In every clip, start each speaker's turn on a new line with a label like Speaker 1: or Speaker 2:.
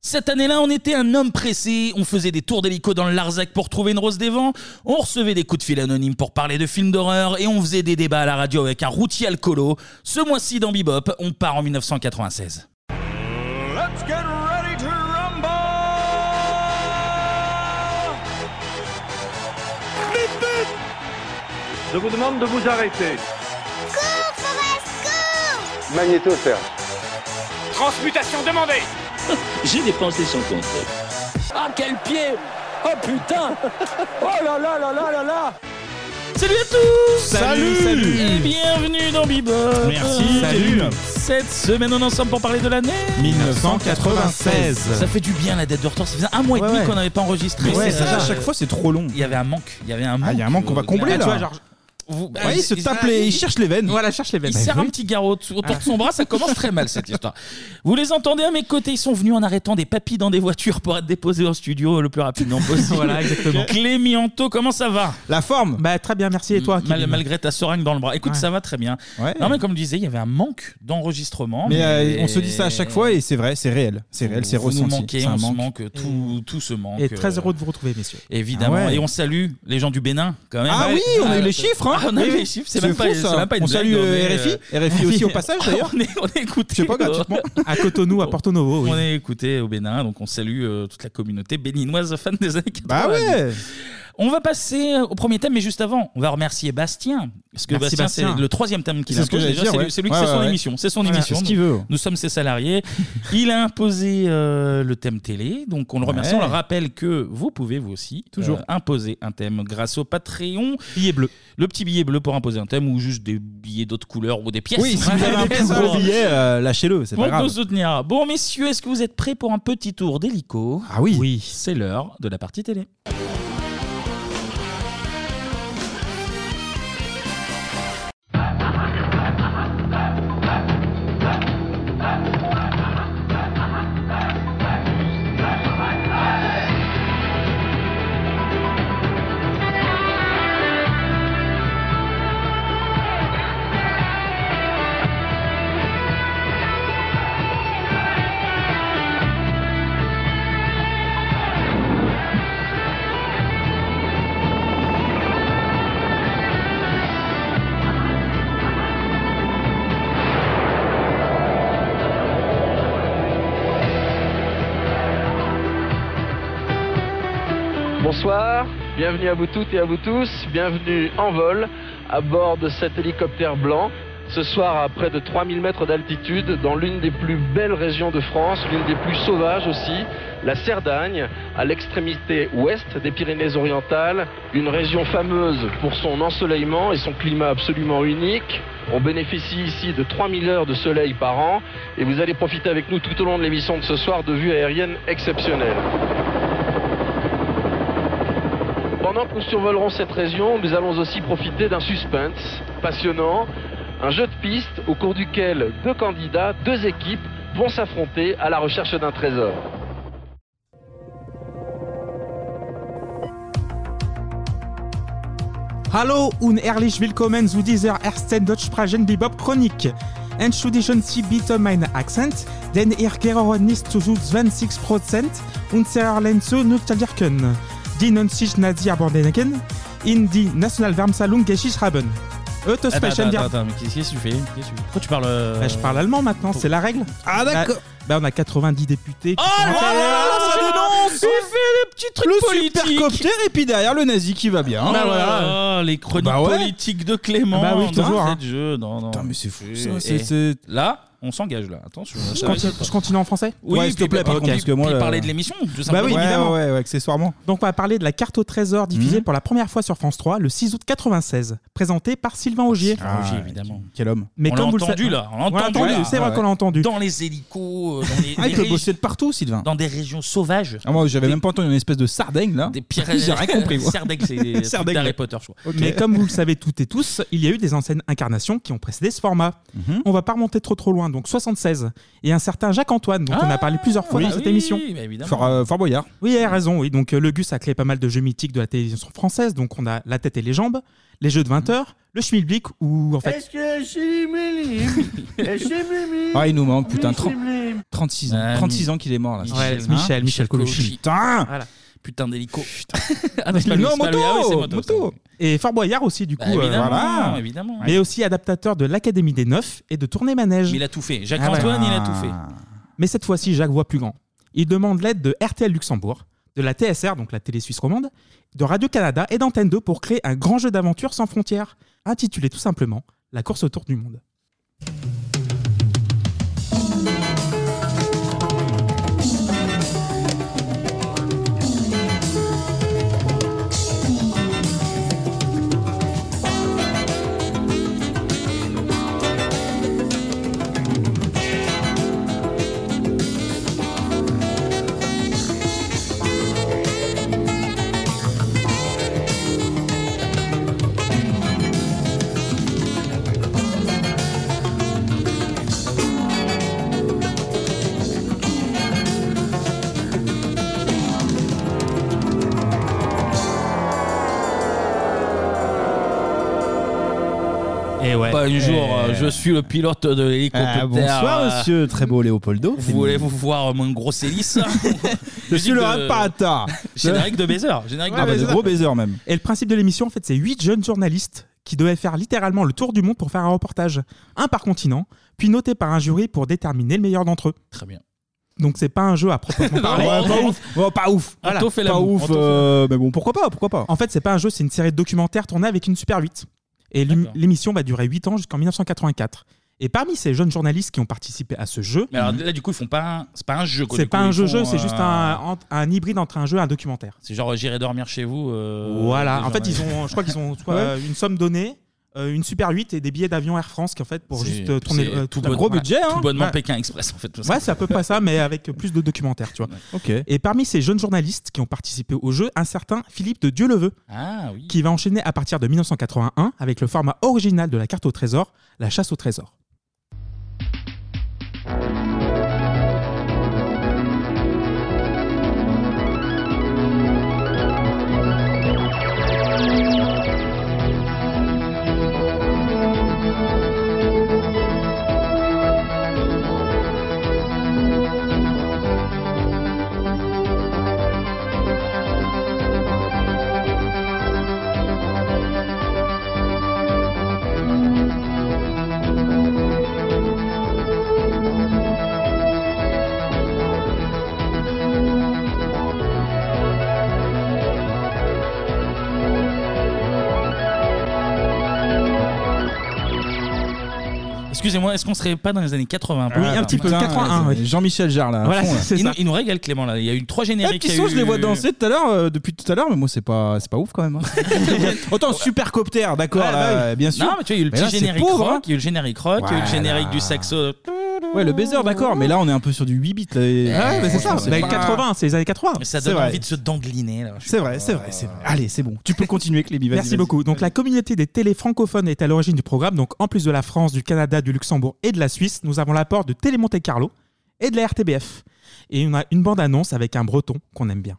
Speaker 1: Cette année-là, on était un homme pressé, on faisait des tours d'hélico dans le Larzac pour trouver une rose des vents, on recevait des coups de fil anonymes pour parler de films d'horreur et on faisait des débats à la radio avec un routier alcoolo. Ce mois-ci dans Bebop, on part en 1996.
Speaker 2: Let's get ready to rumble! Vite, vite!
Speaker 3: Je vous demande de vous arrêter.
Speaker 4: Magnétosphère.
Speaker 5: Transmutation demandée
Speaker 6: J'ai dépensé son compte.
Speaker 5: Ah, quel pied Oh putain
Speaker 7: Oh là là là là là là
Speaker 1: Salut à tous
Speaker 7: Salut, salut.
Speaker 1: Et bienvenue dans Bebop
Speaker 7: Merci, salut.
Speaker 1: Cette semaine, on est ensemble pour parler de l'année
Speaker 7: 1996.
Speaker 1: Ça fait du bien la date de retour, ça faisait un mois et
Speaker 7: Ouais,
Speaker 1: demi
Speaker 7: ouais.
Speaker 1: qu'on n'avait pas enregistré.
Speaker 7: Mais ouais, ça, à chaque fois,
Speaker 1: c'est trop long. Il y avait un manque, il y avait un manque.
Speaker 7: Ah, il y a un manque qu'on va
Speaker 1: euh,
Speaker 7: combler,
Speaker 1: tu
Speaker 7: là.
Speaker 1: vois, genre, bah, vous-
Speaker 7: Ouais, il se tape les- il cherche les veines. Voilà, cherche les veines.
Speaker 1: Il
Speaker 7: Bah
Speaker 1: serre
Speaker 7: oui.
Speaker 1: un petit garrot autour autour de son
Speaker 7: Ah.
Speaker 1: bras, ça commence très mal cette histoire. Vous les entendez à mes côtés, ils sont venus en arrêtant des papis dans des voitures pour être déposés au studio le plus rapidement possible.
Speaker 8: Voilà, exactement.
Speaker 1: Clémy Anto, comment ça va
Speaker 7: La forme
Speaker 8: Bah très bien, merci et toi
Speaker 1: Mal- malgré ta seringue dans le bras. Écoute,
Speaker 8: Ouais.
Speaker 1: ça va très bien. Non, mais comme je disais, il y avait un manque d'enregistrement.
Speaker 7: Mais euh, on se dit ça à chaque fois et c'est vrai, c'est réel. C'est réel, c'est
Speaker 1: Vous nous
Speaker 7: ressenti.
Speaker 1: manquez,
Speaker 7: c'est un
Speaker 1: on se
Speaker 7: manque.
Speaker 1: manque,
Speaker 8: Mm.
Speaker 1: tout, tout se manque.
Speaker 8: Et très
Speaker 1: euh,
Speaker 8: heureux de vous retrouver messieurs.
Speaker 1: Évidemment.
Speaker 8: Ah ouais.
Speaker 1: Et on salue les gens du Bénin quand même.
Speaker 7: Ah oui, on a eu
Speaker 1: Ah,
Speaker 7: les chiffres, hein.
Speaker 1: Ah, on a eu
Speaker 7: Oui,
Speaker 1: les chiffres. C'est
Speaker 7: c'est
Speaker 1: même, pas-
Speaker 7: fou,
Speaker 1: c'est
Speaker 7: ça.
Speaker 1: même pas une
Speaker 7: On
Speaker 1: blague,
Speaker 7: salue,
Speaker 1: on
Speaker 7: euh,
Speaker 1: est,
Speaker 7: RFI. RFI aussi au passage, d'ailleurs.
Speaker 1: on, est, on est écouté.
Speaker 7: Je sais pas, gratuitement.
Speaker 8: À Cotonou, à Porto Novo. oui.
Speaker 1: On est écouté au Bénin, donc on salue euh, toute la communauté béninoise fan des années 80.
Speaker 7: Bah ouais.
Speaker 1: On va passer euh, au premier thème, mais juste avant, on va remercier Bastien. Parce que
Speaker 8: Merci,
Speaker 1: Bastien,
Speaker 8: Bastien.
Speaker 1: c'est le troisième thème qu'il
Speaker 8: C'est ce que
Speaker 1: impose.
Speaker 8: j'allais
Speaker 1: Déjà,
Speaker 8: dire,
Speaker 1: c'est
Speaker 8: ouais.
Speaker 1: lui- c'est lui qui
Speaker 8: Ouais,
Speaker 1: fait
Speaker 8: ouais,
Speaker 1: son
Speaker 8: ouais.
Speaker 1: émission. C'est son
Speaker 8: Voilà,
Speaker 1: émission.
Speaker 8: c'est ce qu'il
Speaker 1: Nous-
Speaker 8: veut.
Speaker 1: Nous sommes ses salariés. Il a imposé euh, le thème télé, donc on le remercie.
Speaker 8: Ouais.
Speaker 1: On le rappelle que vous pouvez, vous aussi,
Speaker 8: Toujours.
Speaker 1: euh, imposer un thème grâce au Patreon. Billet bleu. Le petit billet bleu pour imposer un thème ou juste des billets d'autres couleurs ou des pièces.
Speaker 7: Oui, si vous avez un
Speaker 1: Des
Speaker 7: plus
Speaker 1: pièces
Speaker 7: gros
Speaker 1: pour-
Speaker 7: billet, euh, lâchez-le, c'est
Speaker 1: pour
Speaker 7: pas grave.
Speaker 1: nous soutenir. Bon, messieurs, est-ce que vous êtes prêts pour un petit tour d'hélico
Speaker 7: Ah oui.
Speaker 1: Oui. C'est l'heure de la partie télé.
Speaker 9: Bonsoir, bienvenue à vous toutes et à vous tous, bienvenue en vol à bord de cet hélicoptère blanc. Ce soir, à près de 3000 mètres d'altitude, dans l'une des plus belles régions de France, l'une des plus sauvages aussi, la Cerdagne, à l'extrémité ouest des Pyrénées-Orientales, une région fameuse pour son ensoleillement et son climat absolument unique. On bénéficie ici de 3000 heures de soleil par an et vous allez profiter avec nous tout au long de l'émission de ce soir de vues aériennes exceptionnelles. Pendant que nous survolerons cette région, nous allons aussi profiter d'un suspense passionnant, un jeu de piste au cours duquel deux candidats, deux équipes vont s'affronter à la recherche d'un trésor.
Speaker 8: Hallo und herzlich willkommen zu dieser ersten deutschsprachigen Bebop-Chronik. Entschuldigen Sie bitte meinen Akzent, denn ich gehöre nicht zu 20% unserer Lenze Nostalgiken, die 90 Nazi abandonigen, in die Nationalwärmsalung geschickt haben. Heute
Speaker 1: Attends,
Speaker 8: sprechen
Speaker 1: attends,
Speaker 8: wir
Speaker 1: attends, mais qu'est-ce qu'est-ce que tu fais Qu'est-ce que tu- Pourquoi tu parles euh,
Speaker 8: Bah, je parle allemand maintenant,
Speaker 1: pour-
Speaker 8: c'est la règle. Ah
Speaker 1: d'accord.
Speaker 8: Bah, on a 90 députés. qui sont-
Speaker 7: Ah, dénonce
Speaker 1: Il Ah, fait des petits trucs
Speaker 7: Le
Speaker 1: politiques
Speaker 7: supercopter et puis derrière le nazi qui va bien.
Speaker 1: Oh là là, les chroniques
Speaker 7: Bah ouais.
Speaker 1: politiques de Clément
Speaker 7: Bah oui,
Speaker 1: dans
Speaker 7: toujours,
Speaker 1: cette
Speaker 7: hein.
Speaker 1: jeu. Non, non.
Speaker 7: Putain, mais c'est fou, ça,
Speaker 1: Eh,
Speaker 7: c'est-
Speaker 1: eh.
Speaker 7: c'est-
Speaker 1: Là, on s'engage là. Attention.
Speaker 8: Je
Speaker 1: ça va
Speaker 8: continue,
Speaker 1: être-
Speaker 8: je continue en français
Speaker 1: Oui,
Speaker 7: Ouais, s'il te
Speaker 1: puis-
Speaker 7: plaît, par
Speaker 1: puis-
Speaker 7: contre, parce que moi,
Speaker 1: puis
Speaker 7: là-
Speaker 1: parler de l'émission, tout
Speaker 7: Bah
Speaker 1: simplement.
Speaker 7: oui,
Speaker 8: Ouais,
Speaker 7: évidemment.
Speaker 8: ouais,
Speaker 7: Ouais, ouais, accessoirement.
Speaker 8: Donc on va parler de la carte au trésor diffusée
Speaker 7: Mhm.
Speaker 8: pour la première fois sur France 3 le 6 août 96, présentée par Sylvain Augier.
Speaker 1: Ah, oui, évidemment.
Speaker 7: hein. Quel homme.
Speaker 8: Mais
Speaker 1: on
Speaker 8: comme
Speaker 1: l'a
Speaker 8: vous le
Speaker 1: entendu
Speaker 8: savez-
Speaker 1: là, on l'a
Speaker 8: On l'a
Speaker 1: entendu,
Speaker 8: entendu,
Speaker 1: là.
Speaker 8: c'est vrai qu'on l'a entendu.
Speaker 1: Dans les hélicos, euh, dans les,
Speaker 7: Ah, il
Speaker 1: des
Speaker 7: peut
Speaker 1: régi-
Speaker 7: bosser de partout, Sylvain.
Speaker 1: dans des régions sauvages,
Speaker 7: Ah, moi, j'avais même pas entendu une espèce de sardaigne, là.
Speaker 1: des Pyrénées.
Speaker 7: J'ai rien compris, moi.
Speaker 1: Serdaigle, c'est des trucs
Speaker 7: Serdaigle.
Speaker 1: d'Harry Potter, je crois.
Speaker 8: Mais
Speaker 1: Mhm.
Speaker 8: comme vous le savez toutes et tous, il y a eu des anciennes incarnations qui ont précédé ce format. On va pas remonter trop trop loin 80, donc 76, et un certain Jacques-Antoine, dont on a
Speaker 1: Ah,
Speaker 8: parlé plusieurs fois
Speaker 7: oui.
Speaker 8: dans cette
Speaker 7: Oui,
Speaker 8: émission.
Speaker 7: bah évidemment. Fort, euh,
Speaker 8: Boyard. Oui, elle a raison. Oui. Donc, euh, le Gus a créé pas mal de jeux mythiques de la télévision française. Donc, on a La tête et les jambes, les jeux de 20 heures, le schmilblick, ou en fait.
Speaker 10: Est-ce que c'est Mimi Est-ce que c'est Mimi
Speaker 7: Ah, il nous manque,
Speaker 10: Oui,
Speaker 7: putain,
Speaker 10: c'est
Speaker 7: 30
Speaker 10: Mimi.
Speaker 7: 36 ans, 36 ans qu'il est mort là.
Speaker 8: Ouais, Michel, Michel, Colucci.
Speaker 7: Putain
Speaker 1: Putain d'hélico. Ah non, c'est pas lui,
Speaker 8: Ah Non,
Speaker 1: c'est pas lui. Ah oui, c'est moto,
Speaker 8: Et Fort Boyard aussi, du
Speaker 1: Bah,
Speaker 8: coup. euh,
Speaker 1: évidemment,
Speaker 8: voilà.
Speaker 1: évidemment.
Speaker 8: Mais aussi adaptateur de l'Académie des Neufs et de Tournée Manège.
Speaker 1: Mais il a tout fait.
Speaker 7: Ah,
Speaker 1: Jacques-Antoine, il a tout fait.
Speaker 8: Mais cette fois-ci, Jacques voit plus grand. Il demande l'aide de RTL Luxembourg, de la TSR, donc la télé suisse romande, de Radio-Canada et d'Antenne 2 pour créer un grand jeu d'aventure sans frontières, intitulé tout simplement La course autour du monde.
Speaker 1: Et ouais. Pas un jour, euh, je suis le pilote de l'hélicoptère.
Speaker 7: Eh,
Speaker 11: Ah, bonsoir,
Speaker 1: euh,
Speaker 11: monsieur. Très beau Léopoldo.
Speaker 1: Vous voulez vous voir mon gros hélice
Speaker 11: Je suis le
Speaker 1: rapata
Speaker 11: rapata.
Speaker 1: Générique de baiser. Générique
Speaker 7: Ah, bah,
Speaker 1: de baiser.
Speaker 8: baisers même. Et le principe de l'émission, en fait, c'est huit jeunes journalistes qui devaient faire littéralement le tour du monde pour faire un reportage, un par continent, puis noté par un jury pour déterminer le meilleur d'entre eux.
Speaker 1: Très bien.
Speaker 8: Donc c'est pas un jeu à proprement
Speaker 1: Non,
Speaker 8: parler.
Speaker 1: ouais, pas ouf.
Speaker 8: Ouais, pas ouf.
Speaker 1: On t'en fait la
Speaker 8: pas
Speaker 1: boue. On
Speaker 8: ouf.
Speaker 1: t'en fait la
Speaker 8: euh, mais bon, pourquoi pas, pourquoi pas. En fait, c'est pas un jeu, c'est une série de documentaires tournés avec une super 8. Et l'ém- l'émission va durer 8 ans jusqu'en 1984. Et parmi ces jeunes journalistes qui ont participé à ce jeu,
Speaker 1: Mais alors là, du coup, ils font pas un... c'est pas un jeu. quoi.
Speaker 8: c'est
Speaker 1: Du
Speaker 8: pas
Speaker 1: coup,
Speaker 8: un
Speaker 1: ils
Speaker 8: jeu-jeu,
Speaker 1: font,
Speaker 8: c'est
Speaker 1: euh,
Speaker 8: juste un, entre- un hybride entre un jeu et un documentaire.
Speaker 1: C'est genre euh, j'irai dormir chez vous. euh,
Speaker 8: voilà,
Speaker 1: des
Speaker 8: en fait, ils
Speaker 1: journalistes.
Speaker 8: ont, je crois qu'ils ont soit,
Speaker 1: Ouais.
Speaker 8: euh, une somme donnée, euh, une super 8 et des billets d'avion Air France qui en fait pour
Speaker 1: C'est-
Speaker 8: juste euh, tourner
Speaker 1: c'est
Speaker 8: euh,
Speaker 1: tout
Speaker 8: un
Speaker 1: bon-
Speaker 8: gros
Speaker 1: voilà,
Speaker 8: budget.
Speaker 1: tout
Speaker 8: hein.
Speaker 1: bonnement
Speaker 8: Ouais.
Speaker 1: Pékin Express, en fait, tout ça.
Speaker 8: Ouais, c'est à peu près ça, mais avec plus de documentaires, tu vois.
Speaker 7: Ok.
Speaker 8: Et parmi ces jeunes journalistes qui ont participé au jeu, un certain Philippe de Dieuleveux,
Speaker 1: Ah oui.
Speaker 8: qui va enchaîner à partir de 1981 avec le format original de la carte au trésor, la chasse au trésor.
Speaker 1: Excusez-moi, est-ce qu'on serait pas dans les années Ah, 80
Speaker 7: Oui, un petit peu, 81, oui. euh, Jean-Michel Jarre là. à
Speaker 1: Voilà,
Speaker 7: fond, là.
Speaker 1: il, nous, il nous régale Clément là. Il y a eu trois génériques.
Speaker 7: Petit
Speaker 1: il y a
Speaker 7: son,
Speaker 1: eu-
Speaker 7: je les vois danser tout à l'heure, euh, depuis tout à l'heure, mais moi c'est pas, c'est pas ouf quand même. hein. Autant supercopter, d'accord,
Speaker 1: Ah,
Speaker 7: là,
Speaker 1: bah oui.
Speaker 7: euh, bien sûr.
Speaker 1: Non, mais tu vois, il y a eu
Speaker 7: Mais
Speaker 1: le petit
Speaker 7: là, c'est
Speaker 1: générique
Speaker 7: pauvre,
Speaker 1: rock,
Speaker 7: hein.
Speaker 1: il y a eu le générique rock, il y a eu le
Speaker 7: Voilà.
Speaker 1: générique du saxo.
Speaker 7: Ouais, le baiser, d'accord, mais là on est un peu sur du 8 bits. Là, et-
Speaker 1: Ouais, mais c'est ça,
Speaker 7: franchement,
Speaker 1: les
Speaker 7: pas-
Speaker 1: 80,
Speaker 8: c'est les années 80.
Speaker 1: Mais ça
Speaker 7: C'est
Speaker 1: donne
Speaker 7: vrai.
Speaker 1: envie de se dangliner là.
Speaker 7: C'est vrai, c'est vrai, c'est vrai. Allez, c'est bon. Tu peux continuer, Clémy. vas-y,
Speaker 8: Merci
Speaker 7: vas-y.
Speaker 8: beaucoup. Donc la communauté des télés francophones est à l'origine du programme. Donc en plus de la France, du Canada, du Luxembourg et de la Suisse, nous avons l'apport de Télé Monte Carlo et de la RTBF. Et on a une bande-annonce avec un breton qu'on aime bien.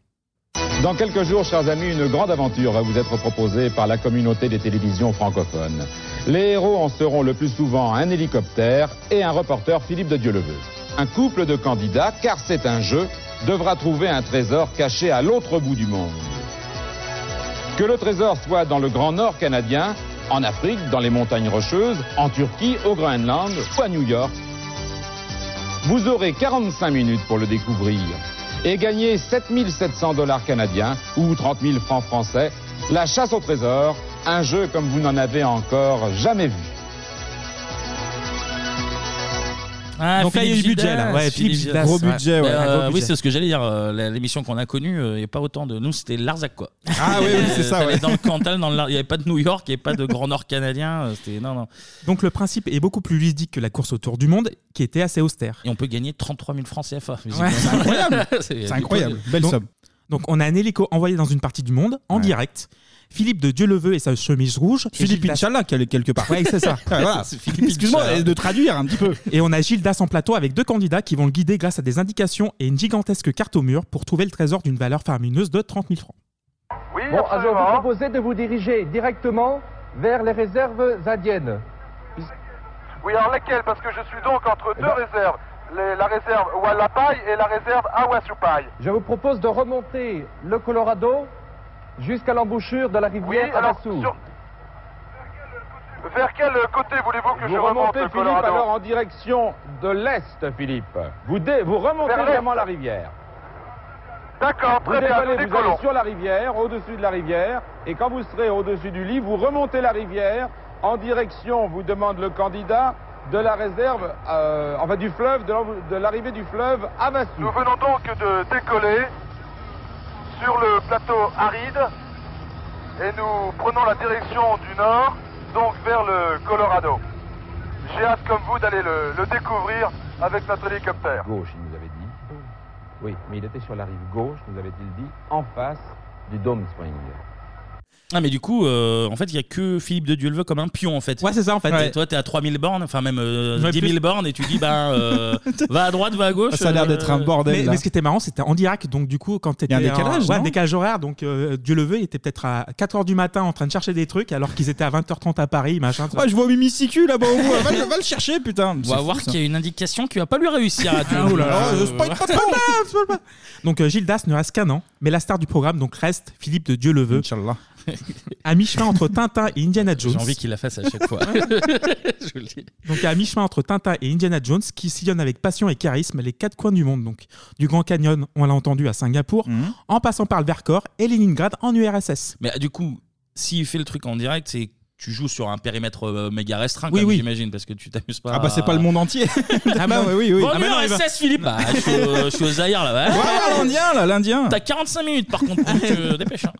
Speaker 12: Dans quelques jours, chers amis, une grande aventure va vous être proposée par la communauté des télévisions francophones. Les héros en seront le plus souvent un hélicoptère et un reporter Philippe de Dieuleveux. Un couple de candidats, car c'est un jeu, devra trouver un trésor caché à l'autre bout du monde. Que le trésor soit dans le Grand Nord canadien, en Afrique, dans les montagnes rocheuses, en Turquie, au Groenland ou à New York, vous aurez 45 minutes pour le découvrir et gagner 7700 dollars canadiens ou 30 000 francs français. La chasse au trésor, un jeu comme vous n'en avez encore jamais vu.
Speaker 1: Ah,
Speaker 8: Donc là, il y a eu
Speaker 1: Philippe
Speaker 8: le budget,
Speaker 1: Gildas,
Speaker 8: là. Ouais, Philippe Gildas, Gros ouais. budget, ouais.
Speaker 1: Euh,
Speaker 8: Un gros
Speaker 1: oui,
Speaker 8: budget.
Speaker 1: c'est ce que j'allais dire. euh, la- L'émission qu'on a connue, euh, il n'y a pas autant de. Nous, c'était Larzac, quoi. Euh,
Speaker 7: Ah oui, oui, c'est ça,
Speaker 1: T'allais
Speaker 7: ouais.
Speaker 1: Dans le Cantal, dans le Lar- il n'y avait pas de New York, il n'y avait pas de Grand Nord canadien. euh, C'était. Non, non.
Speaker 8: Donc le principe est beaucoup plus ludique que la course autour du monde, qui était assez austère.
Speaker 1: Et on peut gagner 33 000 francs CFA.
Speaker 8: Ouais.
Speaker 1: visiblement.
Speaker 8: incroyable.
Speaker 1: C'est-
Speaker 8: Donc- Donc on a un hélico envoyé dans une partie du monde en direct Philippe de Dieu-le-Veut et sa chemise rouge. Et
Speaker 7: Philippe
Speaker 8: Gildas-
Speaker 7: Inch'Allah, quel- quelque part.
Speaker 8: Ouais, c'est ça.
Speaker 7: Ouais, voilà. Excuse-moi de traduire un petit peu.
Speaker 8: Et on a Gildas en plateau avec deux candidats qui vont le guider grâce à des indications et une gigantesque carte au mur pour trouver le trésor d'une valeur faramineuse de 30 000 francs.
Speaker 12: bon, alors, je vais vous proposer de vous diriger directement vers les réserves indiennes.
Speaker 9: Oui, alors laquelle Parce que je suis donc entre
Speaker 12: Eh
Speaker 9: deux
Speaker 12: ben-
Speaker 9: réserves. Les- la réserve Wallapai et la réserve Awasupai.
Speaker 12: Je vous propose de remonter le Colorado jusqu'à l'embouchure de la rivière Havasu.
Speaker 9: Vers quel côté voulez-vous que
Speaker 12: Vous
Speaker 9: je remonte
Speaker 12: remontez,
Speaker 9: le
Speaker 12: Philippe,
Speaker 9: Colorado
Speaker 12: alors,
Speaker 9: en direction de l'Est, Philippe.
Speaker 12: Vous, dé- vous remontez
Speaker 9: Vers l'est.
Speaker 12: vraiment la rivière.
Speaker 9: D'accord,
Speaker 12: Vous
Speaker 9: très bien, nous
Speaker 12: dévalez, vous allez
Speaker 9: décollons.
Speaker 12: sur la rivière, au-dessus de la rivière, et quand vous serez au-dessus du lit, vous remontez la rivière en direction, vous demande le candidat, de la réserve, euh, enfin du fleuve, de l'en- de l'arrivée du fleuve Havasu.
Speaker 9: Nous venons donc de décoller sur le plateau aride et nous prenons la direction du nord, donc vers le Colorado. J'ai hâte comme vous d'aller le, le découvrir avec notre hélicoptère.
Speaker 12: Gauche, il nous avait dit. Oui, mais il était sur la rive gauche, nous avait-il dit, en face du Dome Spring.
Speaker 1: Ah mais du coup, euh, en fait, il n'y a que Philippe de Dieu le veut comme un pion en fait. Ouais,
Speaker 8: c'est ça en fait.
Speaker 1: Et toi, t'es à 3000 bornes, enfin même euh,
Speaker 8: Ouais,
Speaker 1: 10 000
Speaker 8: plus.
Speaker 1: bornes et tu dis, ben, euh, va à droite, va à gauche. euh,
Speaker 8: Mais, mais ce qui était marrant, c'était en direct. Donc, du coup, quand t'étais.
Speaker 1: Il y a un décalage,
Speaker 8: en- ouais,
Speaker 1: non
Speaker 8: un décalage horaire. Donc, euh, Dieu le veut, il était peut-être à 4h du matin en train de chercher des trucs alors qu'ils étaient à 20h30 à Paris, machin. tout ça.
Speaker 7: Ouais, je vois Mimicicu là-bas au bout. Va, le- va le chercher, putain.
Speaker 1: On va voir qu'il y a une indication qui va pas lui réussir à Dieu.
Speaker 8: Ah, oh là là,
Speaker 1: Euh,
Speaker 8: je spoil pas trop. Donc, euh, Gildas ne reste qu'un an. Mais la star du programme donc reste Philippe de Dieu le veut. À mi-chemin entre Tintin et Indiana Jones.
Speaker 1: J'ai envie qu'il la fasse à chaque fois. Je vous le dis.
Speaker 8: Donc à mi-chemin entre Tintin et Indiana Jones, qui sillonne avec passion et charisme les quatre coins du monde. Donc du Grand Canyon, on l'a entendu à Singapour,
Speaker 1: Mhm.
Speaker 8: en passant par le Vercors et Leningrad en URSS.
Speaker 1: Mais ah, du coup, s'il fait le truc en direct, c'est tu joues sur un périmètre euh, méga restreint,
Speaker 8: Oui,
Speaker 1: comme
Speaker 8: oui.
Speaker 1: j'imagine, parce que tu t'amuses pas.
Speaker 7: Ah bah c'est pas le monde entier.
Speaker 1: Ah
Speaker 7: bah oui, oui, oui.
Speaker 1: Bon,
Speaker 7: Ah bah non, il va-
Speaker 1: URSS, Philippe. Bah, je suis au- je suis au Zaïre là-bas.
Speaker 7: Ouais, l'Indien là, l'Indien.
Speaker 1: T'as 45 minutes par contre, donc euh, dépêche. hein.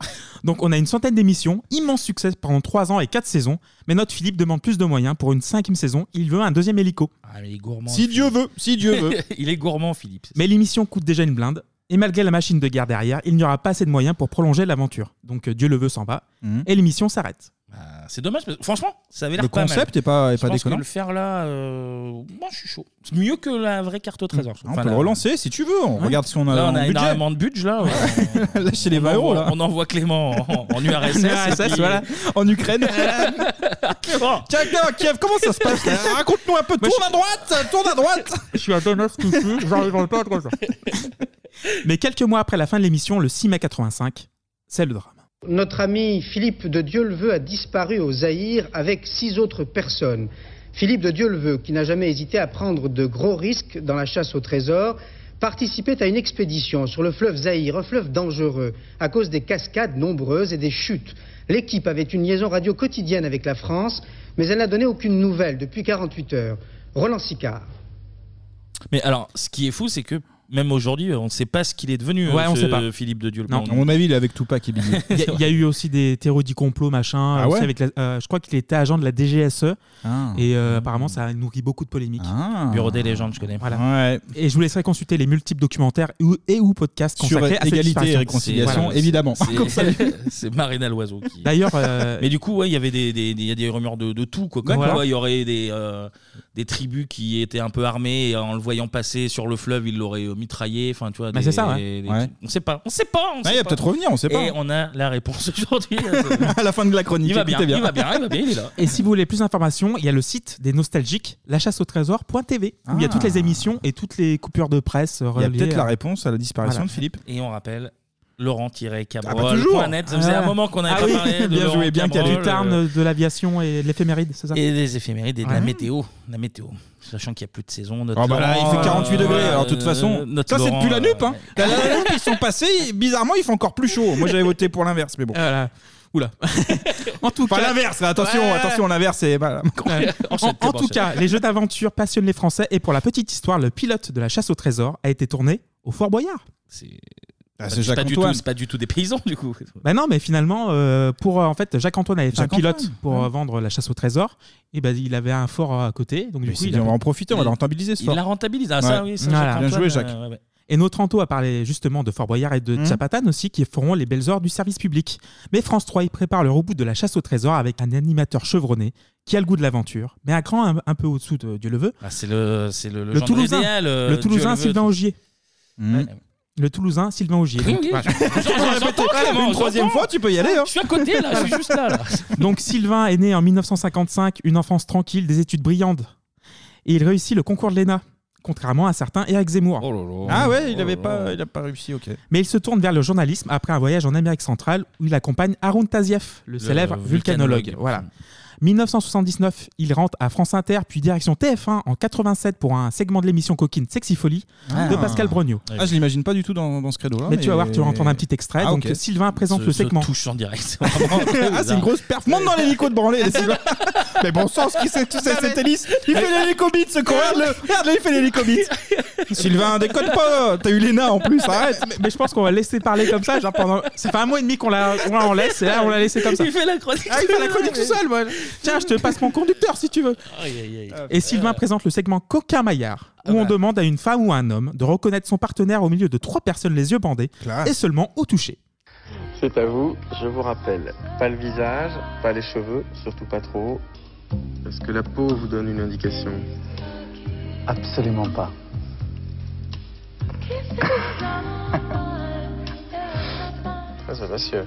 Speaker 8: Donc on a une centaine d'émissions, immense succès pendant 3 ans et 4 saisons, mais notre Philippe demande plus de moyens pour une cinquième saison, il veut un deuxième hélico.
Speaker 1: Ah, mais il est gourmand.
Speaker 8: Si Dieu veut, si Dieu veut.
Speaker 1: il est gourmand, Philippe.
Speaker 8: Mais l'émission coûte déjà une blinde, et malgré la machine de guerre derrière, il n'y aura pas assez de moyens pour prolonger l'aventure. Donc euh, Dieu le veut s'en va, et l'émission s'arrête.
Speaker 1: Ah, C'est dommage, parce que franchement, ça avait l'air
Speaker 8: Le
Speaker 1: pas mal.
Speaker 8: concept est pas- est
Speaker 1: Je
Speaker 8: pas
Speaker 1: pense
Speaker 8: déconnant.
Speaker 1: que le faire là, euh, moi je suis chaud. C'est mieux que la vraie carte au trésor.
Speaker 7: On
Speaker 1: Enfin,
Speaker 7: peut le
Speaker 1: la-
Speaker 7: relancer si tu veux. On
Speaker 1: Ouais.
Speaker 7: regarde si on a,
Speaker 1: Là, on a
Speaker 7: en budget.
Speaker 1: énormément de budget là.
Speaker 7: Là, chez les 20 euros là.
Speaker 1: On envoie Clément en, en URSS. et
Speaker 7: URSS,
Speaker 1: puis-
Speaker 7: voilà. En Ukraine. Tiens, gars, Kiev, comment ça se passe là Raconte-nous un peu. Tourne à droite, tourne à droite.
Speaker 8: Je suis à Donos tout j'arriverai pas à trop ça. Mais quelques mois après la fin de l'émission, le 6 mai 85, c'est le drame.
Speaker 13: Notre ami Philippe de Dieuleveux a disparu au Zaïre avec six autres personnes. Philippe de Dieuleveux, qui n'a jamais hésité à prendre de gros risques dans la chasse au trésor, participait à une expédition sur le fleuve Zaïre, un fleuve dangereux, à cause des cascades nombreuses et des chutes. L'équipe avait une liaison radio quotidienne avec la France, mais elle n'a donné aucune nouvelle depuis 48 heures. Roland Sicard.
Speaker 1: Mais alors, ce qui est fou, c'est que même aujourd'hui, on ne sait pas ce qu'il est devenu.
Speaker 8: Ouais,
Speaker 1: euh,
Speaker 8: on
Speaker 1: ce
Speaker 8: sait pas.
Speaker 1: Philippe de Dieu.
Speaker 8: Non.
Speaker 7: À mon avis, il est avec Tupac et Biggie.
Speaker 8: Il y, a- il y a eu aussi des théories du complot, machin.
Speaker 7: Ah
Speaker 8: aussi
Speaker 7: ouais
Speaker 8: avec la- euh, je crois qu'il était agent de la DGSE.
Speaker 7: Ah.
Speaker 8: E. Et euh, apparemment, ça a nourri beaucoup de polémiques.
Speaker 1: Bureau des légendes, je connais.
Speaker 8: Voilà. Et je vous laisserai consulter les multiples documentaires ou- et ou podcasts
Speaker 7: Sur
Speaker 8: consacrés à cette
Speaker 7: égalité et
Speaker 8: disparition.
Speaker 7: réconciliation,
Speaker 8: Voilà.
Speaker 7: évidemment.
Speaker 1: C'est-
Speaker 7: Comme ça, les-
Speaker 1: C'est Marina Loiseau qui.
Speaker 8: D'ailleurs, euh,
Speaker 1: Mais du coup, ouais, il y avait des, des, des- il y a des rumeurs de, de tout. Quoi. Comme
Speaker 8: D'accord.
Speaker 1: quoi, il y aurait des, euh, des tribus qui étaient un peu armées et en le voyant passer sur le fleuve, ils l'auraient euh, mitraillé. Enfin, tu vois.
Speaker 7: Bah,
Speaker 1: des-
Speaker 7: c'est ça, ouais.
Speaker 1: des-
Speaker 7: Ouais.
Speaker 1: On sait pas. On sait pas. On
Speaker 7: Ah,
Speaker 1: sait
Speaker 7: il va
Speaker 1: pas.
Speaker 7: peut-être revenir, on sait pas.
Speaker 1: Et on a la réponse aujourd'hui.
Speaker 7: À la fin de la chronique,
Speaker 1: Il va bien,
Speaker 7: écoutez
Speaker 1: il va bien, il va bien, il est là.
Speaker 8: Et si vous voulez plus d'informations, il y a le site des nostalgiques, lachasseautrésor.tv, où il y a
Speaker 1: Ah.
Speaker 8: toutes les émissions et toutes les coupures de presse
Speaker 1: Il y a
Speaker 8: reliées.
Speaker 1: peut-être la
Speaker 7: réponse à la disparition
Speaker 8: Voilà.
Speaker 7: de Philippe.
Speaker 1: Et on rappelle
Speaker 7: Ah bah toujours.
Speaker 1: Laurent-cabrol.net. Ça faisait
Speaker 8: Ah.
Speaker 1: un moment qu'on n'avait
Speaker 8: Ah
Speaker 1: pas
Speaker 8: oui,
Speaker 1: parlé de
Speaker 8: bien
Speaker 1: Laurent
Speaker 8: joué, bien
Speaker 1: Cabrol,
Speaker 8: qu'il y a du tarn
Speaker 1: euh,
Speaker 8: de l'aviation et de l'éphéméride, c'est ça
Speaker 1: Et des éphémérides et de la
Speaker 8: Ouais.
Speaker 1: météo. La météo. Sachant qu'il n'y a plus de saison. Notre
Speaker 7: Ah bah là, il
Speaker 1: Laurent,
Speaker 7: fait 48 degrés.
Speaker 1: euh,
Speaker 7: Alors, de toute façon,
Speaker 1: notre
Speaker 7: ça, c'est
Speaker 1: Laurent,
Speaker 7: depuis la
Speaker 1: euh,
Speaker 7: nupe. Hein. La, la- la nupe, ils sont passés. Bizarrement, il fait encore plus chaud. Moi, j'avais voté pour l'inverse, mais bon.
Speaker 8: Oula. en tout
Speaker 7: Ah Enfin,
Speaker 8: cas-
Speaker 7: l'inverse. là, Attention,
Speaker 8: Ouais.
Speaker 7: attention, l'inverse. C'est. bah, Oh,
Speaker 8: Ouais. Euh, en,
Speaker 7: c'est
Speaker 8: en
Speaker 7: bon,
Speaker 8: tout
Speaker 7: c'est-
Speaker 8: cas, les jeux d'aventure passionnent les Français et pour la petite histoire, le pilote de la chasse au trésor a été tourné au Fort Boyard.
Speaker 1: pas
Speaker 7: Ah, c'est
Speaker 1: du- pas du tout-
Speaker 7: Jacques-Antoine.
Speaker 1: C'est pas du tout des paysans, du coup.
Speaker 8: Bah non, mais finalement, euh, pour euh, en fait, Jacques Antoine avait fait un
Speaker 1: Jacques-Antoine,
Speaker 8: pilote pour
Speaker 7: hein.
Speaker 8: euh, vendre la chasse au trésor. Et ben il avait un fort euh, à côté, donc du
Speaker 7: Mais
Speaker 8: coup,
Speaker 7: c'est
Speaker 8: il
Speaker 7: bien,
Speaker 8: a-
Speaker 7: on va en profiter, on va le rentabiliser, ce
Speaker 8: il
Speaker 7: fort.
Speaker 8: l'a rentabilisé. Ah, ça, oui, ça,
Speaker 7: Voilà.
Speaker 8: Jacques
Speaker 7: Bien joué,
Speaker 8: Antoine,
Speaker 7: Jacques.
Speaker 8: euh, ouais, ouais. Et notre Anto a parlé justement de Fort Boyard et de
Speaker 7: Mhm.
Speaker 8: Zapatan aussi, qui feront les belles heures du service public. Mais France 3 y prépare le reboot de la chasse au trésor avec un animateur chevronné qui a le goût de l'aventure, mais un cran un, un peu au-dessous de Dieu le veut.
Speaker 1: Ah, c'est le, c'est le, le,
Speaker 8: Le
Speaker 1: genre
Speaker 8: Toulousain,
Speaker 1: idéal, euh,
Speaker 8: le Toulousain
Speaker 1: Dieu le veut.
Speaker 8: Sylvain Augier.
Speaker 7: Hmm.
Speaker 8: Le Toulousain Sylvain Augier.
Speaker 1: Oui,
Speaker 8: Donc,
Speaker 1: oui,
Speaker 8: voilà.
Speaker 1: je- j'entends, j'entends, Clément,
Speaker 8: Ah, Une troisième
Speaker 1: j'entends.
Speaker 8: fois, tu peux y aller. hein.
Speaker 1: Je suis à côté, là, je suis juste là. là.
Speaker 8: Donc Sylvain est né en 1955, une enfance tranquille, des études brillantes. Et il réussit le concours de l'ENA, contrairement à certains Eric Zemmour.
Speaker 7: Ah ouais,
Speaker 8: Oh
Speaker 7: il avait pas, il a pas réussi, ok.
Speaker 8: euh. Mais il se tourne vers le journalisme après un voyage en Amérique centrale où il accompagne Haroun Tazieff, le,
Speaker 7: Le
Speaker 8: célèbre
Speaker 7: vulcanologue.
Speaker 8: vulcanologue. Voilà. 1979, il rentre à France Inter puis direction TF1 en 87 pour un segment de l'émission coquine Sexy Folie de Pascal Brognaut.
Speaker 7: Ah, je l'imagine pas du tout dans, dans ce Ah, credo là.
Speaker 8: Mais tu vas voir, tu vas entendre un petit extrait. Donc, Sylvain présente le segment. oh,
Speaker 7: ah, c'est une grosse perf. Monte dans l'hélico de branlée, les Sylvain. Mais bon sang, ce qui c'est tout ça,
Speaker 8: Non, mais-
Speaker 7: cette hélice. Il fait l'hélicobite, ce con. Regarde-le. Regarde-le, il fait l'hélicobite. Sylvain, déconne pas. T'as eu l'ENA en plus, arrête.
Speaker 8: Mais, mais je pense qu'on va laisser parler comme ça. Genre pendant... Ça fait un mois et demi qu'on la on la- on laisse et là on l'a laissé comme ça.
Speaker 1: Il fait la chronique.
Speaker 8: Ah, il fait la chronique tout seul, moi. Tiens, je te passe mon conducteur si tu veux.
Speaker 1: Aïe, aïe, aïe.
Speaker 8: Et Sylvain présente le segment Coquin Maillard, où on demande à une femme ou à un homme de reconnaître son partenaire au milieu de trois personnes les yeux bandés et seulement au toucher.
Speaker 9: C'est à vous, je vous rappelle, pas le visage, pas les cheveux, surtout pas trop haut. Est-ce que la peau vous donne une indication Absolument pas. Très audacieux.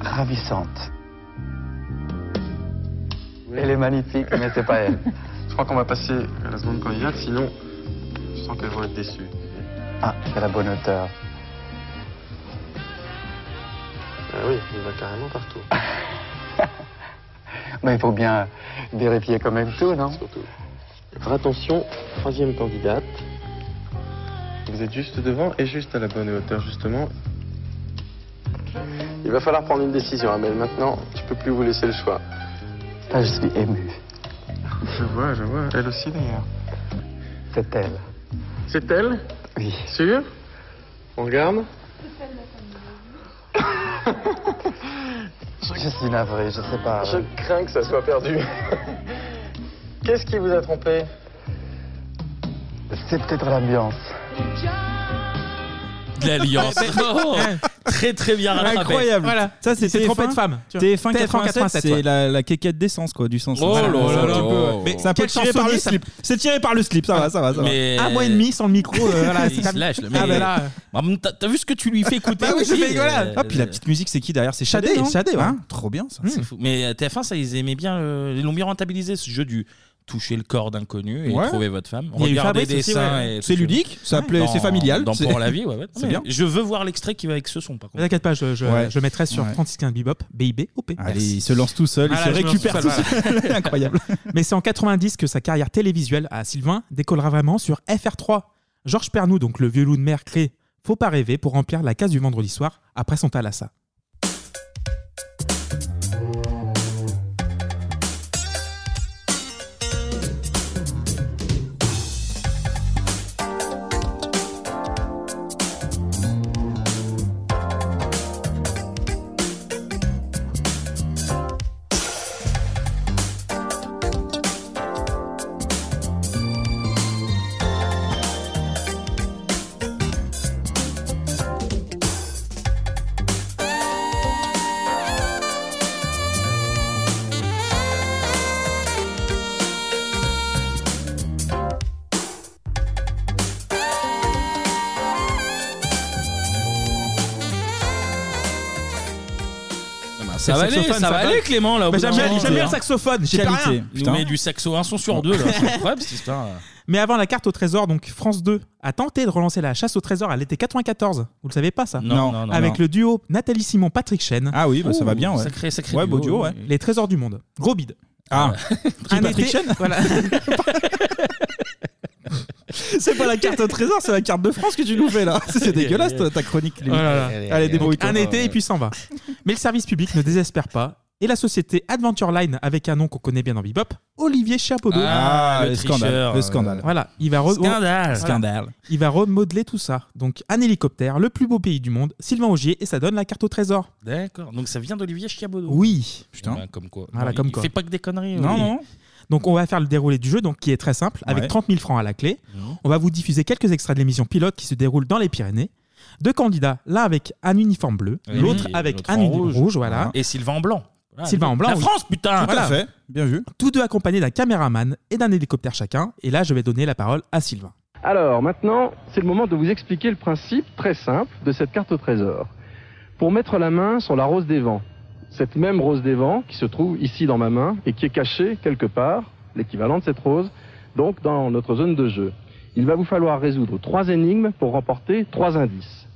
Speaker 9: Ravissante. Elle est magnifique, mais c'est pas elle. Je crois qu'on va passer à la seconde candidate, sinon je sens qu'elles vont être déçues. Ah, c'est la bonne hauteur. Ah oui, il va carrément partout. Mais il faut bien vérifier quand même tout, non Surtout. attention, troisième candidate. Vous êtes juste devant et juste à la bonne hauteur, justement. Il va falloir prendre une décision, Amel. Maintenant, je peux plus vous laisser le choix. Ah, je suis ému. Je vois, je vois. Elle aussi, d'ailleurs. C'est elle. C'est elle Oui. Sûr On regarde Je suis navré, je sais pas. Je crains que ça soit perdu. Qu'est-ce qui vous a trompé C'est peut-être l'ambiance.
Speaker 1: De l'Alliance. Oh, très, très bien rattrapé.
Speaker 7: Incroyable.
Speaker 8: Ça, c'est
Speaker 7: TF1.
Speaker 8: trompé de femme.
Speaker 7: TF1
Speaker 8: TF1
Speaker 7: 87,
Speaker 8: ouais.
Speaker 7: c'est la, la quéquette d'essence, quoi, du sens.
Speaker 8: Oh
Speaker 7: Voilà,
Speaker 8: là
Speaker 7: c'est un
Speaker 8: là
Speaker 7: petit peu,
Speaker 8: là.
Speaker 7: ouais.
Speaker 8: Oh.
Speaker 7: Mais c'est un peu
Speaker 8: Quel
Speaker 7: tiré par le
Speaker 8: chansonnier, ça-
Speaker 7: slip. C'est tiré par le slip, ça va, ça va, ça va.
Speaker 1: Mais-
Speaker 8: Un mois et demi sans le micro. euh, voilà,
Speaker 1: Il
Speaker 8: c'est
Speaker 1: se lâche, le
Speaker 8: Ah,
Speaker 1: mec.
Speaker 8: bah là, Bah
Speaker 1: En même temps, T'as vu ce que tu lui fais écouter
Speaker 7: Ah oui, je
Speaker 1: aussi,
Speaker 7: fais, voilà.
Speaker 1: euh,
Speaker 7: Ah, puis la petite musique, c'est qui derrière C'est Shadé,
Speaker 1: Shadé,
Speaker 7: hein
Speaker 1: hein. Shadé, ouais.
Speaker 7: Hein Trop bien, ça.
Speaker 8: Hmm.
Speaker 1: C'est fou. Mais euh, TF1, ça, ils aimaient bien. euh, ils l'ont bien rentabilisé, ce jeu du toucher le corps d'inconnu et
Speaker 7: Ouais.
Speaker 1: trouver votre femme.
Speaker 7: Il y a eu
Speaker 1: Regardez
Speaker 7: Fabrice
Speaker 1: des
Speaker 7: aussi,
Speaker 1: seins.
Speaker 7: ouais.
Speaker 1: et
Speaker 7: C'est
Speaker 1: tout ça.
Speaker 7: ludique, ça plaît-
Speaker 1: Dans-
Speaker 7: c'est familial,
Speaker 1: Dans
Speaker 7: c'est-
Speaker 1: Pour la vie, ouais. ouais.
Speaker 7: C'est
Speaker 1: Mais
Speaker 7: bien.
Speaker 1: Je veux voir l'extrait qui va avec ce son, par
Speaker 8: Ne
Speaker 1: contre.
Speaker 8: t'inquiète pas, je, je,
Speaker 1: Ouais.
Speaker 8: je mettrai sur
Speaker 1: Ouais.
Speaker 8: 3615 Bebop, BIB, OP.
Speaker 7: Allez, il se lance tout seul, il se récupère tout seul. Incroyable.
Speaker 8: Mais c'est en 90 que sa carrière télévisuelle à Sylvain décollera vraiment sur FR3. Georges Pernou, donc le vieux loup de mer, crée Faut pas rêver pour remplir la case du vendredi soir après son Thalassa.
Speaker 1: Ça va aller, ça va aller, Clément. Là, au
Speaker 8: Bah,
Speaker 1: bout
Speaker 8: J'aime
Speaker 1: d'un
Speaker 8: bien
Speaker 1: moment,
Speaker 8: j'aime bien
Speaker 1: hein.
Speaker 8: le saxophone, j'ai pas rien.
Speaker 1: Il nous met du saxo un son sur deux, là. C'est incroyable, cette histoire.
Speaker 8: Mais avant la carte au trésor, donc France 2 a tenté de relancer la chasse au trésor à l'été 94. Vous le savez pas ça
Speaker 1: Non, Non. non, non,
Speaker 8: Avec
Speaker 1: non.
Speaker 8: le duo Nathalie Simon Patrick Chen.
Speaker 7: Ah oui, bah, ça va bien, ouais.
Speaker 1: sacré- sacré
Speaker 7: Ouais, beau duo, ouais.
Speaker 8: hein. Les trésors du monde. Gros bide.
Speaker 7: Ah.
Speaker 8: Un
Speaker 7: Patrick
Speaker 8: été-
Speaker 7: Chen
Speaker 8: Voilà.
Speaker 7: C'est pas la carte au trésor, c'est la carte de France que tu nous fais là. C'est dégueulasse toi, ta chronique.
Speaker 8: Oh
Speaker 7: Limite.
Speaker 8: là là.
Speaker 7: Allez, débrouille
Speaker 8: Donc, Un été et puis s'en va. Mais le service public ne désespère pas. Et la société Adventure Line, avec un nom qu'on connaît bien dans Bebop, Olivier Chapeau
Speaker 7: Ah, Ah, le le scandale, tricheur, le scandale. euh,
Speaker 8: Voilà, il va re-
Speaker 7: Scandale.
Speaker 8: Voilà.
Speaker 7: Scandale.
Speaker 8: Il va remodeler tout ça. Donc un hélicoptère, le plus beau pays du monde, Sylvain Augier, et ça donne la carte au trésor.
Speaker 1: D'accord. Donc ça vient d'Olivier Chiabodo.
Speaker 8: Oui.
Speaker 1: Putain. comme quoi.
Speaker 8: Voilà,
Speaker 1: Non,
Speaker 8: comme
Speaker 1: Bah, il
Speaker 8: quoi.
Speaker 1: fait pas que des conneries.
Speaker 8: Non,
Speaker 1: oui.
Speaker 8: non. Donc on va faire le déroulé du jeu, donc qui est très simple, avec
Speaker 7: Ouais.
Speaker 8: 30 000 francs à la clé. On va vous diffuser quelques extraits de l'émission pilote qui se déroule dans les Pyrénées. Deux candidats, l'un avec un uniforme bleu,
Speaker 1: Oui,
Speaker 8: l'autre
Speaker 1: et
Speaker 8: avec
Speaker 1: l'autre
Speaker 8: un
Speaker 1: en
Speaker 8: uniforme
Speaker 1: rouge.
Speaker 8: rouge, voilà.
Speaker 1: Et Sylvain en blanc. Voilà.
Speaker 8: Sylvain en blanc.
Speaker 1: La
Speaker 8: oui.
Speaker 1: France, putain Voilà.
Speaker 8: bien vu. Tous deux accompagnés d'un caméraman et d'un hélicoptère chacun. Et là, je vais donner la parole à Sylvain.
Speaker 9: Alors maintenant, c'est le moment de vous expliquer le principe très simple de cette carte au trésor. Pour mettre la main sur la rose des vents, cette même rose des vents qui se trouve ici dans ma main et qui est cachée quelque part, l'équivalent de cette rose, donc dans notre zone de jeu. Il va vous falloir résoudre trois énigmes pour remporter trois indices.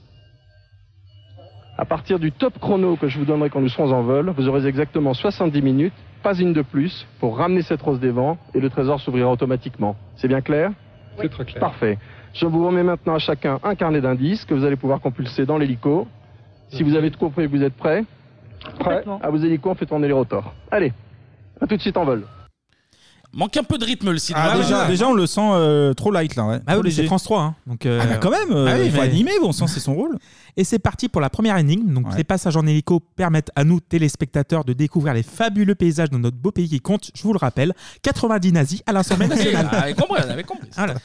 Speaker 9: À partir du top chrono que je vous donnerai quand nous serons en vol, vous aurez exactement 70 minutes, pas une de plus, pour ramener cette rose des vents et le trésor s'ouvrira automatiquement. C'est bien clair
Speaker 14: C'est très clair.
Speaker 9: Parfait. Je vous remets maintenant à chacun un carnet d'indices que vous allez pouvoir compulser dans l'hélico. Si vous avez tout compris, vous êtes prêts Prêts À vos hélicos, on fait tourner les rotors. Allez, à tout de suite en vol.
Speaker 1: Manque un peu de rythme le Sylvain.
Speaker 7: Ah, déjà,
Speaker 1: Ouais.
Speaker 7: déjà, on le sent euh, trop light là. Ouais.
Speaker 8: Ah
Speaker 7: Trop
Speaker 8: oui, mais
Speaker 7: léger.
Speaker 8: c'est France 3. hein. Donc, euh,
Speaker 7: Ah bah quand même, euh,
Speaker 8: ah oui,
Speaker 7: il faut
Speaker 8: mais-
Speaker 7: animer, bon sang, c'est son rôle.
Speaker 8: Et c'est parti pour la première énigme. Donc, les passages en hélico permettent à nous, téléspectateurs, de découvrir les fabuleux paysages de notre beau pays qui compte, je vous le rappelle, 90 nazis à l'Assemblée nationale.
Speaker 1: Ah, Avait compris, elle avait compris.
Speaker 8: Voilà. Ah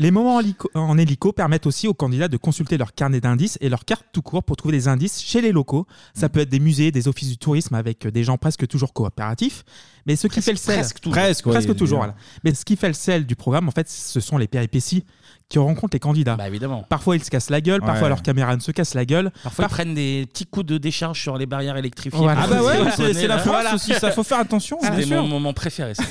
Speaker 8: Les moments en hélico, en hélico permettent aussi aux candidats de consulter leur carnet d'indices et leur carte tout court pour trouver des indices chez les locaux. Ça peut être des musées, des offices du tourisme avec euh, des gens presque toujours coopératifs. Mais ce qui fait le sel.
Speaker 7: presque toujours. Presque, ouais, il y a-
Speaker 8: toujours. voilà. Mais ce qui fait le sel du programme, en fait, ce sont les péripéties qui rencontrent les candidats. Parfois ils se cassent la gueule, parfois
Speaker 1: Ouais.
Speaker 8: leur caméra ne se casse la gueule.
Speaker 1: Parfois, ils prennent des petits coups de décharge sur les barrières électrifiées.
Speaker 8: Voilà.
Speaker 1: Parfois,
Speaker 8: Ah bah ouais,
Speaker 1: ils
Speaker 8: c'est-
Speaker 1: reconnaissent,
Speaker 8: c'est la
Speaker 1: là.
Speaker 8: France aussi, ça, faut faire attention, hein.
Speaker 1: C'était
Speaker 8: bien sûr.
Speaker 1: mon moment préféré. ça.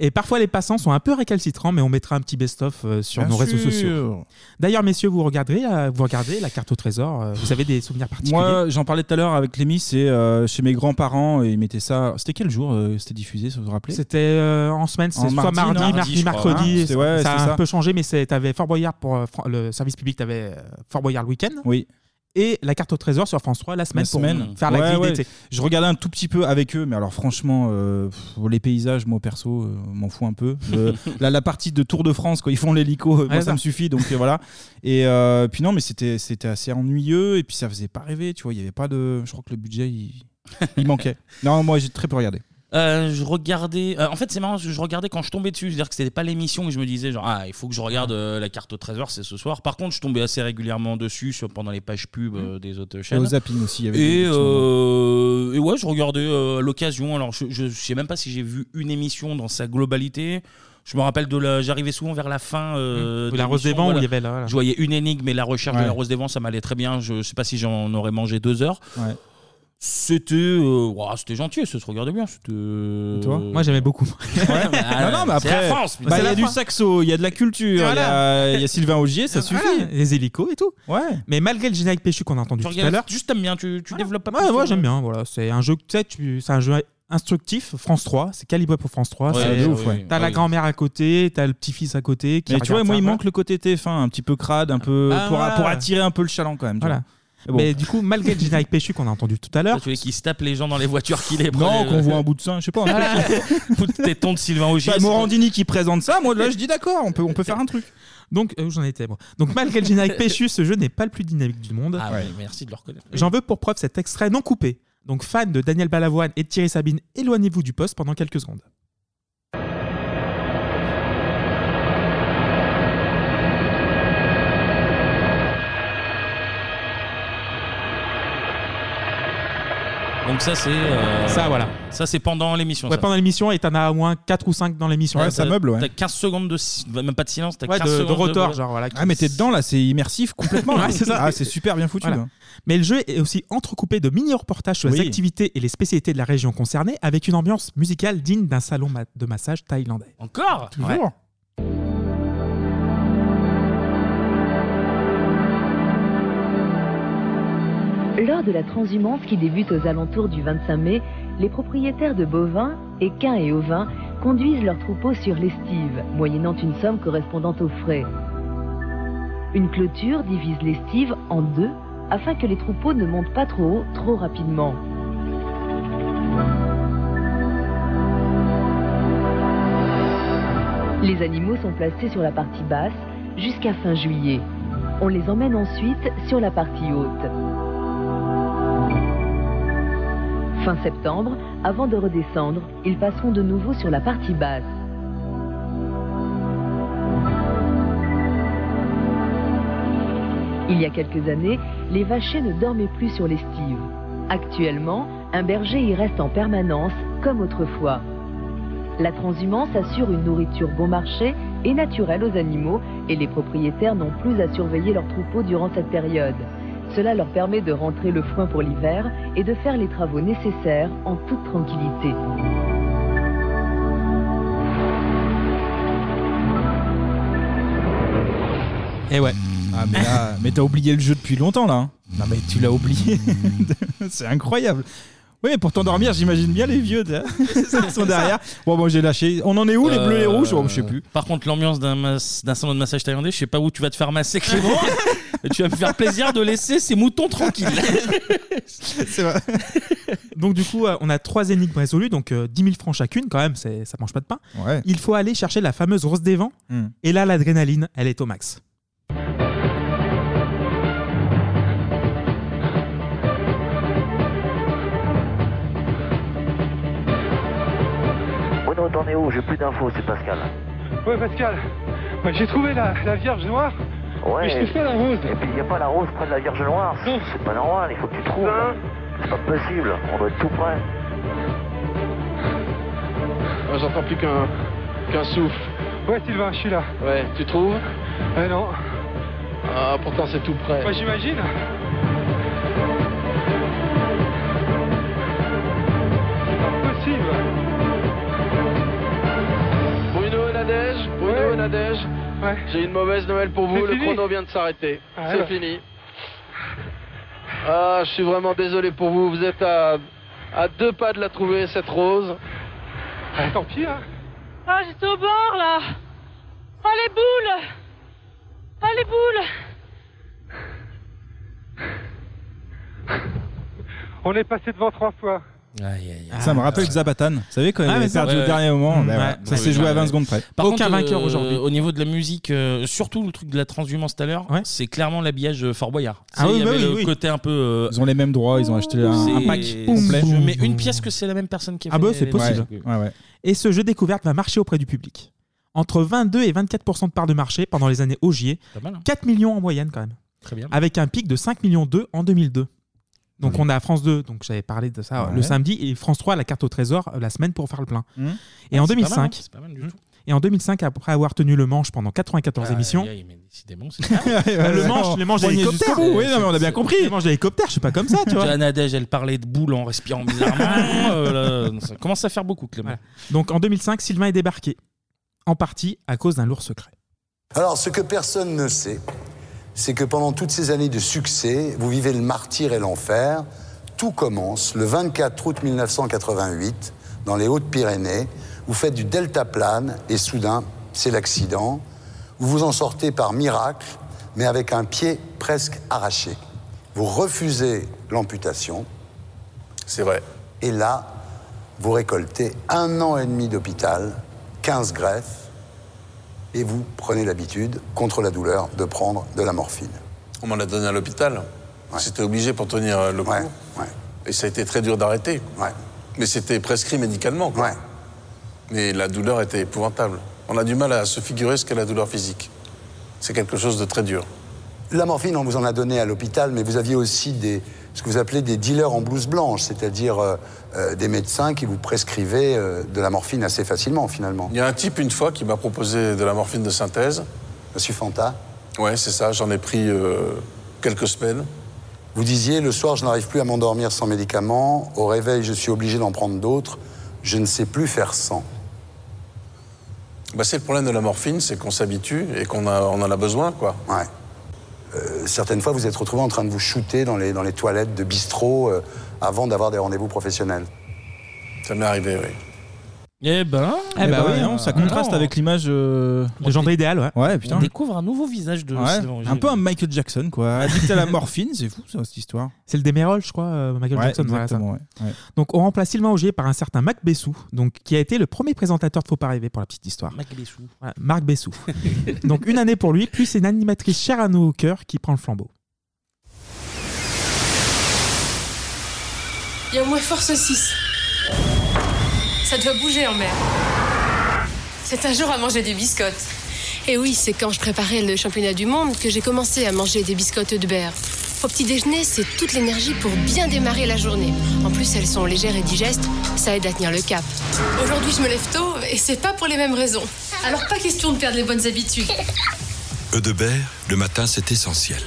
Speaker 8: Et parfois, les passants sont un peu récalcitrants, mais on mettra un petit best-of euh, sur
Speaker 1: Bien
Speaker 8: nos réseaux
Speaker 1: sûr.
Speaker 8: sociaux. D'ailleurs, messieurs, vous regarderez, euh, vous regardez la carte au trésor. euh, vous avez des souvenirs particuliers
Speaker 7: Moi, euh, j'en parlais tout à l'heure avec Lémi, c'est euh, chez mes grands-parents, et ils mettaient ça. C'était quel jour euh, C'était diffusé, ça vous vous rappelez
Speaker 8: C'était euh, en semaine, c'est
Speaker 7: En
Speaker 8: soit mardi,
Speaker 7: mardi,
Speaker 8: mardi,
Speaker 7: non
Speaker 8: mardi,
Speaker 7: Mardi, je crois,
Speaker 8: mercredi.
Speaker 7: hein. C'est- ouais,
Speaker 8: ça a
Speaker 7: c'est
Speaker 8: un
Speaker 7: ça.
Speaker 8: peu changé, mais c'est- t'avais Fort Boyard pour euh, Fran- le service public, t'avais euh, Fort Boyard le week-end.
Speaker 7: Oui.
Speaker 8: Et la carte au trésor sur France 3 la semaine
Speaker 7: La
Speaker 8: pour
Speaker 7: semaine.
Speaker 8: faire
Speaker 7: Ouais,
Speaker 8: la grille
Speaker 7: ouais.
Speaker 8: d'été.
Speaker 7: Je regardais un tout petit peu avec eux, mais alors franchement, euh, pff, les paysages, moi perso, euh, m'en fous un peu. Le- la, la partie de Tour de France, quand ils font l'hélico, euh, moi,
Speaker 8: Ouais,
Speaker 7: ça
Speaker 8: ça.
Speaker 7: me suffit, donc euh, voilà. Et euh, puis non, mais c'était c'était assez ennuyeux, et puis ça faisait pas rêver, tu vois, il y avait pas de. Je crois que le budget, il, il manquait. Non, moi j'ai très peu regardé.
Speaker 1: Euh, je regardais. euh, en fait, c'est marrant, parce que je regardais quand je tombais dessus. C'est-à-dire que c'était pas l'émission que je me disais, genre, ah, il faut que je regarde euh, la carte au trésor, c'est ce soir. Par contre, je tombais assez régulièrement dessus sur- pendant les pages pub euh, des autres chaînes.
Speaker 7: Et au zapping aussi, il y avait des
Speaker 1: Et,
Speaker 7: émissions.
Speaker 1: euh, et ouais, je regardais euh, à l'occasion. Alors, je, je sais même pas si j'ai vu une émission dans sa globalité. Je me rappelle de la. J'arrivais souvent vers la fin. euh,
Speaker 8: Ou la Rose des
Speaker 1: l'émission,
Speaker 8: Vents, où
Speaker 1: voilà.
Speaker 8: il y avait la- voilà.
Speaker 1: Je voyais une énigme, mais la recherche
Speaker 8: Ouais.
Speaker 1: de la Rose des Vents, ça m'allait très bien. Je sais pas si j'en aurais mangé deux heures.
Speaker 7: Ouais.
Speaker 1: C'était euh, ouah, c'était gentil, ça se regardait bien. C'était. euh,
Speaker 7: toi
Speaker 8: Moi, j'aimais beaucoup.
Speaker 1: Ah,
Speaker 7: non, non, mais
Speaker 1: c'est la
Speaker 7: après,
Speaker 1: France,
Speaker 7: bah,
Speaker 1: putain.
Speaker 7: il y a du saxo, il y a de la culture, il y a-
Speaker 8: Voilà.
Speaker 7: il y, a Sylvain Augier, ça suffit.
Speaker 8: Voilà, les hélicos et tout.
Speaker 7: Ouais.
Speaker 8: Mais malgré le générique péchu qu'on a entendu
Speaker 1: Tu
Speaker 8: tout à
Speaker 1: regardes,
Speaker 8: l'heure.
Speaker 1: juste t'aimes bien, tu, tu développes pas.
Speaker 8: Ouais,
Speaker 1: plus,
Speaker 8: moi
Speaker 1: euh,
Speaker 8: j'aime bien. Voilà, c'est un jeu que tu sais, tu- c'est un jeu instructif. France 3, c'est calibré pour France 3.
Speaker 7: Ouais,
Speaker 8: c'est
Speaker 7: de ouf, ouais.
Speaker 8: T'as
Speaker 7: Ah
Speaker 8: la
Speaker 7: oui.
Speaker 8: grand-mère à côté, t'as le petit-fils à côté. Qui
Speaker 7: Mais tu vois,
Speaker 8: regarde
Speaker 7: moi,
Speaker 8: ça,
Speaker 7: il
Speaker 8: voilà.
Speaker 7: manque le côté TF1, un petit peu crade, un peu
Speaker 8: Ah,
Speaker 7: pour,
Speaker 8: voilà.
Speaker 7: pour attirer un peu le chaland quand même. tu
Speaker 8: Voilà.
Speaker 7: vois. Mais
Speaker 8: Mais
Speaker 7: bon.
Speaker 8: du coup, malgré le générique péchu qu'on a entendu tout à l'heure,
Speaker 1: Celui qui se tape les gens dans les voitures qu'il est.
Speaker 7: Non, qu'on voit un bout de sein, je sais pas. un truc.
Speaker 1: bout de téton de Sylvain Augier.
Speaker 7: T'as Morandini qui présente ça, moi là je dis d'accord, on peut, on peut faire un truc.
Speaker 8: Donc, euh, où j'en étais moi. Donc, malgré le générique péchu, ce jeu n'est pas le plus dynamique du monde.
Speaker 1: Ah ouais, merci de le reconnaître.
Speaker 8: J'en veux pour preuve cet extrait non coupé. Donc, fan de Daniel Balavoine et de Thierry Sabine, éloignez-vous du poste pendant quelques secondes.
Speaker 1: Donc ça c'est. euh,
Speaker 8: Ça, voilà.
Speaker 1: Ça c'est pendant l'émission.
Speaker 8: Ouais,
Speaker 1: ça.
Speaker 8: pendant l'émission, et t'en as au moins 4 ou 5 dans l'émission. Euh,
Speaker 1: T'as- T'as 15 secondes de. si- Même pas de silence, t'as
Speaker 8: Ouais,
Speaker 1: 15
Speaker 8: de, de
Speaker 1: secondes.
Speaker 8: rotor, genre voilà.
Speaker 7: Ah, mais t'es dedans là, c'est immersif complètement.
Speaker 8: Ouais, c'est ça.
Speaker 7: Ah, c'est super bien foutu.
Speaker 8: Voilà.
Speaker 7: là.
Speaker 8: Mais le jeu est aussi entrecoupé de mini-reportages sur les
Speaker 7: Oui.
Speaker 8: activités et les spécialités de la région concernée, avec une ambiance musicale digne d'un salon ma- de massage thaïlandais.
Speaker 1: Encore
Speaker 8: Toujours.
Speaker 1: Ouais.
Speaker 15: Lors de la transhumance qui débute aux alentours du 25 mai, les propriétaires de bovins, équins et ovins conduisent leurs troupeaux sur l'estive, moyennant une somme correspondant aux frais. Une clôture divise l'estive en deux afin que les troupeaux ne montent pas trop haut trop rapidement. Les animaux sont placés sur la partie basse jusqu'à fin juillet. On les emmène ensuite sur la partie haute. Fin septembre, avant de redescendre, ils passeront de nouveau sur la partie basse. Il y a quelques années, les vachers ne dormaient plus sur l'estive. Actuellement, un berger y reste en permanence, comme autrefois. La transhumance assure une nourriture bon marché et naturelle aux animaux et les propriétaires n'ont plus à surveiller leurs troupeaux durant cette période. Cela leur permet de rentrer le foin pour l'hiver et de faire les travaux nécessaires en toute tranquillité.
Speaker 1: Eh
Speaker 7: Et ouais. Ah, mais là, mais t'as oublié le jeu depuis longtemps là. hein. Non mais tu l'as oublié. c'est incroyable. Oui, pour t'endormir, j'imagine bien les vieux derrière. Ils sont derrière. Bon, moi j'ai lâché. On en est où les bleus, les
Speaker 1: Euh,
Speaker 7: rouges Oh, Je sais plus.
Speaker 1: Par contre, l'ambiance d'un mas- d'un salon de massage thaïlandais, je sais pas où tu vas te faire masser, Clément. tu vas me faire plaisir de laisser ces moutons tranquilles.
Speaker 8: Donc du coup, euh, on a trois énigmes résolues, donc euh, 10 000 francs chacune quand même, c'est- ça mange pas de pain. Il faut aller chercher la fameuse rose des vents,
Speaker 7: Hmm.
Speaker 8: et là l'adrénaline, elle est au max.
Speaker 16: Bruno, t'en es où J'ai plus d'infos, c'est Pascal.
Speaker 3: Ouais, Pascal, bah, j'ai trouvé la, la Vierge Noire.
Speaker 16: Ouais.
Speaker 3: Mais je touche pas la rose.
Speaker 16: Et puis, il n'y a pas la rose près de la Vierge Noire. C'est pas normal, il faut que tu trouves. C'est pas possible, on doit être tout près.
Speaker 9: Ah, J'entends plus qu'un qu'un souffle.
Speaker 3: Ouais, Sylvain, je suis là.
Speaker 9: Ouais, tu trouves
Speaker 3: Ouais, non.
Speaker 9: Ah, pourtant c'est tout près.
Speaker 3: Moi, j'imagine. Impossible.
Speaker 9: Bruno et Nadège, Bruno et Nadège, j'ai une mauvaise nouvelle pour vous,
Speaker 3: C'est
Speaker 9: le
Speaker 3: fini.
Speaker 9: chrono vient de s'arrêter.
Speaker 3: Ah,
Speaker 9: c'est
Speaker 3: ouais.
Speaker 9: fini. Ah, je suis vraiment désolé pour vous, vous êtes à, à deux pas de la trouver, cette rose.
Speaker 3: tant pis, hein.
Speaker 17: Ah, j'étais au bord là. Ah, les boules. Ah, les boules.
Speaker 3: On est passé devant trois fois.
Speaker 1: Ah.
Speaker 7: Ça me rappelle Zabatan. Vous savez quand il avait perdu au dernier
Speaker 1: Mm, Hmm.
Speaker 7: moment. bah, voilà. Ça s'est joué à 20 secondes près.
Speaker 1: Par contre, euh, Au niveau de la musique, euh, surtout le truc de la transhumance tout à l'heure, c'est clairement l'habillage euh, Fort Boyard.
Speaker 7: Ah
Speaker 1: Tu sais,
Speaker 7: oui,
Speaker 1: il y
Speaker 7: bah
Speaker 1: avait
Speaker 7: oui,
Speaker 1: le
Speaker 7: oui.
Speaker 1: côté un peu. euh,
Speaker 7: Ils ont les mêmes droits. Ils ont acheté un, un
Speaker 1: c'est-
Speaker 7: pack complet.
Speaker 1: Je mets une pièce que c'est la même personne qui a
Speaker 8: Ah
Speaker 1: fait
Speaker 8: bah
Speaker 1: les-
Speaker 8: c'est
Speaker 1: les-
Speaker 8: possible. Et ce jeu découverte va marcher auprès du public. Entre 22 et 24 de part de marché pendant les années Augier,
Speaker 1: Pas mal, hein.
Speaker 8: 4 millions en moyenne quand même.
Speaker 1: Très bien.
Speaker 8: Avec un pic de 5 millions 2 en 2002. Donc on a France 2, donc j'avais parlé de ça euh,
Speaker 7: Ouais.
Speaker 8: le samedi, et France 3 la carte au trésor euh, la semaine pour faire le plein.
Speaker 7: Mhm.
Speaker 8: Et
Speaker 1: Ah,
Speaker 8: en
Speaker 1: c'est pas mal,
Speaker 8: 2005,
Speaker 1: hein, c'est pas mal du
Speaker 8: Mhm. et en 2005 après avoir tenu le manche pendant 94
Speaker 1: Ah,
Speaker 8: émissions,
Speaker 1: aïe, aïe, mais décidément, c'est-
Speaker 8: bah, le manche, les manches
Speaker 1: On y est
Speaker 8: d'hélicoptère.
Speaker 1: jusqu'au bout, oui, non, mais
Speaker 8: on a bien compris. Les manches d'hélicoptère, je suis pas comme ça, tu vois.
Speaker 1: Diane Adège, elle parlait de boules en respirant bizarrement. euh, là, non, ça commence à faire beaucoup, Clément.
Speaker 8: Donc en 2005, Sylvain est débarqué, en partie à cause d'un lourd secret.
Speaker 18: Alors, ce que personne ne sait, c'est que pendant toutes ces années de succès, vous vivez le martyr et l'enfer. Tout commence le 24 août 1988, dans les Hautes-Pyrénées. Vous faites du deltaplane et soudain, c'est l'accident. Vous vous en sortez par miracle, mais avec un pied presque arraché. Vous refusez l'amputation. C'est vrai. Et là, vous récoltez un an et demi d'hôpital, 15 greffes, et vous prenez l'habitude, contre la douleur, de prendre de la morphine.
Speaker 19: On m'en a donné à l'hôpital. C'était obligé pour tenir euh, le coup. Et ça a été très dur d'arrêter. Mais c'était prescrit médicalement. quoi. Mais la douleur était épouvantable. On a du mal à se figurer ce qu'est la douleur physique. C'est quelque chose de très dur.
Speaker 18: La morphine, on vous en a donné à l'hôpital, mais vous aviez aussi des, ce que vous appelez des dealers en blouse blanche, c'est-à-dire euh, euh, des médecins qui vous prescrivaient euh, de la morphine assez facilement, finalement.
Speaker 19: Il y a un type, une fois, qui m'a proposé de la morphine de synthèse.
Speaker 18: Monsieur Fanta
Speaker 19: Ouais, c'est ça. J'en ai pris euh, quelques semaines.
Speaker 18: Vous disiez, le soir, je n'arrive plus à m'endormir sans médicaments, au réveil, je suis obligé d'en prendre d'autres, je ne sais plus faire sans.
Speaker 19: Bah, c'est le problème de la morphine, c'est qu'on s'habitue et qu'on a- on en a besoin, quoi.
Speaker 18: Ouais. Euh, certaines fois, vous êtes retrouvé en train de vous shooter dans les, dans les toilettes de bistrot euh, avant d'avoir des rendez-vous professionnels.
Speaker 19: Ça m'est arrivé, oui.
Speaker 1: Eh ben.
Speaker 7: Eh bah oui, non, ça contraste
Speaker 1: Non.
Speaker 7: avec l'image euh,
Speaker 8: de Gendry idéal, ouais.
Speaker 7: Ouais,
Speaker 1: On
Speaker 7: Ah, putain.
Speaker 1: découvre un nouveau visage de
Speaker 7: Ouais.
Speaker 1: Sylvain Augier.
Speaker 7: Un peu un Michael Jackson, quoi. Addict à la morphine, c'est fou, ça, cette histoire.
Speaker 8: C'est le Démérol, je crois, euh, Michael
Speaker 7: Ouais,
Speaker 8: Jackson. voilà ça.
Speaker 7: exactement, ouais, ouais.
Speaker 8: Donc on remplace Sylvain Augier par un certain Mac Bessou, donc, qui a été le premier présentateur de Faut pas rêver pour la petite histoire.
Speaker 1: Mac Bessou.
Speaker 8: Voilà, Marc Bessou. donc une année pour lui, puis c'est une animatrice chère à nos cœurs qui prend le flambeau.
Speaker 20: Il y a au moins force 6. Ça doit bouger en mer. C'est un jour à manger des biscottes.
Speaker 2: Et Eh oui, c'est quand je préparais le championnat du monde que j'ai commencé à manger des biscottes de beurre. Au petit déjeuner, c'est toute l'énergie pour bien démarrer la journée. En plus, elles sont légères et digestes, ça aide à tenir le cap. Aujourd'hui, je me lève tôt et c'est pas pour les mêmes raisons. Alors pas question de perdre les bonnes habitudes.
Speaker 20: Eudebert, E le matin, c'est essentiel.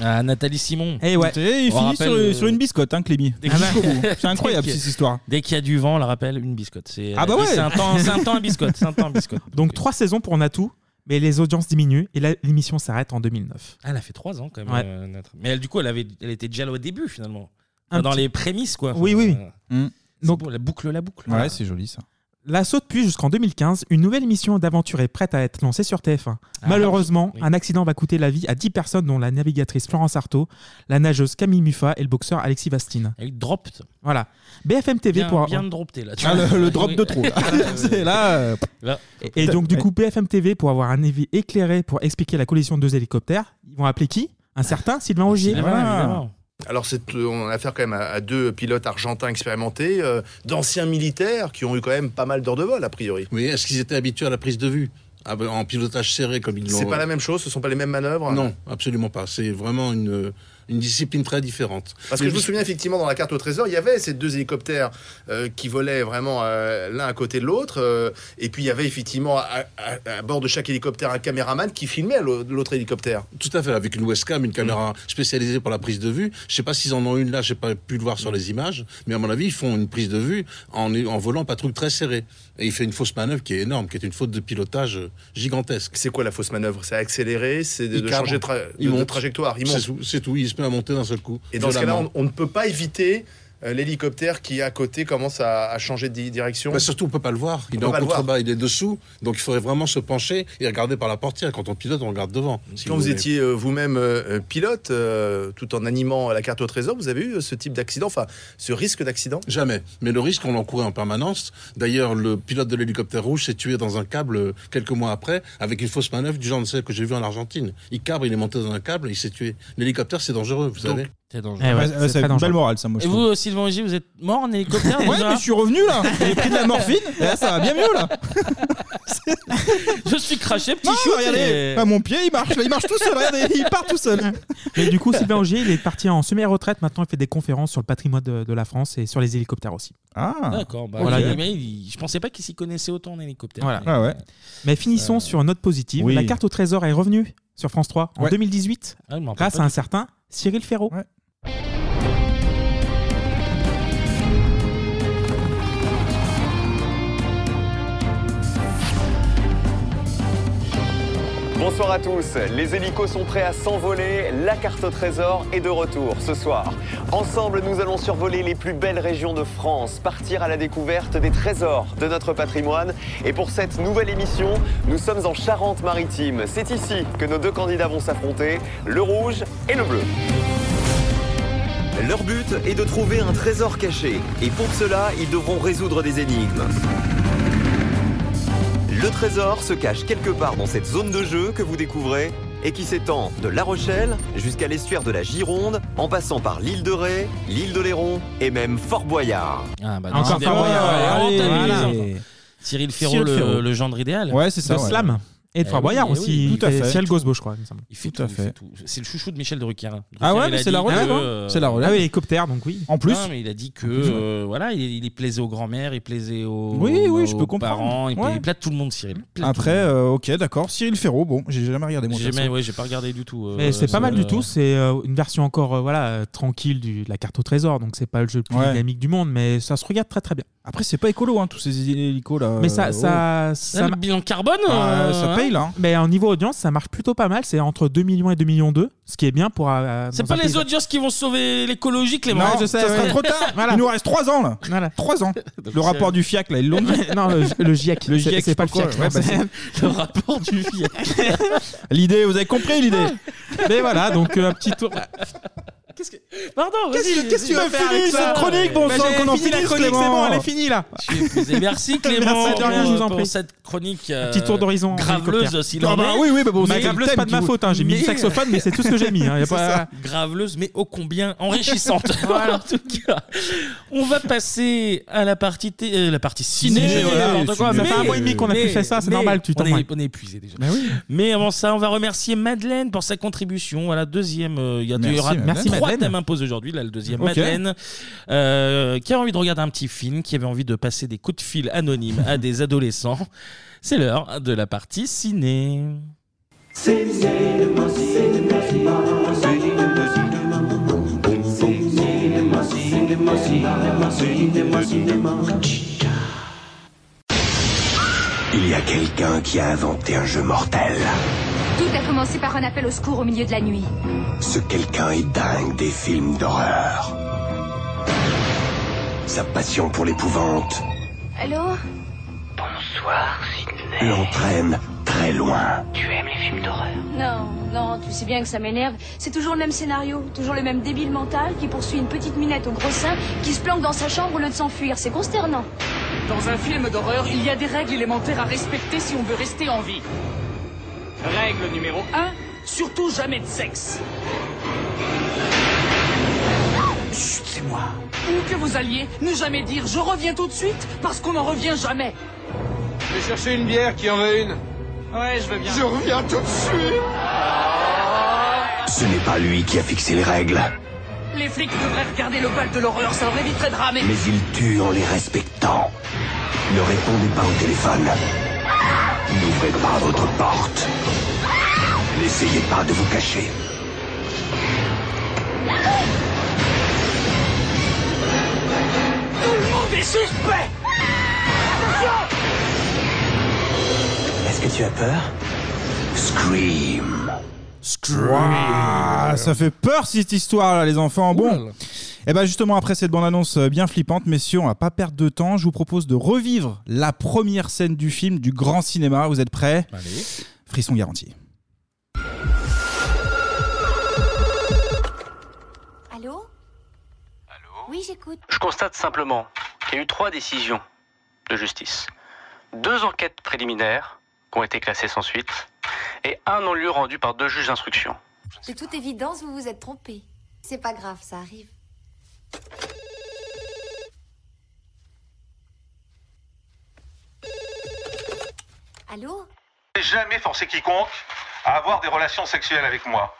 Speaker 1: Ah, Nathalie Simon.
Speaker 7: Et Eh ouais. il
Speaker 1: On
Speaker 7: finit
Speaker 1: rappelle, Ah bah.
Speaker 7: sur,
Speaker 1: euh,
Speaker 7: sur une biscotte, hein, Clémy.
Speaker 1: dès qu'il-
Speaker 7: Jusqu'au bout.
Speaker 1: dès
Speaker 7: C'est incroyable,
Speaker 1: qu'il-
Speaker 7: cette histoire.
Speaker 1: Dès qu'il y a du vent, on la rappelle, une biscotte. C'est,
Speaker 7: Ah bah ouais.
Speaker 1: C'est un temps, c'est un temps à biscotte. C'est un temps à biscotte.
Speaker 8: Donc trois saisons pour Natou, mais les audiences diminuent et là, l'émission s'arrête en 2009.
Speaker 1: Ah, elle a fait trois ans quand même.
Speaker 8: Ouais.
Speaker 1: euh, Nat. Mais elle, du coup, elle, avait, elle était déjà là au début finalement.
Speaker 8: Un
Speaker 1: dans
Speaker 8: petit-
Speaker 1: les prémices, quoi. euh,
Speaker 8: Oui, oui, oui.
Speaker 1: Donc, la boucle, la boucle.
Speaker 7: Mmh. Ouais, c'est joli ça.
Speaker 8: L'assaut depuis jusqu'en 2015, une nouvelle émission d'aventure est prête à être lancée sur TF1.
Speaker 1: Ah,
Speaker 8: Malheureusement, un accident va coûter la vie à 10 personnes dont la navigatrice Florence Artaud, la nageuse Camille Muffa et le boxeur Alexis Vastine.
Speaker 1: Elle drop.
Speaker 8: Voilà. BFM TV
Speaker 1: Bien-
Speaker 8: pour
Speaker 1: bien dropté, là, tu
Speaker 8: Ah,
Speaker 1: vois.
Speaker 8: le, le drop
Speaker 1: Oui.
Speaker 8: de trop. là. C'est là. euh,
Speaker 1: Là.
Speaker 8: Et, et donc du coup BFM TV pour avoir un avis éclairé pour expliquer la collision de deux hélicoptères, ils vont appeler qui Un certain Sylvain Augier. Voilà.
Speaker 21: Alors, c'est, euh, on a affaire quand même à, à deux pilotes argentins expérimentés, euh, d'anciens militaires qui ont eu quand même pas mal d'heures de vol, a priori.
Speaker 19: Oui, est-ce qu'ils étaient habitués à la prise de vue Ah ben, En pilotage serré comme ils l'ont. euh,
Speaker 21: C'est pas la même chose, ce sont pas les mêmes manœuvres
Speaker 19: Non, absolument pas. C'est vraiment une, une discipline très différente.
Speaker 21: Parce que je me souviens effectivement dans la carte au trésor, il y avait ces deux hélicoptères euh, qui volaient vraiment euh, l'un à côté de l'autre. euh, et puis il y avait effectivement à, à- à bord de chaque hélicoptère un caméraman qui filmait l'au- l'autre hélicoptère.
Speaker 19: Tout à fait, avec une webcam, une caméra
Speaker 21: Mm.
Speaker 19: spécialisée pour la prise de vue. Je sais pas s'ils en ont une là, j'ai pas pu le voir sur les images, mais à mon avis, ils font une prise de vue en, en volant patrouille très serré. Et il fait une fausse manœuvre qui est énorme, qui est une faute de pilotage euh, gigantesque.
Speaker 21: C'est quoi la fausse manœuvre C'est accélérer, c'est de,
Speaker 19: Il
Speaker 21: de
Speaker 19: cadre.
Speaker 21: changer de, tra- de-
Speaker 19: Il
Speaker 21: de
Speaker 19: monte.
Speaker 21: trajectoire. Il
Speaker 19: C'est
Speaker 21: monte.
Speaker 19: tout- C'est tout, il se met à monter d'un seul coup.
Speaker 21: Et dans ce cas-là,
Speaker 19: violemment.
Speaker 21: on, on ne peut pas éviter euh, l'hélicoptère qui à côté commence à, à changer de di- direction.
Speaker 19: Bah, surtout, on peut pas le voir. Il
Speaker 21: On
Speaker 19: est
Speaker 21: peut
Speaker 19: en
Speaker 21: pas le voir.
Speaker 19: contrebas, il est dessous. Donc, il faudrait vraiment se pencher et regarder par la portière. Quand on pilote, on regarde devant. si
Speaker 21: Quand vous
Speaker 19: voulez.
Speaker 21: étiez euh, vous-même euh, euh, pilote, euh, tout en animant la carte au trésor, vous avez eu euh, ce type d'accident, enfin ce risque d'accident
Speaker 19: Jamais. Mais le risque, on l'encourait en permanence. D'ailleurs, le pilote de l'hélicoptère rouge s'est tué dans un câble euh, quelques mois après avec une fausse manœuvre du genre de celle que j'ai vue en Argentine. Il câble, il est monté dans un câble et il s'est tué. L'hélicoptère, c'est dangereux, vous savez.
Speaker 1: C'est dangereux.
Speaker 7: Eh ouais, Ouais, c'est ça très fait une dangereux. belle morale, ça, moi, je
Speaker 1: Et vous, euh, Sylvain Augier, vous êtes mort en hélicoptère
Speaker 7: Ouais,
Speaker 1: déjà
Speaker 7: mais je suis revenu là. J'ai pris de la morphine. Et là, ça va bien mieux là.
Speaker 1: Je suis craché, petit
Speaker 7: Non,
Speaker 1: chou.
Speaker 7: regardez.
Speaker 1: et-
Speaker 7: Ah, mon pied, il marche. là, il marche tout seul. Regardez, il part tout seul.
Speaker 8: Et du coup, Sylvain Augier, il est parti en semi-retraite. Maintenant, il fait des conférences sur le patrimoine de, de la France et sur les hélicoptères aussi.
Speaker 7: Ah.
Speaker 1: D'accord, bah,
Speaker 8: Voilà,
Speaker 1: il-
Speaker 8: il-
Speaker 1: mais il- je pensais pas qu'il s'y connaissait autant en hélicoptère. Ah,
Speaker 8: Voilà.
Speaker 7: Ah,
Speaker 1: Mais- Euh,
Speaker 8: Mais finissons sur une note positive.
Speaker 1: oui.
Speaker 8: La carte au trésor est revenue sur France 3 en
Speaker 1: Ouais.
Speaker 8: 2018
Speaker 1: Ah, je m'en rappelle
Speaker 8: grâce
Speaker 1: pas
Speaker 8: à un
Speaker 1: du tout.
Speaker 8: certain Cyril Ferraud.
Speaker 22: Bonsoir à tous, les hélicos sont prêts à s'envoler, la carte au trésor est de retour ce soir. Ensemble, nous allons survoler les plus belles régions de France, partir à la découverte des trésors de notre patrimoine. Et pour cette nouvelle émission, nous sommes en Charente-Maritime. C'est ici que nos deux candidats vont s'affronter, le rouge et le bleu. Leur but est de trouver un trésor caché. Et pour cela, ils devront résoudre des énigmes. Le trésor se cache quelque part dans cette zone de jeu que vous découvrez et qui s'étend de La Rochelle jusqu'à l'estuaire de la Gironde, en passant par l'île de Ré, l'île de Léron et même Fort Boyard.
Speaker 1: Ah, bah,
Speaker 22: Encore
Speaker 1: décidément,
Speaker 22: Fort Boyard,
Speaker 1: ouais,
Speaker 22: allez,
Speaker 1: on t'a mis les
Speaker 22: allez.
Speaker 1: enfants. Cyril Ferraud,
Speaker 22: Cyril
Speaker 1: le,
Speaker 22: Ferraud.
Speaker 1: le gendre idéal.
Speaker 7: Ouais, c'est ça,
Speaker 8: De
Speaker 7: ouais.
Speaker 8: Slam. Et de
Speaker 1: Eh
Speaker 8: Fort
Speaker 1: oui,
Speaker 8: Boyard
Speaker 1: eh
Speaker 8: aussi.
Speaker 1: oui,
Speaker 8: Il
Speaker 1: tout à
Speaker 8: fait
Speaker 1: fait.
Speaker 8: Ciel Gosbo, je crois. il me semble.
Speaker 1: Il fait tout,
Speaker 7: à
Speaker 1: il
Speaker 7: fait.
Speaker 1: fait tout. C'est le chouchou de Michel Drucker. Drucker,
Speaker 7: Ah ouais,
Speaker 1: il
Speaker 7: mais
Speaker 1: a
Speaker 7: c'est la
Speaker 1: dit
Speaker 7: relève,
Speaker 1: que,
Speaker 7: hein.
Speaker 1: euh,
Speaker 7: C'est la relève. Ah oui,
Speaker 8: hélicoptère, donc oui.
Speaker 7: En plus.
Speaker 1: Non, mais il a dit que
Speaker 7: En plus, ouais.
Speaker 1: euh, voilà, il, il plaisait aux grands-mères, il plaisait aux,
Speaker 7: Oui, oui, je
Speaker 1: aux
Speaker 7: peux comprendre.
Speaker 1: parents, il, pla-
Speaker 7: Ouais.
Speaker 1: il plaît à tout le monde, Cyril. Il plaît à tout
Speaker 7: Après, euh, ok, d'accord. Cyril Ferraud, bon, j'ai jamais regardé
Speaker 1: le
Speaker 7: mon
Speaker 1: monde. J'ai jamais-
Speaker 7: perso.
Speaker 1: Eh ben ouais, j'ai pas regardé du tout. euh,
Speaker 8: Mais c'est pas mal
Speaker 1: euh,
Speaker 8: du tout, c'est euh, une version encore euh, voilà, euh, tranquille du- de la carte au trésor, donc c'est pas le jeu le plus
Speaker 7: Ouais.
Speaker 8: dynamique du monde, mais ça se regarde très très bien.
Speaker 7: Après, c'est pas écolo, hein, tous ces hélicos là.
Speaker 8: Mais ça,
Speaker 7: euh,
Speaker 8: ça,
Speaker 7: oh.
Speaker 8: ça ma-
Speaker 1: carbone, euh,
Speaker 7: Ah, ça paye, là, hein.
Speaker 8: Mais en niveau audience, ça marche plutôt pas mal. C'est entre 2 millions et 2 millions 2, ce qui est bien pour. euh,
Speaker 1: C'est
Speaker 8: dans
Speaker 1: pas
Speaker 8: un
Speaker 1: les
Speaker 8: pays-
Speaker 1: audiences qui vont sauver l'écologie, Clément.
Speaker 8: Non, je sais, Ça sera ouais. trop tard. Il nous reste
Speaker 7: trois ans là.
Speaker 8: Voilà.
Speaker 7: 3 ans. Le rapport du FIAC là, ils l'ont dit.
Speaker 8: non, le, le GIEC.
Speaker 7: Le
Speaker 8: C'est-
Speaker 7: GIEC,
Speaker 8: c'est pas le
Speaker 7: quoi.
Speaker 8: FIAC, hein.
Speaker 7: Ouais,
Speaker 8: non,
Speaker 7: bah,
Speaker 8: c'est-
Speaker 7: c'est-
Speaker 1: Le rapport du FIAC.
Speaker 7: l'idée, vous avez compris l'idée.
Speaker 8: Ah. Mais voilà, donc euh, un petit tour.
Speaker 4: Pardon,
Speaker 7: Qu'est-ce que- qu'est-ce que tu vas faire avec ça Bah, j'avais fini la chronique,
Speaker 8: c'est bon, elle est finie là.
Speaker 1: Et merci Clément
Speaker 8: Merci de rien,
Speaker 1: pour,
Speaker 8: je vous en
Speaker 1: pour
Speaker 8: prie.
Speaker 1: cette chronique euh,
Speaker 8: Un petit tour d'horizon. en
Speaker 1: graveleuse
Speaker 8: hélicoptère.
Speaker 1: s'il en
Speaker 8: Ah bah
Speaker 1: est.
Speaker 8: oui, oui, bah bon,
Speaker 1: Mais-
Speaker 8: c'est graveleuse, pas de ma faute. hein. J'ai mis
Speaker 1: Mais-
Speaker 8: du saxophone, mais c'est tout ce que j'ai mis. hein. Y a
Speaker 1: C'est ça.
Speaker 8: pas...
Speaker 1: Graveleuse, mais ô combien enrichissante.
Speaker 8: Voilà.
Speaker 1: en tout cas, on va passer à la partie, thé- euh, la partie ciné.
Speaker 8: Ciné, voilà,
Speaker 1: n'importe
Speaker 8: ciné.
Speaker 1: quoi,
Speaker 8: Ça
Speaker 1: mais-
Speaker 8: fait un mois et demi qu'on a plus
Speaker 1: mais-
Speaker 8: fait ça, c'est
Speaker 1: mais
Speaker 8: normal, tu
Speaker 1: on
Speaker 8: t'en
Speaker 1: est-
Speaker 8: mêles.
Speaker 1: On est épuisé déjà.
Speaker 8: Mais oui.
Speaker 1: Mais avant ça, on va remercier Madeleine pour sa contribution. Voilà, deuxième. euh, Il y a il y
Speaker 8: Merci,
Speaker 1: aura
Speaker 8: Madeleine. Merci,
Speaker 1: trois
Speaker 8: Madeleine.
Speaker 1: thèmes imposés aujourd'hui. Là, le deuxième,
Speaker 8: Ok.
Speaker 1: Madeleine, euh, qui a envie de regarder un petit film, qui avait envie de passer des coups de fil anonymes à des adolescents. C'est l'heure de la partie ciné.
Speaker 5: Il y a quelqu'un qui a inventé un jeu mortel.
Speaker 6: Tout a commencé par un appel au secours au milieu de la nuit.
Speaker 5: Ce quelqu'un est dingue des films d'horreur. Sa passion pour l'épouvante
Speaker 6: Allô
Speaker 5: Bonsoir, l'entraîne très loin.
Speaker 6: Tu aimes les films d'horreur Non, non, tu sais bien que ça m'énerve. C'est toujours le même scénario, toujours le même débile mental qui poursuit une petite minette au gros sein qui se planque dans sa chambre au lieu de s'enfuir. C'est consternant.
Speaker 10: Dans un film d'horreur, il y a des règles élémentaires à respecter si on veut rester en vie. Règle numéro 1, surtout jamais de sexe. Chut, c'est moi. Où que vous alliez, ne jamais dire je reviens tout de suite parce qu'on n'en revient jamais.
Speaker 23: Je vais chercher une bière qui en veut une.
Speaker 10: Ouais, je veux bien.
Speaker 23: Je reviens tout de suite.
Speaker 5: Ce n'est pas lui qui a fixé les règles,
Speaker 10: Les flics devraient regarder le bal de l'horreur, ça leur éviterait de ramer.
Speaker 5: mais il tue en les respectant. Ne répondez pas au téléphone. N'ouvrez pas votre porte. N'essayez pas de vous cacher.
Speaker 10: Tout le monde est suspect
Speaker 17: Ah,
Speaker 5: Est-ce que tu as peur Scream.
Speaker 7: Ouah, Ah, ça fait peur cette histoire là, les enfants. Bon. Et ben justement après cette bande-annonce euh, bien flippante, messieurs, on va pas perdre de temps. Je vous propose de revivre la première scène du film du grand cinéma. Vous êtes prêts Frisson garanti.
Speaker 24: Allô Allô Oui, j'écoute.
Speaker 25: Je constate simplement qu'il y a eu trois décisions de justice. Deux enquêtes préliminaires qui ont été classées sans suite et un non-lieu rendu par deux juges d'instruction.
Speaker 24: De toute évidence, vous vous êtes trompé. C'est pas grave, ça arrive. Allô
Speaker 26: n'ai jamais forcé quiconque à avoir des relations sexuelles avec moi.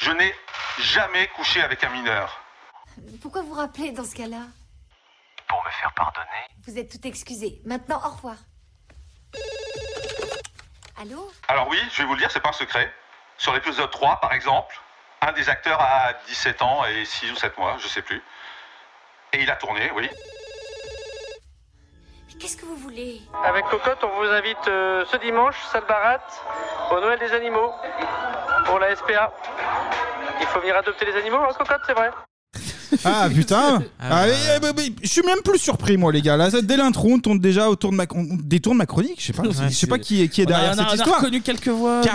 Speaker 26: Je n'ai jamais couché avec un mineur.
Speaker 24: Pourquoi vous rappelez dans ce cas-là
Speaker 25: Pour me faire pardonner
Speaker 24: Vous êtes tout excusé. Maintenant, au revoir. Allô
Speaker 26: Alors oui, je vais vous le dire, c'est pas un secret. Sur l'épisode 3, par exemple, un des acteurs a 17 ans et 6 ou 7 mois, je sais plus. Et il a tourné, oui.
Speaker 24: Mais qu'est-ce que vous voulez
Speaker 25: Avec Cocotte, on vous invite euh, ce dimanche, salle Barat, au Noël des animaux, pour la SPA. Il faut venir adopter les animaux, hein, Cocotte, c'est vrai
Speaker 7: Ah putain Ah, mais, euh, mais, mais, Je suis même plus surpris moi les gars. Là, ça- dès l'intro, on tourne déjà autour de ma, on détourne ma chronique. Je sais pas, je sais pas qui est, qui est
Speaker 1: On a-
Speaker 7: derrière
Speaker 1: on a-
Speaker 7: cette
Speaker 1: on a
Speaker 7: histoire.
Speaker 1: reconnu quelques voix.
Speaker 7: et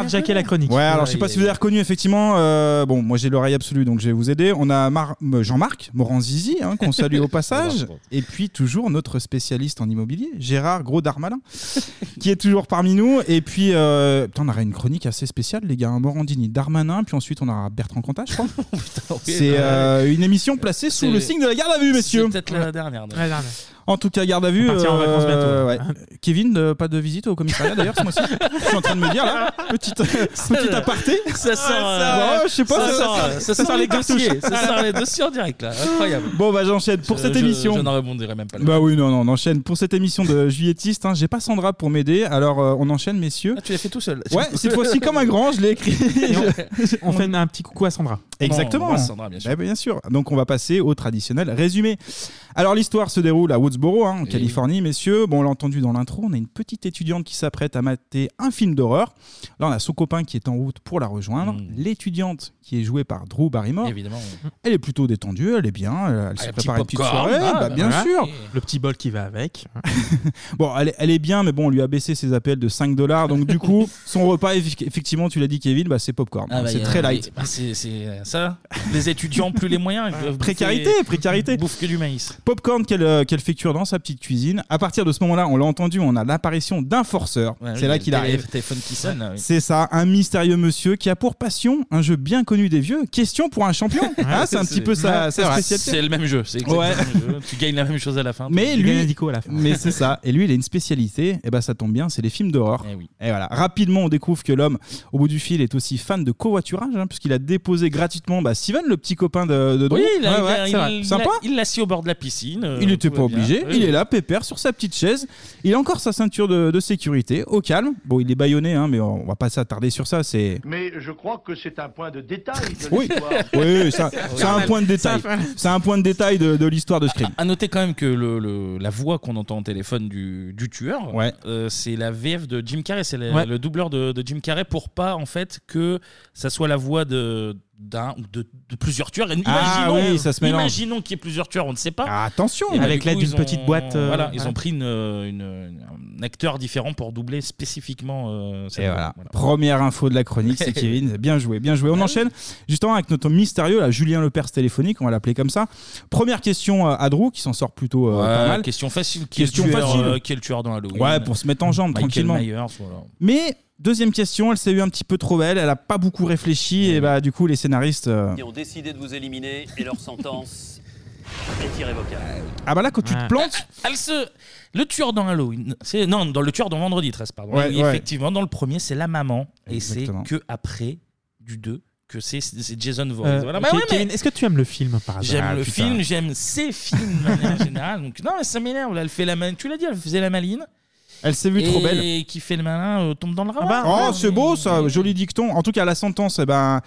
Speaker 7: Ouais, alors je sais pas si vous avez reconnu effectivement. euh, bon, moi j'ai l'oreille absolue, donc je vais vous aider. On a Mar- euh, Jean-Marc Moranzizi, hein, qu'on salue au passage, et puis toujours notre spécialiste en immobilier, Gérard Gros Darmalin, qui est toujours parmi nous. Et puis, euh, putain, on aura une chronique assez spéciale, les gars. hein, Morandini, Darmanin, puis ensuite on aura Bertrand Cantat, je crois. C'est euh, une émission placée sous
Speaker 1: C'est-
Speaker 7: le signe de la garde à vue,
Speaker 1: c'est
Speaker 7: messieurs.
Speaker 1: peut-être la dernière, donc. La dernière.
Speaker 7: En tout cas, garde à vue.
Speaker 1: On partira en vacances
Speaker 7: ouais. Kevin, euh, pas de visite au commissariat d'ailleurs ce mois-ci. Je suis en train de me dire là, petite, petite aparté.
Speaker 1: euh, Ça sort,
Speaker 7: Ouais, je sais pas,
Speaker 1: ça,
Speaker 7: ça-
Speaker 1: sort,
Speaker 7: ça-
Speaker 1: euh, ça
Speaker 7: ça
Speaker 1: sort
Speaker 7: sort
Speaker 1: les
Speaker 7: les cartouches.
Speaker 1: dossiers, ça sort les dossiers en direct là, incroyable.
Speaker 7: Bon bah j'enchaîne pour
Speaker 1: Je-
Speaker 7: cette
Speaker 1: je-
Speaker 7: émission.
Speaker 1: Je ne rebondirai même pas. là.
Speaker 7: Bah oui, non, non, on enchaîne pour cette émission de Juillettiste. Hein, J'ai pas Sandra pour m'aider, alors euh, on enchaîne, messieurs.
Speaker 1: Ah, tu l'as fait tout seul.
Speaker 7: Ouais, cette fois-ci comme un grand, je l'ai écrit.
Speaker 8: On fait un petit coucou à Sandra.
Speaker 7: Exactement. Eh ben,
Speaker 8: On embrasse Sandra,
Speaker 7: Bah, bien sûr. Donc on va passer au traditionnel résumé. Alors l'histoire se déroule à Woodsboro, hein, en Californie, messieurs. Bon, on l'a entendu dans l'intro, on a une petite étudiante qui s'apprête à mater un film d'horreur. Là, on a son copain qui est en route pour la rejoindre. L'étudiante qui est jouée par Drew Barrymore,
Speaker 1: Hmm. Évidemment.
Speaker 7: elle est plutôt détendue, elle est bien, elle, elle
Speaker 1: Ah,
Speaker 7: se
Speaker 1: le
Speaker 7: prépare
Speaker 1: petit
Speaker 7: une petite
Speaker 1: popcorn,
Speaker 7: soirée,
Speaker 1: ah,
Speaker 7: bah, bien
Speaker 1: voilà.
Speaker 7: sûr.
Speaker 8: Le petit bol qui va avec.
Speaker 7: Bon, elle, est- elle est bien, mais bon, on lui a baissé ses appels de 5 dollars. Donc, du coup, son repas, effi- effectivement, tu l'as dit, Kevin, bah, c'est popcorn.
Speaker 1: Ah bah,
Speaker 7: c'est
Speaker 1: y a-
Speaker 7: très light.
Speaker 1: bah, c'est c'est ça. Les étudiants, plus les moyens. ils peuvent
Speaker 7: Précarité,
Speaker 1: bouffer-
Speaker 7: précarité.
Speaker 1: Bouffe que du maïs.
Speaker 7: Popcorn qu'elle euh, qu'elle fécture dans sa petite cuisine. À partir de ce moment-là, on l'a entendu, on a l'apparition d'un forceur.
Speaker 1: Ouais,
Speaker 7: c'est
Speaker 1: oui,
Speaker 7: là
Speaker 1: le
Speaker 7: qu'il
Speaker 1: télé-
Speaker 7: arrive.
Speaker 1: téléphone qui sonne. là, ah, oui.
Speaker 7: C'est ça, un mystérieux monsieur qui a pour passion un jeu bien connu des vieux. Question pour un champion. Hein, c'est un petit peu sa, sa spécialité.
Speaker 1: C'est le même jeu. C'est exactement
Speaker 7: Ouais.
Speaker 1: le même jeu. Tu gagnes la même chose à la fin.
Speaker 7: Mais
Speaker 1: Tu
Speaker 7: lui,
Speaker 1: gagnes-
Speaker 7: mais c'est ça. Et lui, il a une spécialité. Et ben, ça tombe bien, c'est les films d'horreur.
Speaker 1: Eh
Speaker 7: Et, voilà. Rapidement, on découvre que l'homme, au bout du fil, est aussi fan de covoiturage, hein, puisqu'il a déposé gratuitement bah, Steven, le petit copain de, de Drew.
Speaker 1: Oui, il a-
Speaker 7: Ouais,
Speaker 1: il
Speaker 7: ouais,
Speaker 1: a-
Speaker 7: c'est
Speaker 1: il
Speaker 7: vrai.
Speaker 1: a-
Speaker 7: Sympa.
Speaker 1: Il l'a assis au bord de la piscine. euh,
Speaker 7: Il n'était
Speaker 1: tout
Speaker 7: pas
Speaker 1: va bien.
Speaker 7: obligé,
Speaker 1: Oui,
Speaker 7: il
Speaker 1: oui.
Speaker 7: est là, pépère, sur sa petite chaise. Il a encore sa ceinture de, de sécurité, au calme. Bon, il est baïonné, hein, mais on va pas s'attarder sur ça. C'est
Speaker 4: Mais je crois que c'est un point de détail de
Speaker 7: Oui,
Speaker 4: l'histoire.
Speaker 7: oui ça- c'est un point de détail.
Speaker 4: C'est un-
Speaker 7: C'est un point de détail de, de l'histoire de ce crime.
Speaker 1: À noter quand même que le, le- la voix qu'on entend au téléphone du, du tueur, euh, c'est la VF de Jim Carrey, c'est la-
Speaker 7: Ouais.
Speaker 1: le doubleur de, de Jim Carrey pour pas en fait que ça soit la voix de d'un ou de, de plusieurs tueurs. Et
Speaker 7: Ah
Speaker 1: imaginons,
Speaker 7: oui, ça se mélange. Ah,
Speaker 1: Imaginons qu'il y ait plusieurs tueurs, on ne sait pas.
Speaker 7: attention.
Speaker 1: Et bah,
Speaker 7: Avec
Speaker 1: du
Speaker 7: l'aide
Speaker 1: coup,
Speaker 7: d'une
Speaker 1: ils ont-
Speaker 7: petite boîte, euh,
Speaker 1: voilà,
Speaker 7: ouais.
Speaker 1: ils ont pris une, une- un acteur différent pour doubler spécifiquement. euh, cette
Speaker 7: Et
Speaker 1: voix.
Speaker 7: voilà. Première info de la chronique, c'est Kevin. Bien joué, bien
Speaker 1: Bah
Speaker 7: joué. On enchaîne justement avec notre mystérieux, là, Julien Lepers téléphonique, on va l'appeler comme ça. Première question euh, à Drew, qui s'en sort plutôt euh,
Speaker 1: Ouais,
Speaker 7: pas mal.
Speaker 1: Question facile. Qui est le
Speaker 7: Question
Speaker 1: tueur,
Speaker 7: facile.
Speaker 1: euh, qui est le tueur dans Halloween
Speaker 7: Ouais, pour se mettre en jambe
Speaker 1: Michael
Speaker 7: tranquillement.
Speaker 1: Myers, voilà.
Speaker 7: Mais deuxième question, elle s'est eu un petit peu trop belle, elle a pas beaucoup réfléchi, et bah du coup les scénaristes. euh,
Speaker 11: qui ont décidé de vous éliminer et leur sentence est irrévocable.
Speaker 7: Ah bah là quand tu te plantes.
Speaker 1: Elle se- Le tueur dans Halloween. C'est... Non, dans le tueur dans Vendredi 13, pardon.
Speaker 7: Ouais,
Speaker 1: Et
Speaker 7: ouais.
Speaker 1: Effectivement, dans le premier, c'est la maman. Et
Speaker 7: Exactement.
Speaker 1: c'est que après, du 2, que c'est, c'est Jason Voorhees.
Speaker 8: Euh,
Speaker 1: Voilà.
Speaker 8: ok,
Speaker 1: Bah ouais, mais
Speaker 8: Kevin, Est-ce que tu aimes le film par hasard
Speaker 1: J'aime
Speaker 7: bah,
Speaker 8: Ah,
Speaker 1: le
Speaker 8: putain.
Speaker 1: film, j'aime ces films de manière générale. Donc, non, mais ça m'énerve. là, elle fait la maline. Tu l'as dit, elle faisait la maline.
Speaker 7: Elle s'est vue
Speaker 1: et
Speaker 7: trop belle.
Speaker 1: Et qui fait le malin euh, tombe dans le ravin.
Speaker 7: oh, c'est beau ça, joli dicton. En tout cas, la sentence, eh ben,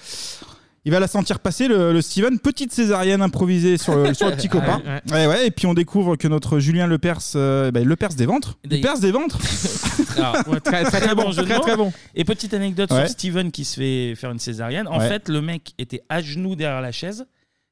Speaker 7: il va la sentir passer, le, le Steven. Petite césarienne improvisée sur le, sur le petit copain. Eh
Speaker 1: Ouais,
Speaker 7: Ouais, ouais, et puis on découvre que notre Julien Lepers, euh, ben, Lepers des ventres. Il perce des ventres
Speaker 1: Alors,
Speaker 7: Ouais, très- très bon,
Speaker 1: jeu de
Speaker 7: très,
Speaker 1: mots.
Speaker 7: très bon.
Speaker 1: Et petite anecdote
Speaker 7: Ouais.
Speaker 1: sur Steven qui se fait faire une césarienne. En
Speaker 7: Ouais.
Speaker 1: fait, le mec était à genoux derrière la chaise.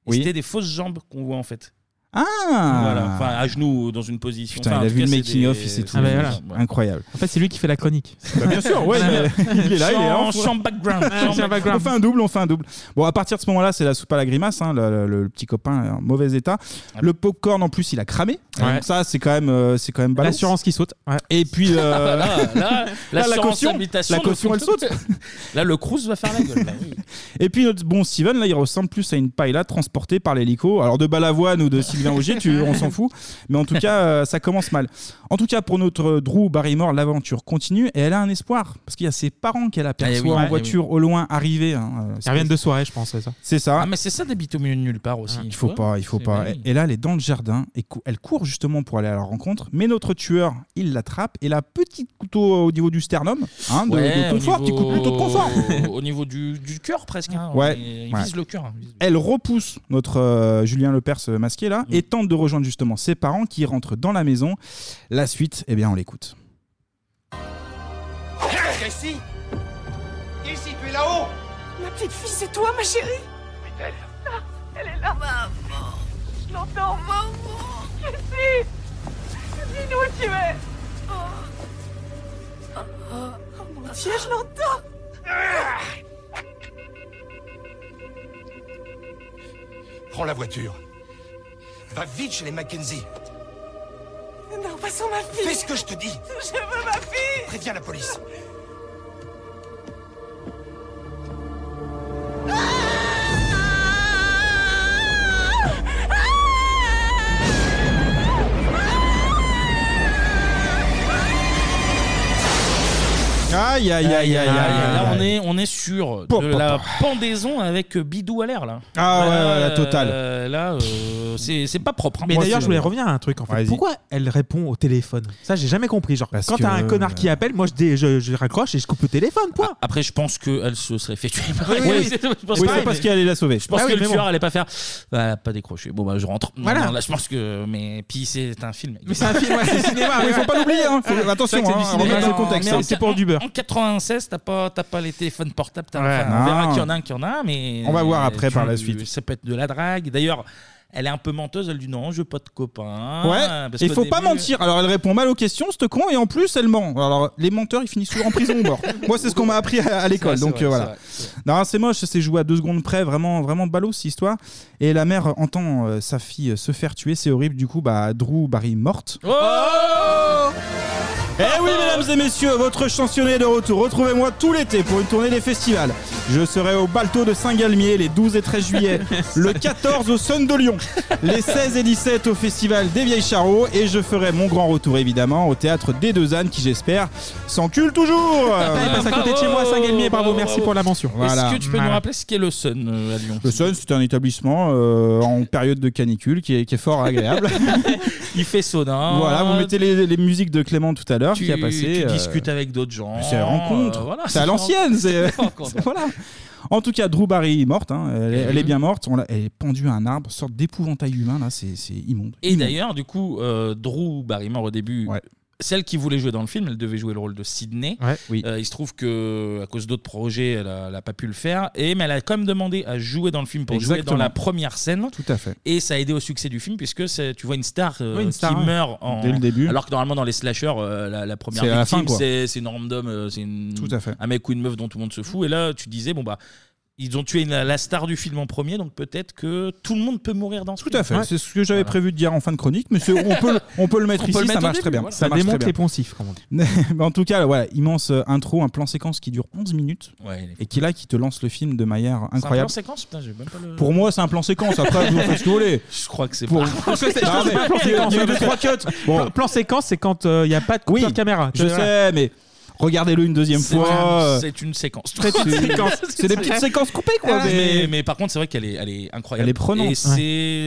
Speaker 1: Et
Speaker 7: Oui.
Speaker 1: c'était des fausses jambes qu'on voit en fait.
Speaker 7: Ah
Speaker 1: Voilà, enfin, à genoux dans une position.
Speaker 7: Putain,
Speaker 1: Enfin, en
Speaker 7: il a
Speaker 1: tout
Speaker 7: vu
Speaker 1: cas,
Speaker 7: le
Speaker 1: c'est
Speaker 7: making
Speaker 1: des-
Speaker 7: of, il sait tout.
Speaker 1: Ah, bah,
Speaker 7: le
Speaker 1: voilà.
Speaker 7: mec. Incroyable.
Speaker 8: En fait, c'est lui qui fait la chronique.
Speaker 7: Bah, bien sûr, ouais, il, est, il est là, il est là.
Speaker 1: Chant- chant background, chant
Speaker 7: On fait un-
Speaker 1: background.
Speaker 7: On fait un double, on fait un double. Bon, à partir de ce moment-là, c'est la soupe à la grimace. hein, le, le- le petit copain est en mauvais état.
Speaker 1: Ah.
Speaker 7: Le popcorn, en plus, il a cramé.
Speaker 8: Ouais.
Speaker 7: Donc ça, c'est quand même, euh, c'est quand même balance.
Speaker 8: L'assurance qui saute.
Speaker 7: Et puis, euh,
Speaker 1: Ah, bah, là, là,
Speaker 7: Ah, la
Speaker 1: l'assurance
Speaker 7: caution,
Speaker 1: habitation
Speaker 7: la
Speaker 1: ne
Speaker 7: caution, elle
Speaker 1: compte-
Speaker 7: saute.
Speaker 1: Là, le Cruz va faire la gueule. là, oui.
Speaker 7: Et puis notre bon Steven, là, il ressemble plus à une paella transportée par l'hélico. Alors de Balavoine ou de Sylvain Augier, tu, on s'en fout. Mais en tout cas, euh, ça commence mal. En tout cas, pour notre Drew Barrymore, l'aventure continue et elle a un espoir. Parce qu'il y a ses parents qu'elle aperçoit
Speaker 1: Ah, oui,
Speaker 7: en
Speaker 1: ouais,
Speaker 7: voiture au loin arriver. hein, euh,
Speaker 8: Ils reviennent de soirée, je pense, c'est ça.
Speaker 7: C'est ça.
Speaker 1: Ah, mais c'est ça d'habiter au milieu de nulle part aussi.
Speaker 7: Il faut pas, il faut pas. Et, et là, elle est dans le jardin et cou- elle court justement pour aller à la rencontre. Mais notre tueur, il l'attrape et la petite couteau au niveau du sternum, hein, de,
Speaker 1: Ouais,
Speaker 7: de
Speaker 1: au
Speaker 7: confort, petit coup de
Speaker 1: niveau-
Speaker 7: couteau de confort.
Speaker 1: Au niveau du, du cœur presque. hein.
Speaker 7: Ouais,
Speaker 1: Il
Speaker 7: ouais.
Speaker 1: vise le cœur. Mm. hein.
Speaker 7: Elle repousse notre euh, Julien Lepers euh, masqué là et tente de rejoindre justement ses parents qui rentrent dans la maison. La suite, eh bien, on l'écoute.
Speaker 23: Cassie Cassie, tu es là-haut
Speaker 17: Ma petite fille, c'est toi, ma chérie
Speaker 23: elle
Speaker 17: Ah, Elle est là Maman Je l'entends, maman Cassie Dis-nous où tu es Oh, oh mon Dieu, je l'entends Ah.
Speaker 23: Prends la voiture. Va vite chez les Mackenzie.
Speaker 17: Non, passons ma fille
Speaker 23: Fais ce que je te dis.
Speaker 17: Je veux ma fille
Speaker 23: Préviens la police.
Speaker 7: Aïe aïe aïe aïe aïe.
Speaker 1: Là, on
Speaker 7: aïe.
Speaker 1: est, Ah, on est sur
Speaker 7: Pop,
Speaker 1: de
Speaker 7: pop,
Speaker 1: la
Speaker 7: pop.
Speaker 1: pendaison avec euh, Bidou à l'air là.
Speaker 7: Ah ouais, ouais, la totale.
Speaker 1: euh, là, euh, c'est c'est pas propre. hein.
Speaker 8: Mais
Speaker 1: Moi,
Speaker 8: d'ailleurs,
Speaker 1: c'est-
Speaker 8: je voulais revenir à un truc en fait.
Speaker 1: Vas-y.
Speaker 8: Pourquoi elle répond au téléphone Ça, j'ai jamais compris. Genre, quand
Speaker 1: que-
Speaker 8: t'as un connard qui appelle, moi je, dé- je, je raccroche et je coupe le téléphone, point.
Speaker 1: Après, je pense qu'elle se serait fait tuer par
Speaker 8: Oui, oui,
Speaker 1: Ouais,
Speaker 8: oui.
Speaker 1: c'est- je pense
Speaker 8: Oui,
Speaker 1: pas,
Speaker 8: c'est parce
Speaker 1: mais-
Speaker 8: qu'elle allait la sauver.
Speaker 1: Je pense
Speaker 8: Ah
Speaker 1: que
Speaker 8: oui,
Speaker 1: le
Speaker 8: mais
Speaker 1: tueur
Speaker 8: bon.
Speaker 1: allait pas faire. Bah, elle a pas décroché. Bon, bah, je rentre. Non,
Speaker 8: Voilà.
Speaker 1: non, là, je pense que. Mais puis, c'est un film.
Speaker 7: Mais c'est un film, ouais, c'est cinéma, ouais, faut pas l'oublier, hein. Faut- attention, hein, remettez le contexte, c'est pour du beurre.
Speaker 1: En 96, t'as pas, t'as pas les téléphones portables. t'as-
Speaker 7: Ouais,
Speaker 1: enfin, on verra
Speaker 7: non.
Speaker 1: qu'il y en a un, qu'il y en a, mais.
Speaker 7: On va voir après
Speaker 1: tu-
Speaker 7: par la suite.
Speaker 1: Ça peut être de la drague. D'ailleurs, elle est un peu menteuse. Elle dit non, je veux pas de copain.
Speaker 7: ouais, il faut pas mentir. Alors elle répond mal aux questions, ce con, et en plus elle ment. Alors les menteurs, ils finissent toujours en prison ou mort. Moi, c'est ce qu'on m'a appris à, à l'école,
Speaker 1: C'est vrai,
Speaker 7: donc
Speaker 1: c'est
Speaker 7: euh,
Speaker 1: vrai,
Speaker 7: voilà.
Speaker 1: c'est vrai,
Speaker 7: Non, c'est moche, c'est joué à deux secondes près, vraiment, vraiment ballot cette histoire. Et la mère entend euh, sa fille se faire tuer, c'est horrible. Du coup, bah Drew Barry morte.
Speaker 1: Oh
Speaker 7: Eh oui, mesdames et messieurs, votre chansonnier est de retour. Retrouvez-moi tout l'été pour une tournée des festivals. Je serai au Balto de Saint-Galmier les 12 et 13 juillet, le 14 au Sun de Lyon, les 16 et 17 au Festival des Vieilles Charreaux et je ferai mon grand retour évidemment au théâtre des Deux Ânes qui, j'espère, s'encule toujours.
Speaker 8: Elle Ah, passe à
Speaker 1: Ah,
Speaker 8: côté de chez moi à Saint-Galmier, bravo, merci pour la mention.
Speaker 1: Est-ce que tu peux nous rappeler ce qu'est le Sun euh, à Lyon
Speaker 7: Le Sun, c'est un établissement euh, en période de canicule qui est, qui est fort agréable.
Speaker 1: Il fait sauna.
Speaker 7: voilà, vous mettez les, les musiques de Clément tout à l'heure
Speaker 1: Ah. Tu,
Speaker 7: qui a passé.
Speaker 1: tu
Speaker 7: euh,
Speaker 1: discutes avec d'autres gens.
Speaker 7: c'est une rencontre.
Speaker 1: euh, voilà,
Speaker 7: c'est à l'ancienne. C'est
Speaker 1: une rencontre. Mhm.
Speaker 7: c'est- voilà. En tout cas, Drew Barry est morte. hein, Elle, est- elle est bien morte. On l'a- elle est pendue à un arbre, sorte d'épouvantail humain. Là, c'est c'est immonde.
Speaker 1: Et d'ailleurs, du coup, euh, Drew Barrymore au début, celle qui voulait jouer dans le film, elle devait jouer le rôle de Sydney. Euh, il se trouve que à cause d'autres projets, elle a, elle a pas pu le faire. Et mais elle a quand même demandé à jouer dans le film pour jouer
Speaker 7: Exactement.
Speaker 1: dans la première scène.
Speaker 7: Tout à fait.
Speaker 1: Et ça a aidé au succès du film puisque c'est- tu vois une star, euh,
Speaker 7: Oui, une star,
Speaker 1: qui
Speaker 7: ouais.
Speaker 1: meurt en-
Speaker 7: Dès le début.
Speaker 1: Alors que normalement dans les slashers, euh, la, la première
Speaker 7: C'est à la fin,
Speaker 1: victime
Speaker 7: quoi.
Speaker 1: c'est c'est une random, euh, c'est une-
Speaker 7: Tout à fait.
Speaker 1: un mec ou une meuf dont tout le monde se fout. Et là tu disais bon bah ils ont tué la, la star du film en premier, donc peut-être que tout le monde peut mourir dans ce
Speaker 7: Tout à fait. C'est ce que j'avais prévu de dire en fin de chronique, mais c'est- on peut, le- on peut le mettre
Speaker 1: On
Speaker 7: ici.
Speaker 1: peut le mettre
Speaker 7: ça
Speaker 1: au
Speaker 7: marche
Speaker 1: début,
Speaker 7: très bien.
Speaker 1: voilà.
Speaker 7: Ça,
Speaker 8: Ça
Speaker 7: marche très
Speaker 8: démonte
Speaker 7: bien.
Speaker 8: les poncifs, comme on dit.
Speaker 7: Mais en tout cas, voilà, immense euh, intro, un plan séquence qui dure 11 minutes
Speaker 1: Ouais, il est
Speaker 7: et qui là qui te lance le film de manière
Speaker 1: C'est un plan
Speaker 7: incroyable.
Speaker 1: séquence Putain, j'ai même pas le-
Speaker 7: Pour moi, c'est un plan séquence. Après, vous en faites ce que vous voulez.
Speaker 1: Je crois que c'est
Speaker 7: Pour-
Speaker 1: pas.
Speaker 7: Parce que c'est- Non, mais- il
Speaker 1: hein,
Speaker 7: y a eu deux, trois cuts. Bon.
Speaker 8: Plan- Plan séquence, c'est quand il n'y a pas de
Speaker 7: Oui,
Speaker 8: coupeur caméra.
Speaker 7: je sais, mais regardez-le une deuxième
Speaker 1: C'est
Speaker 7: fois. euh,
Speaker 1: un- C'est une séquence.
Speaker 7: C'est une séquence. C'est des petites séquences coupées, quoi, mais-
Speaker 1: Mais, mais par contre, c'est vrai qu'elle est, elle est incroyable.
Speaker 7: Elle est prenante,
Speaker 1: Et
Speaker 7: ouais.
Speaker 1: c'est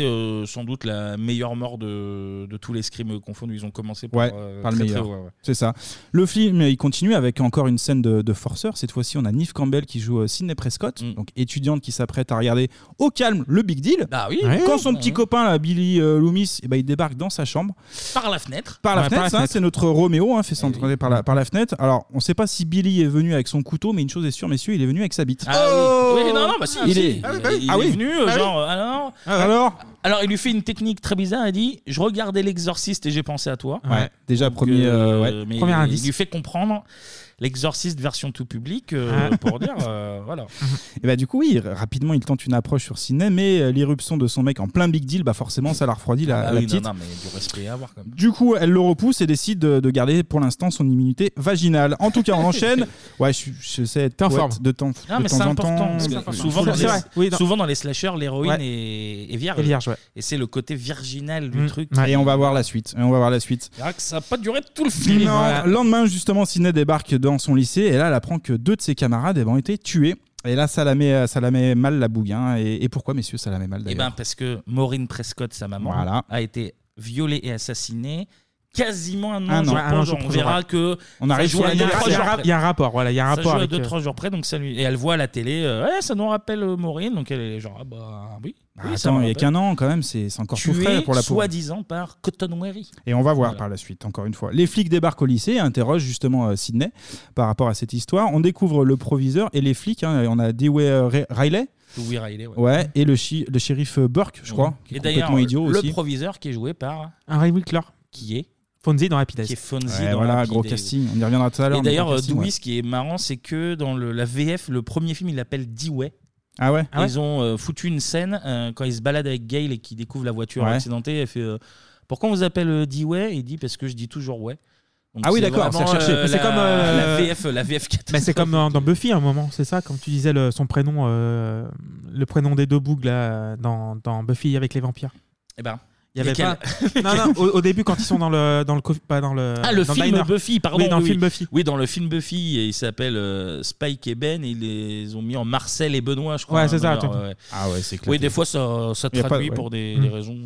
Speaker 1: euh, sans doute la meilleure mort de, de tous les scrims confondus. Ils ont commencé par,
Speaker 7: Ouais,
Speaker 1: euh,
Speaker 7: par le
Speaker 1: très,
Speaker 7: meilleur.
Speaker 1: très haut, ouais, ouais.
Speaker 7: C'est ça. Le film, il continue avec encore une scène de, de forceur. Cette fois-ci, on a Nif Campbell qui joue euh, Sidney Prescott,
Speaker 1: Mm.
Speaker 7: donc étudiante qui s'apprête à regarder au calme le Big Deal.
Speaker 1: Bah oui.
Speaker 7: Quand
Speaker 1: Ouais.
Speaker 7: son petit
Speaker 1: Ouais.
Speaker 7: copain, là, Billy euh, Loomis, eh ben, il débarque dans sa chambre.
Speaker 1: Par la fenêtre.
Speaker 7: Par la fenêtre, hein, c'est notre Roméo, hein, fait
Speaker 1: Eh
Speaker 7: s'entraîner par, la, par la fenêtre. Alors, on ne sait pas si Billy est venu avec son couteau, mais une chose est sûre, messieurs, il est venu avec sa bite.
Speaker 1: Ah
Speaker 7: Oh
Speaker 1: oui. Oui, non, non, bah si,
Speaker 7: il
Speaker 1: si.
Speaker 7: est,
Speaker 1: Il- il
Speaker 7: ah oui.
Speaker 1: est venu, euh,
Speaker 7: Ah oui.
Speaker 1: genre, euh, alors,
Speaker 7: alors
Speaker 1: il lui fait une technique très bizarre. Il dit Je regardais l'exorciste et j'ai pensé à toi.
Speaker 7: Ouais, déjà, premier, euh, ouais.
Speaker 1: mais
Speaker 7: premier
Speaker 1: il-
Speaker 7: indice.
Speaker 1: Il lui fait comprendre l'exorciste version tout public euh,
Speaker 7: Ah.
Speaker 1: pour dire euh, Voilà.
Speaker 7: Et bah du coup oui, r- rapidement il tente une approche sur Sidney, mais euh, l'irruption de son mec en plein big deal, bah forcément ça la refroidit la,
Speaker 1: Ah
Speaker 7: la
Speaker 1: oui,
Speaker 7: petite.
Speaker 1: Non, non, mais du respect à avoir quand même.
Speaker 7: Du coup, elle le repousse et décide de, de garder pour l'instant son immunité vaginale. En tout cas, on enchaîne. Ouais, je, je sais être
Speaker 1: en
Speaker 7: poète
Speaker 1: forme.
Speaker 7: de temps,
Speaker 1: Non,
Speaker 7: de
Speaker 1: mais
Speaker 7: temps
Speaker 1: c'est
Speaker 7: en
Speaker 1: important.
Speaker 7: temps.
Speaker 1: parce que Souvent,
Speaker 7: Faut le
Speaker 1: dans les,
Speaker 7: dire. Oui, non.
Speaker 1: souvent dans les slashers, l'héroïne
Speaker 7: Ouais.
Speaker 1: est, est vierge.
Speaker 7: Est vierge, ouais.
Speaker 1: Et c'est le côté virginal du
Speaker 7: Mm.
Speaker 1: truc.
Speaker 7: Et on va voir la suite. Et on va voir la suite.
Speaker 1: C'est vrai que ça n'a pas duré tout le film. Eh
Speaker 7: Non,
Speaker 1: Voilà.
Speaker 7: le lendemain, justement, Sidney débarque dans son lycée et là, elle apprend que deux de ses camarades eh ben, ont été tués. Et là, ça la met, ça la met mal la bouille. hein. Et, et pourquoi, messieurs, ça la met mal
Speaker 1: Eh
Speaker 7: d'ailleurs
Speaker 1: ben, parce que Maureen Prescott, sa maman,
Speaker 7: Voilà.
Speaker 1: a été violée et assassinée quasiment un an,
Speaker 7: Un an,
Speaker 1: jour
Speaker 7: un
Speaker 1: pour
Speaker 7: an,
Speaker 1: jour.
Speaker 7: jour
Speaker 1: On
Speaker 7: pour jour,
Speaker 1: verra
Speaker 7: ouais.
Speaker 1: que.
Speaker 7: On
Speaker 1: ça
Speaker 7: arrive
Speaker 1: joue
Speaker 7: sur
Speaker 1: à
Speaker 7: la
Speaker 1: deux,
Speaker 7: dernière-
Speaker 1: trois
Speaker 7: il y a-
Speaker 1: jours
Speaker 7: il y a un rapport, voilà, il y a un
Speaker 1: Ça
Speaker 7: rapport
Speaker 1: joue à
Speaker 7: avec,
Speaker 1: deux,
Speaker 7: euh,
Speaker 1: trois jours près, donc ça lui. Et elle voit à la télé, euh, Eh, ça nous rappelle euh, Maureen, donc elle est genre, ah bah oui.
Speaker 7: Ah,
Speaker 1: oui, ça
Speaker 7: Attends,
Speaker 1: me
Speaker 7: il n'y a
Speaker 1: rappelle.
Speaker 7: qu'un an quand même, c'est c'est encore tout
Speaker 1: Tuée,
Speaker 7: frais pour la pauvre.
Speaker 1: soi-disant par Cotton Weary.
Speaker 7: Et on va voir par la suite, encore une fois. Les flics débarquent au lycée et interrogent justement euh, Sydney par rapport à cette histoire. On découvre le proviseur et les flics. hein. on a Dewey euh, Ray- Riley.
Speaker 1: Dewey Riley, ouais.
Speaker 7: et le, chi- le shérif euh, Burke, je crois, qui est
Speaker 1: Et
Speaker 7: complètement
Speaker 1: d'ailleurs,
Speaker 7: idiot
Speaker 1: le
Speaker 7: aussi.
Speaker 1: proviseur qui est joué par
Speaker 8: Harry Winkler.
Speaker 1: Qui est
Speaker 8: Fonzie dans Happy Days.
Speaker 1: Qui est Fonzie
Speaker 7: Ouais,
Speaker 1: dans
Speaker 7: voilà,
Speaker 1: Happy
Speaker 7: gros
Speaker 1: Days.
Speaker 7: casting. On y reviendra tout à l'heure.
Speaker 1: Et
Speaker 7: mais
Speaker 1: d'ailleurs,
Speaker 7: gros
Speaker 1: euh,
Speaker 7: casting,
Speaker 1: Dewey,
Speaker 7: ouais.
Speaker 1: ce qui est marrant, c'est que dans le, la VF, le premier film, il l'appelle Dewey.
Speaker 7: Ah ouais
Speaker 1: Et Ils ont euh, foutu une scène euh, quand il se balade avec Gail et qu'il découvre la voiture
Speaker 7: Ouais.
Speaker 1: accidentée. Elle fait euh, Pourquoi on vous appelle euh, Dewey Et Il dit Parce que je dis toujours ouais. Donc
Speaker 8: Ah oui,
Speaker 1: c'est
Speaker 8: d'accord,
Speaker 1: vraiment,
Speaker 8: c'est recherché.
Speaker 1: euh,
Speaker 8: Mais c'est
Speaker 1: la-
Speaker 8: comme,
Speaker 1: la
Speaker 8: euh,
Speaker 1: VF, la VF
Speaker 8: Mais c'est comme dans, dans Buffy à un moment, c'est ça, comme tu disais le- son prénom, euh, le prénom des deux bougs là, dans, dans Buffy avec les vampires.
Speaker 1: Eh ben.
Speaker 7: Il y avait
Speaker 1: Lesquels
Speaker 7: pas. Non, non, au, au début, quand ils sont dans le. Dans le co- pas dans le
Speaker 1: Ah, le
Speaker 7: dans
Speaker 1: film
Speaker 7: diner.
Speaker 1: Buffy, pardon.
Speaker 7: Oui, dans le film Buffy.
Speaker 1: Oui, dans le film Buffy, et il s'appelle euh, Spike et Ben, et ils les ont mis en Marcel et Benoît, je crois.
Speaker 7: Ouais, c'est ça,
Speaker 1: un délire,
Speaker 7: tout- Ah ouais, c'est
Speaker 1: Oui,
Speaker 7: éclaté.
Speaker 1: des fois, ça, ça
Speaker 7: Il y a pas-
Speaker 1: traduit
Speaker 7: ouais.
Speaker 1: pour des,
Speaker 7: Mm.
Speaker 1: des raisons.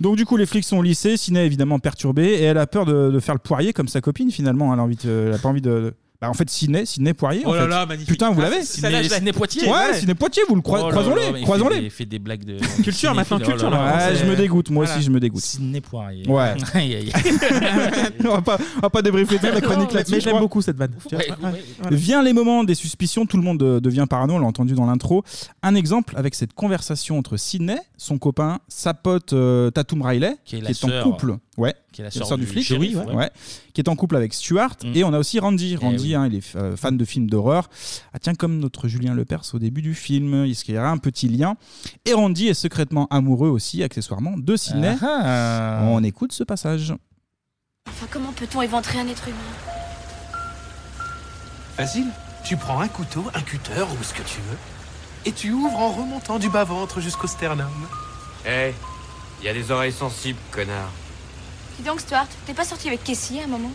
Speaker 7: Donc, du coup, les flics sont au lycée. Sina est évidemment perturbée et elle a peur de, de faire le poirier comme sa copine, finalement. Elle a, envie de- elle a pas envie de. Bah, en fait, Ciné, Ciné Poirier.
Speaker 1: Oh
Speaker 7: en
Speaker 1: là
Speaker 7: fait.
Speaker 1: là, magnifique.
Speaker 7: Putain, vous
Speaker 1: Ah,
Speaker 7: l'avez
Speaker 1: c'est- celle-là, je l'ai. Sidney Poitier,
Speaker 7: Ouais,
Speaker 1: ouais.
Speaker 7: Ciné Poitier, vous le
Speaker 1: Oh
Speaker 7: croisez
Speaker 1: là là,
Speaker 7: croisons-les.
Speaker 1: mais il fait des-
Speaker 7: Croisons-les.
Speaker 1: Il fait des blagues de.
Speaker 7: Culture, maintenant,
Speaker 1: cinéphile.
Speaker 7: culture,
Speaker 1: Euh, Oh là là,
Speaker 7: Ouais, je
Speaker 1: c'est-
Speaker 7: me dégoûte, moi
Speaker 1: Voilà.
Speaker 7: aussi, je me dégoûte.
Speaker 1: Sidney Poirier.
Speaker 7: Ouais.
Speaker 1: Aïe, aïe, aïe.
Speaker 7: on va pas, on va pas débriefer toute la chronique
Speaker 1: Non,
Speaker 7: là-dessus.
Speaker 1: mais
Speaker 7: je
Speaker 1: j'aime
Speaker 7: crois.
Speaker 1: beaucoup cette vanne. Ouais, ouais, ouais.
Speaker 7: Vient les moments des suspicions, tout le monde euh, devient parano, on l'a entendu dans l'intro. Un exemple avec cette conversation entre Sidney, son copain, sa pote euh, Tatum Riley,
Speaker 1: Qui est la
Speaker 7: en
Speaker 1: sœur.
Speaker 7: couple. Ouais.
Speaker 1: Qui est la
Speaker 7: sœur
Speaker 1: sœur
Speaker 7: du
Speaker 1: du
Speaker 7: flic, oui,
Speaker 1: shérif,
Speaker 7: ouais,
Speaker 1: ouais. Mm. Eh
Speaker 7: ouais. qui est en couple avec Stuart. Et on a aussi Randy. Randy,
Speaker 1: oui.
Speaker 7: hein, il est euh, fan de films d'horreur. Ah, tiens, comme notre Julien Lepers au début du film, il y aura un petit lien. Et Randy est secrètement amoureux aussi, accessoirement, de Sidney.
Speaker 1: Ah
Speaker 7: On écoute ce passage.
Speaker 6: Enfin, comment peut-on éventrer un être humain
Speaker 23: Facile. Tu prends un couteau, un cutter ou ce que tu veux, et tu ouvres en remontant du bas-ventre jusqu'au sternum.
Speaker 9: Eh, il y a des oreilles sensibles, connard.
Speaker 6: Dis donc, Stuart, t'es pas sorti avec Cassie à un moment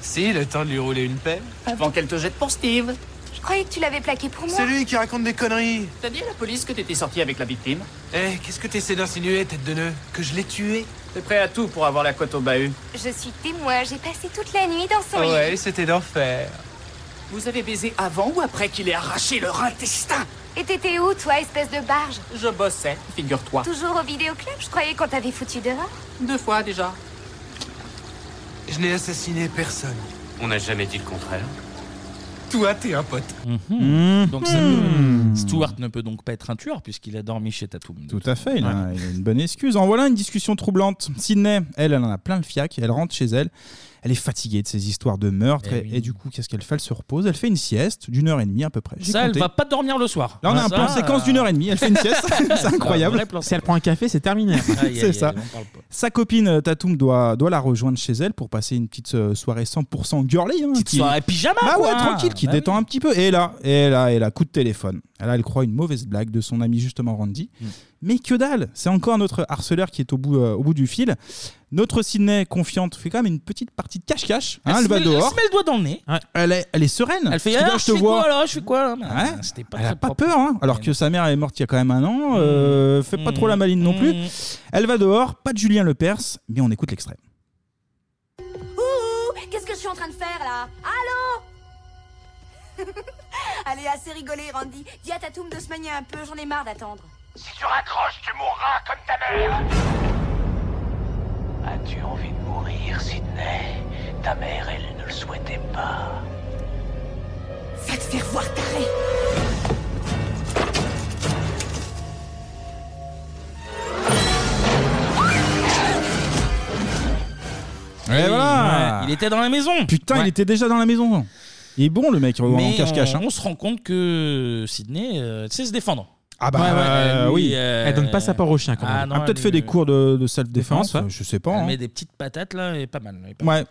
Speaker 23: Si, le temps de lui rouler une paire.
Speaker 10: Avant qu'elle te jette pour Steve.
Speaker 6: Je croyais que tu l'avais plaqué pour moi.
Speaker 23: C'est lui qui raconte des conneries.
Speaker 10: T'as dit à la police que t'étais sorti avec la victime
Speaker 23: Eh, qu'est-ce que t'essaies d'insinuer, tête de nœud Que je l'ai tué
Speaker 10: T'es prêt à tout pour avoir la cote au bahut.
Speaker 24: Je suis témoin, j'ai passé toute la nuit dans
Speaker 21: Ah
Speaker 24: son
Speaker 23: Ouais,
Speaker 24: lit.
Speaker 23: c'était l'enfer.
Speaker 10: Ah Vous avez baisé avant ou après qu'il ait arraché leur intestin
Speaker 24: Et t'étais où, toi, espèce de barge
Speaker 10: Je bossais, figure-toi.
Speaker 24: Toujours au vidéoclub Je croyais qu'on t'avait foutu dehors.
Speaker 10: Deux fois déjà.
Speaker 23: Je n'ai assassiné personne.
Speaker 9: On n'a jamais dit le contraire.
Speaker 23: Toi, t'es un pote.
Speaker 1: euh.
Speaker 7: Hmm.
Speaker 1: Donc, ça peut- Stuart ne peut donc pas être un tueur puisqu'il a dormi chez Tatum.
Speaker 7: Tout à fait, il, a, il a une bonne excuse. En voilà une discussion troublante. Sydney, elle, elle en a plein le fiac, elle rentre chez elle, elle est fatiguée de ces histoires de meurtre,
Speaker 1: Eh
Speaker 7: et,
Speaker 1: oui.
Speaker 7: et du coup, qu'est-ce qu'elle fait Elle se repose, elle fait une sieste d'une heure et demie à peu près. J'ai
Speaker 1: Ça, elle
Speaker 7: compté.
Speaker 1: va pas dormir le soir.
Speaker 7: Là, on a
Speaker 1: Ah,
Speaker 7: un
Speaker 1: ça,
Speaker 7: plan séquence
Speaker 1: euh,
Speaker 7: d'une heure et demie, elle fait une sieste, c'est incroyable.
Speaker 1: Si
Speaker 7: elle prend un café, c'est terminé.
Speaker 1: aïe,
Speaker 7: c'est
Speaker 1: aïe,
Speaker 7: ça.
Speaker 1: Ah, on en parle
Speaker 7: Sa copine euh, Tatum doit, doit la rejoindre chez elle pour passer une petite euh, soirée 100% girly. Hein, petite
Speaker 1: soirée pyjama,
Speaker 7: Bah
Speaker 1: quoi.
Speaker 7: ouais, tranquille, qui
Speaker 1: Bah
Speaker 7: détend un petit peu. Et là, et là, et là, coup de téléphone. Et Là, elle croit une mauvaise blague de son ami justement Randy.
Speaker 1: Mm.
Speaker 7: Mais que dalle C'est encore notre harceleur qui est au bout, euh, au bout du fil. Notre Sydney, confiante, fait quand même une petite partie de cache-cache. hein,
Speaker 1: Elle
Speaker 7: elle,
Speaker 1: se
Speaker 7: va
Speaker 1: met-
Speaker 7: dehors. Hmm.
Speaker 1: Elle se met le doigt dans le nez.
Speaker 7: Elle est, elle est sereine.
Speaker 1: Elle fait
Speaker 7: Parce que
Speaker 1: ah,
Speaker 7: là,
Speaker 1: je fais quoi là Je fais quoi là
Speaker 7: Ouais.
Speaker 1: Ah, C'était pas
Speaker 7: elle a
Speaker 1: très
Speaker 7: pas peur, hein. alors que sa mère est morte il y a quand même un an.
Speaker 1: Mmh.
Speaker 7: euh, fait pas trop la maline non plus. Elle va dehors, pas de Julien Lepers, mais on écoute l'extrait.
Speaker 24: Ouh, qu'est-ce que je suis en train de faire là Allô Allez, assez rigolé, Randy. Dis à Tatoum de se manier un peu, j'en ai marre d'attendre.
Speaker 23: Si tu raccroches, tu mourras comme ta mère. As-tu envie de mourir, Sidney Ta mère, elle ne le souhaitait pas.
Speaker 24: Va te faire voir, taré
Speaker 7: Et voilà
Speaker 1: Ouais, il était dans la maison.
Speaker 7: Putain, il
Speaker 1: Ouais.
Speaker 7: était déjà dans la maison. Il est bon le mec en
Speaker 1: Mais
Speaker 7: cache-cache.
Speaker 1: on,
Speaker 7: hein.
Speaker 1: on se rend compte que Sydney euh, sait se défendre.
Speaker 7: Ah bah euh, oui,
Speaker 1: Elle
Speaker 7: part au chien
Speaker 1: quand même. Ah non,
Speaker 7: elle a peut-être
Speaker 1: elle
Speaker 7: fait
Speaker 1: lui- euh,
Speaker 7: des cours de, de self-défense,
Speaker 1: Défense, ouais.
Speaker 7: je sais pas. hein.
Speaker 1: met des petites patates là et pas mal. et pas mal.
Speaker 7: Ouais.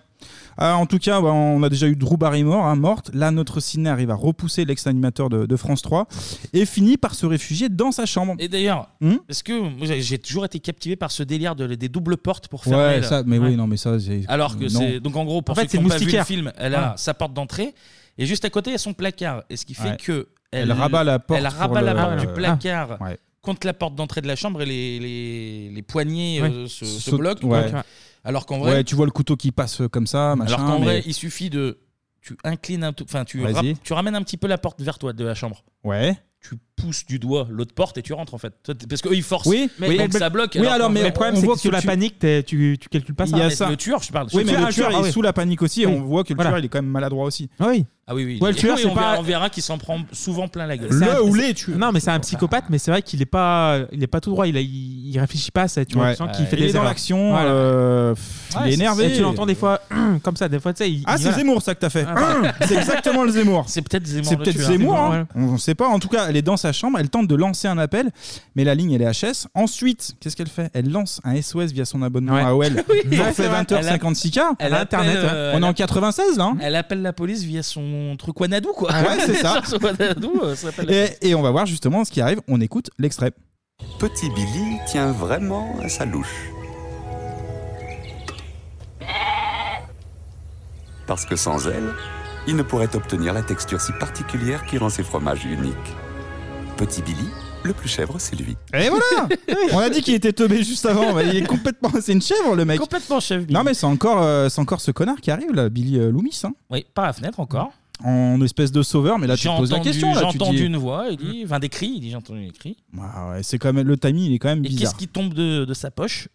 Speaker 7: Ah, en tout cas, bah, on a déjà eu Drew Barrymore hein, morte. Là, notre ciné arrive à repousser l'ex-animateur de, de France 3 et finit par se réfugier dans sa chambre.
Speaker 1: Et d'ailleurs,
Speaker 7: Hmm
Speaker 1: est-ce que moi, j'ai- j'ai toujours été captivé par ce délire de- des doubles portes pour fermer
Speaker 7: Ouais,
Speaker 1: là.
Speaker 7: ça, mais
Speaker 1: Ouais.
Speaker 7: oui, non, mais ça, c'est.
Speaker 1: Alors que
Speaker 7: non.
Speaker 1: c'est donc en gros pour
Speaker 7: En fait,
Speaker 1: ceux
Speaker 7: c'est
Speaker 1: qui n'ont pas vu le
Speaker 7: moustiquaire.
Speaker 1: film, elle a
Speaker 7: Voilà.
Speaker 1: sa porte d'entrée et juste à côté il y a son placard et ce qui fait
Speaker 7: Ouais.
Speaker 1: que
Speaker 7: Elle rabat la porte
Speaker 1: elle
Speaker 7: pour
Speaker 1: rabat la
Speaker 7: le-
Speaker 1: porte
Speaker 7: Ah,
Speaker 1: du
Speaker 7: ouais.
Speaker 1: placard
Speaker 7: Ah, ouais.
Speaker 1: contre la porte d'entrée de la chambre et les les, les poignées
Speaker 7: Ouais.
Speaker 1: euh, se, se
Speaker 7: Saute-
Speaker 1: bloquent.
Speaker 7: ouais.
Speaker 1: Donc, alors qu'en vrai,
Speaker 7: Ouais, tu vois le couteau qui passe euh, comme ça, machin.
Speaker 1: alors qu'en
Speaker 7: mais-
Speaker 1: vrai il suffit de tu inclines un tout, enfin tu
Speaker 7: Vas-y.
Speaker 1: rap- tu ramènes un petit peu la porte vers toi de la chambre.
Speaker 7: Ouais.
Speaker 1: Tu pousses du doigt l'autre porte et tu rentres en fait. Toi, t'es- Parce qu'eux ils forcent.
Speaker 7: Oui,
Speaker 1: mais
Speaker 7: oui.
Speaker 1: donc
Speaker 7: Mais-
Speaker 1: ça bloque.
Speaker 7: oui, alors,
Speaker 1: qu'en
Speaker 7: mais
Speaker 1: vrai,
Speaker 7: le problème,
Speaker 1: on
Speaker 7: c'est
Speaker 1: voit
Speaker 7: que sous la
Speaker 1: tu-
Speaker 7: panique,
Speaker 8: t'es- tu, tu calcules pas ça.
Speaker 7: Il y a ça.
Speaker 1: Le tueur, je parle.
Speaker 7: Oui, mais
Speaker 1: Ah,
Speaker 7: le tueur
Speaker 1: ah
Speaker 7: est
Speaker 1: oui.
Speaker 7: sous la panique aussi. et
Speaker 1: Oui.
Speaker 7: On voit que le
Speaker 1: Voilà.
Speaker 7: tueur, il est quand même maladroit aussi.
Speaker 8: Oui.
Speaker 1: Ah oui, oui.
Speaker 8: Ouais, le
Speaker 1: Et
Speaker 8: tueur,
Speaker 1: oui,
Speaker 8: c'est
Speaker 1: on,
Speaker 8: pas-
Speaker 1: verra, on verra qu'il s'en prend souvent plein la gueule.
Speaker 8: C'est un-
Speaker 1: C'est-
Speaker 8: c'est- Non, mais c'est un psychopathe, mais c'est vrai qu'il est pas, il est pas tout droit. Il, a- il, il réfléchit pas à ça. Tu vois,
Speaker 7: Ouais.
Speaker 8: tu sens qu'il
Speaker 7: Ouais.
Speaker 8: fait
Speaker 7: Il
Speaker 8: des
Speaker 7: est dans
Speaker 8: erreurs.
Speaker 7: l'action,
Speaker 8: Voilà.
Speaker 7: euh, pff, il est
Speaker 8: c'est-
Speaker 7: énervé.
Speaker 8: Et tu l'entends des fois comme ça. Des fois, tu sais. il-
Speaker 7: Ah,
Speaker 8: il-
Speaker 7: c'est
Speaker 8: voilà.
Speaker 7: Zemmour, ça que t'as fait.
Speaker 8: Ah, pardon.
Speaker 7: Hum, c'est exactement le Zemmour.
Speaker 1: C'est peut-être Zemmour.
Speaker 7: C'est
Speaker 1: le
Speaker 7: peut-être
Speaker 1: tueur.
Speaker 7: Zemmour, hein.
Speaker 1: Voilà.
Speaker 7: on ne sait pas. En tout cas, elle est dans sa chambre, elle tente de lancer un appel, mais la ligne, elle est HS. Ensuite, qu'est-ce qu'elle fait Elle lance un SOS via son abonnement AOL.
Speaker 1: Oui,
Speaker 7: Elle
Speaker 1: c'est
Speaker 7: fait
Speaker 1: vrai.
Speaker 7: 20h56K.
Speaker 1: Elle appelle,
Speaker 7: hein.
Speaker 1: euh,
Speaker 7: on
Speaker 1: elle
Speaker 7: est en
Speaker 1: appelle-
Speaker 7: 96, là. hein Ah
Speaker 1: Elle appelle la police via son truc Wanadu, quoi.
Speaker 7: Ouais, c'est ça.
Speaker 1: Sur son Wanadu, euh, ça s'appelle-
Speaker 7: et, et on va voir justement ce qui arrive. On écoute l'extrait.
Speaker 12: Petit Billy tient vraiment à sa louche.
Speaker 3: Parce que sans elle, il ne pourrait obtenir la texture si particulière qui rend ses fromages uniques. Petit Billy, le plus chèvre, c'est lui.
Speaker 7: Et voilà On a dit qu'il était teubé juste avant, mais il est complètement. C'est une chèvre le mec
Speaker 1: Complètement chef.
Speaker 7: Non mais c'est encore, euh, c'est encore ce connard qui arrive là, Billy euh, Loomis. hein.
Speaker 1: Oui, par la fenêtre encore.
Speaker 7: En espèce de sauveur, mais là tu
Speaker 1: J'ai
Speaker 7: te poses
Speaker 1: entendu,
Speaker 7: la question.
Speaker 1: j'ai
Speaker 7: là, tu
Speaker 1: entendu
Speaker 7: dis-
Speaker 1: une voix, il dit, enfin des cris, il dit j'ai entendu des cris.
Speaker 7: Ah ouais, c'est quand même le timing, il est quand même
Speaker 1: Et qu'est-ce
Speaker 7: bizarre.
Speaker 1: qui tombe de, de sa poche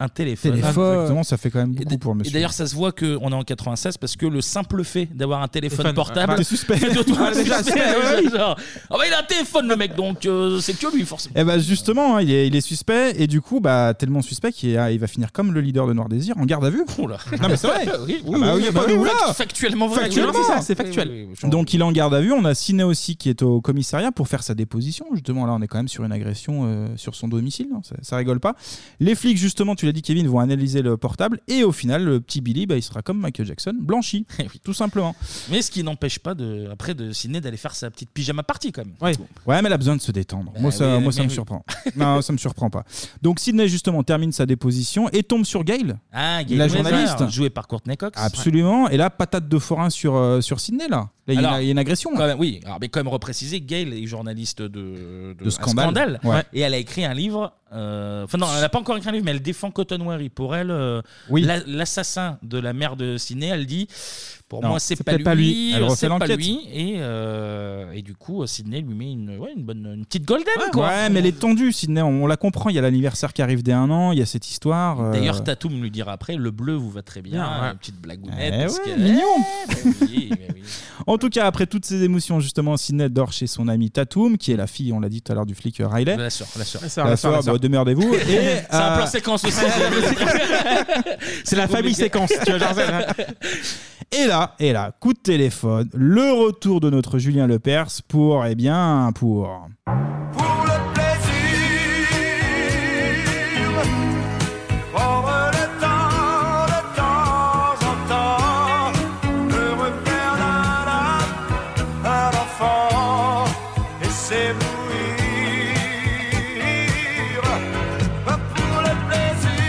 Speaker 1: Un téléphone.
Speaker 7: Téléphone, Ah, exactement, ça fait quand même beaucoup pour
Speaker 1: Et
Speaker 7: monsieur.
Speaker 1: d'ailleurs, ça se voit qu'on est en 96 parce que le simple fait d'avoir un téléphone
Speaker 7: Téléphone,
Speaker 1: portable.
Speaker 7: ah, t'es suspect.
Speaker 1: fait de toi
Speaker 7: Ah,
Speaker 1: un
Speaker 7: déjà,
Speaker 1: suspect,
Speaker 7: suspect, ouais.
Speaker 1: genre. Ah bah, il a un téléphone, le mec, donc euh, c'est que lui, forcément.
Speaker 7: Eh ben justement, hein, il, est, il est suspect et du coup, bah tellement suspect qu'il est- il va finir comme le leader de Noir Désir en garde à vue. Non mais c'est vrai.
Speaker 1: oui,
Speaker 7: Ah bah oui, bah oui, voilà.
Speaker 1: fact- Factuellement vrai.
Speaker 7: Factuellement.
Speaker 1: Ah, Oui,
Speaker 7: C'est
Speaker 1: factuel. Oui, oui, oui, je-
Speaker 7: Donc il est en garde à vue. On a Ciné aussi qui est au commissariat pour faire sa déposition. Justement, là, on est quand même sur une agression euh, sur son domicile. hein. Ça, ça rigole pas. Les flics, justement, tu l'as dit, Kevin, vont analyser le portable et au final, le petit Billy, bah, il sera comme Michael Jackson, blanchi, tout simplement.
Speaker 1: Eh Mais ce qui n'empêche pas de, après de Sidney d'aller faire sa petite pyjama party quand même.
Speaker 7: Ouais. mais elle a besoin de se détendre. moi, ça,
Speaker 1: Bah oui,
Speaker 7: moi, ça
Speaker 1: mais
Speaker 7: me
Speaker 1: oui.
Speaker 7: surprend. non, ça me surprend pas. Donc Sidney, justement, termine sa déposition et tombe sur Gail.
Speaker 1: Ah, Gail
Speaker 7: la
Speaker 1: Weaver,
Speaker 7: journaliste.
Speaker 1: jouée par Courtney Cox.
Speaker 7: Absolument. Et là, patate de forain sur, euh, sur Sydney, là. Là, il y a
Speaker 1: Alors,
Speaker 7: une- il y, a une agression.
Speaker 1: Quand même, oui, alors, mais quand même repréciser, Gail est journaliste de,
Speaker 7: De
Speaker 1: un
Speaker 7: Scandale. Ouais.
Speaker 1: Et elle a écrit un livre. euh, Enfin, non, elle n'a pas encore écrit un livre, mais elle défend Cotton Wary. Pour elle, euh,
Speaker 7: Oui.
Speaker 1: la- l'assassin de la mère de Ciné, elle dit Pour
Speaker 7: Non,
Speaker 1: moi, c'est
Speaker 7: c'est
Speaker 1: pas,
Speaker 7: peut-être pas lui.
Speaker 1: lui.
Speaker 7: Elle
Speaker 1: euh,
Speaker 7: refait
Speaker 1: C'est pas
Speaker 7: l'enquête.
Speaker 1: lui. Et, euh, et du coup, Sidney lui met une, ouais, une, bonne, une petite golden.
Speaker 7: Ouais,
Speaker 1: quoi.
Speaker 7: ouais, mais elle est tendue, Sydney. On, on la comprend. Il y a l'anniversaire qui arrive dès un an. Il y a cette histoire. euh,
Speaker 1: D'ailleurs, Tatum lui dira après Le bleu vous va très bien.
Speaker 7: Bien, ouais.
Speaker 1: Une petite
Speaker 7: Eh
Speaker 1: blagounette. parce
Speaker 7: ouais,
Speaker 1: que-
Speaker 7: mignon.
Speaker 1: Eh, bah oui, mais oui.
Speaker 7: En tout cas, après toutes ces émotions, justement, Sydney dort chez son ami Tatum, qui est la fille, on l'a dit tout à l'heure, du flic euh, Riley.
Speaker 1: La sœur, la sœur.
Speaker 7: La sœur, bah, démerdez-vous. Et,
Speaker 1: C'est un
Speaker 7: euh,
Speaker 1: plan séquence aussi.
Speaker 7: C'est la famille séquence, tu vois, genre, c'est- Et là, et là, coup de téléphone, le retour de notre Julien Lepers pour, eh bien, pour.
Speaker 1: Ah,
Speaker 17: Prendre le temps, de temps en temps, le repère d'un âme à l'enfant et s'éblouir pour le plaisir.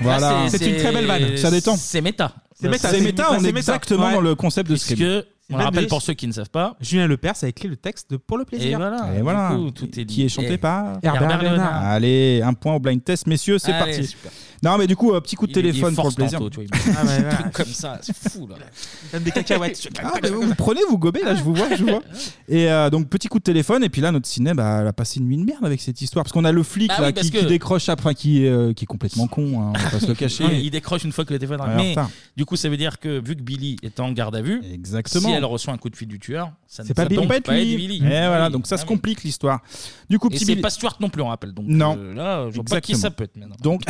Speaker 7: Voilà.
Speaker 1: Là,
Speaker 7: C'est une très belle vanne, ça détend.
Speaker 1: C'est méta.
Speaker 7: C'est méta, C'est c'est méta, méta, on est c'est méta. exactement Ouais. dans le concept de
Speaker 1: Puisque,
Speaker 7: Scream.
Speaker 1: On
Speaker 7: Bad
Speaker 1: rappelle
Speaker 7: Bitch.
Speaker 1: pour ceux qui ne savent pas.
Speaker 7: Julien Lepers a écrit le texte de Pour le
Speaker 1: plaisir. Et voilà.
Speaker 7: Et voilà.
Speaker 1: Du coup, tout est
Speaker 7: qui
Speaker 1: lié.
Speaker 7: est chanté
Speaker 1: Et-
Speaker 7: par
Speaker 1: Herbert Herbert Léonard. Léonard.
Speaker 7: Allez, un point au blind test, messieurs, c'est
Speaker 1: Allez,
Speaker 7: parti.
Speaker 1: super.
Speaker 7: Non, mais du coup, euh, petit coup de
Speaker 1: Il est- il est
Speaker 7: téléphone pour
Speaker 1: fort
Speaker 7: le plaisir.
Speaker 1: tantôt, tu vois, il me-
Speaker 7: Ah, ouais,
Speaker 1: des
Speaker 7: voilà.
Speaker 1: trucs comme ça, c'est fou là.
Speaker 7: Donne des cacahuètes. Ah, mais vous, vous prenez, vous gobez, là, je vous vois, je vous vois. Et euh, donc, petit coup de téléphone, et puis là, notre ciné, bah, elle a passé une nuit de merde avec cette histoire. Parce qu'on a le flic
Speaker 1: Bah
Speaker 7: là,
Speaker 1: oui, parce
Speaker 7: qui,
Speaker 1: que-
Speaker 7: qui décroche après, qui, est, euh, qui est complètement con, hein, on va pas se le
Speaker 1: Il,
Speaker 7: cacher.
Speaker 1: il décroche une fois que le téléphone
Speaker 7: Ouais,
Speaker 1: arrive.
Speaker 7: en
Speaker 1: Mais
Speaker 7: retard.
Speaker 1: du coup, ça veut dire que vu que Billy est en garde à vue,
Speaker 7: Exactement.
Speaker 1: si elle reçoit un coup de fil du tueur, ça ne
Speaker 7: C'est pas
Speaker 1: ça
Speaker 7: Billy,
Speaker 1: tombe
Speaker 7: pas être
Speaker 1: pas
Speaker 7: lui.
Speaker 1: être Billy. Ah
Speaker 7: Et voilà, donc ça se complique l'histoire. Du coup,
Speaker 1: Et
Speaker 7: petit
Speaker 1: c'est
Speaker 7: Billy-
Speaker 1: pas Stuart non plus, on rappelle. Donc
Speaker 7: Non.
Speaker 1: euh, là, je vois pas qui ça peut être maintenant.
Speaker 7: Donc,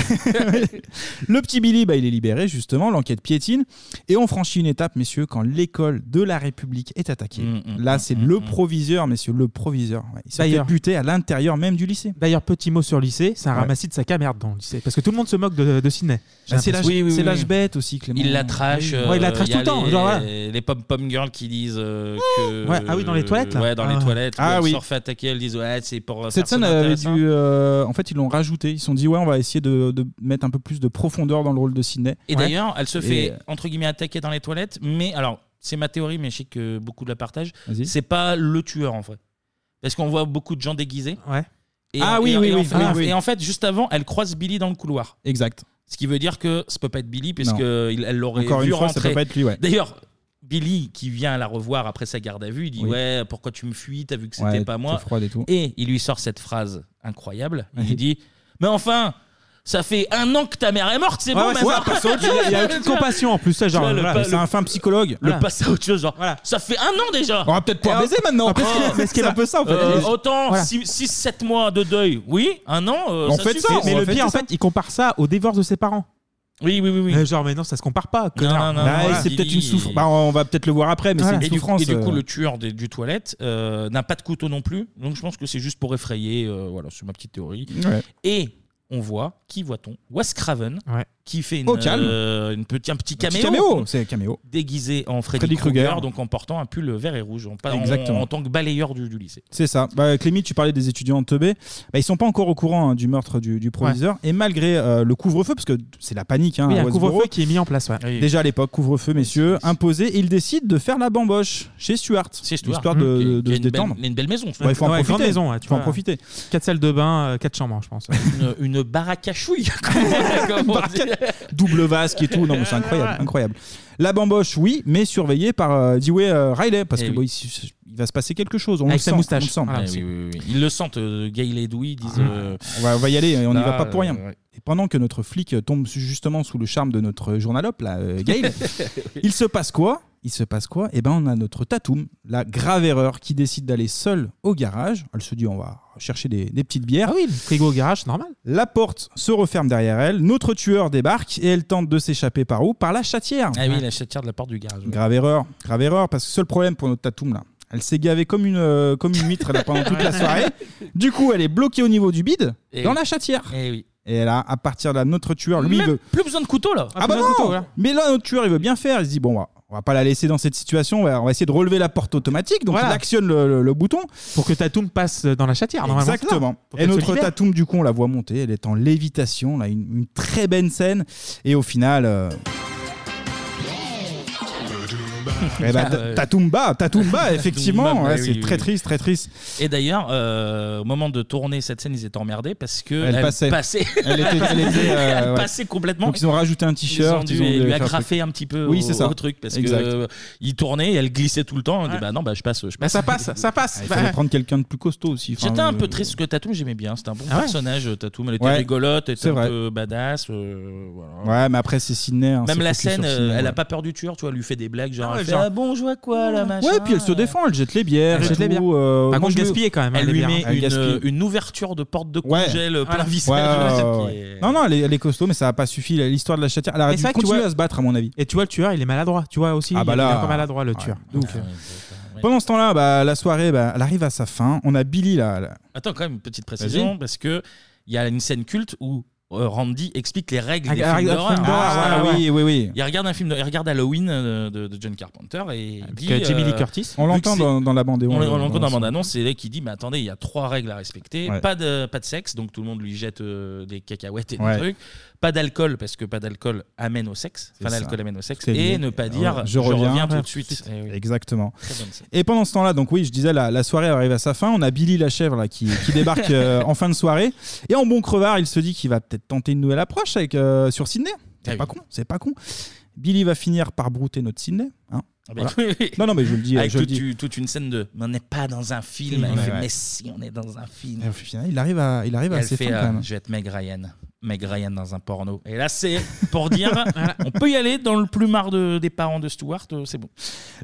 Speaker 7: le petit Billy, bah, il est libéré, justement, l'enquête piétine. Et on franchit une étape, messieurs, quand l'école de la République est attaquée.
Speaker 1: Mm,
Speaker 7: Là, c'est le proviseur, messieurs, le proviseur. Ouais, il s'est fait
Speaker 8: D'ailleurs.
Speaker 7: buter à l'intérieur même du lycée.
Speaker 8: D'ailleurs, petit mot sur le lycée, c'est un
Speaker 7: Ouais.
Speaker 8: ramassis de sac à merde dans le lycée. Parce que tout le monde se moque de, de Sydney. J'ai
Speaker 7: Bah, c'est l'âge
Speaker 8: l'impression.
Speaker 7: c'est l'âge bête aussi, Clément.
Speaker 1: Il la trash. euh,
Speaker 8: Ouais, il la trash
Speaker 1: y
Speaker 8: tout
Speaker 1: a
Speaker 8: le temps,
Speaker 1: Les,
Speaker 8: genre, voilà.
Speaker 1: les pom pom girls qui disent euh, que.
Speaker 8: Ouais, ah oui, dans les toilettes, là.
Speaker 1: Ouais, dans
Speaker 7: Ah.
Speaker 1: les toilettes.
Speaker 7: Ah
Speaker 1: où
Speaker 7: oui.
Speaker 1: Elle se refait attaquer, elles disent ouais, c'est pour.
Speaker 7: Cette
Speaker 1: faire
Speaker 7: scène
Speaker 1: son
Speaker 7: avait
Speaker 1: intéressant.
Speaker 7: dû. euh, en fait, ils l'ont rajouté. Ils se sont dit, ouais, on va essayer de, de mettre un peu plus de profondeur dans le rôle de Sydney.
Speaker 1: Et d'ailleurs, elle se
Speaker 7: Et-
Speaker 1: fait entre guillemets attaquer dans les toilettes, mais alors c'est ma théorie, mais je sais que beaucoup de la partagent.
Speaker 7: Vas-y.
Speaker 1: C'est pas le tueur en vrai, parce qu'on voit beaucoup de gens déguisés.
Speaker 8: Ouais.
Speaker 1: Et,
Speaker 7: Ah
Speaker 1: et-
Speaker 7: oui,
Speaker 1: et-
Speaker 7: oui,
Speaker 1: et en-
Speaker 7: oui,
Speaker 1: et en-
Speaker 7: oui, oui.
Speaker 1: Et en fait, juste avant, elle croise Billy dans le couloir.
Speaker 7: Exact.
Speaker 1: Ce qui veut dire que ça peut pas être Billy,
Speaker 7: Non.
Speaker 1: puisque il- elle l'aurait
Speaker 7: Encore
Speaker 1: vu
Speaker 7: une fois, ça
Speaker 1: rentrer.
Speaker 7: peut pas être lui, ouais.
Speaker 1: D'ailleurs, Billy, qui vient la revoir après sa garde à vue, il dit
Speaker 7: Oui.
Speaker 1: Ouais, pourquoi tu me fuis T'as vu que c'était
Speaker 7: Ouais,
Speaker 1: pas
Speaker 7: t'es
Speaker 1: moi.
Speaker 7: froide et tout.
Speaker 1: il lui sort cette phrase incroyable. Il lui dit Mais enfin ça fait un an que ta mère est morte, c'est
Speaker 8: Ouais,
Speaker 1: bon,
Speaker 8: ouais,
Speaker 1: mais ça-
Speaker 8: c'est- ouais, parce qu'il y a- il y a aucune
Speaker 1: Tu vois,
Speaker 8: compassion, en plus, ça, genre,
Speaker 1: tu vois, le
Speaker 8: voilà,
Speaker 1: pa-
Speaker 8: c'est un
Speaker 1: le-
Speaker 7: fin psychologue.
Speaker 1: Le
Speaker 8: Voilà.
Speaker 1: passer à autre chose, genre. Ça fait un an déjà.
Speaker 7: On va peut-être pouvoir baiser maintenant.
Speaker 1: Oh.
Speaker 7: Parce que- parce que- un peu ça, en fait.
Speaker 1: Euh, autant
Speaker 7: Voilà.
Speaker 1: 6-7 mois de deuil, oui, un an. euh,
Speaker 8: En
Speaker 1: ça
Speaker 8: fait,
Speaker 1: suffit.
Speaker 8: Oh, ça, mais le pire, en fait, il compare ça au divorce de ses parents. Euh,
Speaker 1: Oui, oui, oui. oui.
Speaker 8: genre, mais non, ça se compare pas. connard.
Speaker 1: non, non,
Speaker 8: Bah,
Speaker 1: non,
Speaker 8: c'est
Speaker 1: il-
Speaker 8: peut-être une
Speaker 1: il-
Speaker 8: souffrance.
Speaker 7: Bah, on va peut-être le voir après, mais
Speaker 8: Voilà.
Speaker 7: c'est
Speaker 1: Et
Speaker 7: une
Speaker 1: du,
Speaker 7: souffrance.
Speaker 1: et du coup,
Speaker 7: euh,
Speaker 1: le tueur des- du toilette euh, n'a pas de couteau non plus. Donc, je pense que c'est juste pour effrayer. euh, voilà, c'est ma petite théorie.
Speaker 7: Ouais.
Speaker 1: Et on voit, qui voit-on Wes Craven,
Speaker 7: Ouais.
Speaker 1: qui fait une,
Speaker 7: Au calme.
Speaker 1: euh, une petit, un petit
Speaker 7: Un petit
Speaker 1: caméo.
Speaker 7: caméo, c'est un caméo.
Speaker 1: Déguisé en Freddy,
Speaker 7: Freddy
Speaker 1: Krueger,
Speaker 7: Krueger.
Speaker 1: donc en portant un pull vert et rouge, en, en-
Speaker 7: Exactement.
Speaker 1: en tant que balayeur du, du lycée.
Speaker 7: C'est ça. Bah, Clémy, tu parlais des étudiants en teubé. Bah, ils sont pas encore au courant hein, du meurtre du, du proviseur. Et malgré euh, le couvre-feu, parce que c'est la panique hein,
Speaker 8: Oui,
Speaker 7: à
Speaker 8: un
Speaker 7: Westboro,
Speaker 8: couvre-feu qui est mis en place, ouais.
Speaker 7: Déjà à l'époque, couvre-feu, messieurs, imposé, ils décident de faire la bamboche chez Stuart. Chez
Speaker 1: Stuart.
Speaker 7: Histoire de, de
Speaker 1: Mmh. Qui a
Speaker 7: se
Speaker 1: une belle-
Speaker 7: détendre.
Speaker 1: il a une belle maison, ce
Speaker 7: Ouais, il faut en
Speaker 8: Ouais,
Speaker 7: profiter.
Speaker 8: grande maison, ouais, tu
Speaker 7: faut en
Speaker 8: vois.
Speaker 7: profiter.
Speaker 8: Quatre salles de bain, euh, quatre chambres, je pense.
Speaker 1: Une, une baraque à chouille.
Speaker 7: Double vasque et tout. Non, mais c'est incroyable, incroyable. La bamboche, oui, mais surveillée par euh, Dewey euh, Riley, parce
Speaker 1: Eh
Speaker 7: que
Speaker 1: oui.
Speaker 7: bon, il, il va se passer quelque chose. On
Speaker 1: Avec
Speaker 7: le
Speaker 1: sa
Speaker 7: sent,
Speaker 1: moustache.
Speaker 7: on le sent.
Speaker 1: Ah, oui, oui, oui. Ils le sentent, euh, Gail et Dewey disent. euh,
Speaker 7: Ah. On va, on va y aller, on n'y
Speaker 1: là,
Speaker 7: va pas pour rien.
Speaker 1: euh, ouais.
Speaker 7: Et pendant que notre flic tombe su- justement sous le charme de notre journalope, là, euh, Gail, il se passe quoi Il se passe quoi Eh ben, on a notre Tatoum, la grave erreur, qui décide d'aller seule au garage. Elle se dit, on va chercher des, des petites bières. Ah oui, le frigo au garage, normal. La porte se referme derrière elle. Notre tueur débarque et elle tente de s'échapper par où Par la chatière.
Speaker 1: Ah oui, la chatière de la porte du garage. ouais.
Speaker 7: Grave erreur, grave erreur, parce que seul problème pour notre Tatoum là. Elle s'est gavée comme une, euh, comme une huître là, pendant toute la soirée. Du coup, elle est bloquée au niveau du bide,
Speaker 1: Eh
Speaker 7: dans
Speaker 1: oui.
Speaker 7: la chatière.
Speaker 1: Eh oui.
Speaker 7: Et là, à partir de là, notre tueur, lui, il
Speaker 1: Même
Speaker 7: veut.
Speaker 1: plus besoin de couteau là.
Speaker 7: Ah bah non
Speaker 8: hein.
Speaker 7: Mais là, notre tueur, il veut bien faire. Il se dit, bon, on va- on va pas la laisser dans cette situation, on va, on va essayer de relever la porte automatique. Donc, il actionne le, le- le bouton.
Speaker 8: Pour que Tatoum passe dans la chatière, normalement. c'est ça.
Speaker 7: Exactement.
Speaker 8: Pour
Speaker 7: Et
Speaker 8: qu'elle se
Speaker 7: notre
Speaker 8: libère.
Speaker 7: Tatoum, du coup, on la voit monter. Elle est en lévitation, là, une, une très belle scène. Et au final. euh, eh bah,
Speaker 1: Ah, ouais.
Speaker 7: Tatumba, Tatumba, effectivement,
Speaker 1: Tatumba, bah
Speaker 7: ouais,
Speaker 1: oui,
Speaker 7: c'est
Speaker 1: oui,
Speaker 7: très
Speaker 1: oui.
Speaker 7: triste, très triste.
Speaker 1: Et d'ailleurs, euh, au moment de tourner cette scène, ils étaient emmerdés parce que
Speaker 7: Elle passait. Elle était- elle était, euh,
Speaker 1: Elle
Speaker 7: ouais.
Speaker 1: passait complètement.
Speaker 7: Donc ils ont rajouté un t-shirt,
Speaker 1: Ils
Speaker 7: ils
Speaker 1: ont
Speaker 7: ont
Speaker 1: dû
Speaker 7: dû
Speaker 1: lui
Speaker 7: faire un
Speaker 1: agrafer
Speaker 7: truc.
Speaker 1: un petit peu
Speaker 7: Oui,
Speaker 1: au-
Speaker 7: c'est ça.
Speaker 1: au truc parce
Speaker 7: Exact.
Speaker 1: que euh, il tournait et elle glissait tout le temps. On dit bah non, bah je passe, je
Speaker 8: Bah,
Speaker 1: passe. Ah,
Speaker 8: ça passe, ça passe.
Speaker 7: Ah, Il
Speaker 8: Bah,
Speaker 7: fallait prendre quelqu'un de plus costaud aussi. Enfin,
Speaker 1: J'étais un
Speaker 7: euh,
Speaker 1: peu triste parce que Tatoum, j'aimais bien. C'était un bon
Speaker 7: Ah ouais
Speaker 1: personnage, Tatoum. Elle était
Speaker 7: Ouais.
Speaker 1: rigolote, elle était
Speaker 7: C'est
Speaker 1: un
Speaker 7: vrai.
Speaker 1: peu badass. euh, voilà.
Speaker 7: Ouais, mais après c'est Sydney. hein,
Speaker 1: Même
Speaker 7: c'est
Speaker 1: la
Speaker 7: focus
Speaker 1: scène,
Speaker 7: sur
Speaker 1: euh,
Speaker 7: Sydney,
Speaker 1: elle
Speaker 7: ouais.
Speaker 1: a pas peur du tueur, tu vois, elle lui fait des blagues, genre,
Speaker 7: Ah ouais,
Speaker 1: elle fait,
Speaker 7: genre-
Speaker 1: Ah bon, je vois quoi là, machin.
Speaker 7: Ouais, puis elle se défend, elle jette les bières.
Speaker 1: Elle
Speaker 7: et
Speaker 1: jette les
Speaker 7: tout,
Speaker 1: bières.
Speaker 7: euh, moi,
Speaker 1: Par contre,
Speaker 7: je lui-
Speaker 1: gaspiller quand même, hein, Elle les lui bières, met hein. une- une ouverture de porte de congèle euh, plein visage,
Speaker 7: Ouais, ouais,
Speaker 1: qui
Speaker 7: ouais. Non, non, elle est, elle est costaud, mais ça n'a pas suffi. L'histoire de la chatière, elle aurait
Speaker 8: Mais
Speaker 7: dû
Speaker 8: c'est vrai que tu
Speaker 7: continuer
Speaker 8: vois-
Speaker 7: à se battre, à mon avis.
Speaker 8: Et tu vois, le tueur, il est maladroit. Tu vois aussi,
Speaker 7: Ah bah
Speaker 8: il est
Speaker 7: là.
Speaker 8: un peu maladroit, le tueur.
Speaker 7: Donc, euh, Pendant ce temps-là, bah, la soirée, bah, elle arrive à sa fin. On a Billy là. là.
Speaker 1: Attends, quand même, une petite précision,
Speaker 7: Vas-y.
Speaker 1: parce que il y a une scène culte où euh, Randy explique les règles
Speaker 7: Ah,
Speaker 1: des
Speaker 7: ah,
Speaker 1: films
Speaker 7: ah,
Speaker 1: d'horreur.
Speaker 7: film d'horreur, voilà, oui, oui, oui.
Speaker 1: Il regarde un film, de- il regarde Halloween euh, de, de John Carpenter et il dit,
Speaker 7: Ah, que Jamie Lee
Speaker 1: euh,
Speaker 7: Curtis. On
Speaker 1: vu que
Speaker 7: l'entend
Speaker 1: c'est-
Speaker 7: dans- dans la bande-annonce.
Speaker 1: On l- on l'entend dans la
Speaker 7: Dans la-
Speaker 1: bande-annonce, c'est là qui dit, mais attendez, il y a trois règles à respecter,
Speaker 7: Ouais.
Speaker 1: pas de pas de sexe, donc tout le monde lui jette euh, des cacahuètes et des
Speaker 7: Ouais.
Speaker 1: trucs, pas d'alcool parce que pas d'alcool amène au sexe,
Speaker 7: C'est
Speaker 1: enfin
Speaker 7: ça.
Speaker 1: l'alcool amène au sexe
Speaker 7: C'est lié.
Speaker 1: et ne pas dire
Speaker 7: Ouais, je reviens,
Speaker 1: tout
Speaker 7: ouais,
Speaker 1: de suite. Eh oui.
Speaker 7: Exactement.
Speaker 1: Très bonne scène.
Speaker 7: Et pendant ce temps-là, donc oui, je disais, la, la soirée arrive à sa fin. On a Billy la chèvre là, qui, qui débarque euh, en fin de soirée. Et en bon crevard, il se dit qu'il va peut-être tenter une nouvelle approche avec, euh, sur Sydney.
Speaker 1: Eh
Speaker 7: C'est pas con, c'est pas con. Billy va finir par brouter notre Sydney. hein.
Speaker 1: Ah bah
Speaker 7: Voilà.
Speaker 1: oui, oui.
Speaker 7: Non, non, mais je le dis.
Speaker 1: Avec
Speaker 7: je le
Speaker 1: toute,
Speaker 7: dis.
Speaker 1: toute une scène de. Mais on n'est pas dans un film.
Speaker 7: Ouais,
Speaker 1: Il fait,
Speaker 7: ouais.
Speaker 1: Mais si, on est dans un film.
Speaker 7: Et au final, il arrive à, il arrive
Speaker 1: Et
Speaker 7: à
Speaker 1: elle
Speaker 7: ses
Speaker 1: fait,
Speaker 7: fins
Speaker 1: euh,
Speaker 7: quand même.
Speaker 1: Je vais être Meg Ryan. Meg Ryan dans un porno. Et là, c'est pour dire, on peut y aller dans le plumard de, des parents de Stewart, euh, c'est bon.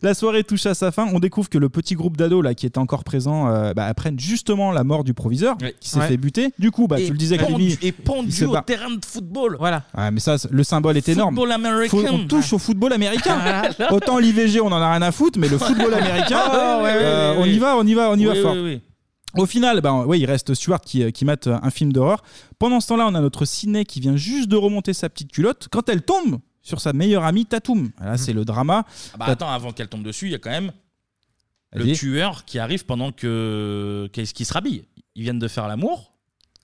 Speaker 7: La soirée touche à sa fin. On découvre que le petit groupe d'ados là qui était encore présent euh, bah, apprennent justement la mort du proviseur
Speaker 1: Ouais.
Speaker 7: qui s'est
Speaker 1: Ouais.
Speaker 7: fait buter. Du coup, bah,
Speaker 1: Et
Speaker 7: tu le disais,
Speaker 1: pendu-
Speaker 7: Clémy,
Speaker 1: Et
Speaker 7: il
Speaker 1: pendu
Speaker 7: se
Speaker 1: au
Speaker 7: bat.
Speaker 1: terrain de football.
Speaker 8: Voilà.
Speaker 7: Ouais, mais ça, le symbole est énorme.
Speaker 1: Football américain.
Speaker 7: Faut- on touche au football américain.
Speaker 1: Voilà.
Speaker 7: Autant l'IVG, on en a rien à foutre, mais le football américain,
Speaker 1: Ah, ouais, ouais,
Speaker 7: euh,
Speaker 1: ouais,
Speaker 7: on
Speaker 1: ouais.
Speaker 7: y va, on y va, on y va
Speaker 1: Oui,
Speaker 7: fort.
Speaker 1: oui, oui.
Speaker 7: Au final, bah, ouais, il reste Stuart qui, euh, qui mate euh, un film d'horreur. Pendant ce temps-là, on a notre ciné qui vient juste de remonter sa petite culotte quand elle tombe sur sa meilleure amie Tatum. Là, c'est le drama.
Speaker 1: Ah bah
Speaker 7: Tat-
Speaker 1: attends, avant qu'elle tombe dessus, il y a quand même le
Speaker 7: Vas-y.
Speaker 1: tueur qui arrive pendant que. Qu'est-ce qui se rhabille Ils viennent de faire l'amour.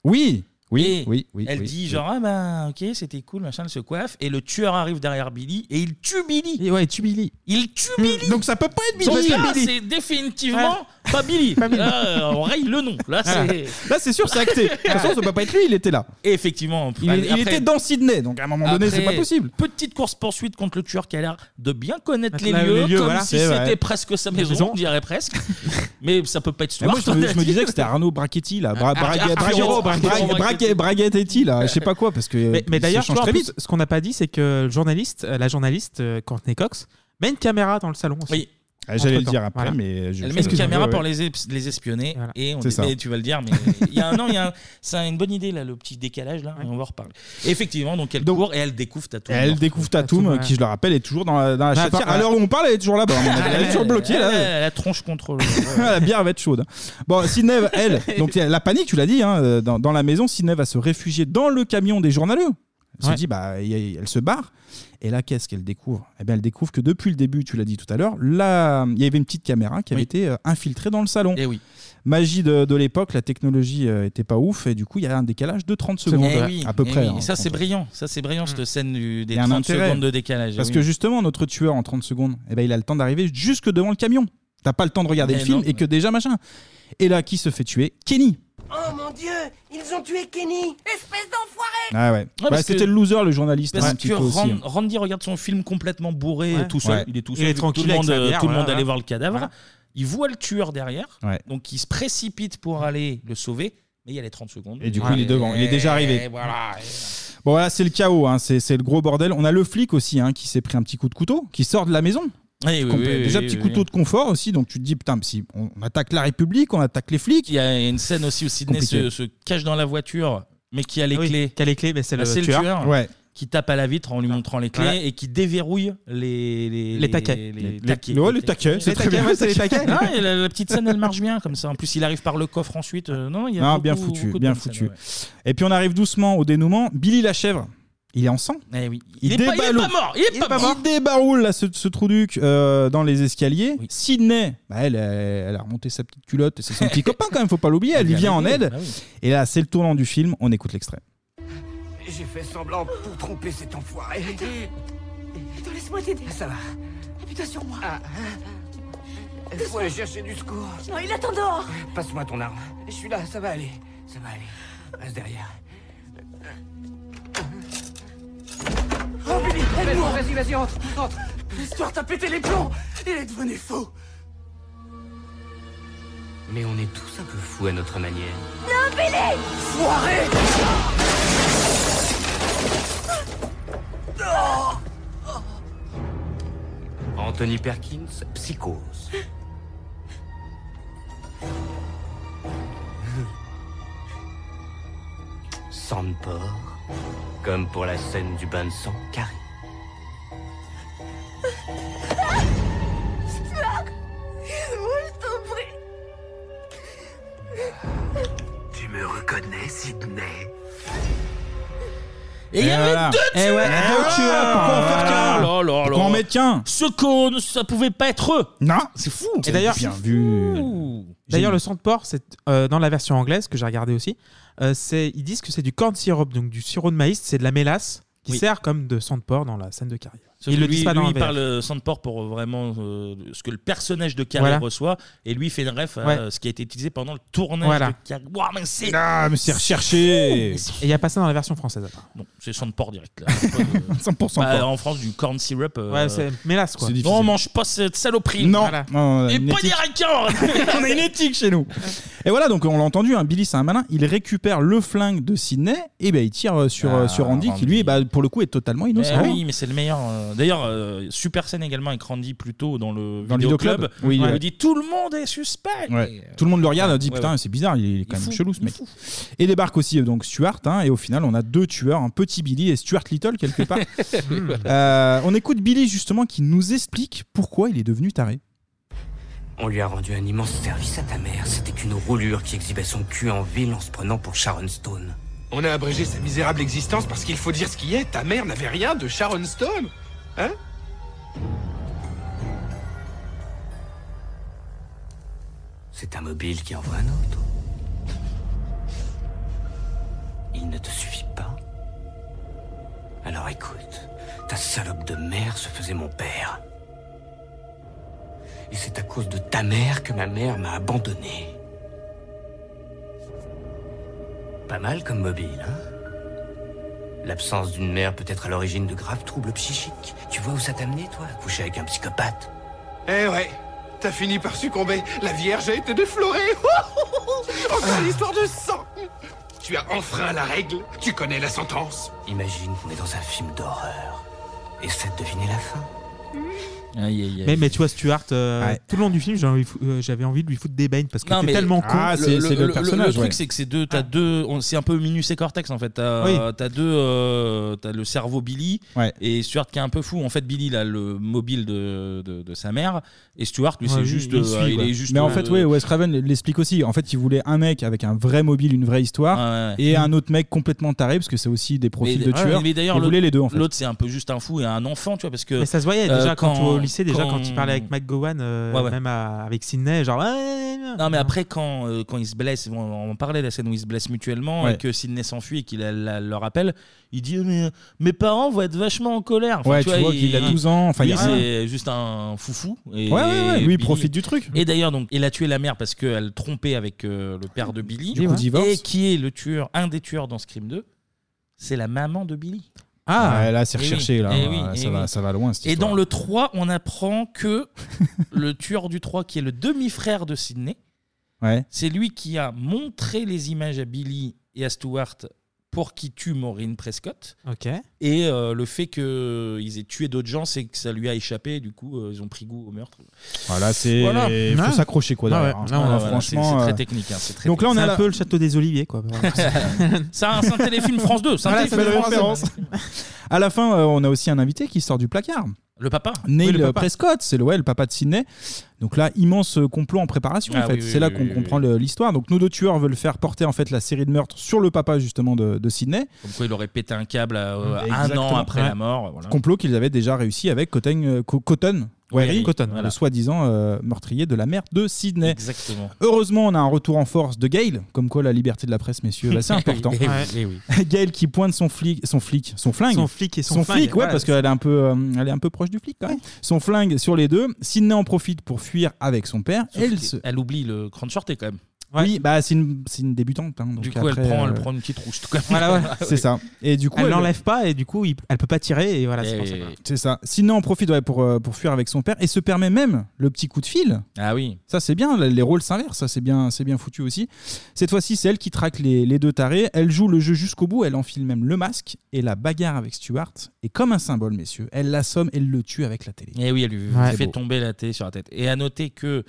Speaker 7: Oui, oui,
Speaker 1: Et
Speaker 7: oui, oui.
Speaker 1: elle
Speaker 7: oui,
Speaker 1: dit
Speaker 7: oui.
Speaker 1: genre ah bah ok c'était cool machin elle se coiffe et le tueur arrive derrière Billy et il tue Billy
Speaker 7: et ouais il tue Billy Hmm.
Speaker 1: il tue Billy
Speaker 7: donc ça peut pas être Billy.
Speaker 1: donc
Speaker 7: C'est
Speaker 1: là
Speaker 7: Billy.
Speaker 1: c'est définitivement pas Billy là euh, on raye le nom là
Speaker 7: Ah.
Speaker 1: c'est
Speaker 7: Là, c'est sûr, c'est acté. De toute façon, ça peut pas être lui, il était là.
Speaker 1: Et effectivement
Speaker 7: Il, est- il était dans Sydney, donc à un moment donné, c'est pas possible.
Speaker 1: petite course poursuite contre le tueur qui a l'air de bien connaître
Speaker 7: Mettre
Speaker 1: les
Speaker 7: là,
Speaker 1: lieux,
Speaker 7: les lieux,
Speaker 1: comme
Speaker 7: voilà.
Speaker 1: si
Speaker 7: C'est
Speaker 1: c'était
Speaker 7: vrai.
Speaker 1: presque sa
Speaker 7: La
Speaker 1: maison,
Speaker 7: maison.
Speaker 1: on dirait presque mais ça peut pas être
Speaker 7: Mais
Speaker 1: Stuart
Speaker 7: moi, je me, je me disais que c'était Arnaud Brachetti, là. Bra-
Speaker 1: Ah,
Speaker 7: Bra- Braguero,
Speaker 1: Arturo, Arturo
Speaker 7: Bra- Bra-
Speaker 1: Brachetti.
Speaker 7: Braque- Braguettetti, là. Je sais pas quoi, parce que.
Speaker 8: Mais,
Speaker 7: il
Speaker 8: mais
Speaker 7: se
Speaker 8: d'ailleurs,
Speaker 7: change
Speaker 8: je crois,
Speaker 7: très
Speaker 8: en plus,
Speaker 7: vite.
Speaker 8: ce qu'on n'a pas dit, c'est que le journaliste, euh, la journaliste euh, Courtney Cox met une caméra dans le salon. Aussi.
Speaker 1: Oui.
Speaker 7: Ah, J'allais le
Speaker 1: Entre-temps.
Speaker 7: dire après,
Speaker 1: Voilà.
Speaker 7: mais je-
Speaker 1: Elle met une
Speaker 7: excuse-moi,
Speaker 1: caméra
Speaker 7: ouais,
Speaker 1: pour
Speaker 7: ouais.
Speaker 1: les, es- les espionner. Et on
Speaker 7: C'est
Speaker 1: dit-
Speaker 7: ça.
Speaker 1: mais tu vas le dire, mais il y a un an, il y a un- c'est une bonne idée, là, le petit décalage, là, et on va en reparler. Et effectivement, donc elle court et elle découvre Tatou.
Speaker 7: Elle découvre Tatoum,
Speaker 1: Tatoum, ouais.
Speaker 7: qui je le rappelle est toujours dans la, dans la
Speaker 1: Bah,
Speaker 7: chatière.
Speaker 1: par-
Speaker 7: À
Speaker 8: Oh,
Speaker 7: l'heure où on parle, elle est toujours là-bas. à mon avis. Elle est toujours bloquée là.
Speaker 1: Elle a la tronche contre le.
Speaker 7: la bière va être chaude. Bon, Sidney, elle, donc la panique, tu l'as dit, hein, dans, dans la maison, Sidney va se réfugier dans le camion des journaleux. Elle
Speaker 1: Ouais.
Speaker 7: se dit, bah, y- y- elle se barre. Et là, qu'est-ce qu'elle découvre Eh bien, elle découvre que depuis le début, tu l'as dit tout à l'heure, là, il y avait une petite caméra qui avait
Speaker 1: Oui. Eh
Speaker 7: été euh, infiltrée dans le salon.
Speaker 1: oui.
Speaker 7: Magie de, de l'époque, la technologie euh, était pas ouf, et du coup, il y a un décalage de 30 secondes,
Speaker 1: Eh
Speaker 7: ouais,
Speaker 1: oui,
Speaker 7: à peu
Speaker 1: eh
Speaker 7: près.
Speaker 1: oui.
Speaker 7: hein,
Speaker 1: ça, c'est
Speaker 7: 30.
Speaker 1: brillant. Ça, c'est brillant, cette scène du, des
Speaker 7: Il y a un
Speaker 1: 30
Speaker 7: intérêt.
Speaker 1: secondes de décalage.
Speaker 7: Parce
Speaker 1: oui.
Speaker 7: que justement, notre tueur en 30 secondes, eh ben, il a le temps d'arriver jusque devant le camion. T'as pas le temps de regarder
Speaker 1: Mais
Speaker 7: le film
Speaker 1: Eh non,
Speaker 7: et que déjà machin. Et là, qui se fait tuer Kenny.
Speaker 27: Oh mon dieu, ils ont tué Kenny Espèce d'enfoiré
Speaker 7: Ah ouais.
Speaker 1: Ouais,
Speaker 7: Bah,
Speaker 1: parce
Speaker 7: C'était
Speaker 1: que-
Speaker 7: le loser, le journaliste. hein,
Speaker 1: Parce
Speaker 7: un petit
Speaker 1: que
Speaker 7: peu aussi,
Speaker 1: Ran-
Speaker 7: hein.
Speaker 1: Randy regarde son film complètement bourré
Speaker 7: Ouais.
Speaker 1: tout seul.
Speaker 7: Ouais.
Speaker 1: Il est tout
Speaker 7: Il
Speaker 1: seul.
Speaker 7: est
Speaker 1: tout
Speaker 7: tranquille
Speaker 1: le
Speaker 7: avec
Speaker 1: monde,
Speaker 7: sa
Speaker 1: euh,
Speaker 7: bière,
Speaker 1: tout le
Speaker 7: ouais,
Speaker 1: monde
Speaker 7: ouais.
Speaker 1: allait voir le cadavre. Il voit le tueur derrière.
Speaker 7: Ouais.
Speaker 1: Donc il se précipite pour aller le sauver. Mais il y a les 30 secondes.
Speaker 7: Et du coup, il est devant. Il est déjà arrivé.
Speaker 1: Et voilà.
Speaker 7: Bon, voilà, c'est le chaos. hein, C'est c'est le gros bordel. On a le flic aussi hein, qui s'est pris un petit coup de couteau, qui sort de la maison.
Speaker 1: Eh oui,
Speaker 7: Compl-
Speaker 1: oui, oui,
Speaker 7: déjà,
Speaker 1: oui,
Speaker 7: petit
Speaker 1: oui.
Speaker 7: couteau de confort aussi. Donc, tu te dis, putain, mais si on on attaque la République, on attaque les flics.
Speaker 1: Il y a une scène aussi où Sidney se,
Speaker 7: Compliqué.
Speaker 1: se cache dans la voiture, mais qui a les clés.
Speaker 7: Ah qui a les clés, mais c'est
Speaker 1: Bah,
Speaker 7: le tueur. Ouais.
Speaker 1: Qui tape à la vitre en lui montrant les clés
Speaker 7: Ouais.
Speaker 1: et qui déverrouille les, les,
Speaker 7: Les taquets.
Speaker 1: Les,
Speaker 7: Les-
Speaker 1: taquets.
Speaker 7: Ouais, les taquets, c'est Les très taquets, bien. ouais, c'est les taquets.
Speaker 1: Non, et la, la petite scène, elle marche bien comme ça. En plus, il arrive par le coffre ensuite. Euh, non, il y a
Speaker 7: Non,
Speaker 1: beaucoup-
Speaker 7: bien foutu,
Speaker 1: beaucoup de
Speaker 7: bien
Speaker 1: bonnes scènes,
Speaker 7: foutu.
Speaker 1: ouais.
Speaker 7: Et puis on arrive doucement au dénouement. Billy la chèvre, il est en sang.
Speaker 1: Eh oui. Il, est pas, il est
Speaker 7: déballe-
Speaker 1: pas mort. Il est pas mort.
Speaker 7: Il débaroule là, ce, ce trou duc euh, dans les escaliers. Sydney, bah, elle, elle elle a remonté sa petite culotte. et C'est son petit copain quand même, faut pas l'oublier.
Speaker 1: Ah,
Speaker 7: Elle lui vient en aide.
Speaker 5: Bah oui.
Speaker 7: Et là, c'est le tournant du film. On écoute l'extrait.
Speaker 5: J'ai fait semblant pour tromper cet enfoiré.
Speaker 17: Attends, laisse-moi t'aider.
Speaker 5: Ça va. Ah, hein,
Speaker 17: Appuie-toi sur moi.
Speaker 5: Il faut aller chercher du secours.
Speaker 17: Non, il attend dehors.
Speaker 5: Passe-moi ton arme. Je suis là, ça va aller. Ça va aller. Reste derrière.
Speaker 17: Oh, Billy, aide-moi. Vas-y, vas-y, entre, entre. L'histoire t'a pété les plombs. Il est devenu fou.
Speaker 5: Mais on est tous un peu fous à notre manière.
Speaker 17: Non, Billy Foiré Non
Speaker 5: Anthony Perkins, psychose. Sang de porc, comme pour la scène du bain de sang, carré.
Speaker 17: Stuart Excuse-moi, je t'en prie.
Speaker 5: Tu me reconnais, Sidney
Speaker 1: Et il y
Speaker 17: Eh
Speaker 7: Et
Speaker 1: avait
Speaker 7: voilà.
Speaker 1: deux
Speaker 7: Et
Speaker 1: tueurs Ah,
Speaker 7: ouais, deux tueurs, pourquoi en faire qu'un
Speaker 1: Oh là là
Speaker 7: Pourquoi
Speaker 1: là.
Speaker 7: en mettre qu'un
Speaker 1: Ce con, ça pouvait pas être eux
Speaker 7: Non
Speaker 1: C'est fou
Speaker 8: Et d'ailleurs,
Speaker 7: bien vu.
Speaker 8: D'ailleurs, le sang de porc, c'est euh, dans la version anglaise que j'ai regardé aussi. euh, c'est, ils disent que c'est du corn syrup, donc du sirop de maïs, c'est de la mélasse qui
Speaker 1: Oui.
Speaker 8: sert comme de sang de porc dans la scène de carrière.
Speaker 1: Sauf
Speaker 8: ils
Speaker 1: que
Speaker 8: le
Speaker 1: lui,
Speaker 8: disent pas dans
Speaker 1: lui,
Speaker 8: la
Speaker 1: il
Speaker 8: VF.
Speaker 1: parle euh, Sandport pour vraiment euh, ce que le personnage de Carré
Speaker 8: Voilà.
Speaker 1: reçoit et lui il fait une ref à
Speaker 8: Ouais.
Speaker 1: euh, ce qui a été utilisé pendant le tournage
Speaker 8: Voilà.
Speaker 1: de Carré. Ouah, mais c'est
Speaker 7: Ah, mais c'est recherché.
Speaker 8: Et il n'y a pas ça dans la version française. après.
Speaker 1: Non, c'est Sandport direct là. Pas de-
Speaker 7: 100%
Speaker 1: Bah,
Speaker 7: porc.
Speaker 1: en France du corn syrup. euh,
Speaker 8: Ouais, c'est mélasse, quoi. C'est difficile.
Speaker 1: Non, on mange pas cette saloperie.
Speaker 7: Non. Non, on a
Speaker 1: Et
Speaker 7: une
Speaker 1: pas des
Speaker 7: éthique.
Speaker 1: raquins.
Speaker 7: on a une éthique chez nous. Et voilà, donc on l'a entendu, hein, Billy c'est un malin, il récupère le flingue de Sydney et ben il tire euh, sur, euh, sur Andy, qui lui, bah, pour le coup, est totalement
Speaker 1: Mais
Speaker 7: innocent.
Speaker 1: Ah, Eh oui, mais c'est le meilleur. euh, D'ailleurs, euh, super scène également avec Randy plus tôt dans le
Speaker 7: Dans le
Speaker 1: vidéoclub.
Speaker 7: vidéoclub.
Speaker 1: où
Speaker 7: Oui,
Speaker 1: il
Speaker 7: ouais.
Speaker 1: lui dit tout le monde est suspect.
Speaker 7: Ouais. Tout le monde le regarde et dit
Speaker 1: euh, ouais,
Speaker 7: putain
Speaker 1: ouais.
Speaker 7: c'est bizarre il est quand même
Speaker 1: fou,
Speaker 7: chelou ce mec et débarque aussi euh, donc Stuart hein, et au final on a deux tueurs un petit Billy et Stuart Little quelque part Euh, on écoute Billy justement qui nous explique pourquoi il est devenu taré
Speaker 5: On lui a rendu un immense service à ta mère. C'était une roulure qui exhibait son cul en ville en se prenant pour Sharon Stone.
Speaker 21: On a abrégé sa misérable existence parce qu'il faut dire ce qui est, ta mère n'avait rien de Sharon Stone. Hein
Speaker 5: C'est un mobile qui envoie un autre. Il ne te suffit pas. Alors écoute, ta salope de mère se faisait mon père. Et c'est à cause de ta mère que ma mère m'a abandonné. Pas mal comme mobile, hein L'absence d'une mère peut être à l'origine de graves troubles psychiques. Tu vois où ça t'a amené, toi Coucher avec un psychopathe
Speaker 21: Eh ouais, t'as fini par succomber. La Vierge a été déflorée.
Speaker 17: Oh,
Speaker 21: Encore
Speaker 17: Ah.
Speaker 21: une histoire de sang. Tu as enfreint la règle. Tu connais la sentence.
Speaker 5: Imagine qu'on est dans un film d'horreur. Essaie de deviner la fin.
Speaker 1: Aïe, aïe, aïe.
Speaker 8: Mais, mais tu vois, Stuart, euh,
Speaker 1: Ouais.
Speaker 8: tout le long du film, j'avais envie de fou- euh, j'avais envie de lui foutre des baignes parce qu'il
Speaker 1: Non,
Speaker 8: était
Speaker 1: mais- Ah,
Speaker 8: tellement con.
Speaker 7: Ah,
Speaker 1: Le truc, c'est que c'est deux, t'as deux, on- c'est un peu Minus et Cortex en fait. T'as
Speaker 8: Oui.
Speaker 1: t'as deux, euh, t'as le cerveau Billy
Speaker 7: Ouais.
Speaker 1: et Stuart qui est un peu fou. En fait, Billy il a le mobile de, de, de sa mère et Stuart lui c'est
Speaker 7: Ouais,
Speaker 1: juste,
Speaker 7: il
Speaker 1: euh,
Speaker 7: suit,
Speaker 1: il
Speaker 7: ouais.
Speaker 1: est juste.
Speaker 7: Mais en
Speaker 1: euh,
Speaker 7: fait, ouais, Wes Craven l'explique aussi. En fait, il voulait un mec avec un vrai mobile, une vraie histoire,
Speaker 1: Ouais, ouais.
Speaker 7: et un autre mec complètement taré, parce que c'est aussi des profils de
Speaker 1: ouais,
Speaker 7: tueurs.
Speaker 1: mais d'ailleurs,
Speaker 7: il voulait
Speaker 1: l'autre-
Speaker 7: les deux en fait.
Speaker 1: L'autre c'est un peu juste un fou et un enfant, tu vois, parce que.
Speaker 8: Mais ça se voyait déjà
Speaker 1: euh,
Speaker 8: quand, au lycée, déjà quand, il parlait avec McGowan, euh,
Speaker 1: Ouais, ouais.
Speaker 8: même à- avec Sydney, genre. ouais,
Speaker 1: Non, mais après, quand, euh, quand ils se blessent, bon, on, parlait de la scène où ils se blessent mutuellement
Speaker 7: Ouais.
Speaker 1: et que Sidney s'enfuit et qu'il la- la- le rappelle, il dit Mais euh, mes parents vont être vachement en colère. Enfin,
Speaker 7: Ouais, tu vois qu'il a 12 ans, enfin,
Speaker 1: lui,
Speaker 7: il y a-
Speaker 1: c'est juste un foufou. Et,
Speaker 7: Ouais, ouais, ouais, lui, il
Speaker 1: Billy-
Speaker 7: profite du truc.
Speaker 1: Et d'ailleurs, donc, il a tué la mère parce qu'elle trompait avec euh, le père de Billy.
Speaker 7: Du coup, divorce.
Speaker 1: Et qui est le tueur, un des tueurs dans Scream 2 C'est la maman de Billy.
Speaker 7: Ah, Ouais, là, c'est
Speaker 1: Eh oui,
Speaker 7: recherché, là.
Speaker 1: eh oui,
Speaker 7: Ouais, ça
Speaker 1: eh
Speaker 7: va-
Speaker 1: oui.
Speaker 7: ça va loin, cette
Speaker 1: Et dans le 3, on apprend que le tueur du 3, qui est le demi-frère de Sidney,
Speaker 7: Ouais.
Speaker 1: c'est lui qui a montré les images à Billy et à Stewart pour qu'ils tuent Maureen Prescott.
Speaker 8: Ok.
Speaker 1: Et euh, le fait qu'ils aient tué d'autres gens, c'est que ça lui a échappé. Du coup, euh, ils ont pris goût au meurtre.
Speaker 7: Voilà, Ah, c'est. Il faut s'accrocher quoi derrière. hein.
Speaker 1: Voilà,
Speaker 7: Voilà,
Speaker 1: voilà,
Speaker 7: franchement.
Speaker 1: c'est- c'est
Speaker 7: euh,
Speaker 1: très technique. hein, c'est très
Speaker 7: Donc là, on
Speaker 1: technique.
Speaker 7: est à la-
Speaker 8: un peu le château des Oliviers, quoi.
Speaker 1: C'est un, c'est un téléfilm France 2. C'est un
Speaker 7: Voilà,
Speaker 1: téléfilm
Speaker 7: c'est la référence.
Speaker 1: France 2.
Speaker 7: À la fin, euh, on a aussi un invité qui sort du placard.
Speaker 1: Le papa.
Speaker 7: Neil
Speaker 1: Oui, le papa.
Speaker 7: Prescott, c'est le, ouais, le papa de Sydney. Donc là, immense euh, complot en préparation.
Speaker 1: Ah
Speaker 7: en fait,
Speaker 1: oui, oui,
Speaker 7: c'est là
Speaker 1: oui,
Speaker 7: qu'on
Speaker 1: oui,
Speaker 7: comprend le- l'histoire. Donc nos deux tueurs veulent faire porter en fait la série de meurtres sur le papa justement de, de Sydney.
Speaker 1: Comme quoi, il aurait pété un câble à, euh, un
Speaker 7: Exactement.
Speaker 1: an après
Speaker 7: Ouais.
Speaker 1: la mort. voilà.
Speaker 7: Complot qu'ils avaient déjà réussi avec Cotton, euh, Co- Cotton Wary,
Speaker 1: oui, Cotton, voilà.
Speaker 7: le soi-disant euh, meurtrier de la mère de Sydney.
Speaker 1: Exactement.
Speaker 7: Heureusement, on a un retour en force de Gail, comme quoi la liberté de la presse, messieurs, là, c'est
Speaker 1: Eh oui,
Speaker 7: important.
Speaker 1: eh oui, eh oui.
Speaker 7: Gail qui pointe son flic, son flic, son flingue,
Speaker 8: Son flic et
Speaker 7: flic,
Speaker 8: son flingue,
Speaker 7: ouais,
Speaker 8: ouais,
Speaker 7: parce
Speaker 8: c'est-
Speaker 7: qu'elle est un peu, euh, elle est un peu proche du flic quand même. Son flingue sur les deux. Sydney en profite pour fuir avec son père.
Speaker 1: Sauf
Speaker 7: elle
Speaker 1: que-
Speaker 7: se-
Speaker 1: Elle oublie le grand shorté quand même.
Speaker 7: oui, bah c'est une, c'est une débutante. hein, donc
Speaker 1: Du coup, elle
Speaker 7: après,
Speaker 1: prend- elle
Speaker 7: euh,
Speaker 1: prend une petite rouste, quand même.
Speaker 7: Voilà, ouais,
Speaker 1: Oui.
Speaker 7: c'est ça. Et du coup,
Speaker 8: elle
Speaker 7: elle-
Speaker 8: l'enlève pas et du coup, il- elle peut pas tirer et voilà,
Speaker 1: Eh
Speaker 8: c'est pour ça.
Speaker 7: c'est ça. Sinon, on profite ouais, pour, euh, pour fuir avec son père et se permet même le petit coup de fil.
Speaker 1: Ah oui.
Speaker 7: Ça, c'est bien. les- Les rôles s'inversent. Ça, c'est bien, c'est bien foutu aussi. Cette fois-ci, c'est elle qui traque les, les deux tarés. Elle joue le jeu jusqu'au bout. Elle enfile même le masque et la bagarre avec Stuart. Et comme un symbole, messieurs, elle l'assomme et le tue avec la télé.
Speaker 1: Et Eh oui, elle lui
Speaker 7: Ouais.
Speaker 1: fait
Speaker 7: C'est beau.
Speaker 1: tomber la télé sur la tête. Et à noter que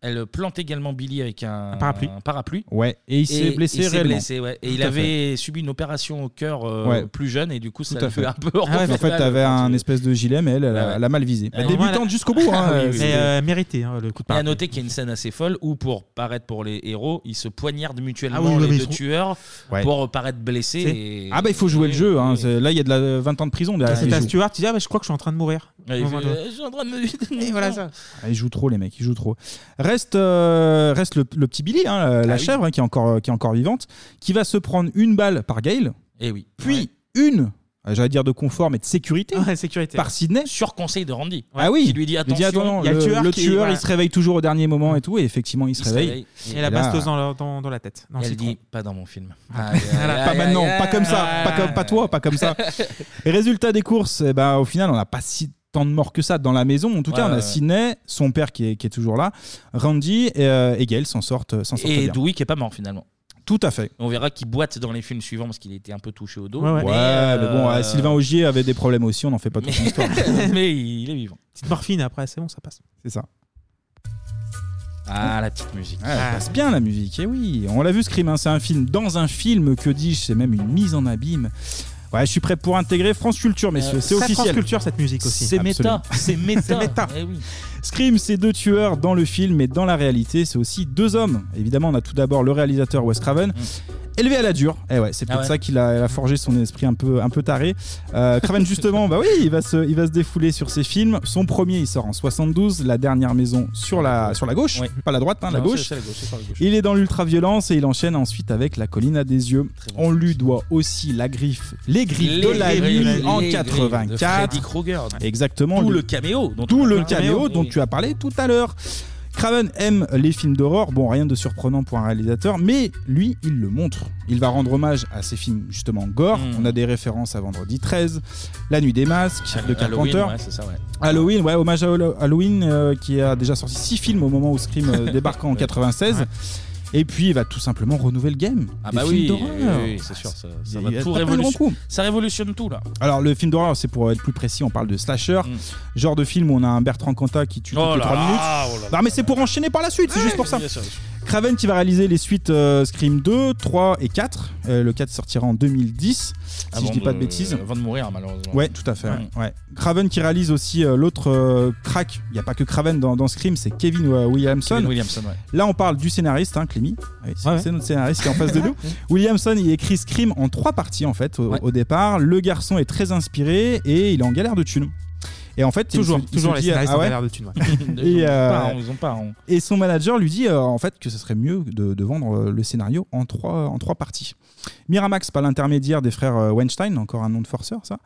Speaker 1: elle plante également Billy avec un,
Speaker 7: parapluie.
Speaker 1: un parapluie.
Speaker 7: Ouais, et il s'est blessé
Speaker 1: il s'est
Speaker 7: réellement.
Speaker 1: blessé, ouais. Et
Speaker 7: Tout
Speaker 1: il
Speaker 7: à
Speaker 1: avait subi une opération au cœur euh,
Speaker 7: Ouais.
Speaker 1: plus jeune et du coup, ça
Speaker 7: Tout à
Speaker 1: lui fait un peu hors
Speaker 7: Ah ouais, en fait,
Speaker 1: frontal.
Speaker 7: t'avais un espèce de gilet, mais elle, elle, a- elle a mal visé. Bah,
Speaker 1: Elle-
Speaker 7: débutante
Speaker 1: voilà.
Speaker 7: jusqu'au bout. hein,
Speaker 1: Ah oui, oui,
Speaker 7: c'est-
Speaker 1: oui. Mais, euh,
Speaker 8: Mérité, hein, le coup de
Speaker 1: Et à
Speaker 8: parapluie.
Speaker 1: noter qu'il y a une scène assez folle où, pour paraître pour les héros, ils se poignardent mutuellement
Speaker 7: Ah oui, oui,
Speaker 1: les
Speaker 7: oui, ils
Speaker 1: deux
Speaker 7: sont-
Speaker 1: tueurs
Speaker 7: Ouais.
Speaker 1: pour paraître blessés.
Speaker 7: C'est-
Speaker 1: et-
Speaker 7: Ah bah il faut jouer le jeu. hein. C'est- Là, il y a de la 20 ans de prison derrière.
Speaker 8: C'est
Speaker 7: qui
Speaker 8: à
Speaker 7: joue.
Speaker 8: Stuart, il dit Ah, bah, je crois que je suis en train de mourir.
Speaker 1: Ouais, il
Speaker 8: Au moment
Speaker 1: fait,
Speaker 8: de-
Speaker 1: euh, je suis en train de me-
Speaker 8: Et voilà ça.
Speaker 7: Ah, ils jouent trop, les mecs, ils jouent trop. Reste, euh, reste le, le petit Billy, hein, la, la
Speaker 1: Ah oui.
Speaker 7: chèvre, hein, qui, est encore, qui est encore vivante, qui va se prendre une balle par Gail,
Speaker 1: Et oui.
Speaker 7: puis une, euh, j'allais dire de confort, mais de sécurité, par Sydney.
Speaker 1: Sur conseil de Randy.
Speaker 7: Ah oui,
Speaker 1: Qui lui dit
Speaker 7: Il
Speaker 1: attention,
Speaker 7: attends, le, le tueur, il se réveille toujours au dernier moment et tout, et effectivement, il se réveille.
Speaker 8: Et la
Speaker 7: là-
Speaker 8: bastos dans, la- dans, dans la tête. Dans le
Speaker 1: Elle
Speaker 8: citron.
Speaker 1: dit pas dans mon film.
Speaker 7: Voilà, pas maintenant, pas comme ça, pas, comme, pas toi, pas comme ça. Et résultat des courses, eh ben, au final, on n'a pas si tant de morts que ça dans la maison. En tout cas,
Speaker 1: Ouais,
Speaker 7: on a
Speaker 1: ouais.
Speaker 7: Sidney, son père qui est, qui est toujours là, Randy et, euh, et Gail s'en sortent, s'en sortent
Speaker 1: Et
Speaker 7: bien.
Speaker 1: Dewey qui est pas mort finalement.
Speaker 7: Tout à fait.
Speaker 1: On verra qu'il boite dans les films suivants parce qu'il était un peu touché au dos.
Speaker 7: Ouais,
Speaker 1: Mais,
Speaker 7: mais bon,
Speaker 1: euh,
Speaker 7: ouais, Sylvain Augier avait des problèmes aussi, on n'en fait pas toute une histoire.
Speaker 1: mais il est vivant.
Speaker 8: Petite morphine après, c'est bon, ça passe.
Speaker 7: C'est ça.
Speaker 1: Ah, la petite musique.
Speaker 7: Oh. Ouais, elle passe bien la musique, et oui. On l'a vu Scream, hein, c'est un film dans un film, que dis-je, c'est même une mise en abîme. Ouais, je suis prêt pour intégrer France Culture, messieurs,
Speaker 8: Euh,
Speaker 7: c'est
Speaker 8: ça,
Speaker 7: officiel.
Speaker 8: France Culture, cette musique aussi.
Speaker 7: C'est
Speaker 8: Absolument.
Speaker 7: méta,
Speaker 1: c'est méta.
Speaker 8: C'est méta.
Speaker 1: Eh oui.
Speaker 7: Scream, c'est deux tueurs dans le film et dans la réalité, c'est aussi deux hommes. Évidemment, on a tout d'abord le réalisateur Wes Craven, élevé à la dure. Eh ouais, c'est
Speaker 1: Mm. Ah
Speaker 7: peut-être
Speaker 1: ouais.
Speaker 7: ça qu'il a, il a forgé son esprit un peu, un peu taré. Euh, Craven, justement, bah oui, il va, se, il va se défouler sur ses films. Son premier, il sort en 72, La dernière maison sur la, sur la gauche, pas la droite, hein, la
Speaker 1: Non,
Speaker 7: gauche.
Speaker 1: c'est- c'est la gauche, c'est sur la gauche.
Speaker 7: Il est dans l'ultra-violence et il enchaîne ensuite avec La colline à des yeux. on lui doit aussi la griffe, les griffes
Speaker 1: Les
Speaker 7: de la
Speaker 1: griffes,
Speaker 7: nuit
Speaker 1: les
Speaker 7: en
Speaker 1: griffes de
Speaker 7: 84.
Speaker 1: Freddy Krueger.
Speaker 7: Exactement.
Speaker 1: D'où
Speaker 7: Le-
Speaker 1: le caméo dont on
Speaker 7: D'où
Speaker 1: a
Speaker 7: le
Speaker 1: parlé.
Speaker 7: caméo
Speaker 1: Oui.
Speaker 7: dont tu as parlé tout à l'heure. Craven aime les films d'horreur, bon rien de surprenant pour un réalisateur, mais lui il le montre. Il va rendre hommage à ses films justement gore,
Speaker 1: Hmm.
Speaker 7: on a des références à Vendredi 13, La Nuit des Masques, de
Speaker 1: Halloween,
Speaker 7: Carpenter,
Speaker 1: ouais, c'est ça, ouais.
Speaker 7: Halloween, ouais, hommage à Hallo- Halloween euh, qui a déjà sorti six films au moment où Scream euh, débarque en 96. Et puis, il va tout simplement renouveler le game.
Speaker 1: Ah
Speaker 7: des
Speaker 1: bah
Speaker 7: films
Speaker 1: oui,
Speaker 7: d'horreur.
Speaker 1: oui, oui, c'est sûr, ça, ça
Speaker 7: Il
Speaker 1: va
Speaker 7: y a
Speaker 1: tout
Speaker 7: tapé le grand
Speaker 1: révolutionner.
Speaker 7: coup.
Speaker 1: Ça révolutionne tout là.
Speaker 7: Alors le film d'horreur, c'est pour être plus précis, on parle de slasher, genre de film où on a un Bertrand Cantat qui tue
Speaker 1: Hmm. Oh
Speaker 7: toutes les
Speaker 1: là
Speaker 7: 3
Speaker 1: là,
Speaker 7: minutes.
Speaker 1: oh là
Speaker 7: non mais c'est pour enchaîner par la suite, c'est juste pour ça.
Speaker 1: bien sûr, bien sûr.
Speaker 7: Craven qui va réaliser les suites euh, Scream 2, 3 et 4. Euh, le 4 sortira en 2010, si
Speaker 1: Avant
Speaker 7: je dis pas de
Speaker 1: de-
Speaker 7: bêtises.
Speaker 1: avant de mourir, malheureusement. Hum.
Speaker 7: Ouais, tout à fait.
Speaker 1: Ouais.
Speaker 7: ouais. Craven qui réalise aussi euh, l'autre euh, crack. Il n'y a pas que Craven dans, dans Scream, c'est Kevin euh, Williamson.
Speaker 1: Kevin Williamson, ouais.
Speaker 7: Là, on parle du scénariste, hein, Clémy. Oui, c'est c'est notre scénariste qui est en face de nous. Williamson, il écrit Scream en trois parties, en fait, au, au départ. Le garçon est très inspiré et il est en galère de thunes. Et en fait, il
Speaker 8: Toujours,
Speaker 7: se- il
Speaker 8: toujours
Speaker 7: se
Speaker 8: les
Speaker 7: dit,
Speaker 8: scénaristes
Speaker 7: ah
Speaker 8: en
Speaker 7: ouais
Speaker 8: galère de thunes, ouais.
Speaker 7: et, euh,
Speaker 1: pas, ils ont pas, on-
Speaker 7: et son manager lui dit euh, en fait que ce serait mieux de, de vendre euh, le scénario en trois, en trois parties. Miramax, par l'intermédiaire des frères euh, Weinstein, encore un nom de forceur ça,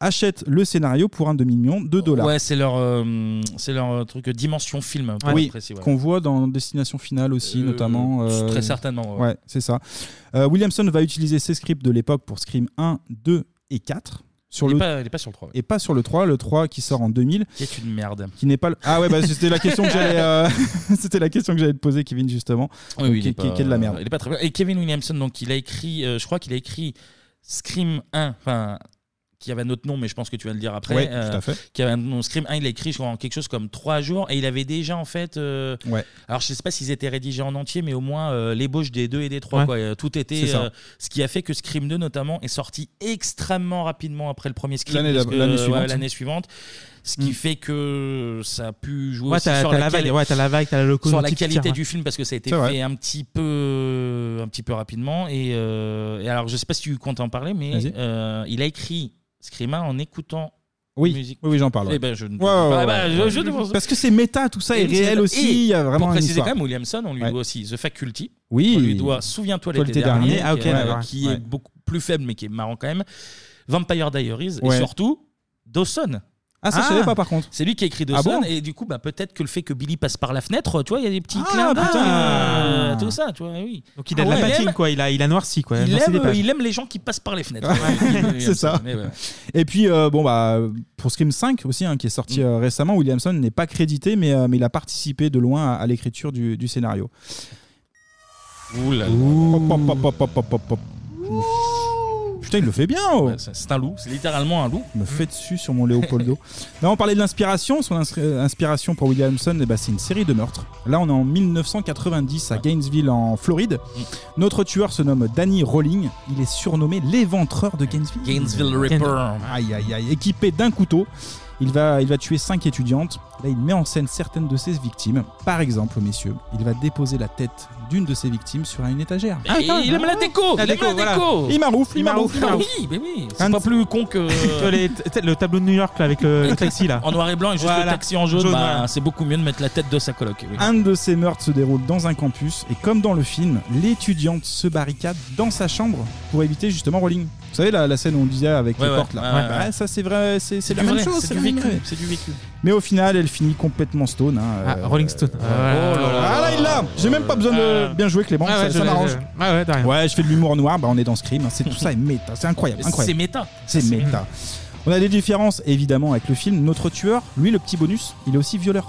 Speaker 7: achète le scénario pour un demi-million de dollars.
Speaker 1: Ouais, c'est leur, euh, c'est leur euh, truc euh, dimension film. pour être
Speaker 7: oui,
Speaker 1: précis, ouais.
Speaker 7: qu'on voit dans Destination Finale aussi,
Speaker 1: Euh,
Speaker 7: notamment.
Speaker 1: très certainement, ouais.
Speaker 7: Ouais, c'est ça. Euh, Williamson va utiliser ses scripts de l'époque pour Scream 1, 2 et 4. Sur
Speaker 1: Il est
Speaker 7: le...
Speaker 1: pas- il est pas sur le 3, ouais.
Speaker 7: Et pas sur le 3, le 3 qui sort en 2000.
Speaker 1: Qui est une merde.
Speaker 7: Qui n'est pas. le- Ah ouais, bah, c'était la question que j'allais. euh, c'était la question que j'allais te poser, Kevin, justement.
Speaker 1: Oui, oui,
Speaker 7: qui,
Speaker 1: il est
Speaker 7: qui-
Speaker 1: pas-
Speaker 7: qui est de la merde.
Speaker 1: Il est pas très bien. Et Kevin Williamson, donc il a écrit, euh, je crois qu'il a écrit Scream 1, enfin qui avait un autre nom, mais je pense que tu vas le dire après. euh,
Speaker 7: Ouais, tout à fait.
Speaker 1: Qui avait un nom Scream 1, il a écrit je crois, en quelque chose comme trois jours, et il avait déjà en fait. euh, Alors je sais pas s'ils étaient rédigés en entier, mais au moins euh, l'ébauche des deux et des trois.
Speaker 7: Ouais.
Speaker 1: quoi. Euh, Tout était.
Speaker 7: C'est ça.
Speaker 1: euh, ce qui a fait que Scream 2 notamment est sorti extrêmement rapidement après le premier Scream.
Speaker 7: L'année
Speaker 1: parce
Speaker 7: d'ab-
Speaker 1: que, euh,
Speaker 7: l'année
Speaker 1: ouais,
Speaker 7: suivante.
Speaker 1: l'année suivante. Ce qui fait que ça a pu jouer
Speaker 8: Ouais,
Speaker 1: aussi
Speaker 8: t'as-
Speaker 1: sur
Speaker 8: t'as la
Speaker 1: laquelle-
Speaker 8: vague, ouais, t'as la vague, t'as la locomotive
Speaker 1: sur la
Speaker 8: qui tire,
Speaker 1: qualité
Speaker 8: ouais.
Speaker 1: du film parce que ça a été
Speaker 8: C'est vrai.
Speaker 1: fait un petit peu, un petit peu rapidement. Et, euh, et alors, je sais pas si tu comptes en parler, mais
Speaker 7: Vas-y.
Speaker 1: euh, il a écrit Scream 1 en écoutant.
Speaker 7: Oui,
Speaker 1: musique.
Speaker 7: oui, oui, j'en parle.
Speaker 1: Eh
Speaker 7: ouais.
Speaker 1: ben, je ne
Speaker 7: Ouais,
Speaker 1: peux pas.
Speaker 7: ouais,
Speaker 1: Eh ben,
Speaker 7: ouais.
Speaker 1: je- je ne pense-
Speaker 7: Parce que c'est méta, tout ça est
Speaker 1: Et
Speaker 7: réel
Speaker 1: et
Speaker 7: aussi. Il y a vraiment
Speaker 1: Pour
Speaker 7: une
Speaker 1: préciser
Speaker 7: histoire.
Speaker 1: quand même, Williamson, on lui
Speaker 7: Ouais.
Speaker 1: doit aussi The Faculty.
Speaker 7: Oui.
Speaker 1: On lui doit Souviens-toi
Speaker 7: Toi,
Speaker 1: l'été dernier,
Speaker 7: Ah, ok,
Speaker 1: qui, est-
Speaker 7: d'accord.
Speaker 1: qui
Speaker 7: Ouais.
Speaker 1: est beaucoup plus faible, mais qui est marrant quand même. Vampire Diaries
Speaker 7: Ouais.
Speaker 1: et surtout Dawson.
Speaker 7: Ah, ça, je savais pas, par contre.
Speaker 1: C'est lui qui a écrit
Speaker 7: Ah
Speaker 1: Dawson
Speaker 7: bon
Speaker 1: et du coup bah peut-être que le fait que Billy passe par la fenêtre, euh, tu vois, il y a des petits
Speaker 7: Ah,
Speaker 1: clins d'œil,
Speaker 7: putain.
Speaker 1: euh, tout ça, tu vois, oui.
Speaker 8: Donc il a de
Speaker 1: Ah ouais.
Speaker 8: la patine,
Speaker 1: aime-
Speaker 8: quoi. Il a, il a noirci, quoi.
Speaker 1: il
Speaker 8: Noirci des
Speaker 1: aime,
Speaker 8: pages.
Speaker 1: il aime les gens qui passent par les fenêtres.
Speaker 7: c'est ça.
Speaker 1: Mais ouais.
Speaker 7: Et puis, euh, bon, bah, pour Scream 5 aussi, hein, qui est
Speaker 1: Mm.
Speaker 7: sorti euh, récemment, Williamson n'est pas crédité, mais, euh, mais il a participé de loin à, à l'écriture du, du scénario. Ouh. Hop, hop, hop, hop, hop, hop, hop. Je me f- Putain, il le fait bien! oh.
Speaker 1: C'est un loup, c'est littéralement un loup.
Speaker 7: me fait dessus sur mon Léopoldo. Là, on parlait de l'inspiration. Son ins- euh, inspiration pour Williamson, eh ben, c'est une série de meurtres. Là, on est en 1990 à Gainesville, en Floride.
Speaker 1: Mm.
Speaker 7: Notre tueur se nomme Danny Rolling. Il est surnommé l'éventreur de Gainesville.
Speaker 1: Gainesville Ripper.
Speaker 7: Aïe, aïe, aïe. Équipé d'un couteau, il va, il va tuer cinq étudiantes. Là, il met en scène certaines de ses victimes. Par exemple, messieurs, il va déposer la tête d'une de ses victimes sur une étagère.
Speaker 1: Et Ah, il aime la déco,
Speaker 7: La
Speaker 1: il aime
Speaker 7: déco,
Speaker 1: la
Speaker 7: voilà.
Speaker 1: déco.
Speaker 7: Il maroufle, il maroufle, il
Speaker 1: Ah
Speaker 7: maroufle.
Speaker 1: Oui, mais oui.
Speaker 7: Un
Speaker 1: C'est pas plus con que euh,
Speaker 8: Tu vois, les- t- le tableau de New York là, avec le, le taxi là.
Speaker 1: en noir et blanc et juste le
Speaker 8: Voilà.
Speaker 1: taxi en jaune.
Speaker 8: Jaune,
Speaker 1: bah,
Speaker 8: voilà.
Speaker 1: C'est beaucoup mieux de mettre la tête de sa coloc. oui.
Speaker 7: Un de ces meurtres se déroule dans un campus et comme dans le film, l'étudiante se barricade dans sa chambre pour éviter justement Rowling. Vous savez la, la scène où on disait avec
Speaker 1: Ouais,
Speaker 7: les
Speaker 1: ouais,
Speaker 7: portes là.
Speaker 1: ouais, ouais,
Speaker 7: Bah,
Speaker 1: ouais.
Speaker 7: Ça c'est vrai, c'est c'est
Speaker 1: C'est
Speaker 7: la
Speaker 1: du
Speaker 7: même
Speaker 1: vrai,
Speaker 7: chose. c'est
Speaker 1: c'est du
Speaker 7: la même
Speaker 1: vécu,
Speaker 7: chose.
Speaker 1: c'est du vécu.
Speaker 7: Mais au final, elle finit complètement stone. hein, euh,
Speaker 8: Ah, Rolling Stone. Euh,
Speaker 7: oh là là. Ah là il l'a. J'ai même pas besoin de bien jouer Clément.
Speaker 8: Ouais, ouais,
Speaker 7: ça
Speaker 8: je
Speaker 7: ça
Speaker 8: l'ai,
Speaker 7: m'arrange.
Speaker 8: je- ouais, ouais, t'as rien.
Speaker 7: Ouais, je fais de l'humour noir. Bah on est dans Scream. hein, C'est tout ça est méta. C'est incroyable.
Speaker 1: C'est
Speaker 7: incroyable.
Speaker 1: méta.
Speaker 7: C'est
Speaker 1: C'est
Speaker 7: méta. On a des différences évidemment avec le film. Notre tueur, lui le petit bonus, il est aussi violeur.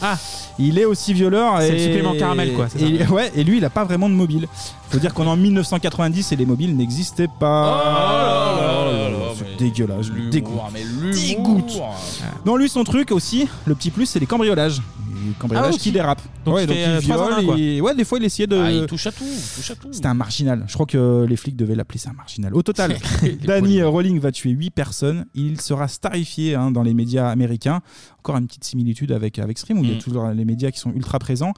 Speaker 8: Ah
Speaker 7: Il est aussi violeur.
Speaker 8: C'est le
Speaker 7: et-
Speaker 8: supplément caramel, quoi, c'est ça
Speaker 7: Et, ouais, et lui, il a pas vraiment de mobile. Faut dire qu'en 1990, et les mobiles n'existaient
Speaker 8: Oh
Speaker 7: pas. C'est dégueulasse, je me dégoûte.
Speaker 1: mais
Speaker 7: Dégoûte. Non, lui, son truc aussi, le petit plus, c'est les cambriolages. Les cambriolages
Speaker 8: Ah, ok.
Speaker 7: qui dérapent.
Speaker 8: Donc
Speaker 7: ouais,
Speaker 8: il
Speaker 7: donc
Speaker 8: fait,
Speaker 7: il
Speaker 8: euh, trois en un,
Speaker 7: viole.
Speaker 8: quoi.
Speaker 7: et- Ouais, des fois, il essayait de.
Speaker 1: Ah, il touche à tout, il touche à tout.
Speaker 7: C'était un marginal. Je crois que les flics devaient l'appeler ça un marginal. Au total, Danny euh, Rowling va tuer 8 personnes. Il sera starifié hein, dans les médias américains. Encore une petite similitude avec, avec Scream, où il y
Speaker 1: Mm.
Speaker 7: a toujours les médias qui sont ultra présents.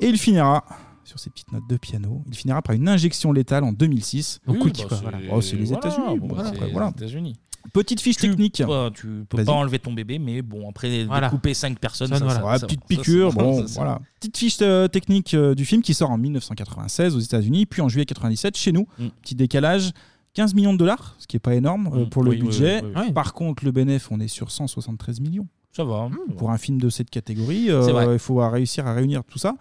Speaker 7: Et il finira sur ces petites notes de piano. Il finira par une injection létale en 2006.
Speaker 1: Oui,
Speaker 7: Au cookie,
Speaker 1: bah,
Speaker 7: quoi,
Speaker 1: c'est-
Speaker 7: voilà. Oh, c'est les
Speaker 1: voilà,
Speaker 7: États-Unis.
Speaker 1: bon,
Speaker 7: bon,
Speaker 1: bah,
Speaker 7: après,
Speaker 1: c'est
Speaker 7: voilà.
Speaker 1: les États-Unis.
Speaker 7: Petite fiche technique.
Speaker 1: Bah, tu peux
Speaker 7: Vas-y.
Speaker 1: pas enlever ton bébé, mais bon, après,
Speaker 7: Voilà.
Speaker 1: couper 5 personnes, ça,
Speaker 7: Personne,
Speaker 1: ça,
Speaker 7: Ouais,
Speaker 1: ça-
Speaker 7: petite
Speaker 1: ça,
Speaker 7: piqûre,
Speaker 1: c'est-
Speaker 7: bon,
Speaker 1: ça, c'est-
Speaker 7: voilà. Petite fiche euh, technique euh, du film qui sort en 1996 aux États-Unis, puis en juillet 97 chez nous.
Speaker 1: Mm.
Speaker 7: Petit décalage, 15 millions de dollars, ce qui est pas énorme euh, pour le
Speaker 1: Mm. Oui, oui,
Speaker 7: budget.
Speaker 1: oui, oui, oui.
Speaker 7: Par contre, le bénéf, on est sur 173 millions.
Speaker 1: Ça va. hein.
Speaker 7: Pour un film de cette catégorie, euh,
Speaker 1: C'est vrai.
Speaker 7: il faut euh, réussir à réunir tout ça.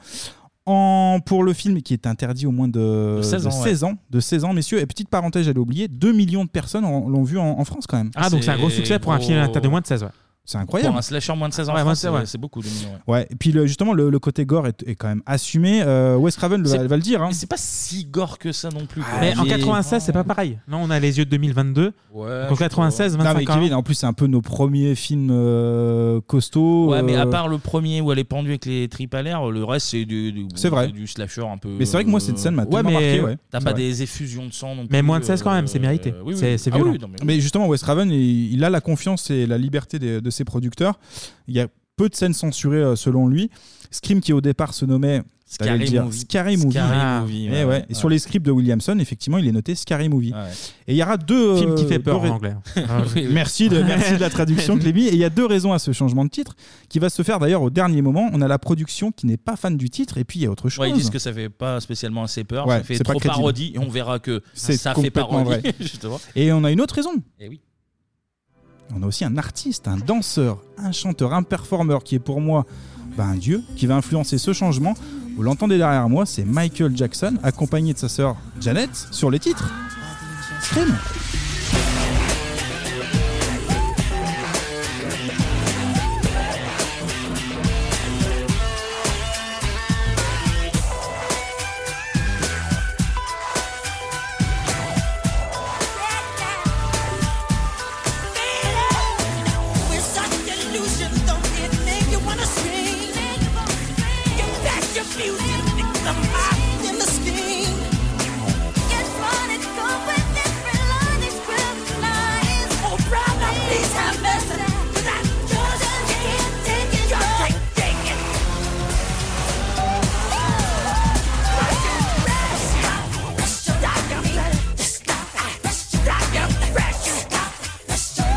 Speaker 7: En, pour le film qui est interdit au moins de,
Speaker 1: De 16
Speaker 7: de
Speaker 1: ans, ouais.
Speaker 7: ans, de 16 ans, messieurs, et petite parenthèse, j'allais oublier, 2 millions de personnes en- l'ont vu en, en France quand même. Oh.
Speaker 8: Ah, donc c'est un gros succès pour un film interdit de moins de 16, ouais.
Speaker 7: C'est incroyable.
Speaker 1: Pour un slasher moins de 16 ans,
Speaker 7: Ouais,
Speaker 1: en
Speaker 7: moins de
Speaker 1: France, c'est
Speaker 7: 16, ouais.
Speaker 1: c'est beaucoup. deux millions, ouais.
Speaker 7: Ouais, et puis le- justement, le, le côté gore est, est quand même assumé. Euh, Wes Craven le-
Speaker 1: C'est-
Speaker 7: va, va le dire. hein.
Speaker 1: C'est pas si gore que ça non plus.
Speaker 7: Mais en
Speaker 8: 96, c'est pas pareil. Non, on a les yeux de 2022. Donc 96,
Speaker 7: Non,
Speaker 8: 25
Speaker 7: mais Kevin, en plus, c'est un peu nos premiers films euh, costauds.
Speaker 1: Ouais, mais à
Speaker 7: euh,
Speaker 1: part le premier où elle est pendue avec les tripes à l'air, le reste c'est du, du-
Speaker 7: C'est vrai.
Speaker 1: du slasher un peu.
Speaker 7: Mais c'est vrai que moi, cette scène m'a
Speaker 1: euh,
Speaker 7: tellement marqué, ouais.
Speaker 1: T'as
Speaker 7: C'est
Speaker 1: pas
Speaker 7: vrai.
Speaker 1: des effusions de sang non plus.
Speaker 8: Mais moins de 16 quand même, c'est mérité.
Speaker 1: euh, oui, oui.
Speaker 8: C'est- c'est
Speaker 1: Ah oui,
Speaker 8: violent.
Speaker 1: non, mais-
Speaker 7: mais... justement, Wes Craven, il, il a la confiance et la liberté des- de, ses producteurs. Il y a peu de scènes censurées euh, selon lui. Scream, qui au départ se nommait
Speaker 1: Scary
Speaker 7: t'allais le dire,
Speaker 1: Movie.
Speaker 7: Scary Movie.
Speaker 1: Scary
Speaker 7: Ah.
Speaker 1: Movie,
Speaker 7: Eh ouais.
Speaker 1: ouais, ouais,
Speaker 7: Et sur les scripts de Williamson, effectivement, il est noté Scary Movie. Et il y aura deux.
Speaker 8: Film qui
Speaker 7: euh,
Speaker 8: fait peur
Speaker 7: deux
Speaker 8: en
Speaker 7: ra-
Speaker 8: anglais.
Speaker 7: Oui, oui. merci, de, merci de la traduction, Clémy. Et il y a deux raisons à ce changement de titre qui va se faire d'ailleurs au dernier moment. On a la production qui n'est pas fan du titre et puis il y a autre chose.
Speaker 1: Ouais, ils disent que ça fait pas spécialement assez peur,
Speaker 7: Ouais,
Speaker 1: ça fait
Speaker 7: c'est pas
Speaker 1: trop
Speaker 7: crédible.
Speaker 1: parodie, et on verra que
Speaker 7: C'est
Speaker 1: ça fait
Speaker 7: complètement
Speaker 1: parodie.
Speaker 7: vrai.
Speaker 1: justement.
Speaker 7: Et on a une autre raison.
Speaker 1: Eh oui.
Speaker 7: On a aussi un artiste, un danseur, un chanteur, un performeur qui est pour moi ben, un dieu qui va influencer ce changement. Vous l'entendez derrière moi, c'est Michael Jackson accompagné de sa sœur Janet sur les titres. Scream.
Speaker 17: We're such illusions, don't it make you wanna scream? Get back your fusion, pick the mob in the scheme. Get run, it's gone with different line, it's criminalized. Oh, brother, please have mercy, 'cause I just can't take it, just can't take it. Rush it, rush it, rush it, rush it, rush it, rush it, rush it.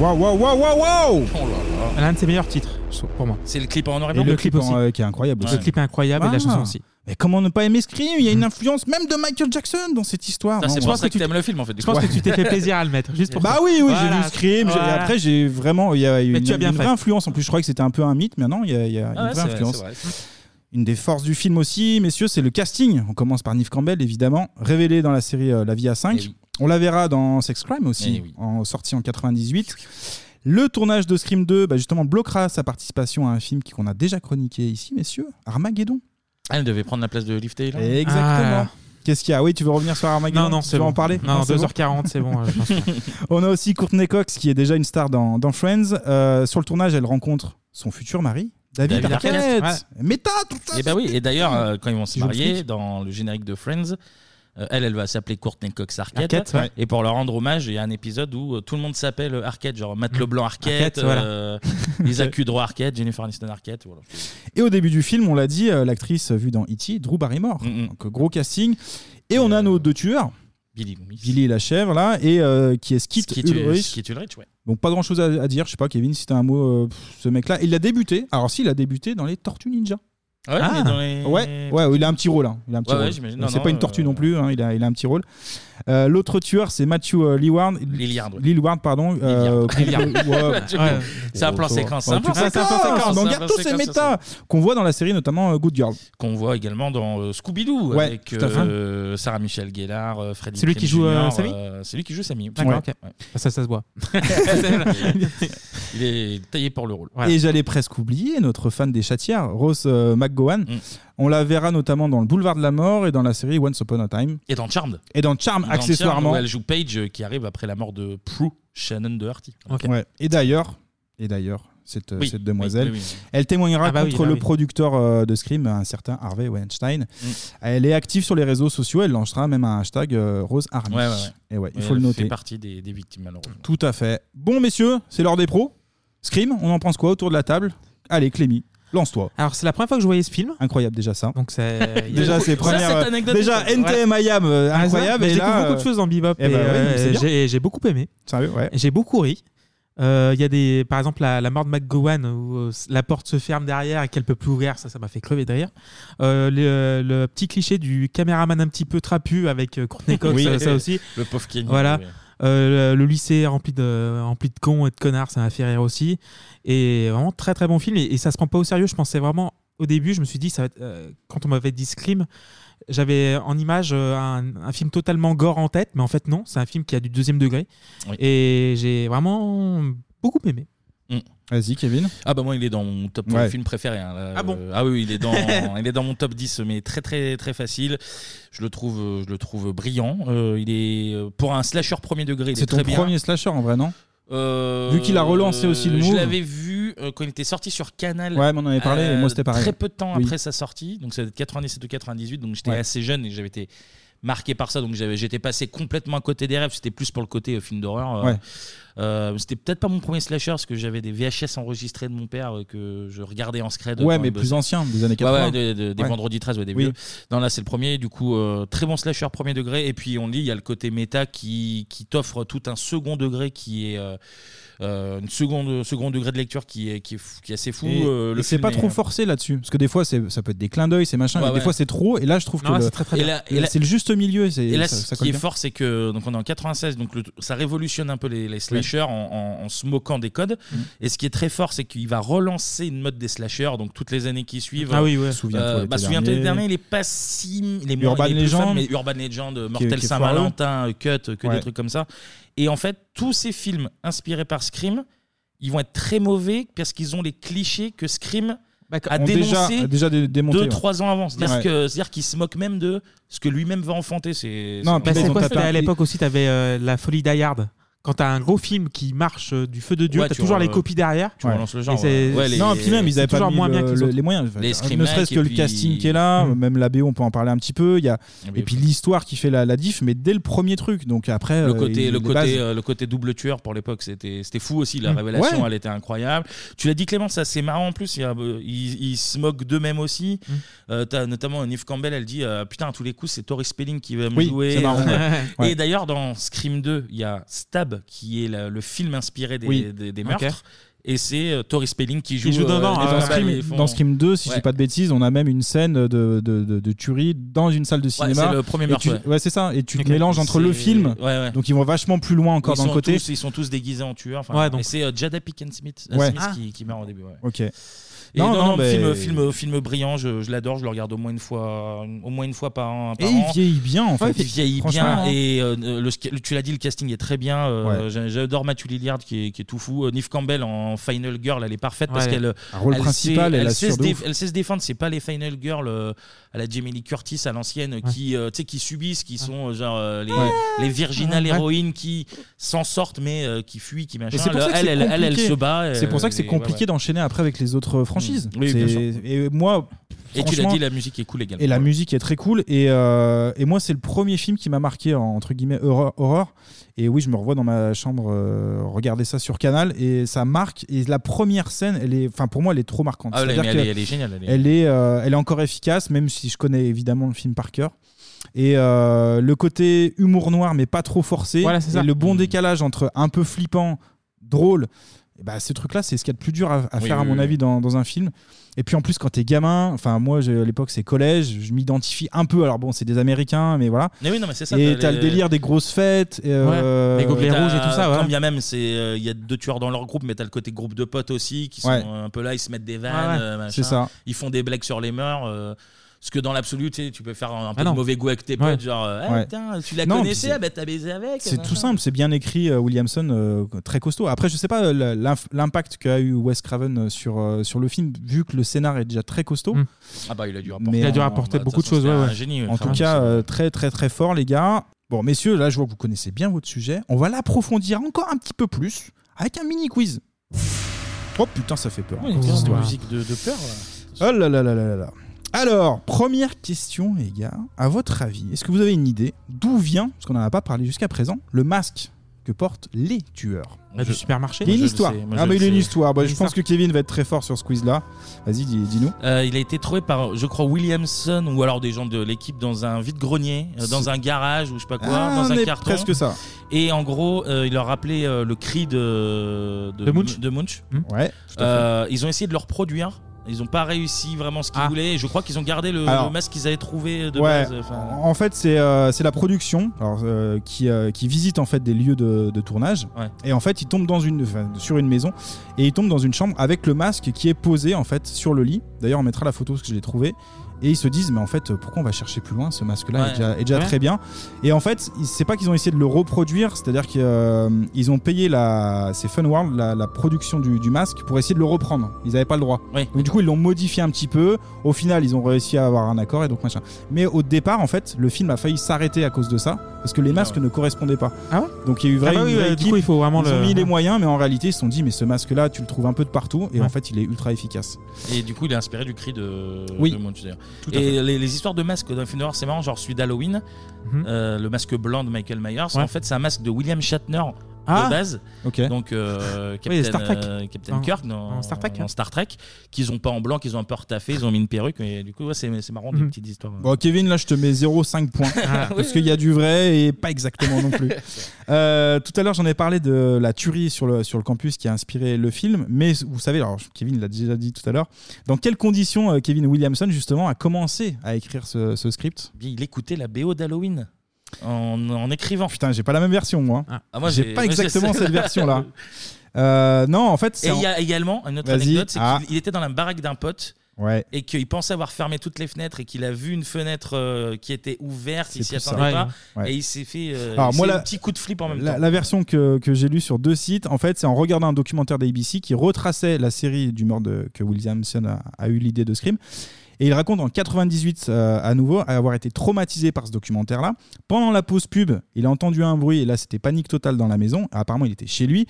Speaker 7: Waouh, waouh, waouh, waouh, waouh
Speaker 8: L'un de ses meilleurs titres, pour moi.
Speaker 1: Oh C'est le clip en noir et
Speaker 7: Et
Speaker 1: blanc.
Speaker 7: le clip en- euh, qui est incroyable.
Speaker 8: Le
Speaker 7: aussi.
Speaker 8: clip est incroyable et la chanson aussi.
Speaker 7: Ah. Mais comment ne pas aimer Scream Il y a une influence même de Michael Jackson dans cette histoire.
Speaker 1: Ça,
Speaker 7: Non,
Speaker 1: c'est
Speaker 7: on-
Speaker 1: pour ça que t'aimes le film en fait. du
Speaker 8: Je pense
Speaker 1: coup.
Speaker 8: que tu t'es fait plaisir à le mettre, juste pour
Speaker 7: Bah
Speaker 8: ça.
Speaker 7: oui, oui, j'ai
Speaker 8: Voilà.
Speaker 7: vu Scream. j'ai-
Speaker 8: Voilà.
Speaker 7: Après, j'ai vraiment. Il y a eu
Speaker 8: Mais
Speaker 7: une,
Speaker 8: tu as bien
Speaker 7: une vraie
Speaker 8: fait.
Speaker 7: influence. En plus, je croyais que c'était un peu un mythe. Maintenant, il y a, il y a
Speaker 1: Ah
Speaker 7: une vraie
Speaker 1: ouais, c'est vrai,
Speaker 7: influence.
Speaker 1: c'est vrai.
Speaker 7: Une des forces du film aussi, messieurs, c'est le casting. On commence par Neve Campbell, évidemment, révélée dans la série euh, La vie à
Speaker 8: Eh
Speaker 7: 5. On la verra dans Sex Crime aussi, en sortie en 98. Le tournage de Scream 2, bah, justement, bloquera sa participation à un film qui- qu'on a déjà chroniqué ici, messieurs, Armageddon.
Speaker 1: Ah, Elle devait prendre la place de Liv Taylor.
Speaker 7: Exactement. Qu'est-ce qu'il y a Oui, tu veux revenir sur Armageddon
Speaker 8: Ah. Non, non,
Speaker 7: Tu
Speaker 8: c'est
Speaker 7: veux
Speaker 8: bon.
Speaker 7: en parler
Speaker 8: Non,
Speaker 7: c'est bon
Speaker 8: 2h40, c'est bon. euh, je pense que-
Speaker 7: On a aussi Courtney Cox qui est déjà une star dans, dans Friends. Euh, sur le tournage, elle rencontre son futur mari, David,
Speaker 1: David
Speaker 7: Arquette.
Speaker 1: Arquette,
Speaker 7: Ouais. Méta, tout ça.
Speaker 1: Et bah oui, et d'ailleurs, euh, quand ils vont se
Speaker 7: Joue le
Speaker 1: marier
Speaker 7: flic.
Speaker 1: dans le générique de Friends, euh, elle, elle va s'appeler Courtney Cox Arquette.
Speaker 8: Arquette, ouais.
Speaker 1: Et pour leur rendre hommage, il y a un épisode où euh, tout le monde s'appelle Arquette, genre Matt Leblanc Arquette,
Speaker 8: Mmh. Arquette, voilà.
Speaker 1: euh, Lisa Kudrow Arquette, Jennifer Aniston Arquette. Voilà.
Speaker 7: Et au début du film, on l'a dit, euh, l'actrice vue dans E.T., Drew
Speaker 1: Mm,
Speaker 7: Barrymore. Donc gros casting. Et on
Speaker 1: Euh,
Speaker 7: a nos deux tueurs.
Speaker 1: Billy
Speaker 7: Billy la chèvre, là, et euh, qui est Skit
Speaker 1: Qui est
Speaker 7: Ulrich.
Speaker 1: Skit Ulrich, ouais.
Speaker 7: Donc pas grand chose à, à dire, je sais pas Kevin si t'as un mot, euh, pff, ce mec là, il a débuté, alors si il a débuté dans les Tortues Ninja.
Speaker 1: Ah ouais, il est dans les-
Speaker 7: ouais, ouais, il a un petit rôle. hein. Il a un petit
Speaker 1: Ouais, ouais,
Speaker 7: rôle.
Speaker 1: j'imagine.
Speaker 7: Donc,
Speaker 1: Non,
Speaker 7: c'est
Speaker 1: non,
Speaker 7: pas une tortue
Speaker 1: euh,
Speaker 7: non plus, hein, il, a, il a un petit rôle. Euh, L'autre tueur, c'est Matthew euh, Leeward.
Speaker 1: Lillard, ouais.
Speaker 7: Lillard, pardon. euh, qu'on-
Speaker 1: Lillard.
Speaker 7: ouais,
Speaker 1: Tu-
Speaker 7: ouais.
Speaker 1: C'est un plan
Speaker 7: Ouais,
Speaker 1: séquence,
Speaker 7: ouais,
Speaker 1: un plan
Speaker 7: tout ça,
Speaker 1: séquence,
Speaker 7: c'est un plan
Speaker 1: c'est un
Speaker 7: séquence.
Speaker 1: plan
Speaker 7: On regarde tous ces
Speaker 1: séquence,
Speaker 7: méta qu'on voit dans la série, notamment euh, Good Girl.
Speaker 1: Qu'on voit également dans euh, Scooby-Doo
Speaker 7: Ouais,
Speaker 1: avec
Speaker 7: tout à fait.
Speaker 1: euh, Sarah Michelle Gellar, euh, Freddy
Speaker 8: C'est lui qui
Speaker 1: Prinze
Speaker 8: joue, euh,
Speaker 1: Jr.,
Speaker 8: Sammy
Speaker 1: C'est lui qui joue Sammy.
Speaker 8: D'accord,
Speaker 1: Ouais.
Speaker 8: ok. Ah,
Speaker 1: Ouais.
Speaker 8: Ça, ça se voit.
Speaker 1: il est taillé pour le rôle.
Speaker 7: Et j'allais presque oublier notre fan des chatières, Rose euh, McGowan.
Speaker 1: Mm.
Speaker 7: On la verra notamment dans Le Boulevard de la Mort et dans la série Once Upon a Time.
Speaker 1: Et dans Charmed.
Speaker 7: Et dans Charmed,
Speaker 1: Dans
Speaker 7: accessoirement.
Speaker 1: Charmed, où elle joue Paige euh, qui arrive après la mort de Prue, Shannon de Harty.
Speaker 7: Ouais. Et d'ailleurs, et d'ailleurs, cette, euh,
Speaker 1: Oui,
Speaker 7: cette demoiselle,
Speaker 1: oui, oui, oui.
Speaker 7: elle témoignera
Speaker 1: Ah bah oui,
Speaker 7: contre
Speaker 1: bah
Speaker 7: le
Speaker 1: oui.
Speaker 7: producteur euh, de Scream, un certain Harvey Weinstein.
Speaker 1: Mm.
Speaker 7: Elle est active sur les réseaux sociaux, elle lancera même un hashtag euh, Rose Army.
Speaker 1: Ouais, ouais, ouais.
Speaker 7: Et ouais, il
Speaker 1: Ouais,
Speaker 7: faut le
Speaker 1: elle
Speaker 7: noter.
Speaker 1: fait partie des, des victimes, malheureusement.
Speaker 7: Tout à fait. Bon, messieurs, c'est l'heure des pros. Scream, on en pense quoi autour de la table Allez, Clémy. Lance-toi.
Speaker 8: Alors, c'est la première fois que je voyais ce film.
Speaker 7: Incroyable déjà ça.
Speaker 8: Donc c'est
Speaker 7: déjà c'est première. euh,
Speaker 8: cette anecdote
Speaker 7: déjà
Speaker 8: est-
Speaker 7: NTM
Speaker 8: Ouais.
Speaker 7: IAM euh,
Speaker 8: Ah,
Speaker 7: incroyable.
Speaker 8: mais
Speaker 7: et
Speaker 8: J'ai
Speaker 7: là,
Speaker 8: découvert beaucoup de
Speaker 7: euh,
Speaker 8: choses dans Bebop.
Speaker 7: eh ben
Speaker 8: et,
Speaker 7: oui,
Speaker 8: euh,
Speaker 7: mais c'est bien.
Speaker 8: j'ai j'ai beaucoup aimé.
Speaker 7: Sérieux, ouais.
Speaker 8: J'ai beaucoup ri. Euh, Il y a des, par exemple, la, la mort de McGowan où euh, la porte se ferme derrière et qu'elle peut plus ouvrir, ça, ça m'a fait crever de rire. Euh, le, le petit cliché du caméraman un petit peu trapu avec euh, Courtney Cox,
Speaker 1: Oui.
Speaker 8: euh, ça aussi.
Speaker 1: Le pauvre Kenny,
Speaker 8: Voilà.
Speaker 1: oui.
Speaker 8: Euh, le, le lycée rempli de, rempli de cons et de connards, ça m'a fait rire aussi. Et vraiment très très bon film. Et, et ça se prend pas au sérieux. Je pensais vraiment au début, je me suis dit, ça va être, euh, quand on m'avait dit Scream, j'avais en image euh, un, un film totalement gore en tête, mais en fait non, c'est un film qui a du deuxième degré. Et j'ai vraiment beaucoup aimé.
Speaker 1: Mm.
Speaker 7: Vas-y, Kevin.
Speaker 1: Ah bah moi il est dans mon top
Speaker 7: Ouais.
Speaker 1: film préféré. hein, là.
Speaker 7: Ah bon
Speaker 1: Euh, Ah oui, il est dans il est dans mon top 10 mais très très très facile. Je le trouve euh, je le trouve brillant. Euh, il est euh, pour un slasher premier degré, il est,
Speaker 7: C'est ton
Speaker 1: très bien.
Speaker 7: premier slasher en vrai, non
Speaker 1: Euh,
Speaker 7: Vu qu'il a relancé aussi le
Speaker 1: Je
Speaker 7: move.
Speaker 1: l'avais vu euh, quand il était sorti sur Canal. euh,
Speaker 7: Ouais, mais on en avait parlé, et moi, c'était pareil.
Speaker 1: Très peu de temps
Speaker 7: Oui.
Speaker 1: après sa sortie, donc ça doit être 97 ou 98, donc j'étais
Speaker 7: Ouais.
Speaker 1: assez jeune et j'avais été marqué par ça, donc j'avais- j'étais passé complètement à côté des rêves. C'était plus pour le côté euh, film d'horreur. euh,
Speaker 7: Ouais.
Speaker 1: euh, c'était peut-être pas mon premier slasher parce que j'avais des VHS enregistrés de mon père euh, que je regardais en scred. euh,
Speaker 7: Ouais,
Speaker 1: quand
Speaker 7: mais
Speaker 1: il
Speaker 7: plus
Speaker 1: bossait.
Speaker 7: anciens, des années
Speaker 1: Ouais, ouais,
Speaker 7: 80.
Speaker 1: de- de- des
Speaker 7: Ouais.
Speaker 1: vendredis 13 ouais, des
Speaker 7: Oui.
Speaker 1: vieux. Non, là, c'est le premier. Du coup, euh, très bon slasher premier degré. Et puis, on le dit, il y a le côté méta qui, qui t'offre tout un second degré qui est. euh, euh, une seconde second degré de lecture qui est, qui est, fou- qui est assez fou.
Speaker 7: Et,
Speaker 1: euh,
Speaker 7: et
Speaker 1: le
Speaker 7: c'est
Speaker 1: film
Speaker 7: pas
Speaker 1: est-
Speaker 7: trop forcé là-dessus, parce que des fois c'est- ça peut être des clins d'œil, c'est machin,
Speaker 1: Ouais,
Speaker 7: mais
Speaker 1: ouais.
Speaker 7: des fois c'est trop. Et là, je trouve
Speaker 1: Non,
Speaker 7: que
Speaker 1: c'est
Speaker 7: le-
Speaker 1: très, très
Speaker 7: le-
Speaker 1: bien. Et là-
Speaker 7: c'est le juste milieu. c'est-
Speaker 1: Et là,
Speaker 7: ça- ça
Speaker 1: ce
Speaker 7: colle
Speaker 1: qui est
Speaker 7: bien.
Speaker 1: fort, c'est que donc on est en 96, donc le- ça révolutionne un peu les, les slashers en, en- en se moquant des codes.
Speaker 7: Mm.
Speaker 1: Et ce qui est très fort, c'est qu'il va relancer une mode des slashers. Donc toutes les années qui suivent.
Speaker 7: Ah oui, ouais.
Speaker 1: euh,
Speaker 7: Souviens-toi l'été
Speaker 1: bah, souviens-toi
Speaker 7: dernier.
Speaker 1: l'été dernier, il est pas si, il est moins-
Speaker 7: Urban
Speaker 1: il est plus
Speaker 7: Legend.
Speaker 1: fun, mais Urban Legend, euh,
Speaker 7: Qui est-
Speaker 1: Mortel
Speaker 7: qui est
Speaker 1: Saint-Valentin, euh, Cut, euh, que
Speaker 7: Ouais.
Speaker 1: des trucs comme ça. Et en fait, tous ces films inspirés par Scream, ils vont être très mauvais parce qu'ils ont les clichés que Scream a
Speaker 7: Bah, ont déjà-
Speaker 1: dénoncé
Speaker 7: déjà dé- démonté,
Speaker 1: deux
Speaker 7: ouais.
Speaker 1: trois ans avant. C'est-à-dire
Speaker 7: Ouais.
Speaker 1: que- c'est-à-dire qu'il se moque même de ce que lui-même va enfanter. C'est
Speaker 7: Non,
Speaker 1: c'est-
Speaker 7: puis
Speaker 8: c'est
Speaker 7: ils ont
Speaker 8: quoi
Speaker 7: tapé-
Speaker 8: c'était à l'époque aussi, t'avais euh, la folie Die Hard. Quand t'as un gros film qui marche euh, du feu de Dieu,
Speaker 1: Ouais,
Speaker 8: t'as
Speaker 1: tu
Speaker 8: toujours
Speaker 1: re-
Speaker 8: les copies derrière.
Speaker 1: tu relances le genre,
Speaker 8: Et c'est-
Speaker 1: ouais. Ouais, les-
Speaker 7: non, puis même, ils
Speaker 8: c'est
Speaker 7: avaient pas
Speaker 8: toujours
Speaker 7: mis
Speaker 8: moins
Speaker 7: le-
Speaker 8: bien que les
Speaker 7: le-
Speaker 8: autres.
Speaker 7: les moyens. Enfin,
Speaker 1: Les
Speaker 7: ne
Speaker 1: screamhacks
Speaker 7: serait-ce que
Speaker 1: et
Speaker 7: le
Speaker 1: puis-
Speaker 7: casting qui est là, même la BO, on peut en parler un petit peu. Il y a... Et puis l'histoire qui fait la, la diff, mais dès le premier truc. Donc après,
Speaker 1: le
Speaker 7: euh,
Speaker 1: côté,
Speaker 7: il-
Speaker 1: le
Speaker 7: les
Speaker 1: côté,
Speaker 7: bases-
Speaker 1: euh, le côté double tueur pour l'époque, c'était, c'était fou aussi. La
Speaker 7: Mm.
Speaker 1: révélation,
Speaker 7: Ouais.
Speaker 1: elle était incroyable. Tu l'as dit, Clément, ça c'est marrant en plus. il y a, euh, ils, ils se moquent d'eux-mêmes aussi.
Speaker 7: Mmh.
Speaker 1: Euh, t'as notamment Neve Campbell, elle dit euh, Putain, à tous les coups, c'est Tori Spelling qui va me
Speaker 7: Oui,
Speaker 1: jouer.
Speaker 7: c'est marrant,
Speaker 1: Euh,
Speaker 7: ouais. Ouais.
Speaker 1: Et d'ailleurs, dans Scream 2, il y a Stab qui est la- le film inspiré des,
Speaker 7: Oui.
Speaker 1: des- des
Speaker 7: Ok.
Speaker 1: meurtres. Et c'est euh, Tori Spelling qui joue,
Speaker 7: Et
Speaker 1: euh,
Speaker 7: dans,
Speaker 1: Neve Campbell, et
Speaker 7: hein. Scream,
Speaker 1: ils font-
Speaker 7: dans Scream 2, si je
Speaker 1: Ouais.
Speaker 7: dis pas de bêtises, on a même une scène de, de, de, de tuerie dans une salle de cinéma.
Speaker 1: c'est le premier
Speaker 7: Et
Speaker 1: meurtre,
Speaker 7: tu-
Speaker 1: ouais.
Speaker 7: c'est ça. Et tu
Speaker 1: Ok.
Speaker 7: te mélanges entre le
Speaker 1: C'est-
Speaker 7: film.
Speaker 1: Ouais, ouais.
Speaker 7: Donc ils vont vachement plus loin encore
Speaker 1: Ils
Speaker 7: dans le
Speaker 1: sont
Speaker 7: côté.
Speaker 1: tous- ils sont tous déguisés en tueurs. Enfin,
Speaker 7: Ouais, donc-
Speaker 1: Et c'est euh, Jada Pinkett Smith, euh,
Speaker 7: Ouais.
Speaker 1: Smith
Speaker 7: Ah.
Speaker 1: qui, qui meurt au début. ouais.
Speaker 7: Ok.
Speaker 1: Et non, non,
Speaker 7: mais-
Speaker 1: film, film, film brillant, je, je l'adore, je le regarde au moins une fois, au moins une fois par an. par
Speaker 7: Et il
Speaker 1: an.
Speaker 7: vieillit bien, en fait.
Speaker 1: Il vieillit
Speaker 7: Franchement.
Speaker 1: bien et euh, le, le- tu l'as dit, le casting est très bien. euh, j'a- J'adore Matthew Lilliard qui est, qui est tout fou. Euh, Neve Campbell en Final Girl, elle est parfaite parce
Speaker 7: Ouais.
Speaker 1: qu'elle
Speaker 7: Un rôle
Speaker 1: elle
Speaker 7: principal,
Speaker 1: sait,
Speaker 7: elle
Speaker 1: elle,
Speaker 7: assure
Speaker 1: sait se
Speaker 7: de
Speaker 1: dé-
Speaker 7: ouf.
Speaker 1: elle sait se défendre. C'est pas les Final Girl euh, à la Jamie Lee Curtis à l'ancienne qui, euh, tu sais, qui subissent, qui sont euh, genre euh, les,
Speaker 7: Ouais.
Speaker 1: les Virginal
Speaker 7: Ouais.
Speaker 1: héroïnes qui s'en sortent mais euh, qui fuient, qui
Speaker 7: Mais
Speaker 1: machin.
Speaker 7: c'est pour
Speaker 1: Là,
Speaker 7: ça que
Speaker 1: elle,
Speaker 7: c'est
Speaker 1: elle, elle, elle
Speaker 7: compliqué.
Speaker 1: se bat.
Speaker 7: C'est pour ça que
Speaker 1: euh,
Speaker 7: c'est
Speaker 1: et ouais,
Speaker 7: compliqué
Speaker 1: ouais.
Speaker 7: d'enchaîner après avec les autres franchises.
Speaker 1: Oui,
Speaker 7: C'est-
Speaker 1: bien sûr.
Speaker 7: Et moi.
Speaker 1: Et tu l'as
Speaker 7: franchement-
Speaker 1: dit, la musique est cool également.
Speaker 7: Et la musique est très cool. Et, euh, et moi, c'est le premier film qui m'a marqué, en- entre guillemets, horreur. horreur. Et oui, je me revois dans ma chambre euh, regarder ça sur Canal. Et ça marque. Et la première scène, elle est, enfin, pour moi, elle est trop marquante.
Speaker 1: Ah, elle est-
Speaker 7: C'est-à-dire
Speaker 1: mais elle
Speaker 7: que
Speaker 1: est- elle est géniale, elle est-
Speaker 7: Elle est, euh, elle est encore efficace, même si je connais évidemment le film par cœur. Et euh, le côté humour noir, mais pas trop forcé.
Speaker 8: Voilà, c'est ça.
Speaker 7: Et le bon décalage entre un peu flippant, drôle. Et bah, ce truc-là, c'est ce qu'il y a de plus dur à, à
Speaker 8: Oui,
Speaker 7: faire, à
Speaker 8: oui,
Speaker 7: mon
Speaker 8: oui.
Speaker 7: avis, dans, dans un film. Et puis en plus, quand t'es gamin, enfin moi j'ai- à l'époque c'est collège, je m'identifie un peu. Alors bon, c'est des Américains, mais voilà.
Speaker 1: Mais oui, non, mais c'est ça,
Speaker 7: Et
Speaker 1: t'as
Speaker 7: t'as le
Speaker 1: les-
Speaker 7: délire des grosses fêtes, et, euh,
Speaker 1: Les Quand bien même, c'est euh, il y a deux tueurs dans leur groupe, mais t'as le côté groupe de potes aussi qui sont
Speaker 7: Ouais.
Speaker 1: euh, un peu là, ils se mettent des vannes,
Speaker 7: Ouais, ouais.
Speaker 1: euh, machin.
Speaker 7: C'est ça.
Speaker 1: Ils font des blagues sur les mœurs. euh, ce que dans l'absolu, tu, sais, tu peux faire un, un peu
Speaker 7: Ah
Speaker 1: de
Speaker 7: non.
Speaker 1: mauvais goût avec tes potes,
Speaker 7: Ouais.
Speaker 1: genre, euh, Ah,
Speaker 7: Ouais.
Speaker 1: putain, tu la
Speaker 7: Non,
Speaker 1: connaissais,
Speaker 7: puis
Speaker 1: ah, bah, t'as baisé avec.
Speaker 7: C'est
Speaker 1: machin.
Speaker 7: tout simple, c'est bien écrit. euh, Williamson, euh, très costaud. Après, je sais pas euh, l'inf- l'impact qu'a eu Wes Craven euh, sur, euh, sur le film, vu que le scénar est déjà très costaud.
Speaker 1: Ah bah, il a dû rapporter, bah,
Speaker 7: Mais
Speaker 8: Il a dû
Speaker 7: en-
Speaker 8: rapporter beaucoup de choses. ouais, ouais.
Speaker 7: en tout cas, euh, très très très fort, les gars. Bon, messieurs, là, je vois que vous connaissez bien votre sujet. On va l'approfondir encore un petit peu plus avec un mini quiz. Oh putain, ça fait peur.
Speaker 1: Ouais, une espèce de
Speaker 7: Ouah.
Speaker 1: musique de, de peur. là.
Speaker 7: Oh là là là là là là. Alors, première question, les gars. À votre avis, est-ce que vous avez une idée d'où vient, parce qu'on n'en a pas parlé jusqu'à présent, le masque
Speaker 8: que portent les tueurs
Speaker 7: Ah,
Speaker 8: du
Speaker 7: je-
Speaker 8: supermarché
Speaker 7: Il y a une histoire. Ah, mais il y a une histoire. Bah, je pense que Kevin va être très fort sur ce quiz-là. Vas-y, dis- dis-nous.
Speaker 1: Euh, il a été trouvé par, je crois, Williamson ou alors des gens de l'équipe dans un vide-grenier, euh, dans
Speaker 7: C'est-
Speaker 1: un garage ou je sais pas quoi,
Speaker 7: Ah, on
Speaker 1: dans un
Speaker 7: est
Speaker 1: carton.
Speaker 7: presque ça.
Speaker 1: Et en gros, euh, il leur rappelait euh, le cri de,
Speaker 7: De Munch Hmm. Ouais, tout à fait.
Speaker 1: Euh, ils ont essayé de le reproduire. Ils n'ont pas réussi vraiment ce qu'ils voulaient. Et je crois qu'ils ont gardé le,
Speaker 7: Ah. Alors.
Speaker 1: le masque qu'ils avaient trouvé euh, de
Speaker 7: Ouais.
Speaker 1: base. Enfin,
Speaker 7: En fait, c'est euh, c'est la production alors, euh, qui, euh, qui visite en fait des lieux de, de tournage. Et en fait, ils tombent dans une, enfin, sur une maison et ils tombent dans une chambre avec le masque qui est posé en fait sur le lit. D'ailleurs, on mettra la photo parce que je l'ai trouvé. Et ils se disent, mais en fait, pourquoi on va chercher plus loin Ce masque-là
Speaker 1: Ouais.
Speaker 7: est déjà, est déjà
Speaker 1: Ouais.
Speaker 7: très bien. Et en fait, ils- c'est pas qu'ils ont essayé de le reproduire, c'est-à-dire qu'ils ont payé la, c'est Fun World, la, la production du, du masque, pour essayer de le reprendre. Ils n'avaient pas le droit. Donc du coup, ils l'ont modifié un petit peu. Au final, ils ont réussi à avoir un accord et donc machin. Mais au départ, en fait, le film a failli s'arrêter à cause de ça, parce que les masques ne correspondaient pas. donc il y a eu
Speaker 8: Ah
Speaker 7: vraiment
Speaker 8: bah oui,
Speaker 7: une vraie
Speaker 8: euh, du
Speaker 7: équipe.
Speaker 8: coup, il faut vraiment
Speaker 7: ils ont
Speaker 8: le-
Speaker 7: mis les
Speaker 8: ouais.
Speaker 7: moyens, mais en réalité, ils se sont dit, mais ce masque-là, tu le trouves un peu de partout, et
Speaker 1: Ouais.
Speaker 7: en fait, il est ultra efficace.
Speaker 1: Et du coup, il est inspiré du cri de,
Speaker 7: Oui.
Speaker 1: de Munch, d'ailleurs.
Speaker 7: Tout à
Speaker 1: Et les, les histoires de masques dans les films d'horreur, c'est marrant. Genre, celui d'Halloween,
Speaker 7: Mhm.
Speaker 1: euh, le masque blanc de Michael Myers,
Speaker 7: Ouais.
Speaker 1: en fait, c'est un masque de William Shatner
Speaker 7: Ah.
Speaker 1: de base.
Speaker 7: Ok.
Speaker 1: Donc, euh, Captain,
Speaker 7: Oui, Star Trek.
Speaker 1: euh, Captain
Speaker 7: En-
Speaker 1: Kirk dans,
Speaker 7: en Star Trek,
Speaker 1: dans
Speaker 7: hein.
Speaker 1: Star Trek, qu'ils ont pas en blanc, qu'ils ont un peu retaffé, ils ont mis une perruque. Mais du coup, ouais, c'est c'est marrant, des
Speaker 7: Mhm.
Speaker 1: petites histoires. euh.
Speaker 7: Bon, Kevin, là, je te mets 0,5 points. parce qu'il y a du vrai et pas exactement non plus. Euh, tout à l'heure, j'en ai parlé de la tuerie sur le, sur le campus qui a inspiré le film. Mais vous savez, alors Kevin l'a déjà dit tout à l'heure, dans quelles conditions euh, Kevin Williamson, justement, a commencé à écrire ce, ce script
Speaker 1: Bien, Il écoutait la BO d'Halloween en, en écrivant.
Speaker 7: Putain, j'ai pas la même version, moi. hein.
Speaker 1: Ah, moi,
Speaker 7: j'ai
Speaker 1: j'ai-
Speaker 7: pas
Speaker 1: moi, j'ai
Speaker 7: exactement
Speaker 1: celle-là.
Speaker 7: cette version-là. Euh, non, en fait,
Speaker 1: Et
Speaker 7: c'est.
Speaker 1: il
Speaker 7: en-
Speaker 1: y a également une autre
Speaker 7: Vas-y.
Speaker 1: anecdote, c'est
Speaker 7: Ah.
Speaker 1: qu'il il était dans la baraque d'un pote.
Speaker 7: Ouais.
Speaker 1: Et qu'il pensait avoir fermé toutes les fenêtres et qu'il a vu une fenêtre euh, qui était ouverte, il s'y
Speaker 7: plus ça.
Speaker 1: attendait
Speaker 7: Ouais.
Speaker 1: pas.
Speaker 7: Ouais.
Speaker 1: Et il s'est fait euh,
Speaker 7: Alors,
Speaker 1: il
Speaker 7: moi,
Speaker 1: s'est
Speaker 7: la-
Speaker 1: eu un petit coup de flip en même
Speaker 7: La,
Speaker 1: temps.
Speaker 7: la version que, que j'ai lue sur deux sites, en fait, c'est en regardant un documentaire d'ABC qui retraçait la série du meurtre de- que Williamson a, a eu l'idée de Scream. Et il raconte en 98 euh, à nouveau avoir été traumatisé par ce documentaire-là. Pendant la pause pub, il a entendu un bruit et là c'était panique totale dans la maison. Apparemment il était chez lui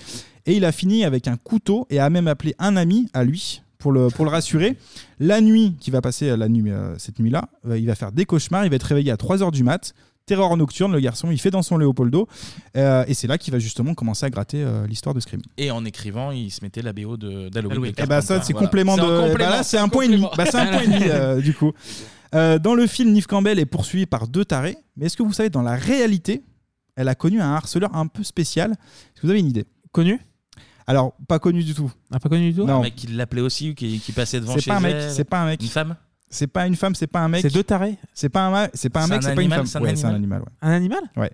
Speaker 7: et il a fini avec un couteau et a même appelé un ami à lui pour le, pour le rassurer. La nuit qui va passer euh, la nuit, euh, cette nuit-là, euh, il va faire des cauchemars, il va être réveillé à 3h du mat. Terreur nocturne, le garçon, il fait dans son Léopoldo. euh, et c'est là qu'il va justement commencer à gratter euh, l'histoire de Scream.
Speaker 1: Et en écrivant, il se mettait la BO de- d'Halloween.
Speaker 7: Et
Speaker 1: de
Speaker 7: bah ça
Speaker 1: Carpenter.
Speaker 7: c'est
Speaker 1: ben, Voilà.
Speaker 7: complément de.
Speaker 1: C'est un
Speaker 7: eh
Speaker 1: complément.
Speaker 7: bah là c'est un point et demi. Bah, c'est un point et demi euh, du coup. Euh, dans le film, Neve Campbell est poursuivie par deux tarés. Mais est-ce que vous savez dans la réalité, elle a connu un harceleur un peu spécial Est-ce que vous avez une idée Connu Alors pas connu du tout. pas connu du tout.
Speaker 1: Un
Speaker 7: Non.
Speaker 1: mec qui l'appelait aussi ou qui, qui passait devant
Speaker 7: C'est
Speaker 1: chez
Speaker 7: pas un mec,
Speaker 1: elle.
Speaker 7: c'est pas un mec.
Speaker 1: Une femme
Speaker 7: C'est pas une femme, c'est pas un mec.
Speaker 1: C'est deux
Speaker 7: tarés. C'est pas un, ma- c'est pas un
Speaker 1: C'est
Speaker 7: mec,
Speaker 1: un
Speaker 7: c'est pas une
Speaker 1: animal,
Speaker 7: femme.
Speaker 1: c'est un
Speaker 7: Ouais, c'est un
Speaker 1: animal.
Speaker 7: animal. Un animal Ouais.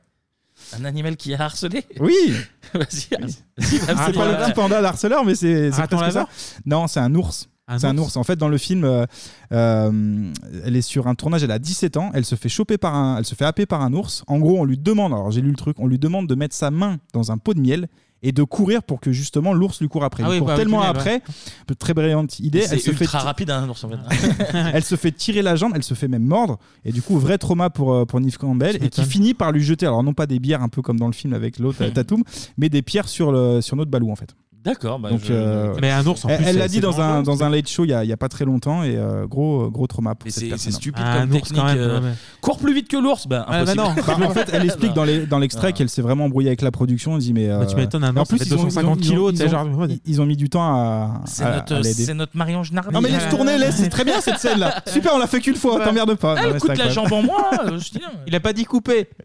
Speaker 1: Un animal qui a harcelé
Speaker 7: Oui
Speaker 1: Vas-y,
Speaker 7: Ah, c'est pas le petit panda d'harceleur, mais c'est c'est
Speaker 1: Raton
Speaker 7: presque ça.
Speaker 1: laveur
Speaker 7: Non, c'est un ours.
Speaker 1: Un
Speaker 7: C'est un
Speaker 1: ours.
Speaker 7: ours. En fait, dans le film, euh, euh, elle est sur un tournage, elle a 17 ans, elle se fait choper par un, elle se fait happer par un ours. En gros, on lui demande, alors j'ai lu le truc, on lui demande de mettre sa main dans un pot de miel et de courir pour que justement l'ours lui court après.
Speaker 1: Ah
Speaker 7: il
Speaker 1: oui,
Speaker 7: court
Speaker 1: bah, avec
Speaker 7: tellement
Speaker 1: le miel,
Speaker 7: après, très brillante idée. Elle se
Speaker 1: C'est
Speaker 7: fait
Speaker 1: ultra rapide, un ours en fait.
Speaker 7: elle se fait tirer la jambe, elle se fait même mordre. Et du coup, vrai trauma pour, euh, pour Neve Campbell. Et qui finit par lui jeter, alors non pas des bières un peu comme dans le film avec l'autre euh, Tatum, mais des pierres sur, le, sur notre balou en fait.
Speaker 1: D'accord. bah,
Speaker 7: Donc,
Speaker 1: je-
Speaker 7: euh, elle, Elle l'a dit dans un, dans un late show il y a, il y a pas très longtemps et euh, gros, gros trauma pour
Speaker 1: Mais
Speaker 7: cette
Speaker 1: c'est c'est
Speaker 7: personne.
Speaker 1: stupide
Speaker 8: Ah,
Speaker 1: comme technique. euh, Cours plus vite que l'ours Bah,
Speaker 7: Ah, bah
Speaker 1: impossible.
Speaker 7: non. en fait, elle explique dans les- dans l'extrait qu'elle s'est vraiment embrouillée avec la production. Elle dit mais euh,
Speaker 8: Bah, tu m'étonnes, un
Speaker 7: mais en
Speaker 8: ours, ça
Speaker 7: plus
Speaker 8: fait
Speaker 7: ils ont- ils ont-
Speaker 8: 250 kilos,
Speaker 7: ils
Speaker 8: t'sais,
Speaker 7: ont-
Speaker 8: genre-
Speaker 7: ils- ils ont mis du temps à
Speaker 1: C'est
Speaker 7: à-
Speaker 1: notre,
Speaker 7: à l'aider.
Speaker 1: c'est notre Mariange Nardi.
Speaker 7: Non mais laisse tourner, laisse, c'est très bien cette scène là. Super, on l'a fait qu'une fois,
Speaker 1: Ah. Ouais. Ah,
Speaker 7: t'emmerdes pas.
Speaker 1: Elle
Speaker 7: Non, mais
Speaker 1: coûte
Speaker 7: c'est
Speaker 1: la
Speaker 7: incroyable.
Speaker 1: jambe en moi. euh, je dis, non.
Speaker 7: Il a pas dit couper.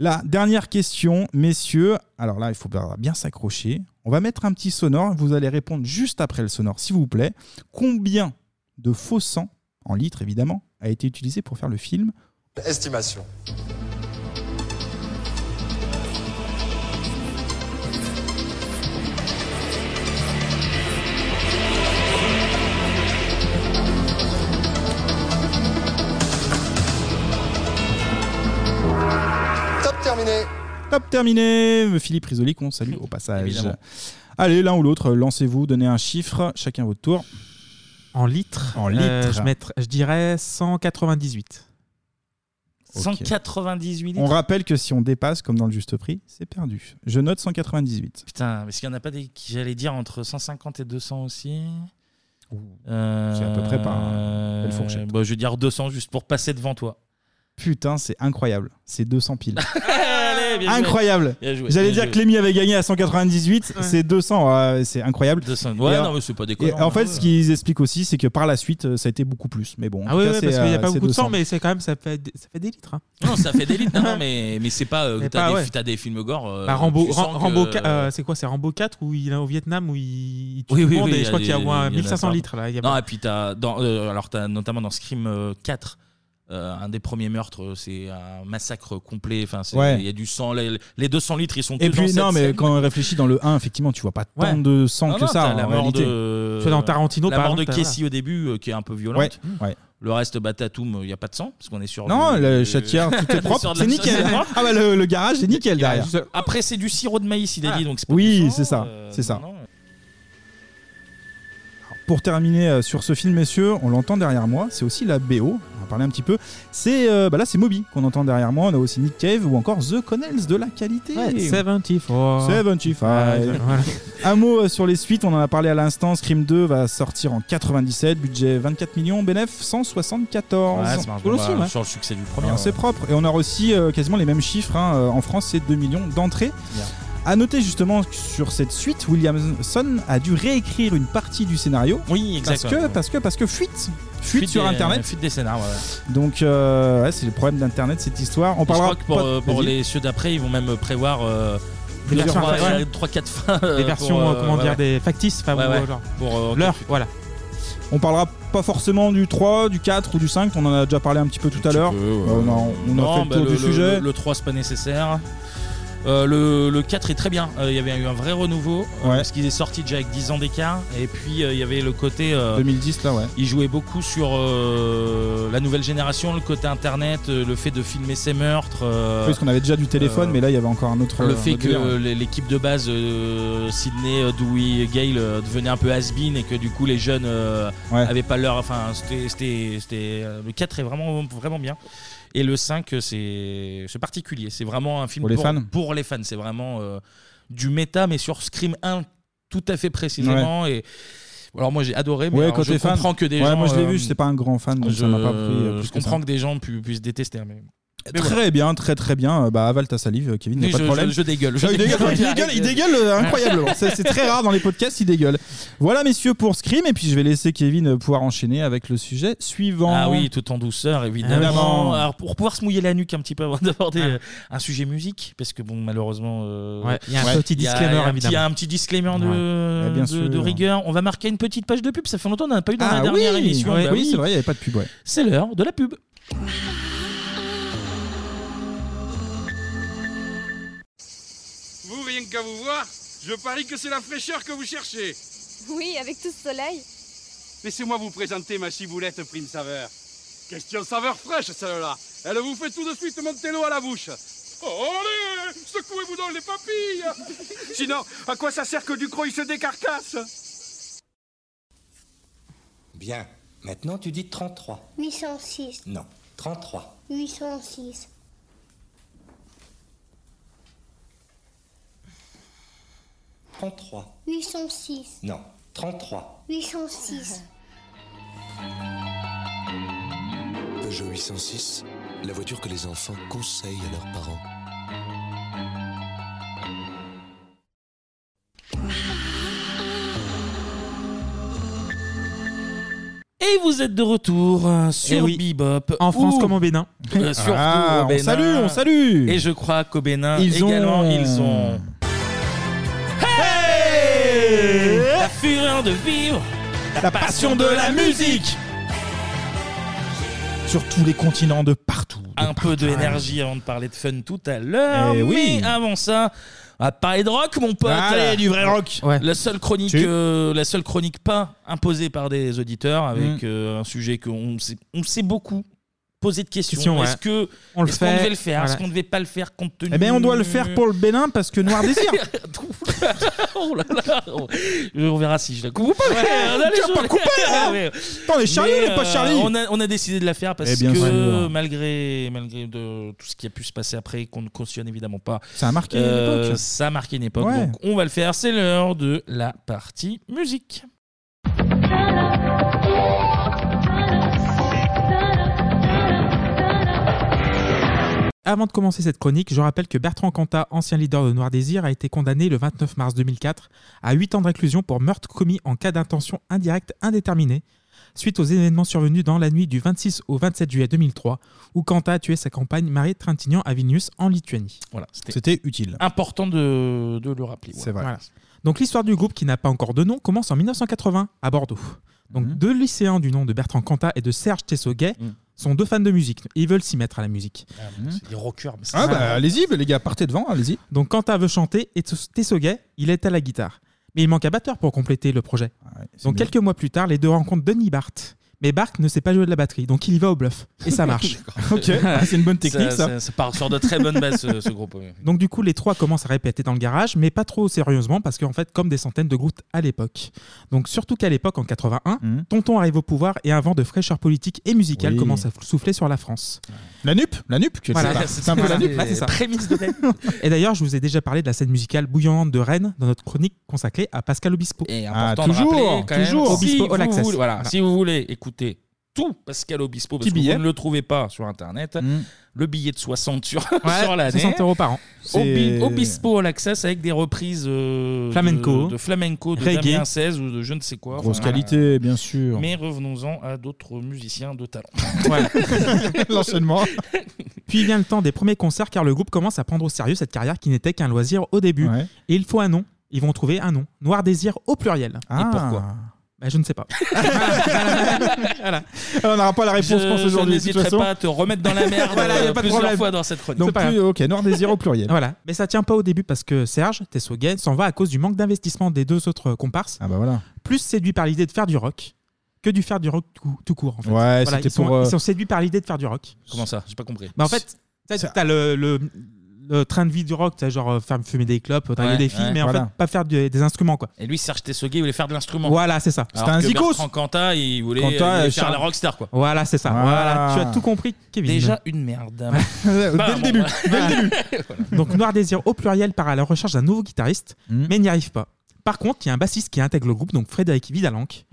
Speaker 7: La dernière question, messieurs. Alors là, il faut bien s'accrocher. On va mettre un petit sonore. Vous allez répondre juste après le sonore, s'il vous plaît. Combien de faux sang, en litres évidemment, a été utilisé pour faire le film
Speaker 2: Estimation.
Speaker 7: Top terminé. Top terminé. Philippe Risoli, qu'on salue au passage.
Speaker 8: Évidemment.
Speaker 7: Allez, l'un ou l'autre, lancez-vous, donnez un chiffre, chacun votre tour.
Speaker 8: En litres
Speaker 7: En
Speaker 8: euh,
Speaker 7: litres.
Speaker 8: je, mettrai- je dirais 198.
Speaker 1: 198 litres.
Speaker 7: On rappelle que si on dépasse, comme dans le juste prix, c'est perdu. Je note 198.
Speaker 1: Putain, parce qu'il n'y en a pas des qui, j'allais dire, entre 150 et 200 aussi.
Speaker 7: C'est à peu près par
Speaker 1: Euh,
Speaker 7: belle fourchette.
Speaker 1: bah, je vais dire 200 juste pour passer devant toi.
Speaker 7: Putain, c'est incroyable. C'est 200 piles.
Speaker 1: Allez, bien joué.
Speaker 7: incroyable.
Speaker 1: Bien joué,
Speaker 7: J'allais dire
Speaker 1: bien joué.
Speaker 7: que Lémi avait gagné à 198,
Speaker 1: Ouais.
Speaker 7: c'est 200, ouais, c'est incroyable.
Speaker 1: 200, ouais,
Speaker 7: Et,
Speaker 1: non, mais c'est pas déconnant,
Speaker 7: et en
Speaker 1: hein,
Speaker 7: fait,
Speaker 1: ouais.
Speaker 7: ce qu'ils expliquent aussi, c'est que par la suite, euh, ça a été beaucoup plus. Mais bon, en
Speaker 8: Ah
Speaker 7: tout
Speaker 8: oui,
Speaker 7: cas,
Speaker 8: ouais,
Speaker 7: c'est,
Speaker 8: parce qu'il n'y
Speaker 7: euh,
Speaker 8: a pas
Speaker 7: c'est
Speaker 8: beaucoup de
Speaker 7: 200.
Speaker 8: sang, mais c'est quand même, ça fait, ça fait des litres. hein.
Speaker 1: Non, ça fait des litres. Non, non, mais, mais c'est pas. euh,
Speaker 8: Mais
Speaker 1: t'as,
Speaker 8: pas,
Speaker 1: des,
Speaker 8: ouais.
Speaker 1: t'as des films gore. euh,
Speaker 8: Bah, Rambo,
Speaker 1: tu
Speaker 8: Ram-
Speaker 1: sens que-
Speaker 8: Rambo qua- euh, c'est quoi C'est Rambo 4 où il est au Vietnam où il, il tue
Speaker 1: Oui,
Speaker 8: tout
Speaker 1: oui,
Speaker 8: le monde
Speaker 1: oui,
Speaker 8: et je crois
Speaker 1: des-
Speaker 8: qu'il y a au moins
Speaker 1: il y en
Speaker 8: 1500
Speaker 1: plein.
Speaker 8: litres là. Il y a
Speaker 1: Non, et puis t'as. Dans, euh, alors, t'as notamment dans Scream euh, 4. euh, un des premiers meurtres, c'est un massacre complet. Enfin, c'est- il
Speaker 7: Ouais.
Speaker 1: y a du sang. Les, les 200 litres, ils sont
Speaker 7: Et
Speaker 1: que dans
Speaker 7: puis,
Speaker 1: cette
Speaker 7: non, mais
Speaker 1: scène.
Speaker 7: quand on réfléchit dans le 1, effectivement, tu vois pas
Speaker 1: Ouais.
Speaker 7: tant de sang
Speaker 1: Non,
Speaker 7: que
Speaker 1: non,
Speaker 7: ça.
Speaker 1: t'as la
Speaker 7: en
Speaker 1: mort
Speaker 7: réalité.
Speaker 1: de. la mort de Casey au début, euh, qui est un peu violente.
Speaker 7: Ouais, ouais.
Speaker 1: Le reste, bah, Batatoum, il n'y a pas de sang, parce qu'on est sur.
Speaker 7: Non,
Speaker 1: du-
Speaker 7: le châtière, tout
Speaker 1: On
Speaker 7: est
Speaker 1: sur
Speaker 7: propre,
Speaker 1: de la-
Speaker 7: c'est nickel.
Speaker 1: c'est propre.
Speaker 7: Ah bah le, le garage, c'est nickel
Speaker 1: Il a
Speaker 7: derrière. Ah.
Speaker 1: juste- Après, c'est du sirop de maïs, il a dit, donc c'est pas
Speaker 7: Oui,
Speaker 1: du sang,
Speaker 7: c'est ça,
Speaker 1: euh,
Speaker 7: c'est ça.
Speaker 1: non, non.
Speaker 7: Pour terminer euh, sur ce film, messieurs, on l'entend derrière moi, c'est aussi la BO, on va parler un petit peu. C'est euh, bah là, c'est Moby qu'on entend derrière moi, on a aussi Nick Cave ou encore The Connells de la qualité.
Speaker 8: Ouais, 74.
Speaker 7: 75.
Speaker 8: Voilà.
Speaker 7: Un mot euh, sur les suites, on en a parlé à l'instant, Scream 2 va sortir en 97, budget 24 millions, bénéf 174.
Speaker 1: Ouais, ça marche
Speaker 7: Cool
Speaker 1: bien,
Speaker 7: aussi,
Speaker 1: bah,
Speaker 7: ouais.
Speaker 1: sur le succès du premier.
Speaker 7: Alors,
Speaker 1: ouais.
Speaker 7: C'est propre. Et on a aussi euh, quasiment les mêmes chiffres. hein. Euh, En France, c'est 2 millions d'entrées.
Speaker 1: Bien.
Speaker 7: À noter justement que sur cette suite, Williamson a dû réécrire une partie du scénario.
Speaker 1: Oui, exact,
Speaker 7: Parce que,
Speaker 1: ouais, ouais.
Speaker 7: parce que, parce que fuite, fuite,
Speaker 1: Fuite
Speaker 7: sur
Speaker 1: des-
Speaker 7: Internet.
Speaker 1: Fuite des scénars, ouais, ouais.
Speaker 7: Donc euh, ouais, c'est le problème d'Internet cette histoire. On
Speaker 1: Et je
Speaker 7: parlera
Speaker 1: crois que pour,
Speaker 7: pas-
Speaker 1: euh, pour
Speaker 7: Vas-y.
Speaker 1: les ceux d'après, ils vont même prévoir euh,
Speaker 7: Des
Speaker 1: deux,
Speaker 7: versions
Speaker 1: trois-
Speaker 7: factices.
Speaker 1: ouais, trois, quatre fins. euh,
Speaker 8: Des
Speaker 1: pour,
Speaker 8: versions,
Speaker 1: euh,
Speaker 8: euh, comment
Speaker 1: ouais,
Speaker 8: dire,
Speaker 1: ouais.
Speaker 8: des factices, enfin,
Speaker 1: Ouais,
Speaker 8: ou,
Speaker 1: ouais.
Speaker 8: euh, genre,
Speaker 1: Pour, euh,
Speaker 8: l'heure, voilà.
Speaker 7: On parlera pas forcément du 3, du 4 ou du 5. On en a déjà parlé un petit peu tout à l'heure. Euh, on a, on a
Speaker 1: Non,
Speaker 7: fait le
Speaker 1: bah,
Speaker 7: tour du sujet.
Speaker 1: Le, le 3, c'est pas nécessaire. Euh, le, le 4 est très bien, Euh, il y avait eu un vrai renouveau euh,
Speaker 7: Ouais.
Speaker 1: parce qu'il est sorti déjà avec 10 ans d'écart et puis euh, il y avait le côté euh,
Speaker 7: 2010 là, ouais.
Speaker 1: il jouait beaucoup sur euh, la nouvelle génération, le côté internet, euh, le fait de filmer ses meurtres. euh,
Speaker 7: Parce qu'on avait déjà du téléphone,
Speaker 1: euh,
Speaker 7: mais là il y avait encore un autre.
Speaker 1: le
Speaker 7: un
Speaker 1: fait
Speaker 7: autre
Speaker 1: que
Speaker 7: délire.
Speaker 1: euh, l'équipe de base, euh, Sydney, euh, Dewey, Gale, euh, devenait un peu has-been et que du coup les jeunes euh,
Speaker 7: Ouais.
Speaker 1: avaient pas leur. Enfin, c'était. c'était- c'était, euh, Le 4 est vraiment, vraiment bien. Et le 5, euh, c'est c'est particulier. C'est vraiment un film
Speaker 7: Pour les fans.
Speaker 1: pour les fans. C'est vraiment euh, du méta, mais sur Scream 1 tout à fait précisément. Et. Alors moi j'ai adoré, mais
Speaker 7: Ouais,
Speaker 1: alors,
Speaker 7: quand
Speaker 1: je
Speaker 7: t'es fan.
Speaker 1: comprends que des
Speaker 7: Ouais,
Speaker 1: gens.
Speaker 7: moi je l'ai
Speaker 1: euh,
Speaker 7: vu, j'étais pas un grand fan, donc ça m'a pas pris, euh, plus
Speaker 1: Je
Speaker 7: que
Speaker 1: comprends
Speaker 7: ça.
Speaker 1: que des gens pu- puissent détester, mais. mais
Speaker 7: Très
Speaker 1: voilà.
Speaker 7: bien, très très bien. Euh, Bah, avale ta salive, euh, Kevin, il n'y a
Speaker 1: Oui,
Speaker 7: pas
Speaker 1: je-
Speaker 7: de problème.
Speaker 1: je- je dégueule, je
Speaker 7: Ah, il dégueule,
Speaker 1: dégueule.
Speaker 7: il dégueule, il dégueule, euh, incroyablement. C'est c'est très rare dans les podcasts, il dégueule. Voilà, messieurs, pour Scream. Et puis, je vais laisser Kevin euh, pouvoir enchaîner avec le sujet suivant. Ah
Speaker 1: Ah oui, tout en douceur, évidemment. Ah
Speaker 7: Évidemment.
Speaker 1: Alors, pour pouvoir se mouiller la nuque un petit peu avant d'aborder euh, un sujet musique, parce que bon, malheureusement. euh,
Speaker 8: Ouais, il y a un petit
Speaker 1: il y a-
Speaker 8: disclaimer,
Speaker 1: il y a un
Speaker 8: évidemment.
Speaker 1: petit- Il y a un petit disclaimer de,
Speaker 7: Ouais, bien
Speaker 1: de-
Speaker 7: sûr.
Speaker 1: de rigueur. On va marquer une petite page de pub, ça fait longtemps qu'on n'a pas eu dans
Speaker 7: Ah
Speaker 1: la dernière
Speaker 7: oui,
Speaker 1: émission.
Speaker 7: ouais,
Speaker 1: Bah
Speaker 7: oui, c'est vrai, il n'y avait pas de pub, ouais.
Speaker 1: C'est l'heure de la pub.
Speaker 2: Vous, rien qu'à vous voir, je parie que c'est la fraîcheur que vous cherchez.
Speaker 28: Oui, avec tout ce soleil.
Speaker 2: Laissez-moi vous présenter ma ciboulette prime saveur. Question saveur fraîche, celle-là. Elle vous fait tout de suite monter l'eau à la bouche. Allez, secouez-vous dans les papilles Sinon, à quoi ça sert que Ducrot il se décarcasse
Speaker 29: Bien. Maintenant, tu dis 33.
Speaker 30: 806,
Speaker 29: Non, 33.
Speaker 30: 806.
Speaker 29: Trente-trois.
Speaker 30: 806,
Speaker 29: Non, 33.
Speaker 30: 806.
Speaker 14: Peugeot 806, la voiture que les enfants conseillent à leurs parents.
Speaker 1: Et vous êtes de retour euh, sur
Speaker 8: Eh oui.
Speaker 1: Bebop.
Speaker 8: En France
Speaker 1: Ouh.
Speaker 8: comme au Bénin.
Speaker 1: Euh, surtout
Speaker 8: Ah,
Speaker 1: au
Speaker 8: on
Speaker 1: Bénin.
Speaker 8: salue, on salue.
Speaker 1: Et je crois qu'au Bénin,
Speaker 8: Ils
Speaker 1: également,
Speaker 8: ont-
Speaker 1: ils ont. Hey La fureur de vivre, la, passion de la musique.
Speaker 7: Sur tous les continents de partout.
Speaker 1: Un peu de énergie avant de parler de fun tout à l'heure.
Speaker 7: Eh oui.
Speaker 1: Mais avant ça, on va parler de rock, mon pote.
Speaker 7: Allez, du vrai rock.
Speaker 1: La seule chronique,
Speaker 7: Tu-
Speaker 1: euh, la seule chronique pas imposée par des auditeurs avec
Speaker 7: Mm.
Speaker 1: euh, un sujet qu'on sait, on sait beaucoup poser de questions.
Speaker 7: Question, ouais.
Speaker 1: Est-ce que
Speaker 7: On le
Speaker 1: est-ce qu'on
Speaker 7: fait,
Speaker 1: devait le faire, est-ce
Speaker 7: voilà.
Speaker 1: qu'on devait pas le faire compte tenu
Speaker 7: Eh bien, on doit le faire pour le Bénin parce que Noir Désir.
Speaker 1: oh là là on- On verra si je la coupe ou pas.
Speaker 7: Ouais, tu vas pas couper, hein. Attends, on est Charlie, on est pas Charlie.
Speaker 1: euh, on, a, on a décidé de la faire parce
Speaker 7: Eh bien
Speaker 1: que
Speaker 7: sûr.
Speaker 1: malgré, malgré de, tout ce qui a pu se passer après, qu'on ne cautionne évidemment pas.
Speaker 7: Ça a marqué une époque.
Speaker 1: Euh, Ça a marqué une époque.
Speaker 7: Ouais.
Speaker 1: Donc on va le faire. C'est l'heure de la partie musique.
Speaker 8: Avant de commencer cette chronique, je rappelle que Bertrand Cantat, ancien leader de Noir Désir, a été condamné le 29 mars 2004 à 8 ans de réclusion pour meurtre commis en cas d'intention indirecte indéterminée, suite aux événements survenus dans la nuit du 26 au 27 juillet 2003, où Cantat a tué sa compagne Marie Trintignant à Vilnius, en Lituanie.
Speaker 1: Voilà, c'était-
Speaker 7: C'était utile.
Speaker 1: Important de, de le rappeler.
Speaker 7: C'est vrai.
Speaker 8: Voilà. Donc l'histoire du groupe qui n'a pas encore de nom commence en 1980 à Bordeaux. Donc
Speaker 7: Mhm.
Speaker 8: deux lycéens du nom de Bertrand Cantat et de Serge Tessoguet
Speaker 1: Mhm.
Speaker 8: sont deux fans de musique. Ils veulent s'y mettre à la musique.
Speaker 1: C'est des rockers. Ah, Mais c'est
Speaker 7: Ah
Speaker 1: ça.
Speaker 7: bah allez-y, les gars, partez devant, allez-y.
Speaker 8: Donc Cantat veut chanter et Tess- Tessoguet, il est à la guitare. Mais il manque un batteur pour compléter le projet. donc quelques mois plus tard, les deux rencontrent Denis Barthes. Mais Barthes ne sait pas jouer de la batterie, donc il y va au bluff. Et ça marche.
Speaker 1: D'accord.
Speaker 7: Ah,
Speaker 1: Ça, ça part sur de très bonnes bases, ce, ce groupe. oui.
Speaker 8: Donc du coup, les trois commencent à répéter dans le garage, mais pas trop sérieusement, parce qu'en fait, comme des centaines de groupes à l'époque. Donc surtout qu'à l'époque, en 81, Tonton arrive au pouvoir et un vent de fraîcheur politique et musicale
Speaker 7: Mmh. Oui.
Speaker 8: commence à souffler sur la France.
Speaker 7: La nupe, la nupe, quelque
Speaker 8: Voilà,
Speaker 7: part. c'est un peu la nupe.
Speaker 8: Ouais, c'est ça.
Speaker 1: de
Speaker 8: Et d'ailleurs, je vous ai déjà parlé de la scène musicale bouillante de Rennes dans notre chronique consacrée à Pascal Obispo.
Speaker 1: Et
Speaker 7: Ah,
Speaker 1: important de rappeler, quand même, Si,
Speaker 8: Ah, Obispo
Speaker 1: vous
Speaker 8: All Access.
Speaker 1: voulez, voilà,
Speaker 8: Voilà.
Speaker 1: si vous voulez écouter tout Pascal Obispo, parce
Speaker 8: Petit
Speaker 1: que vous
Speaker 8: billet. Mm.
Speaker 1: ne le trouvez pas sur Internet, le billet de 60 sur,
Speaker 8: Ouais,
Speaker 1: sur l'année.
Speaker 8: 60 euros par an.
Speaker 1: Obi-
Speaker 8: C'est-
Speaker 1: Obispo All Access avec des reprises euh,
Speaker 7: Flamenco.
Speaker 1: de, de flamenco de
Speaker 7: Reggae.
Speaker 1: Damien 16 ou de je ne sais quoi.
Speaker 7: Grosse
Speaker 1: Enfin,
Speaker 7: qualité, bien sûr.
Speaker 1: Mais revenons-en à d'autres musiciens de talent.
Speaker 7: L'enchaînement.
Speaker 8: Puis vient le temps des premiers concerts car le groupe commence à prendre au sérieux cette carrière qui n'était qu'un loisir au début. Et il faut un nom. Ils vont trouver un nom. Noir Désir au pluriel.
Speaker 7: Ah.
Speaker 8: Et pourquoi Bah, Je ne sais pas.
Speaker 7: Alors, on n'aura pas la réponse,
Speaker 8: Je-
Speaker 7: je pense,
Speaker 8: je
Speaker 7: aujourd'hui. de toute
Speaker 1: n'hésiterai
Speaker 7: façon.
Speaker 1: pas à te remettre dans la merde
Speaker 8: Voilà, y a
Speaker 1: euh,
Speaker 8: pas de
Speaker 1: plusieurs
Speaker 8: problème.
Speaker 1: fois dans cette chronique.
Speaker 8: C'est
Speaker 7: Donc,
Speaker 8: pas
Speaker 7: plus,
Speaker 8: grave.
Speaker 7: ok, Noir Désir au pluriel.
Speaker 8: Voilà. Mais ça tient pas au début parce que Serge Tessoguet s'en va à cause du manque d'investissement des deux autres comparses.
Speaker 7: Ah bah voilà.
Speaker 8: Plus séduit par l'idée de faire du rock que du faire du rock tout- tout court en fait.
Speaker 7: Ouais,
Speaker 8: Voilà,
Speaker 7: c'était
Speaker 8: ils, sont,
Speaker 7: pour, euh,
Speaker 8: ils sont séduits par l'idée de faire du rock.
Speaker 1: Comment ça J'ai pas compris.
Speaker 8: Bah en fait, t'as t'as le, le, le train de vie du rock, t'as genre euh, faire fumer des clopes, draguer
Speaker 1: Ouais,
Speaker 8: des filles,
Speaker 1: ouais.
Speaker 8: mais en
Speaker 1: Voilà.
Speaker 8: fait pas faire du- des instruments quoi.
Speaker 1: Et lui, Serge Tessoguet, il voulait faire de l'instrument.
Speaker 8: euh, Voilà, c'est ça.
Speaker 1: Alors que Bertrand Cantat, il voulait, il
Speaker 8: Cantat,
Speaker 1: voulait
Speaker 8: euh,
Speaker 1: faire
Speaker 8: Charles-
Speaker 1: la rockstar, quoi.
Speaker 8: Voilà, c'est ça.
Speaker 1: Ah.
Speaker 8: Voilà, tu as tout compris, Kevin.
Speaker 1: Déjà une merde.
Speaker 8: dès le début. Donc Noir Désir au pluriel part à la recherche d'un nouveau guitariste,
Speaker 1: Hmm.
Speaker 8: mais n'y arrive pas. Par contre, il y a un bassiste qui intègre le groupe, donc Frédéric Vidalanque.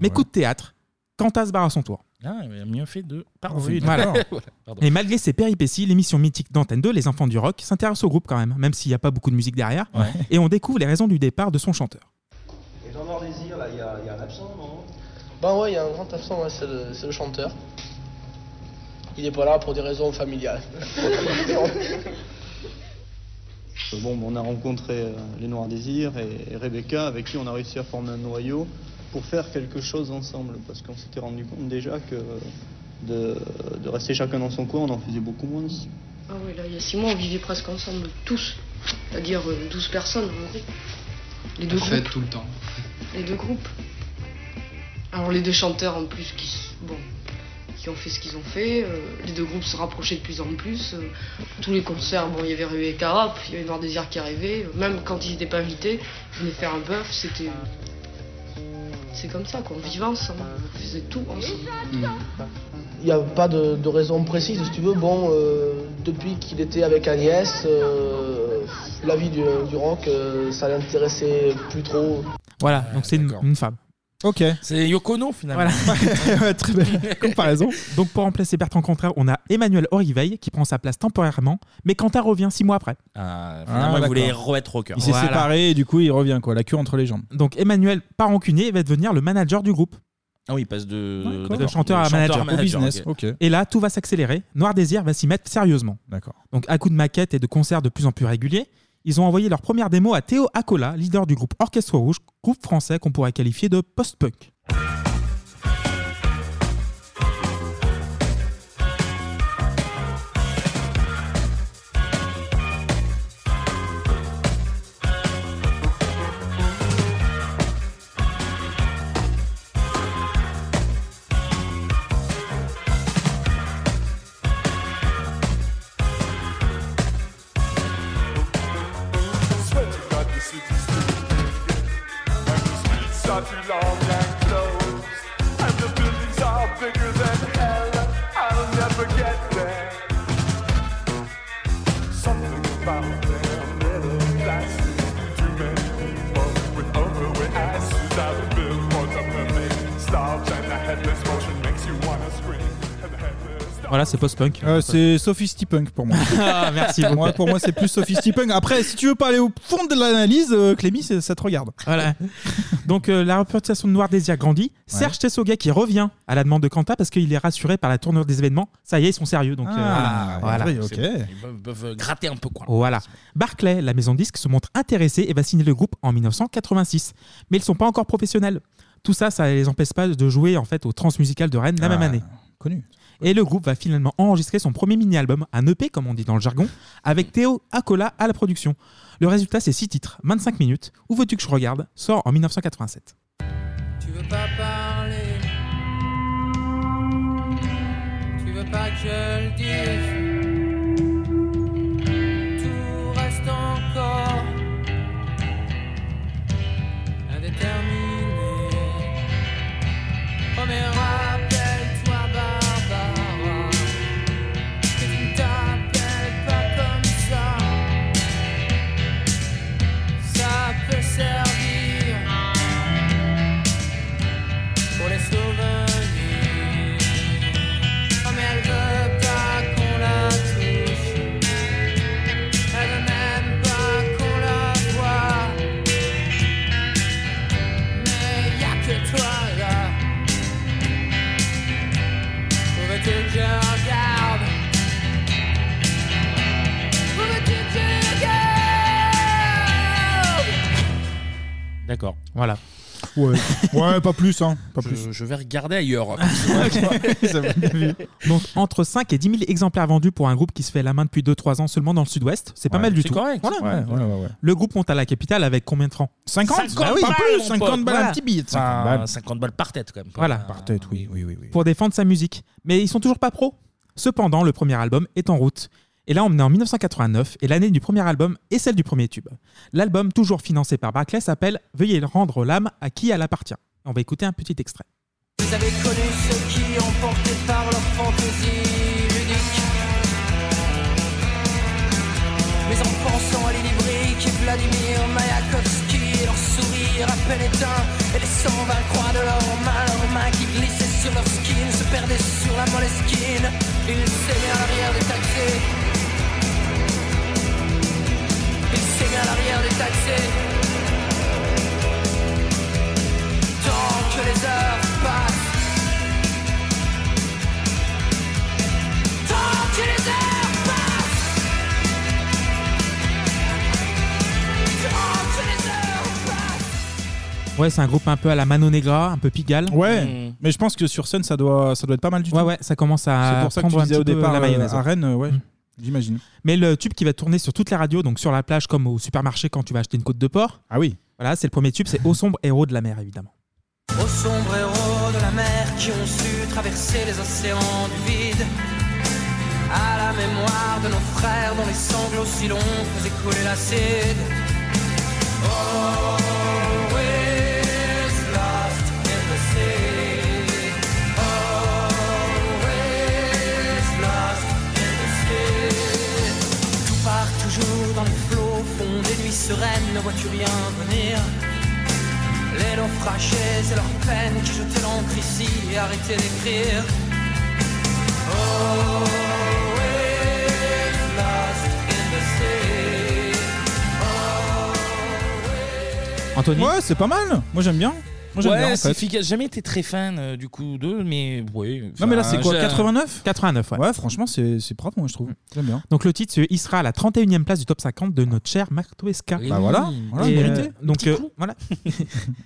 Speaker 8: Mais coup de théâtre, Quentin se barre à son tour.
Speaker 1: Ah, il a mieux fait de. Pardon.
Speaker 8: Ah, Oui, voilà.
Speaker 1: Voilà, pardon.
Speaker 8: Et malgré ces péripéties, l'émission mythique d'Antenne 2, Les Enfants du Rock, s'intéresse au groupe quand même, même s'il n'y a pas beaucoup de musique derrière.
Speaker 1: Ouais.
Speaker 8: Et on découvre les raisons du départ de son chanteur.
Speaker 5: Et dans Noir Désir, là, il y, a- il y a un absent, non Ben ouais, il y a un grand absent, ouais, c'est le, c'est le chanteur. Il est pas là pour des raisons familiales.
Speaker 15: Euh, Bon, on a rencontré euh, les Noirs Désirs et et Rebecca, avec qui on a réussi à former un noyau pour faire quelque chose ensemble, parce qu'on s'était rendu compte déjà que euh, de, de rester chacun dans son coin, on en faisait beaucoup moins.
Speaker 16: Ah ouais, là, il y a six mois, on vivait presque ensemble, tous. C'est-à-dire euh, 12 personnes, en vrai. Les deux, groupes,
Speaker 15: tout le temps.
Speaker 16: les deux groupes. Alors, les deux chanteurs, en plus, qui, s- bon, qui ont fait ce qu'ils ont fait. euh, les deux groupes se rapprochaient de plus en plus. euh, tous les concerts, bon, il y avait Rue et Carap, il y avait Noir Désir qui arrivait. euh, même quand ils n'étaient pas invités, ils venaient faire un bœuf. C'était. C'est comme ça, quoi. On vivait ensemble. On faisait tout ensemble.
Speaker 5: Il
Speaker 8: Ah,
Speaker 5: n'y a pas de, de raison précise, si tu veux. Bon, euh, depuis qu'il était avec Agnès, euh, la vie du, du rock, euh, ça l'intéressait plus trop.
Speaker 8: Voilà, donc c'est une, une femme. Ok.
Speaker 1: C'est Yoko Ono, finalement.
Speaker 8: Très belle comparaison. Donc pour remplacer Bertrand Cantat, on a Emmanuel Oriveil qui prend sa place temporairement, mais Cantat revient six mois après.
Speaker 1: Ah, finalement,
Speaker 7: Ah,
Speaker 1: il voulait
Speaker 7: d'accord.
Speaker 1: re-être rocker.
Speaker 7: Il s'est
Speaker 1: Voilà.
Speaker 7: séparé et du coup, il revient, quoi. La queue entre les jambes.
Speaker 8: Donc Emmanuel, pas rancunier, va devenir le manager du groupe.
Speaker 1: Ah oui, il passe de,
Speaker 8: D'accord.
Speaker 1: d'accord.
Speaker 8: de chanteur à
Speaker 1: De
Speaker 8: manager,
Speaker 1: manager, ok.
Speaker 8: Et là, tout va s'accélérer. Noir Désir va s'y mettre sérieusement.
Speaker 7: D'accord.
Speaker 8: Donc, à coup de maquettes et de concerts de plus en plus réguliers, ils ont envoyé leur première démo à Théo Acola, leader du groupe Orchestre Rouge, groupe français qu'on pourrait qualifier de post-punk.
Speaker 18: Swear to God, this is stupid. And this beat's not too long and close.
Speaker 8: Voilà, c'est post-punk.
Speaker 7: Euh, c'est Sophistipunk pour moi.
Speaker 8: Ah, merci beaucoup.
Speaker 7: Moi, pour moi, c'est plus Sophistipunk. Après, si tu veux pas aller au fond de l'analyse, euh, Clémy, c'est- ça te regarde.
Speaker 8: Voilà. Donc euh, la représentation de Noir Désir grandit. Serge Tessoga qui revient à la demande de Quentin parce qu'il est rassuré par la tournure des événements. Ça y est, ils sont sérieux. Donc, euh,
Speaker 7: Ah,
Speaker 8: voilà.
Speaker 7: oui,
Speaker 1: C'est- Ils peuvent, peuvent gratter un peu quoi.
Speaker 8: Voilà. Barclay, la maison de disque, se montre intéressée et va signer le groupe en 1986. Mais ils ne sont pas encore professionnels. Tout ça, ça ne les empêche pas de jouer en fait au Transmusical de Rennes la
Speaker 7: Ah,
Speaker 8: même année.
Speaker 7: connu.
Speaker 8: Et le groupe va finalement enregistrer son premier mini-album, un EP comme on dit dans le jargon, avec Théo Acola à la production. Le résultat, c'est 6 titres, 25 minutes. Où veux-tu que je regarde sort en 1987.
Speaker 4: Tu veux pas parler Tu veux pas que je le dise Tout reste encore Indéterminé Oh mais rappelle-toi Barbara Que tu ne t'appelles pas comme ça Ça peut servir pour les souvenirs. Oh, mais elle veut pas qu'on la touche. Elle veut même pas qu'on la voie. Mais y a que toi là. Où veux-tu que je regarde? Où veux-tu que je regarde?
Speaker 1: D'accord.
Speaker 8: Voilà.
Speaker 7: Ouais, ouais pas plus, hein. Pas plus.
Speaker 1: Je, je vais regarder ailleurs.
Speaker 8: Donc entre 5 et 10 000 exemplaires vendus pour un groupe qui se fait la main depuis 2-3 ans seulement dans le sud-ouest, c'est pas
Speaker 7: Ouais,
Speaker 8: mal du
Speaker 7: c'est
Speaker 8: tout.
Speaker 7: correct.
Speaker 8: Voilà.
Speaker 7: Ouais, ouais, ouais, ouais.
Speaker 8: Le groupe monte à la capitale avec combien de francs
Speaker 7: 50
Speaker 8: Bah oui,
Speaker 7: pas plus,
Speaker 8: mon
Speaker 7: 50
Speaker 8: pote,
Speaker 7: balles,
Speaker 8: voilà.
Speaker 7: un petit billet. de 50
Speaker 8: Ah,
Speaker 7: balles.
Speaker 1: 50 balles par tête quand même.
Speaker 8: Voilà.
Speaker 7: Par tête, oui, oui, oui. oui.
Speaker 8: pour défendre sa musique. Mais ils sont toujours pas pros. Cependant, le premier album est en route. Et là, on est en 1989, et l'année du premier album est celle du premier tube. L'album, toujours financé par Barclay, s'appelle Veuillez rendre l'âme à qui elle appartient. On va écouter un petit extrait.
Speaker 4: Vous avez connu ceux qui, emportés par leur fantaisie ludique, mais en pensant à Lily Brick et Vladimir Mayakovsky, leur sourire à peine éteint et les 120 croix de leurs mains, leurs mains qui glissaient sur leur skin, se perdaient sur la moleskine, ils s'aimaient à l'arrière des taxis. Ils s'aimaient à l'arrière des taxis. tant que les heures passent. Tant que les heures passent. Tant que les heures passent.
Speaker 8: Ouais, c'est un groupe un peu à la Mano Negra, un peu Pigalle.
Speaker 7: Ouais, mais je pense que sur scène, ça doit, ça doit être pas mal du tout.
Speaker 8: Ouais, ouais, ça commence à
Speaker 7: C'est pour ça que tu
Speaker 8: prendre un
Speaker 7: disais au
Speaker 8: petit peu
Speaker 7: départ
Speaker 8: la
Speaker 7: euh,
Speaker 8: mayonnaise, ouais. Hmm.
Speaker 7: à Rennes, euh, ouais, j'imagine.
Speaker 8: Mais le tube qui va tourner sur toutes les radios, donc sur la plage comme au supermarché quand tu vas acheter une côte de porc.
Speaker 7: Ah oui.
Speaker 8: Voilà, c'est le premier tube, c'est Au sombre héros de la mer, évidemment.
Speaker 4: Aux sombres héros de la mer qui ont su traverser les océans du vide. À la mémoire de nos frères dont les sanglots si longs faisaient couler l'acide. Oh, Always lost in the sea. Always lost in the sea. Tout part toujours dans les flots, fond des nuits sereines, ne vois-tu rien venir? Les naufragés et leurs peines qui jetaient l'encre ici et arrêtaient d'écrire. Oh, Always lost in the sea.
Speaker 8: Anthony
Speaker 7: Ouais, c'est pas mal. Moi, j'aime bien. Moi, j'aime
Speaker 1: ouais,
Speaker 7: bien, en
Speaker 1: c'est
Speaker 7: fait.
Speaker 1: efficace. Jamais été très fan euh, du coup d'eux, mais oui.
Speaker 7: Non, mais là, c'est quoi,
Speaker 1: j'ai-
Speaker 7: 89
Speaker 8: 89, ouais. Mm.
Speaker 7: Ouais, franchement, c'est c'est propre, moi, je trouve. J'aime bien.
Speaker 8: Donc le titre, c'est il sera à la 31e place du top 50 de notre cher Marto Esca.
Speaker 7: Bah voilà, voilà,
Speaker 8: Et,
Speaker 7: mérité.
Speaker 8: euh, donc
Speaker 7: Petit
Speaker 8: euh,
Speaker 7: coup.
Speaker 8: voilà.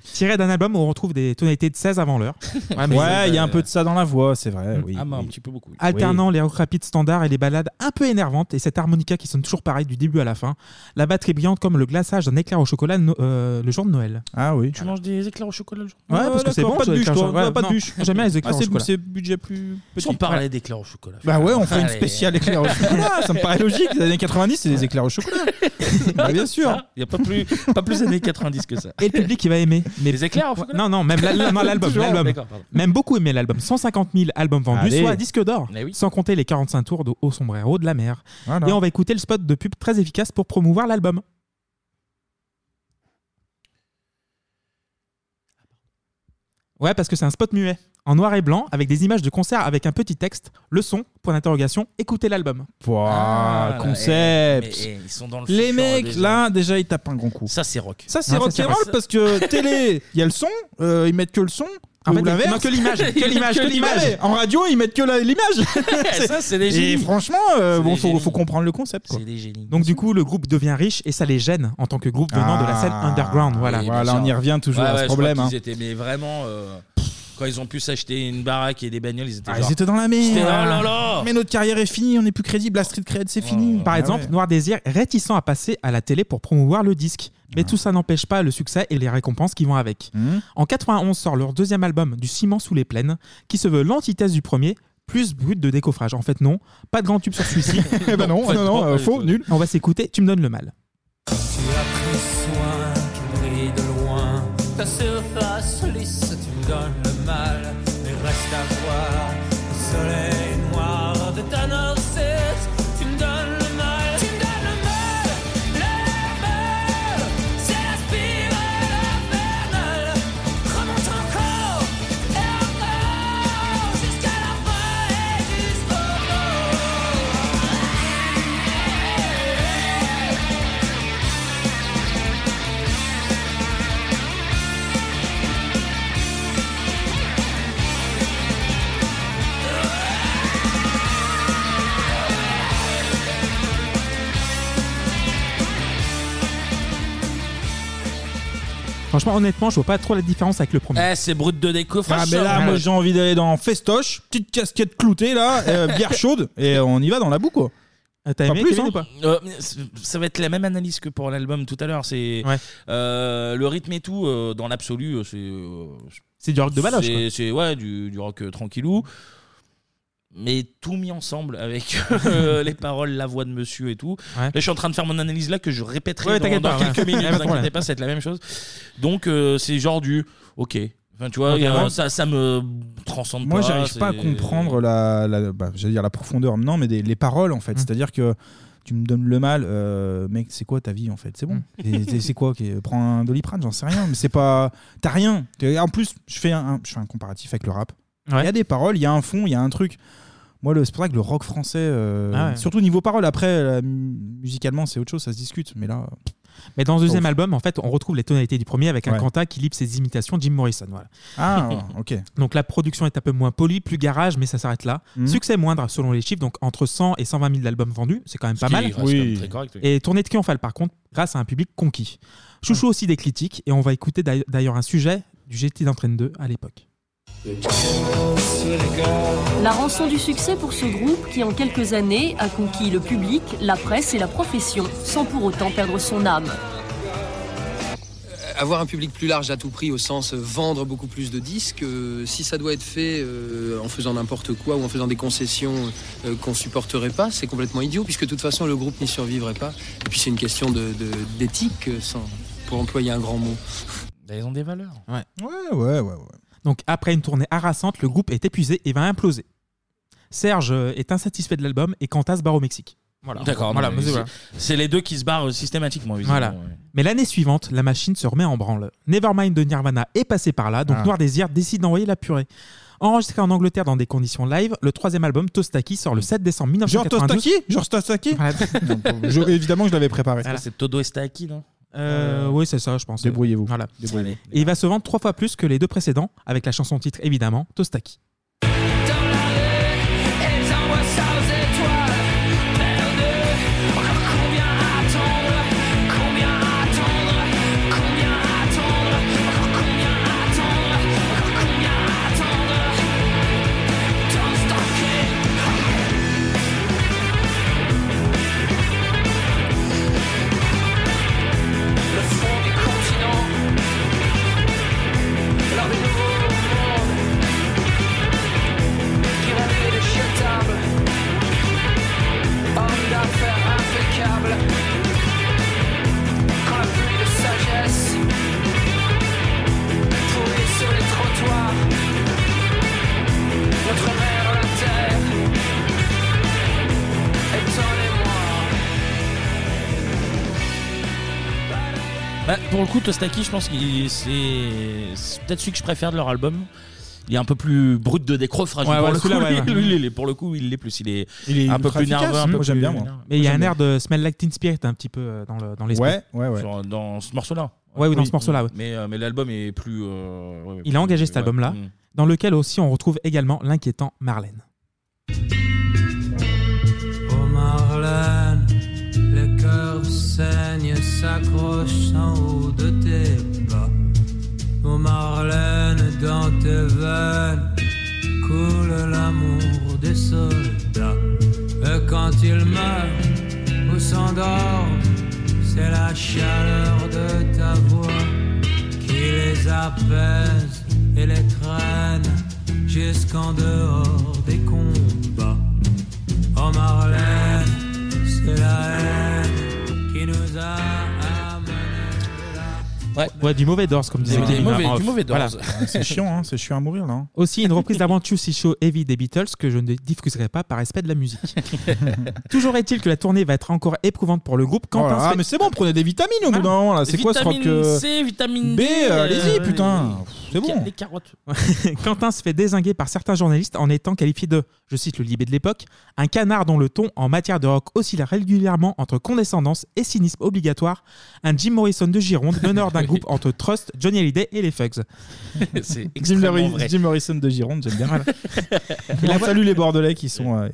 Speaker 8: Tiré d'un album où on retrouve des tonalités de 16 avant l'heure. Voilà, mais
Speaker 7: ouais, il y a
Speaker 8: euh,
Speaker 7: un peu de ça dans la voix, c'est vrai.
Speaker 8: Mm.
Speaker 7: Oui,
Speaker 8: Ah, mais un
Speaker 7: oui.
Speaker 8: petit
Speaker 1: peu beaucoup.
Speaker 8: Alternant les rock rapides standards et les balades un peu énervantes et cette harmonica qui sonne toujours pareil du début à la fin. La batterie brillante comme le glaçage d'un éclair au chocolat no- euh, le jour de Noël.
Speaker 7: Ah oui.
Speaker 1: Tu manges des éclairs au chocolat le jour
Speaker 8: Ouais, parce que c'est bon,
Speaker 7: pas de
Speaker 8: ça, les
Speaker 7: bûche,
Speaker 8: éclairs au
Speaker 7: toi.
Speaker 8: chocolat.
Speaker 7: Ouais, pas de
Speaker 8: Non,
Speaker 7: bûche.
Speaker 8: j'aime bien les éclairs
Speaker 7: Ah,
Speaker 8: au
Speaker 7: c'est-
Speaker 8: chocolat.
Speaker 7: C'est budget plus
Speaker 1: Si
Speaker 7: petit.
Speaker 1: on parlait
Speaker 7: Voilà.
Speaker 1: d'éclairs au chocolat.
Speaker 7: Bah ouais, on fait une
Speaker 1: Allez.
Speaker 7: spéciale éclair au chocolat. ça me paraît logique. Les années 90, c'est des éclairs au chocolat. bah, bien sûr.
Speaker 1: Il n'y a pas plus, pas plus années 90 que ça.
Speaker 8: Et le public qui va aimer. Mais
Speaker 1: les éclairs au chocolat
Speaker 8: Non, non, même la- la- non, l'album.
Speaker 1: Toujours,
Speaker 8: l'album.
Speaker 1: d'accord, pardon.
Speaker 8: Même beaucoup aimé l'album. 150 000 albums vendus,
Speaker 7: Allez.
Speaker 8: soit disque d'or.
Speaker 7: Eh oui.
Speaker 8: Sans compter les 45 tours de Haut Sombrero de la mer.
Speaker 7: Voilà.
Speaker 8: Et on va écouter le spot de pub très efficace pour promouvoir l'album. Ouais, parce que c'est un spot muet, en noir et blanc, avec des images de concerts avec un petit texte, le son, point d'interrogation, écoutez l'album.
Speaker 7: Pouah,
Speaker 8: là,
Speaker 7: concept.
Speaker 8: eh, mais, eh,
Speaker 1: Ah, ils sont dans le
Speaker 7: Les
Speaker 1: futur,
Speaker 7: mecs,
Speaker 1: déjà.
Speaker 7: là, déjà, ils tapent un grand coup.
Speaker 1: Ça, c'est rock.
Speaker 7: Ça, c'est
Speaker 8: Ah, ça,
Speaker 7: rock
Speaker 8: c'est rock.
Speaker 7: parce que télé, il y a le son, euh, ils mettent que le son.
Speaker 8: En
Speaker 7: ou
Speaker 8: fait, ils-
Speaker 7: l'inverse.
Speaker 8: non, que l'image, que
Speaker 7: Ils mettent
Speaker 8: l'image, que l'image.
Speaker 7: Ouais, En radio, ils mettent que la- l'image.
Speaker 8: Ça, c'est des génies.
Speaker 7: Et franchement, euh,
Speaker 8: C'est
Speaker 7: bon,
Speaker 8: des
Speaker 7: faut,
Speaker 8: génies.
Speaker 7: faut comprendre le concept. Quoi.
Speaker 8: Donc du coup, le groupe devient riche et ça les gêne en tant que groupe venant de la scène
Speaker 7: Ah,
Speaker 8: underground. Voilà,
Speaker 7: oui, bien Voilà, sûr. on y revient toujours
Speaker 1: Ouais,
Speaker 7: à ce
Speaker 1: ouais, je crois
Speaker 7: problème,
Speaker 1: qu'ils
Speaker 7: hein.
Speaker 1: étaient- mais vraiment, euh, quand ils ont pu s'acheter une baraque et des bagnoles, ils étaient,
Speaker 7: Ah,
Speaker 1: genre-
Speaker 7: ils étaient dans la merde.
Speaker 1: C'était- oh là là
Speaker 7: Mais notre carrière est finie, on n'est plus crédible. La street cred, c'est fini.
Speaker 8: Par
Speaker 7: Ah
Speaker 8: exemple,
Speaker 7: ouais.
Speaker 8: Noir Désir est réticent à passer à la télé pour promouvoir le disque. Mais tout ça n'empêche pas le succès et les récompenses qui vont avec.
Speaker 7: Mmh.
Speaker 8: En 91 sort leur deuxième album, Du ciment sous les plaines, qui se veut l'antithèse du premier, plus brut de décoffrage. En fait, non. Pas de grand tube sur celui-ci.
Speaker 7: Eh ben non,
Speaker 8: En fait,
Speaker 7: non, non,
Speaker 8: pas
Speaker 7: euh,
Speaker 8: du
Speaker 7: faux,
Speaker 8: tout.
Speaker 7: nul.
Speaker 8: On va s'écouter, tu me donnes le mal.
Speaker 17: Tu as pris soin qui brille de loin. Ta surface lisse, tu me donnes le mal. Mais reste à voir le soleil noir de ta noisette. Tu me donnes le mal. Tu me donnes le mal. Le mal. C'est la spirale infernale. Remonte encore et encore jusqu'à la fin et jusqu'au
Speaker 8: Franchement, honnêtement, je vois pas trop la différence avec le premier.
Speaker 1: Eh, c'est brut de décoffrage.
Speaker 7: Ah, mais là, moi, j'ai envie d'aller dans Festoche, petite casquette cloutée, là, euh, bière chaude, et on y va dans la boue, quoi.
Speaker 8: Ah,
Speaker 7: hein.
Speaker 8: T'as
Speaker 7: aimé,
Speaker 8: Kevin, ou pas
Speaker 1: Euh, Ça va être la même analyse que pour l'album tout à l'heure. C'est euh, le rythme et tout euh, dans l'absolu, euh, c'est. euh,
Speaker 8: C'est du rock de baloche,
Speaker 1: c'est-
Speaker 8: quoi.
Speaker 1: C'est ouais, du, du rock euh, tranquillou. Mais tout mis ensemble avec euh, les paroles, la voix de monsieur et tout.
Speaker 8: Ouais.
Speaker 1: Là, je suis en train de faire mon analyse là que je répéterai
Speaker 8: Ouais,
Speaker 1: dans,
Speaker 8: t'inquiète
Speaker 1: dans
Speaker 8: pas, ouais.
Speaker 1: quelques minutes. Ne
Speaker 8: Ouais, pas de
Speaker 1: vous
Speaker 8: problème.
Speaker 1: inquiétez pas, ça va être la même chose. Donc, euh, c'est genre du OK. Enfin, tu vois,
Speaker 7: Ok,
Speaker 1: y a-
Speaker 7: ouais.
Speaker 1: ça, ça me transcende
Speaker 7: Moi,
Speaker 1: pas.
Speaker 7: j'arrive pas à
Speaker 1: Bah, c'est-
Speaker 7: comprendre la, la- bah, j'allais dire la profondeur, non, mais des- les paroles en fait. C'est-à-dire que tu me donnes le mal, euh, mec, c'est quoi ta vie en fait C'est bon. Et c'est- c'est quoi qui- Prends un doliprane, j'en sais rien. Mais c'est pas, t'as rien. T'es- En plus, je fais un, un- je fais un comparatif avec le rap. Il y a des paroles, il y a un fond, il y a un truc. Moi, le, c'est pour ça que le rock français, euh,
Speaker 8: Ah ouais.
Speaker 7: surtout niveau paroles, après, la- musicalement, c'est autre chose, ça se discute. Mais là,
Speaker 8: Mais dans le deuxième
Speaker 7: Ouf.
Speaker 8: album, en fait, on retrouve les tonalités du premier avec un
Speaker 7: Ouais.
Speaker 8: Quanta qui libre ses imitations de Jim Morrison. Voilà.
Speaker 7: Ah, ok.
Speaker 8: Donc la production est un peu moins polie, plus garage, mais ça s'arrête là.
Speaker 7: Mhm.
Speaker 8: Succès moindre selon les chiffres, donc entre 100 et 120 000 albums vendus, c'est quand même
Speaker 1: Ce
Speaker 8: pas
Speaker 1: qui
Speaker 8: mal.
Speaker 1: reste quand même Oui. très correct, oui.
Speaker 8: Et tournée de Triomphale, par contre, grâce à un public conquis. Chouchou aussi des critiques, et on va écouter d'ailleurs- d'ailleurs un sujet du GT d'entraîne 2 à l'époque.
Speaker 24: La rançon du succès pour ce groupe qui, en quelques années, a conquis le public, la presse et la profession, sans pour autant perdre son âme.
Speaker 3: Euh, Avoir un public plus large à tout prix, au sens euh, vendre beaucoup plus de disques, euh, si ça doit être fait euh, en faisant n'importe quoi ou en faisant des concessions euh, qu'on supporterait pas, c'est complètement idiot, puisque de toute façon le groupe n'y survivrait pas. Et puis c'est une question de- de- d'éthique, euh, sans- pour employer un grand mot.
Speaker 1: Bah, Ils ont des valeurs.
Speaker 8: Ouais.
Speaker 7: Ouais, ouais, ouais.
Speaker 8: Donc après une tournée harassante, le groupe est épuisé et va imploser. Serge euh, est insatisfait de l'album et Quanta se barre au Mexique. Voilà.
Speaker 1: D'accord.
Speaker 8: Voilà,
Speaker 1: non,
Speaker 8: mais
Speaker 1: mais
Speaker 8: voilà.
Speaker 1: c'est- C'est les deux qui se barrent euh, systématiquement. visiblement,
Speaker 8: Voilà.
Speaker 1: ouais.
Speaker 8: Mais l'année suivante, la machine se remet en branle. Nevermind de Nirvana est passé par là, donc
Speaker 1: Ah.
Speaker 8: Noir Désir décide d'envoyer la purée. Enregistré en Angleterre dans des conditions live, le troisième album Tostaki sort le 7 décembre
Speaker 7: Genre
Speaker 8: 1992.
Speaker 7: Tostaki Genre Tostaki Je- Évidemment que je l'avais préparé.
Speaker 1: C'est Todo Estaki, non
Speaker 8: Euh, oui, c'est ça, je pense.
Speaker 7: Débrouillez-vous.
Speaker 8: Voilà.
Speaker 7: Débrouillez-vous.
Speaker 8: Et il va se vendre trois fois plus que les deux précédents, avec la chanson titre évidemment Tostaki.
Speaker 17: Elles envoient ça aux étoiles, merde. Encore combien à attendre, combien à attendre, combien à attendre, encore combien à attendre, encore combien à attendre. Don't stop it. Le fond du continent, l'heure du nouveau monde.
Speaker 1: Bah, pour le coup, Tostaki, je pense qu'il c'est c'est peut-être celui que je préfère de leur album. Il est un peu plus brut de décroffrage.
Speaker 7: Ouais,
Speaker 1: pour,
Speaker 7: ouais,
Speaker 1: le coup,
Speaker 7: celui-là, ouais, ouais.
Speaker 1: lui, lui, il est- pour le coup, il l'est plus. Il est,
Speaker 7: Il est
Speaker 1: un peu
Speaker 7: ultra
Speaker 1: plus
Speaker 7: efficace,
Speaker 1: nerveux. un
Speaker 7: moi,
Speaker 1: peu
Speaker 7: j'aime
Speaker 1: plus-
Speaker 7: bien,
Speaker 1: euh,
Speaker 7: moi.
Speaker 1: Moi,
Speaker 8: Mais il y a
Speaker 1: j'aime
Speaker 8: un
Speaker 1: bien.
Speaker 8: air de Smell Like Teen Spirit un petit peu euh, dans le dans l'esprit.
Speaker 1: Sur- euh, dans ce morceau-là.
Speaker 8: Ouais, ou dans
Speaker 1: Oui,
Speaker 8: ce morceau-là, ouais.
Speaker 1: Mais, euh, mais l'album est plus. euh, ouais,
Speaker 8: Il a
Speaker 1: plus-
Speaker 8: engagé cet
Speaker 1: ouais.
Speaker 8: album-là,
Speaker 1: Mm.
Speaker 8: dans lequel aussi on retrouve également l'inquiétant Marlène.
Speaker 4: Oh Marlène, le cœur saigne, s'accroche en haut de tes bas. Oh Marlène, dans tes veines, coule l'amour des soldats. Et quand ils meurent ou s'endorment, c'est la chaleur de ta voix qui les apaise et les traîne jusqu'en dehors des combats. Oh Marlène, c'est la haine qui nous a amenés.
Speaker 1: Ouais.
Speaker 8: du mauvais d'ors, comme disait
Speaker 7: Des
Speaker 8: Kevin
Speaker 7: mauvais-
Speaker 8: Maroff.
Speaker 7: du mauvais Doors.
Speaker 8: Voilà.
Speaker 7: Ouais, c'est chiant, hein, c'est chiant à mourir là. hein.
Speaker 8: Aussi une reprise d'Avant You Si Show Heavy des Beatles que je ne diffuserai pas par respect de la musique. Toujours est-il que la tournée va être encore éprouvante pour le groupe.
Speaker 7: Oh là
Speaker 8: Quentin
Speaker 7: là, mais c'est bon, prenez des vitamines au bout d'un moment là. C'est quoi ce rock
Speaker 8: Vitamine
Speaker 7: euh,
Speaker 8: C,
Speaker 1: vitamine
Speaker 7: B,
Speaker 1: D,
Speaker 7: euh, allez-y,
Speaker 1: euh,
Speaker 7: putain. C'est bon.
Speaker 1: Les carottes.
Speaker 8: Quentin se fait désinguer par certains journalistes en étant qualifié de, je cite le Libé de l'époque, un canard dont le ton en matière de rock oscille régulièrement entre condescendance et cynisme obligatoire, un Jim Morrison de Gironde, meneur d'un groupe entre Trust, Johnny Hallyday et les Fugs.
Speaker 1: C'est
Speaker 7: Jim,
Speaker 1: extrêmement
Speaker 7: Morri-
Speaker 1: vrai.
Speaker 7: Jim Morrison de Gironde, j'aime bien.
Speaker 8: Voilà.
Speaker 7: Il a fallu les Bordelais qui sont, euh,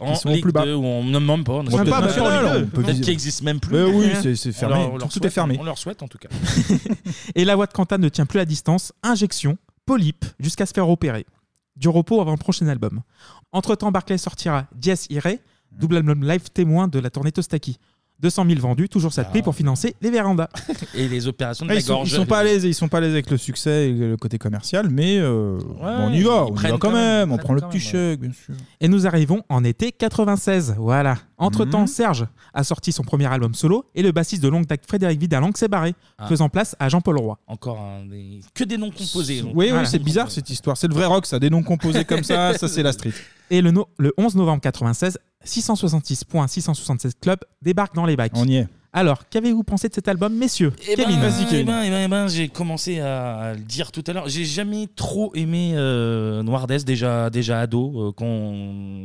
Speaker 1: En
Speaker 7: qui sont au
Speaker 1: Ligue
Speaker 7: plus bas.
Speaker 1: 2, où on ne demande pas. on ne
Speaker 7: Même
Speaker 1: sait
Speaker 7: pas, même pas en Ligue
Speaker 1: Peut-être
Speaker 7: deux. On peut
Speaker 1: Peut-être
Speaker 7: vivre.
Speaker 1: qu'il n'existe même plus. Hein
Speaker 7: Mais oui, c'est- c'est
Speaker 1: On
Speaker 7: fermé.
Speaker 1: leur- on
Speaker 7: Tout
Speaker 1: leur
Speaker 7: est
Speaker 1: souhaite-
Speaker 7: fermé.
Speaker 1: On leur souhaite en tout cas.
Speaker 8: Et la voix de Quentin ne tient plus la distance, injection, polype, jusqu'à se faire opérer. Du repos avant le prochain album. Entre-temps, Barclay sortira Dies Irae, double album live témoin de la tournée Tostaki. 200 000 vendus, toujours
Speaker 1: Ah.
Speaker 8: ça de prix pour financer les vérandas.
Speaker 1: Et les opérations de
Speaker 7: Ouais,
Speaker 1: la
Speaker 7: Ah, ils, sont,
Speaker 1: gorge.
Speaker 7: ils sont pas à l'aise, ils sont pas à l'aise avec le succès et le côté commercial, mais euh, on y va,
Speaker 8: ils
Speaker 7: on y
Speaker 8: prennent
Speaker 7: va quand
Speaker 8: quand
Speaker 7: même,
Speaker 8: même,
Speaker 7: on
Speaker 8: ils
Speaker 7: prend le
Speaker 8: prennent
Speaker 7: petit
Speaker 8: quand même,
Speaker 7: chèque, bien sûr.
Speaker 8: Et nous arrivons en été 96. Voilà. Entre-temps,
Speaker 7: Mhm.
Speaker 8: Serge a sorti son premier album solo et le bassiste de longue date Frédéric Vidalang s'est barré,
Speaker 1: Ah.
Speaker 8: faisant place à Jean-Paul Roy.
Speaker 1: Encore un des- que des noms composés.
Speaker 7: Oui,
Speaker 1: donc.
Speaker 7: oui,
Speaker 1: Voilà.
Speaker 7: c'est bizarre cette histoire. C'est le vrai rock, ça, des noms composés comme ça, ça c'est la street.
Speaker 8: Et le, no- le 11 novembre 96, 666.676 Club débarque dans les bacs. On
Speaker 7: y est.
Speaker 8: Alors, qu'avez-vous pensé de cet album, messieurs
Speaker 1: Eh ben, eh ben, eh ben, eh ben, j'ai commencé à le dire tout à l'heure. J'ai jamais trop aimé euh, Noir d'Est, déjà, déjà ado, euh, quand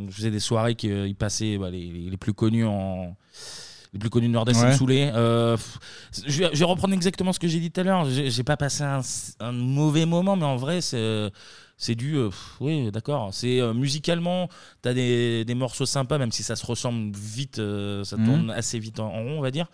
Speaker 1: je faisais des soirées qu'ils passaient bah, les, les- les plus connus en. Les plus connus de Noir d'Est, ça me
Speaker 7: Ouais.
Speaker 1: saoulait. Euh, pff, je, vais, je vais reprendre exactement ce que j'ai dit tout à l'heure. J'ai j'ai pas passé un, un mauvais moment, mais en vrai, c'est. C'est du. euh, pff, oui, d'accord. C'est euh, musicalement, t'as des, des morceaux sympas, même si ça se ressemble vite, euh, ça
Speaker 7: Mhm.
Speaker 1: tourne assez vite en, en rond, on va dire.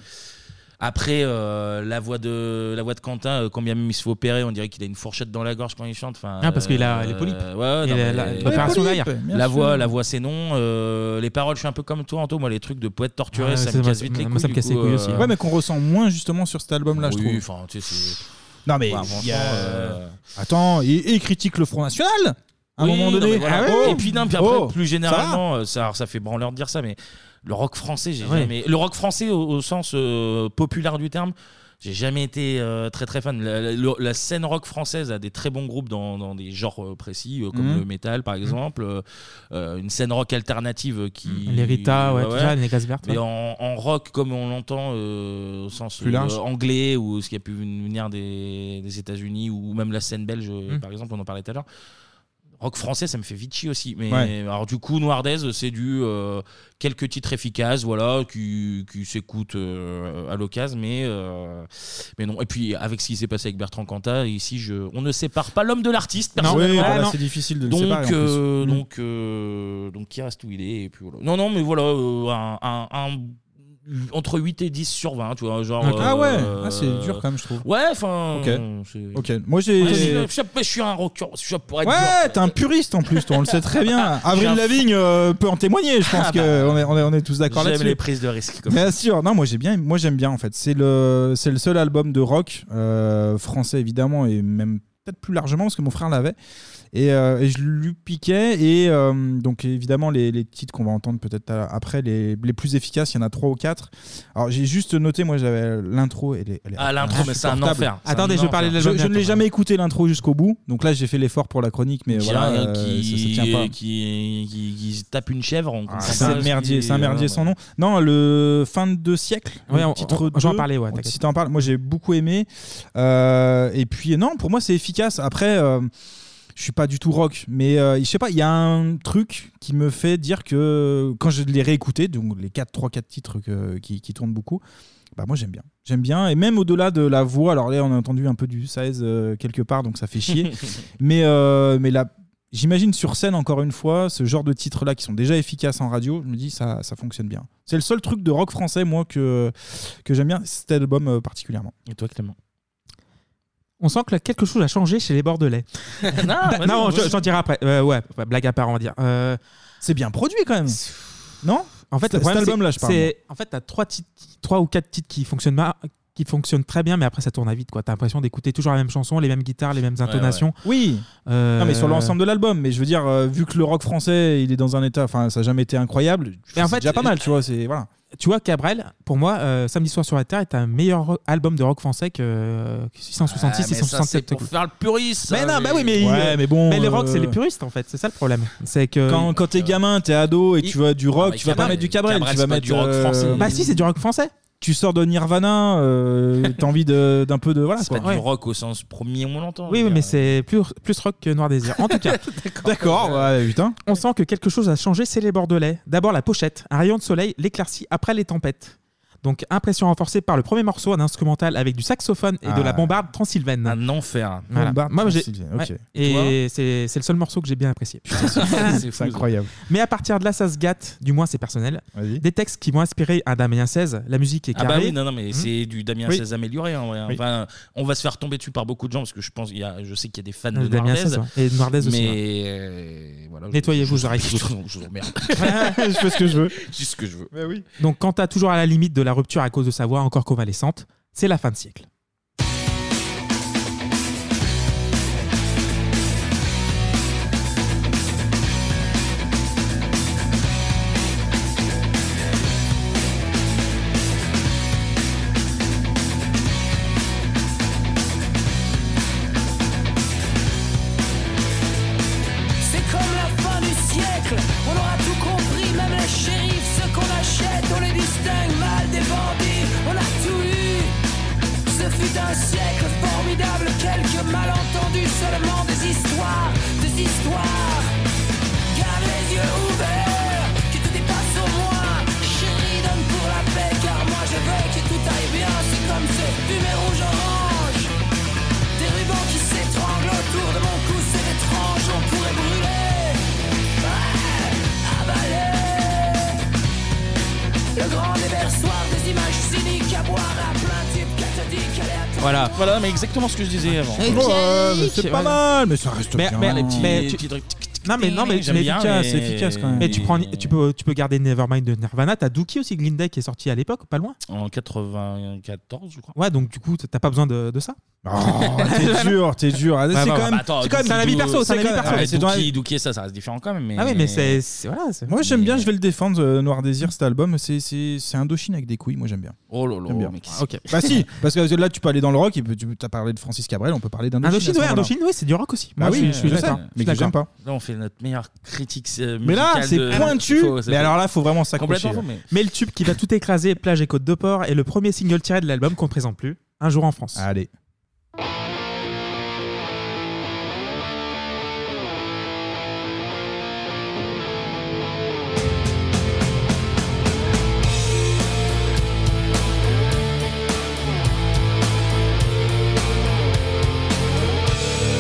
Speaker 1: Après, euh, la, voix de, la voix de Quentin, euh, quand bien même il se fait opérer, on dirait qu'il a une fourchette dans la gorge quand il chante. Enfin,
Speaker 8: Ah, parce qu'il a
Speaker 1: euh,
Speaker 8: les polypes.
Speaker 1: ouais, ouais,
Speaker 8: Il
Speaker 1: non,
Speaker 8: a
Speaker 1: mais-
Speaker 8: la- l'opération Les polypes, derrière. bien
Speaker 1: La
Speaker 8: sûr.
Speaker 1: voix, la voix c'est non. Euh, les paroles, je suis un peu comme toi, Anto. Moi, les trucs de poète torturé,
Speaker 7: Ouais,
Speaker 1: ça
Speaker 7: c'est
Speaker 1: me
Speaker 7: vrai,
Speaker 1: casse vite les
Speaker 7: moi,
Speaker 1: couilles.
Speaker 7: Ah, ça me
Speaker 1: du
Speaker 7: casse les
Speaker 1: coup,
Speaker 7: couilles
Speaker 1: euh,
Speaker 7: aussi. hein. Ouais, mais qu'on ressent moins justement sur cet album-là, je
Speaker 1: oui,
Speaker 7: trouve.
Speaker 1: enfin, tu sais, c'est-
Speaker 7: Non mais
Speaker 1: Ouais,
Speaker 7: il y a-
Speaker 1: franchement, euh,
Speaker 7: attends, et, et critique le Front National à un
Speaker 1: Oui,
Speaker 7: moment
Speaker 1: non,
Speaker 7: donné.
Speaker 1: mais voilà.
Speaker 7: Ah ouais
Speaker 1: et puis, non, puis après,
Speaker 7: Oh,
Speaker 1: plus
Speaker 7: ça va
Speaker 1: généralement, euh, ça, alors, ça fait branleur de dire ça, mais le rock français,
Speaker 8: Ah
Speaker 1: j'ai
Speaker 7: Ouais.
Speaker 1: jamais. Le rock français au, au sens euh, populaire du terme. J'ai jamais été euh, très très fan. La, la- la scène rock française a des très bons groupes dans, dans des genres euh, précis, euh, comme
Speaker 8: Mhm.
Speaker 1: le métal par exemple. euh, euh, une scène rock alternative euh, qui.
Speaker 8: Les Rita, ouais, tout ça, les Casbert,
Speaker 1: Mais
Speaker 8: ouais.
Speaker 1: en, en rock, comme on l'entend euh, au sens
Speaker 8: Plus
Speaker 1: euh,
Speaker 8: large.
Speaker 1: anglais ou ce qui a pu venir des, des États-Unis ou même la scène belge,
Speaker 8: Mhm.
Speaker 1: par exemple, on en parlait tout à l'heure. Rock français, ça me fait vite chier aussi. Mais
Speaker 7: Ouais.
Speaker 1: alors du coup, Noir d'Aise, c'est du euh, quelques titres efficaces, voilà, qui, qui s'écoutent euh, à l'occasion, mais euh, mais non. Et puis avec ce qui s'est passé avec Bertrand Cantat, ici, je, on ne sépare pas l'homme de l'artiste.
Speaker 7: Non.
Speaker 1: personnellement.
Speaker 7: Oui, voilà,
Speaker 1: Ah, non.
Speaker 7: c'est difficile de le
Speaker 1: donc,
Speaker 7: séparer, en plus.
Speaker 1: euh,
Speaker 7: Mm.
Speaker 1: Donc euh, donc il reste où il est. Et puis voilà. Non non, mais voilà, euh, un, un- un- entre 8 et 10 sur 20, tu vois, genre.
Speaker 7: Ok. Ah ouais.
Speaker 1: euh,
Speaker 7: Ah, c'est dur quand même, je trouve.
Speaker 1: Ouais, enfin.
Speaker 7: Ok.
Speaker 1: c'est-
Speaker 7: Ok. Moi j'ai.
Speaker 1: Ouais, je, suis- je suis un rock, je suis pour être dur.
Speaker 7: Ouais, t'es un puriste en plus, toi, on le sait très bien.
Speaker 1: J'ai un
Speaker 7: Avril Lavigne euh, peut en témoigner, je pense
Speaker 1: Ah bah,
Speaker 7: qu'on est, on est, on est tous d'accord
Speaker 1: J'aime
Speaker 7: là-dessus.
Speaker 1: les prises de risque. Comme
Speaker 7: Bien sûr, non, moi j'aime bien, moi j'aime bien en fait. C'est le, c'est le seul album de rock euh, français évidemment et même peut-être plus largement parce que mon frère l'avait. Et, euh, et je lui piquais. Et euh, donc, évidemment, les, les titres qu'on va entendre peut-être à- après, les, les plus efficaces, il y en a trois ou quatre. Alors, j'ai juste noté, moi, j'avais l'intro. elle est- elle est
Speaker 1: Ah, l'intro, mais c'est un
Speaker 7: insupportable.
Speaker 1: enfer. C'est Attendez, un je vais parler enfer. de l'album
Speaker 7: Je, je ne l'ai
Speaker 1: bientôt.
Speaker 7: jamais écouté l'intro jusqu'au bout. Donc là, j'ai fait l'effort pour la chronique, mais
Speaker 1: Qui-
Speaker 7: voilà, euh,
Speaker 1: qui,
Speaker 7: ça, ça tient pas. Ah,
Speaker 1: qui- qui- qui tape une chèvre. on comprend
Speaker 7: C'est
Speaker 1: pas
Speaker 7: un
Speaker 1: ce
Speaker 7: merdier,
Speaker 1: qui- euh,
Speaker 7: c'est un merdier sans nom. Non, le fin de siècle,
Speaker 8: Ouais,
Speaker 7: le
Speaker 8: on-
Speaker 7: titre
Speaker 8: on- j'en
Speaker 7: 2,
Speaker 8: parlais, ouais,
Speaker 7: on-
Speaker 8: t'inquiète.
Speaker 7: Si t'en parles, moi j'ai beaucoup aimé. Euh, et puis non, pour moi c'est efficace. Après, euh, je suis pas du tout rock, mais euh, je sais pas, il y a un truc qui me fait dire que quand je les réécouté, donc les 4, 3, 4 titres que- qui, qui tournent beaucoup, bah moi j'aime bien. J'aime bien, et même au-delà de la voix, alors là on a entendu un peu du 16 euh, quelque part, donc ça fait chier. mais, euh, mais là, j'imagine sur scène encore une fois, ce genre de titres-là qui sont déjà efficaces en radio, je me dis ça, ça fonctionne bien. C'est le seul truc de rock français, moi, que, que j'aime bien, cet album euh, particulièrement.
Speaker 1: Et toi Clément
Speaker 8: On sent que là, quelque chose a changé chez les Bordelais.
Speaker 1: Non,
Speaker 8: Da-
Speaker 1: vas-y,
Speaker 8: non,
Speaker 1: vas-y.
Speaker 8: je- j'en dirai après. Euh, ouais, bah, blague à part, on va dire. Euh,
Speaker 7: C'est bien produit quand même. Non
Speaker 8: En fait, le
Speaker 7: Cet
Speaker 8: problème, c'est-
Speaker 7: album-là, je parle,
Speaker 8: c'est- En fait, t'as trois titres, trois ou quatre titres qui fonctionnent ma- qui fonctionnent très bien, mais après ça tourne à vite. quoi. T'as l'impression d'écouter toujours la même chanson, les mêmes guitares, les mêmes intonations.
Speaker 7: Oui.
Speaker 8: Euh,
Speaker 7: Non, mais sur l'ensemble de l'album. Mais je veux dire, euh, vu que le rock français, il est dans un état, enfin, ça n'a jamais été incroyable. C'est
Speaker 8: en fait,
Speaker 7: déjà pas mal, tu vois. C'est voilà.
Speaker 8: Tu vois, Cabrel, pour moi, euh, Samedi soir sur la Terre est un meilleur ro- album de rock français que euh, que 666,
Speaker 1: Ah, mais ça, c'est
Speaker 8: 667.
Speaker 1: pour faire le puriste.
Speaker 8: Mais
Speaker 1: ça,
Speaker 8: non, bah oui, mais,
Speaker 7: Ouais, mais bon,
Speaker 8: Mais les rocks,
Speaker 7: euh,
Speaker 8: c'est les puristes en fait, c'est ça le problème. C'est que
Speaker 7: Quand, quand t'es gamin, t'es ado et que tu veux du rock,
Speaker 8: mais
Speaker 7: tu vas pas
Speaker 8: Cabrel,
Speaker 7: mettre du Cabrel,
Speaker 8: Cabrel,
Speaker 7: tu
Speaker 8: c'est
Speaker 7: vas
Speaker 8: pas
Speaker 7: mettre euh,
Speaker 8: du rock français. Bah si, c'est du rock français.
Speaker 7: Tu sors de Nirvana, euh, t'as envie de- d'un peu de voilà.
Speaker 1: C'est pas
Speaker 7: quoi.
Speaker 1: du rock au sens premier, on l'entend.
Speaker 8: Oui, oui, mais c'est plus, plus rock que Noir Désir. En tout cas,
Speaker 7: d'accord, ouais, putain.
Speaker 8: On sent que quelque chose a changé, c'est les Bordelais. D'abord la pochette, un rayon de soleil, l'éclaircie après les tempêtes. Donc impression renforcée par le premier morceau, un instrumental avec du saxophone et de
Speaker 7: Ah.
Speaker 8: la bombarde transylvaine. Un
Speaker 1: enfer.
Speaker 8: Voilà.
Speaker 7: Bombarde
Speaker 8: bah, Moi, j'ai-
Speaker 7: transylvaine, ok.
Speaker 8: ouais. Et c'est c'est le seul morceau que j'ai bien apprécié.
Speaker 7: c'est fou, incroyable.
Speaker 8: Mais à partir de là, ça se gâte, du moins c'est personnel. Des textes qui vont inspirer un Damien 16, la musique est
Speaker 1: Ah
Speaker 8: carrée.
Speaker 1: bah oui, non, non, mais
Speaker 8: Hmm.
Speaker 1: c'est du Damien
Speaker 8: Oui.
Speaker 1: 16 amélioré. en vrai.
Speaker 8: Oui.
Speaker 1: Enfin, on va se faire tomber dessus par beaucoup de gens parce que je pense, il y a, je sais qu'il y a des fans
Speaker 8: Le
Speaker 1: de
Speaker 8: Damien
Speaker 1: Noirdaise.
Speaker 8: 16, ouais. Et de Noirdaise aussi,
Speaker 1: Mais
Speaker 8: ouais.
Speaker 1: euh, voilà. je-
Speaker 8: Nettoyez-vous,
Speaker 1: je-
Speaker 8: j'arrive.
Speaker 1: Je je vous remercie.
Speaker 8: Je fais ce que je veux.
Speaker 1: Je dis ce que je veux.
Speaker 7: oui.
Speaker 8: Donc quand t'as toujours à la limite de la rupture à cause de sa voix encore convalescente, c'est la fin de siècle.
Speaker 17: C'est comme la fin du siècle, on aura tout compris, même les shérifs, ceux qu'on achète, on les distingue mal des bandits, on a tout eu. Ce fut un siècle formidable, quelques malentendus, seulement des histoires, des histoires. Garde les yeux ouverts, que tout dépasse au moins. Chérie, donne pour la paix, car moi je veux que tout aille bien, c'est comme ce fumet rouge-orange. Des rubans qui s'étranglent autour de mon cou, c'est étrange, on pourrait brûler, ouais, avaler. Le grand déversoir des images cyniques à boire à plein type cathodique, aléatoire.
Speaker 1: Voilà. Voilà, mais exactement ce que je disais avant.
Speaker 8: Oh,
Speaker 7: Ouais,
Speaker 8: euh,
Speaker 7: mais c'est pas mal, mais ça reste
Speaker 8: Mais-
Speaker 7: bien.
Speaker 8: mais-
Speaker 1: les petits,
Speaker 8: mais tu-
Speaker 1: petits trucs.
Speaker 8: Non mais non mais
Speaker 1: j'aime
Speaker 8: mais
Speaker 1: bien,
Speaker 8: efficace,
Speaker 1: mais-
Speaker 8: c'est efficace quand même.
Speaker 1: Mais
Speaker 8: Mais tu prends, tu peux, tu peux garder Nevermind de Nirvana. T'as Dookie aussi, Green Day qui est sorti à l'époque, pas loin.
Speaker 1: En 94, je crois. Oh,
Speaker 8: Ouais, donc du coup, t'as pas besoin de, de ça.
Speaker 7: t'es dur, t'es dur. Ah,
Speaker 8: Ouais,
Speaker 7: c'est
Speaker 8: bah,
Speaker 7: quand
Speaker 8: bah,
Speaker 7: même,
Speaker 8: attends,
Speaker 7: c'est quand même
Speaker 8: c'est un avis perso, c'est un avis perso.
Speaker 1: C'est
Speaker 8: C'est dans la-
Speaker 1: Douki, Douki, ça, ça reste différent quand même. Mais...
Speaker 8: Ah oui, mais c'est c'est- voilà. c'est-
Speaker 7: Moi j'aime bien, je vais le défendre, euh, Noir Désir, cet album. C'est- C'est c'est un Dauphine avec des couilles, moi j'aime bien.
Speaker 1: Oh là là,
Speaker 7: J'aime bien.
Speaker 1: mais qu'est-ce
Speaker 7: Ok. Bah si, parce que là tu peux aller dans le rock, et puis tu as parlé de Francis Cabrel, on peut parler d'un
Speaker 8: Indochine,
Speaker 7: à ce
Speaker 8: ouais,
Speaker 7: moment-là.
Speaker 8: Indochine, ouais, c'est du rock aussi.
Speaker 7: Bah
Speaker 8: Moi,
Speaker 7: oui,
Speaker 8: je suis- je suis
Speaker 7: je sais,
Speaker 8: d'accord.
Speaker 7: mais
Speaker 8: Je
Speaker 7: que
Speaker 8: suis
Speaker 7: j'aime pas.
Speaker 1: Là, on fait notre meilleure critique euh,
Speaker 8: Mais là,
Speaker 1: musicale
Speaker 8: c'est
Speaker 1: de-
Speaker 8: pointu.
Speaker 1: Faut- c'est-
Speaker 8: Mais alors là,
Speaker 7: faut vraiment s'accrocher.
Speaker 1: Complètement faux, mais-
Speaker 8: Mais le tube qui va tout écraser, plage et côte de port, est le premier single tiré de l'album qu'on ne présente plus. Un jour en France.
Speaker 7: Allez.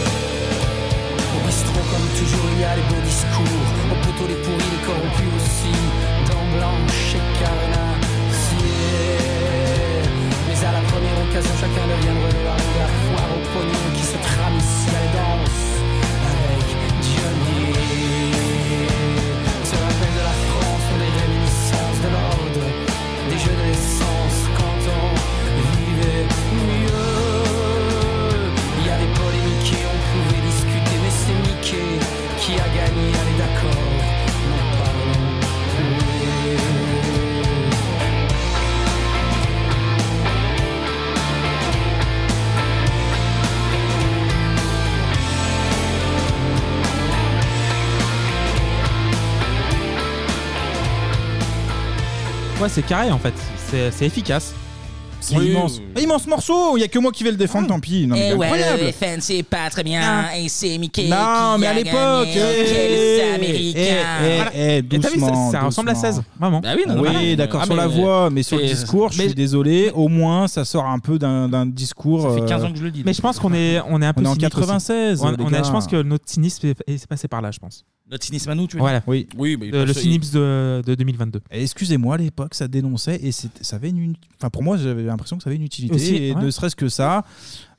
Speaker 17: Au bistrot, comme toujours, il y a les beaux discours. Au poteau, les pourris, les corrompus aussi. Dents blanches et carnassiers. Mais à la première occasion, chacun devient relou à la
Speaker 8: Ouais, c'est carré en fait. C'est c'est efficace.
Speaker 7: C'est immense. Ah, immense morceau Il n'y a que moi qui vais le défendre, tant pis. Non, Ah, mais il est incroyable.
Speaker 6: FN, c'est pas très bien. Et c'est Mickey.
Speaker 7: Ah. Non, mais à l'époque, eh, eh, eh, eh,
Speaker 8: Et t'as vu, ça-
Speaker 7: doucement,
Speaker 8: ça ressemble à
Speaker 7: doucement.
Speaker 8: 16, vraiment.
Speaker 7: oui,
Speaker 8: non, non, voilà.
Speaker 7: d'accord,
Speaker 8: Ah,
Speaker 7: sur
Speaker 8: mais-
Speaker 7: la voix, mais sur le
Speaker 8: Et-
Speaker 7: discours, je suis désolé. Au moins, ça sort un peu d'un d'un discours.
Speaker 8: Ça fait 15
Speaker 7: euh,
Speaker 8: ans que je le dis, Mais je pense qu'on est, on est un peu.
Speaker 7: On est en
Speaker 8: cynique aussi.
Speaker 7: 96,
Speaker 8: On,
Speaker 7: les
Speaker 8: on
Speaker 7: gars.
Speaker 8: est, je pense que notre cynisme est, est passé par là, je pense.
Speaker 7: eh.
Speaker 1: Notre cynisme à nous, tu veux
Speaker 8: Voilà.
Speaker 1: dire Oui. Oui,
Speaker 7: Euh,
Speaker 1: mais
Speaker 8: Le- le
Speaker 1: parce que-
Speaker 8: cynisme de, de 2022.
Speaker 7: Et Excusez-moi, à l'époque, ça dénonçait et c'est- ça avait une. Enfin, pour moi, j'avais l'impression que ça avait une utilité.
Speaker 1: Aussi,
Speaker 7: et
Speaker 1: ouais.
Speaker 7: ne serait-ce que ça,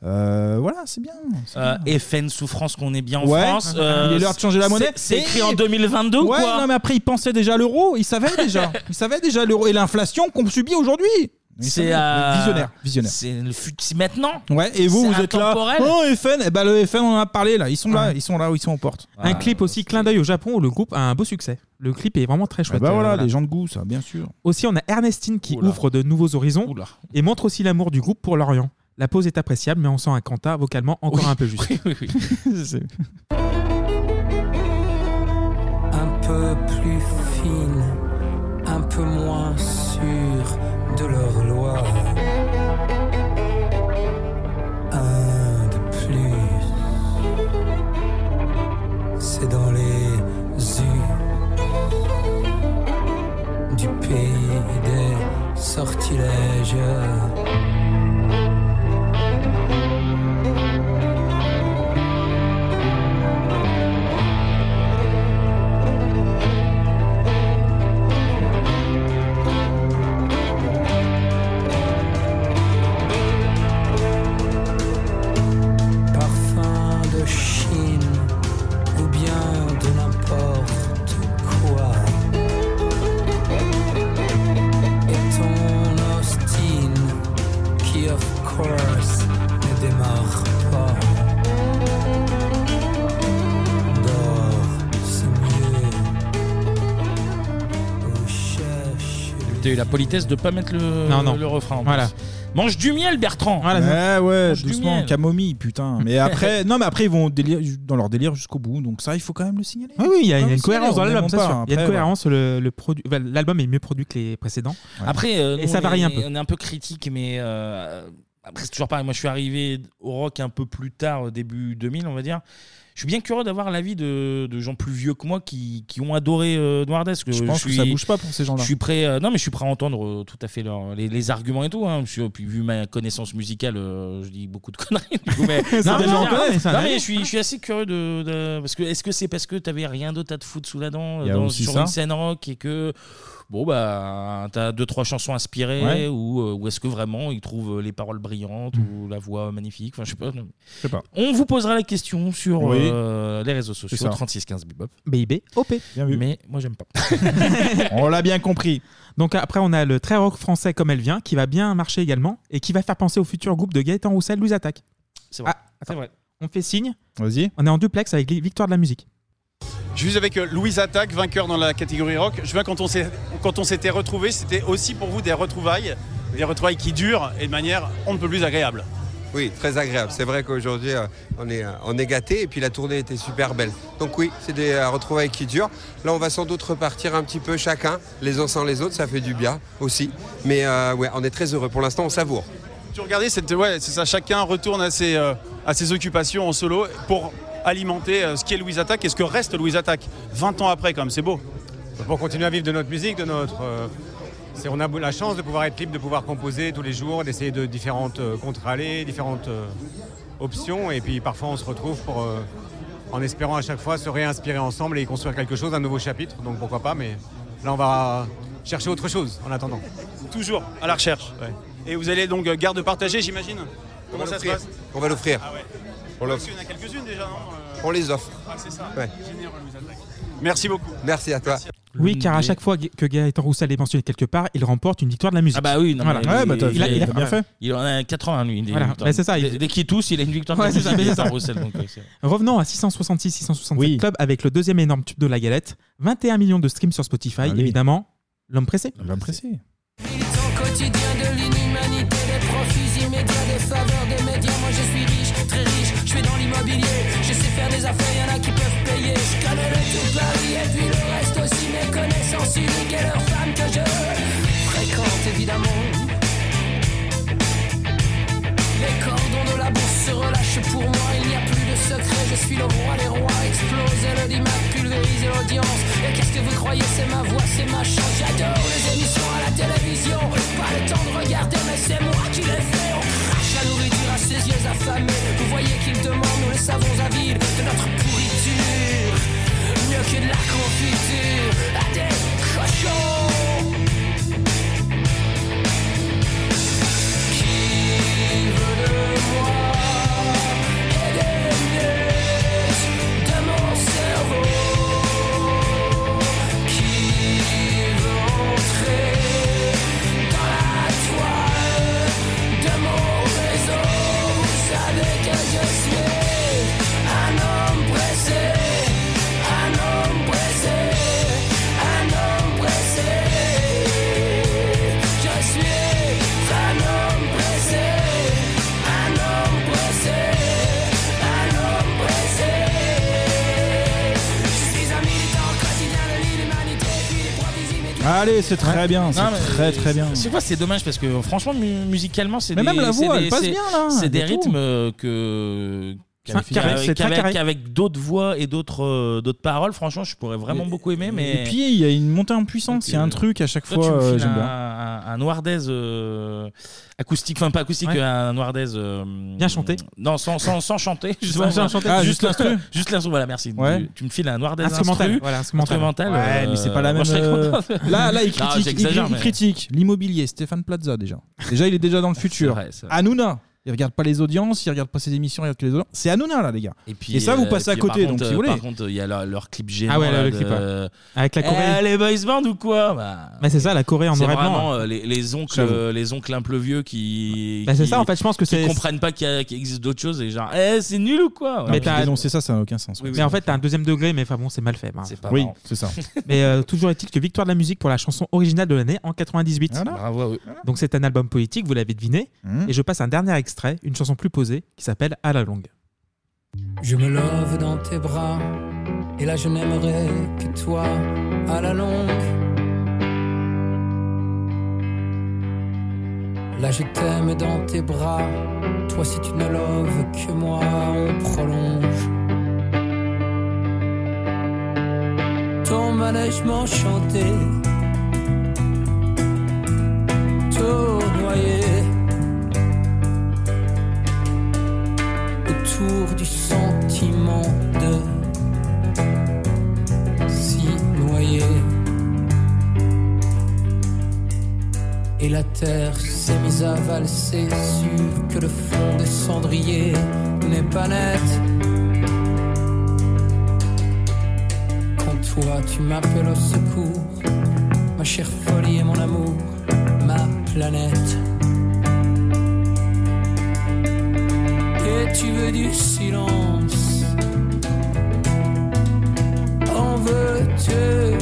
Speaker 7: euh, voilà, c'est bien. c'est
Speaker 1: Euh,
Speaker 7: bien.
Speaker 1: FN sous France, qu'on est bien en
Speaker 7: Ouais,
Speaker 1: France. euh,
Speaker 7: il est l'heure de changer la
Speaker 1: c'est-
Speaker 7: monnaie.
Speaker 1: C'est
Speaker 7: Et-
Speaker 1: écrit en 2022 ou
Speaker 7: ouais,
Speaker 1: quoi
Speaker 7: non, mais après, il pensait déjà à l'euro, il savait déjà. il savait déjà l'euro et l'inflation qu'on subit aujourd'hui. Il
Speaker 1: C'est
Speaker 7: savait.
Speaker 1: euh,
Speaker 7: Visionnaire, visionnaire.
Speaker 1: C'est le fut- c'est maintenant.
Speaker 7: Ouais, et vous, vous
Speaker 1: C'est
Speaker 7: êtes là.
Speaker 1: intemporel.
Speaker 7: Oh, FN, eh ben, le FN, on en a parlé là. Ils sont là, ils sont là où ils sont aux portes.
Speaker 8: un clip aussi, clin d'œil au Japon, où le groupe a un beau succès. Le clip est vraiment très
Speaker 7: Eh
Speaker 8: chouette.
Speaker 7: ben
Speaker 8: euh,
Speaker 7: voilà,
Speaker 8: voilà.
Speaker 7: des gens de goût, ça, bien sûr.
Speaker 8: Aussi, on a Ernestine qui ouvre de nouveaux horizons et montre aussi l'amour du groupe pour l'Orient. La pose est appréciable, mais on sent un Quentin vocalement encore un peu juste.
Speaker 4: un peu plus fine, un peu moins sûre de leur loi. Un de plus, c'est dans les yeux du pays des sortilèges. parfum de Chine ou bien de n'importe quoi. Et ton Austin qui, of course, ne démarre pas. Dors, c'est mieux. Ou cherche
Speaker 1: T'as eu la politesse de pas mettre le,
Speaker 7: Non, non.
Speaker 1: le refrain. en
Speaker 7: Voilà.
Speaker 1: plus. Mange du miel, Bertrand.
Speaker 7: ouais, Eh ouais,
Speaker 1: du
Speaker 7: doucement,
Speaker 1: miel.
Speaker 7: camomille, putain. Mais après, non, mais après, ils vont délire, dans leur délire jusqu'au bout. Donc ça, il faut quand même le signaler.
Speaker 8: Ah
Speaker 1: Ah
Speaker 8: Oui, oui, il y a,
Speaker 7: Faut
Speaker 8: il y a
Speaker 7: le
Speaker 8: une
Speaker 7: signaler,
Speaker 8: cohérence dans
Speaker 7: on
Speaker 8: l'album,
Speaker 7: aime
Speaker 8: c'est
Speaker 7: pas,
Speaker 8: sûr. Il y a
Speaker 7: après,
Speaker 8: une cohérence, le, le produit, enfin, l'album est mieux produit que les précédents.
Speaker 1: Après, euh,
Speaker 8: et
Speaker 1: nous,
Speaker 8: ça
Speaker 1: on
Speaker 8: varie un
Speaker 1: est-
Speaker 8: peu.
Speaker 1: On est un peu critique, mais euh, après, c'est toujours pareil. Moi, je suis arrivé au rock un peu plus tard, au début 2000, on va dire. Je suis bien curieux d'avoir l'avis de, de gens plus vieux que moi qui, qui ont adoré euh, Noir Death,
Speaker 7: Je pense que
Speaker 1: suis-
Speaker 7: ça bouge pas pour ces gens-là.
Speaker 1: Je suis prêt. euh, non, mais je suis prêt à entendre euh, tout à fait leur- les, les arguments et tout. Hein, parce que, puis vu ma connaissance musicale, euh, je dis beaucoup de conneries. du coup, mais-
Speaker 7: C'est
Speaker 1: non,
Speaker 7: déjà
Speaker 1: non,
Speaker 7: en
Speaker 1: non,
Speaker 7: connaître, ça,
Speaker 1: non,
Speaker 7: hein.
Speaker 1: mais je suis, je suis assez curieux de, de- parce que est-ce que c'est parce que t'avais rien d'autre à te foutre sous la dent
Speaker 7: Il y
Speaker 1: euh,
Speaker 7: a
Speaker 1: dans-
Speaker 7: aussi
Speaker 1: sur
Speaker 7: ça.
Speaker 1: une scène rock et que bon bah t'as deux trois chansons inspirées
Speaker 7: Ouais. Hmm.
Speaker 1: ou, euh, ou est-ce que vraiment ils trouvent euh, les paroles brillantes ou la voix magnifique. Enfin, je sais pas. non.
Speaker 7: Je sais pas.
Speaker 1: On vous posera la question sur
Speaker 7: Oui.
Speaker 1: euh, les réseaux
Speaker 7: C'est
Speaker 1: sociaux
Speaker 7: ça.
Speaker 1: 3615 Bebop.
Speaker 8: BIB, OP.
Speaker 1: Mais moi j'aime pas.
Speaker 7: on l'a bien compris.
Speaker 8: Donc après, on a le très rock français comme elle vient, qui va bien marcher également, et qui va faire penser au futur groupe de Gaëtan Roussel, Louise Attaque.
Speaker 1: C'est vrai.
Speaker 8: C'est vrai. On fait signe.
Speaker 7: Vas-y.
Speaker 8: On est en duplex avec les Victoires de la musique.
Speaker 10: Je suis avec euh, Louise Attaque, vainqueur dans la catégorie rock. Je viens quand on s'est- quand on s'était retrouvés, c'était aussi pour vous des retrouvailles, des retrouvailles qui durent et de manière on ne peut plus agréable.
Speaker 19: Oui, très agréable. C'est vrai qu'aujourd'hui, euh, on est, euh, on est gâté et puis la tournée était super belle. Donc oui, c'est des euh, retrouvailles qui durent. Là, on va sans doute repartir un petit peu chacun, les uns sans les autres. Ça fait du bien aussi. Mais euh, ouais, on est très heureux. Pour l'instant, on savoure.
Speaker 10: Tu regardais, c'était ouais, c'est ça. Chacun retourne à ses, euh, à ses occupations en solo pour alimenter euh, ce qu'est Louise Attaque et ce que reste Louise Attaque. 20 ans après, quand même, c'est beau.
Speaker 20: Pour continuer à vivre de notre musique, de notre. euh, c'est- on a la chance de pouvoir être libre, de pouvoir composer tous les jours, d'essayer de différentes euh, contre-allées, différentes euh, options. Et puis parfois, on se retrouve pour, euh, en espérant à chaque fois se réinspirer ensemble et construire quelque chose, un nouveau chapitre. Donc pourquoi pas, mais là, on va chercher autre chose en attendant.
Speaker 10: Toujours à la recherche. Et vous allez donc euh, garde partagée, j'imagine. Comment
Speaker 19: va
Speaker 10: ça se
Speaker 19: l'offrir.
Speaker 10: passe
Speaker 19: On va l'offrir.
Speaker 10: Ah ouais.
Speaker 19: On l'offre.
Speaker 10: Il y en a quelques-unes déjà, non
Speaker 19: On les offre.
Speaker 10: Ah, c'est ça.
Speaker 19: Ouais.
Speaker 10: Généreux, Louise Attaque. Merci beaucoup.
Speaker 19: Merci à toi.
Speaker 8: Oui, car à chaque fois que Gaëtan Roussel est mentionné quelque part, il remporte une victoire de la musique.
Speaker 1: Ah bah oui, non,
Speaker 8: Voilà.
Speaker 1: mais il-
Speaker 8: il, a, il a-
Speaker 1: Il en a 80 lui. des
Speaker 8: Voilà,
Speaker 1: victoires.
Speaker 8: bah, c'est ça,
Speaker 1: Dès, dès qu'il tousse, il a une victoire.
Speaker 8: Ouais,
Speaker 1: comme
Speaker 8: c'est ça,
Speaker 1: il dit
Speaker 8: c'est ça.
Speaker 1: par Roussel, donc, ouais, c'est vrai.
Speaker 8: Revenons à 666-667 Club avec le deuxième énorme tube de la galette. 21 millions de streams sur Spotify,
Speaker 1: Ah
Speaker 8: évidemment. L'homme pressé.
Speaker 7: L'homme pressé.
Speaker 4: Au quotidien de l'inhumanité, des profits immédiats, des faveurs des médias. Moi je suis riche, très riche, je suis dans l'immobilier. Je sais faire des affaires, y'en a qui peuvent payer. Je connais le tout Paris et puis le reste aussi. Mes connaissances uniques et leurs femmes que je. je suis le roi, les rois explosent, le m'a pulvérise l'audience. Et qu'est-ce que vous croyez, c'est ma voix, c'est ma chance. J'adore les émissions à la télévision, pas le temps de regarder, mais c'est moi qui les fais. On crache la nourriture à ses yeux affamés. Vous voyez qu'il demande, nous les savons avides de notre pourriture. Mieux que de la confiture à des cochons. Qui veut de moi et des minutes de mon cerveau Qui veut entrer dans la toile de mon réseau Vous savez que je suis un homme pressé Un homme pressé Un homme pressé Je suis un homme pressé un homme pressé, un homme pressé. Je suis un militant quotidien de l'humanité.
Speaker 7: Allez, c'est très bien, c'est
Speaker 1: Non, mais
Speaker 7: très très bien.
Speaker 1: C'est quoi, c'est dommage parce que franchement, mu- musicalement, c'est
Speaker 7: Mais
Speaker 1: des,
Speaker 7: même la
Speaker 1: c'est
Speaker 7: voix,
Speaker 1: des-
Speaker 7: elle passe
Speaker 1: c'est-
Speaker 7: bien, là,
Speaker 1: C'est des
Speaker 7: et tout.
Speaker 1: rythmes euh, que
Speaker 7: Enfin,
Speaker 1: qu'avec-
Speaker 7: carré, c'est très
Speaker 1: qu'avec-
Speaker 7: carré.
Speaker 1: qu'avec d'autres voix et d'autres euh, d'autres paroles. Franchement, je pourrais vraiment
Speaker 7: Et-
Speaker 1: beaucoup aimer. Mais
Speaker 7: Et puis il y a une montée en puissance, il y a un truc à chaque
Speaker 1: Toi, tu
Speaker 7: fois,
Speaker 1: me
Speaker 7: euh,
Speaker 1: files
Speaker 7: j'aime
Speaker 1: un,
Speaker 7: bien.
Speaker 1: un- un Noirdaise euh, acoustique, enfin pas acoustique,
Speaker 7: Ouais.
Speaker 1: un Noirdaise. euh,
Speaker 7: Bien chanté.
Speaker 1: Non, sans, sans, sans chanter.
Speaker 7: Sans- sans chanter. Ah, juste l'instru.
Speaker 1: Juste l'instru, voilà, merci.
Speaker 7: Ouais.
Speaker 1: Tu, tu me files un Noirdaise
Speaker 7: Instrumental,
Speaker 1: instru,
Speaker 7: voilà, instrumental. Ouais,
Speaker 1: euh,
Speaker 7: mais c'est pas la même.
Speaker 1: moi, je serais
Speaker 7: euh,
Speaker 1: content.
Speaker 7: Là, là, il
Speaker 1: Non,
Speaker 7: critique. il-
Speaker 1: j'exagère,
Speaker 7: il
Speaker 1: mais-
Speaker 7: critique l'immobilier, Stéphane Plaza déjà. Déjà, il est déjà dans le futur.
Speaker 1: vrai, c'est vrai.
Speaker 7: Hanouna, il regarde pas les audiences, il regarde pas ses émissions, il regarde que les audiences. C'est Hanouna là, les gars. Et, ça, vous
Speaker 1: euh,
Speaker 7: passez à
Speaker 1: puis,
Speaker 7: côté,
Speaker 1: par
Speaker 7: donc
Speaker 1: contre,
Speaker 7: si vous
Speaker 1: euh,
Speaker 7: voulez.
Speaker 1: Par contre, il y a leur, leur clip gênant.
Speaker 7: Ah ouais, là,
Speaker 1: là,
Speaker 7: le
Speaker 1: de-
Speaker 7: clip, ouais. Avec la
Speaker 1: Eh,
Speaker 7: Corée.
Speaker 1: les boys band ou quoi Bah,
Speaker 7: Mais c'est ça, la Corée en
Speaker 1: c'est
Speaker 7: noir et blanc,
Speaker 1: vraiment
Speaker 7: hein.
Speaker 1: euh, les, les oncles,
Speaker 7: J'avoue.
Speaker 1: euh, les oncles un peu vieux qui.
Speaker 7: Bah, c'est
Speaker 1: qui-
Speaker 7: ça, en fait, je pense que
Speaker 1: qui
Speaker 7: c'est-
Speaker 1: comprennent pas qu'il y a- qu'il existe d'autres choses et genre, eh, c'est nul ou quoi
Speaker 7: Mais
Speaker 1: Ouais.
Speaker 7: t'as dénoncé Ah ça, ça n'a aucun sens.
Speaker 1: Oui, oui.
Speaker 7: Mais
Speaker 8: Mais en fait, t'as un deuxième degré, mais enfin bon, c'est mal fait. bah.
Speaker 1: C'est pas
Speaker 7: Oui,
Speaker 1: marrant.
Speaker 7: c'est ça.
Speaker 8: Mais euh, toujours est-il que victoire de la musique pour la chanson originale de l'année en 98.
Speaker 1: Bravo à eux.
Speaker 8: Donc c'est un album politique, vous l'avez deviné.
Speaker 7: Mmh.
Speaker 8: Et je passe un dernier extrait, une chanson plus posée, qui s'appelle À la longue.
Speaker 4: Je me love dans tes bras, et là je n'aimerais que toi à la longue. Là je t'aime dans tes bras, toi si tu ne loves que moi, on prolonge. Ton manège m'enchanté, tournoyé. autour du sentiment de s'y noyer. Et la terre s'est mise à valser, sûre que le fond des cendriers n'est pas net. Quand toi tu m'appelles au secours, ma chère folie et mon amour, ma planète. Et tu veux du silence. En veux-tu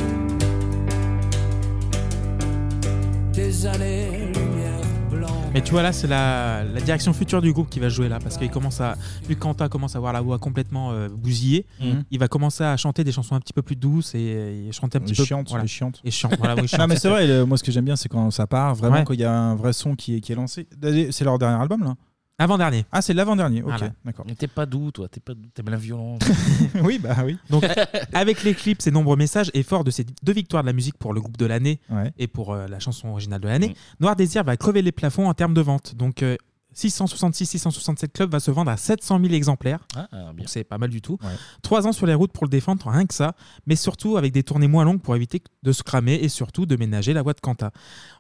Speaker 4: des années-lumière blanche?
Speaker 8: Mais tu vois là, c'est la, la direction future du groupe qui va jouer là, parce qu'il commence à, Luc Quentin commence à avoir la voix complètement euh, bousillée.
Speaker 1: Mmh.
Speaker 7: Mhm.
Speaker 8: Il va commencer à chanter des chansons un petit peu plus douces et, euh, chanter un petit peu
Speaker 7: chiante,
Speaker 8: voilà.
Speaker 7: les chiantes.
Speaker 8: Et chiante, voilà, oui,
Speaker 7: non,
Speaker 8: chiante,
Speaker 7: mais c'est
Speaker 8: tout à
Speaker 7: vrai,
Speaker 8: fait.
Speaker 7: le- moi ce que j'aime bien, c'est quand ça part, vraiment
Speaker 8: Ouais.
Speaker 7: quand il y a un vrai son qui est, qui est lancé. D'ailleurs, C'est leur dernier album là
Speaker 8: Avant-dernier.
Speaker 7: Ah, c'est l'avant-dernier, ok,
Speaker 8: Voilà.
Speaker 7: d'accord.
Speaker 1: Mais T'es pas doux, toi, t'es pas doux, t'aimes la violence.
Speaker 7: oui, bah oui.
Speaker 8: Donc, avec les clips, ces nombreux messages et fort de ces deux victoires de la musique pour le groupe de l'année et pour euh, la chanson originale de l'année, Noir Désir va crever les plafonds en termes de vente. Donc, euh, 666-667 Club va se vendre à 700 000 exemplaires.
Speaker 1: Ah, ah, bien.
Speaker 8: Donc, c'est pas mal du tout. Trois ans sur les routes pour le défendre, rien que ça, mais surtout avec des tournées moins longues pour éviter de se cramer et surtout de ménager la voix de Quentin.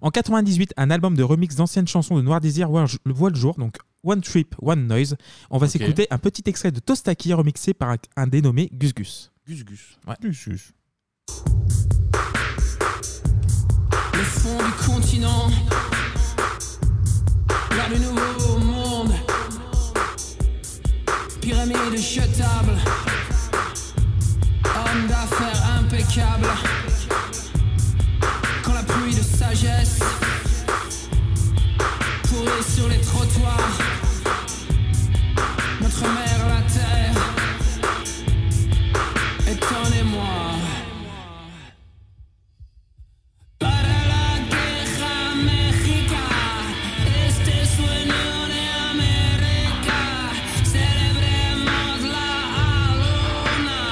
Speaker 8: En 98, un album de remix d'anciennes chansons de Noir Désir voit le voit le jour, donc One Trip, One Noise. On va
Speaker 1: Ok.
Speaker 8: s'écouter un petit extrait de Tostaki remixé par un, un dénommé Gus Gus.
Speaker 1: Gus Gus.
Speaker 7: Gus Gus.
Speaker 4: le fond du continent, vers le nouveau monde, pyramide jetable, homme d'affaires impeccable, quand la pluie de sagesse pourrit sur les trottoirs, notre mère la terre, étonnez-moi. Guerra México, este sueño de América, celebremos la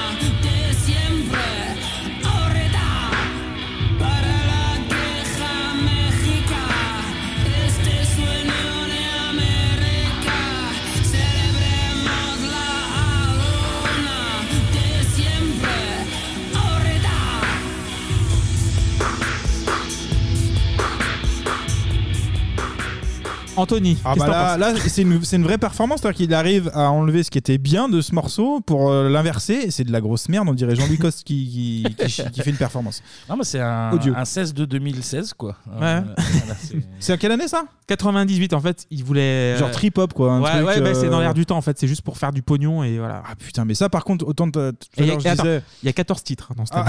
Speaker 8: Anthony,
Speaker 7: Ah bah
Speaker 8: qu'est-ce que t'en
Speaker 7: là,
Speaker 8: penses
Speaker 7: là, c'est une, c'est une vraie performance, c'est-à-dire qu'il arrive à enlever ce qui était bien de ce morceau pour euh, l'inverser. C'est de la grosse merde, on dirait Jean-Luc Coste qui, qui, qui- qui fait une performance.
Speaker 1: Non, mais c'est un,
Speaker 7: Odieux.
Speaker 1: un 16 de 2016, quoi.
Speaker 7: Ouais.
Speaker 1: Euh, voilà, c'est-
Speaker 7: C'est à quelle année ça
Speaker 8: 98 en fait, il voulait. euh,
Speaker 7: Genre trip-hop, quoi, un
Speaker 8: ouais,
Speaker 7: truc,
Speaker 8: ouais, bah, c'est dans
Speaker 7: euh,
Speaker 8: l'air du temps en fait, c'est juste pour faire du pognon et voilà.
Speaker 7: Ah putain, mais ça par contre, autant de- tout à
Speaker 8: Et il y a-
Speaker 7: l'heure, je
Speaker 8: et attends,
Speaker 7: disais-
Speaker 8: il y a 14 titres hein, dans cet
Speaker 7: Ah.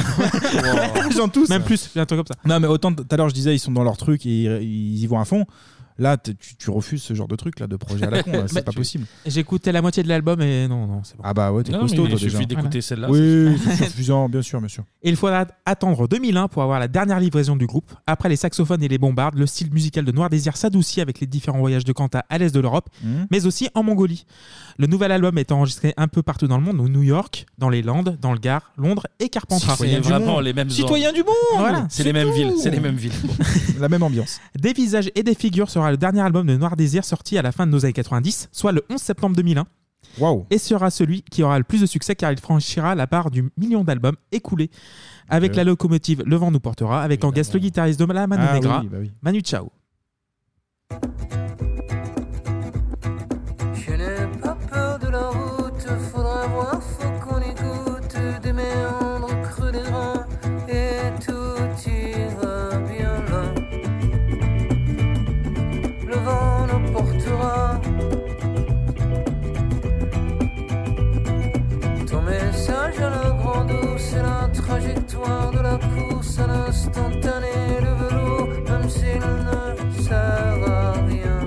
Speaker 8: album.
Speaker 7: Ils en ont tous.
Speaker 8: Même plus, un truc comme ça.
Speaker 7: Non, mais autant tout à l'heure, je disais, ils sont dans leur truc et ils, ils y vont à fond. Là, t- tu, tu refuses ce genre de truc, là, de projet à la con, là, c'est
Speaker 8: Mais-
Speaker 7: pas possible.
Speaker 8: J'écoutais la moitié de l'album et non, non, c'est bon.
Speaker 7: Ah bah ouais, t'es
Speaker 8: Non,
Speaker 7: costaud,
Speaker 8: mais il
Speaker 7: toi,
Speaker 8: suffit
Speaker 7: déjà.
Speaker 8: d'écouter
Speaker 7: Voilà.
Speaker 8: celle-là,
Speaker 7: Oui,
Speaker 8: c'est-
Speaker 7: c'est suffisant, bien sûr, bien sûr.
Speaker 8: Et il faudra attendre 2001 pour avoir la dernière livraison du groupe. Après les saxophones et les bombardes, le style musical de Noir Désir s'adoucit avec les différents voyages de Kanta à l'est de l'Europe,
Speaker 7: Mhm.
Speaker 8: mais aussi en Mongolie. Le nouvel album est enregistré un peu partout dans le monde, donc New York, dans les Landes, dans le Gard, Londres et Carpentras.
Speaker 1: Citoyens du vraiment monde. les mêmes
Speaker 8: Citoyens
Speaker 1: ordres.
Speaker 8: du monde
Speaker 1: Voilà, C'est les mêmes
Speaker 8: tout.
Speaker 1: villes, c'est les mêmes villes.
Speaker 7: La même ambiance.
Speaker 8: Des visages et des figures sera le dernier album de Noir Désir sorti à la fin de nos années 90, soit le 11 septembre 2001. Et sera celui qui aura le plus de succès car il franchira la barre du million d'albums écoulés. Avec
Speaker 7: Euh.
Speaker 8: la locomotive Le Vent nous portera, avec en guest le guitariste de la Mano
Speaker 7: Ah
Speaker 8: Negra,
Speaker 7: oui, bah oui.
Speaker 8: Manu Chao.
Speaker 4: Je n'ai pas peur de la route, faudra voir, faut qu'on écoute des méandres creux des reins et tout ira bien là. Le vent nous portera. Ton message à la grande eau, c'est la trajectoire de la course à l'instantané, le velours, même s'il ne sert à rien.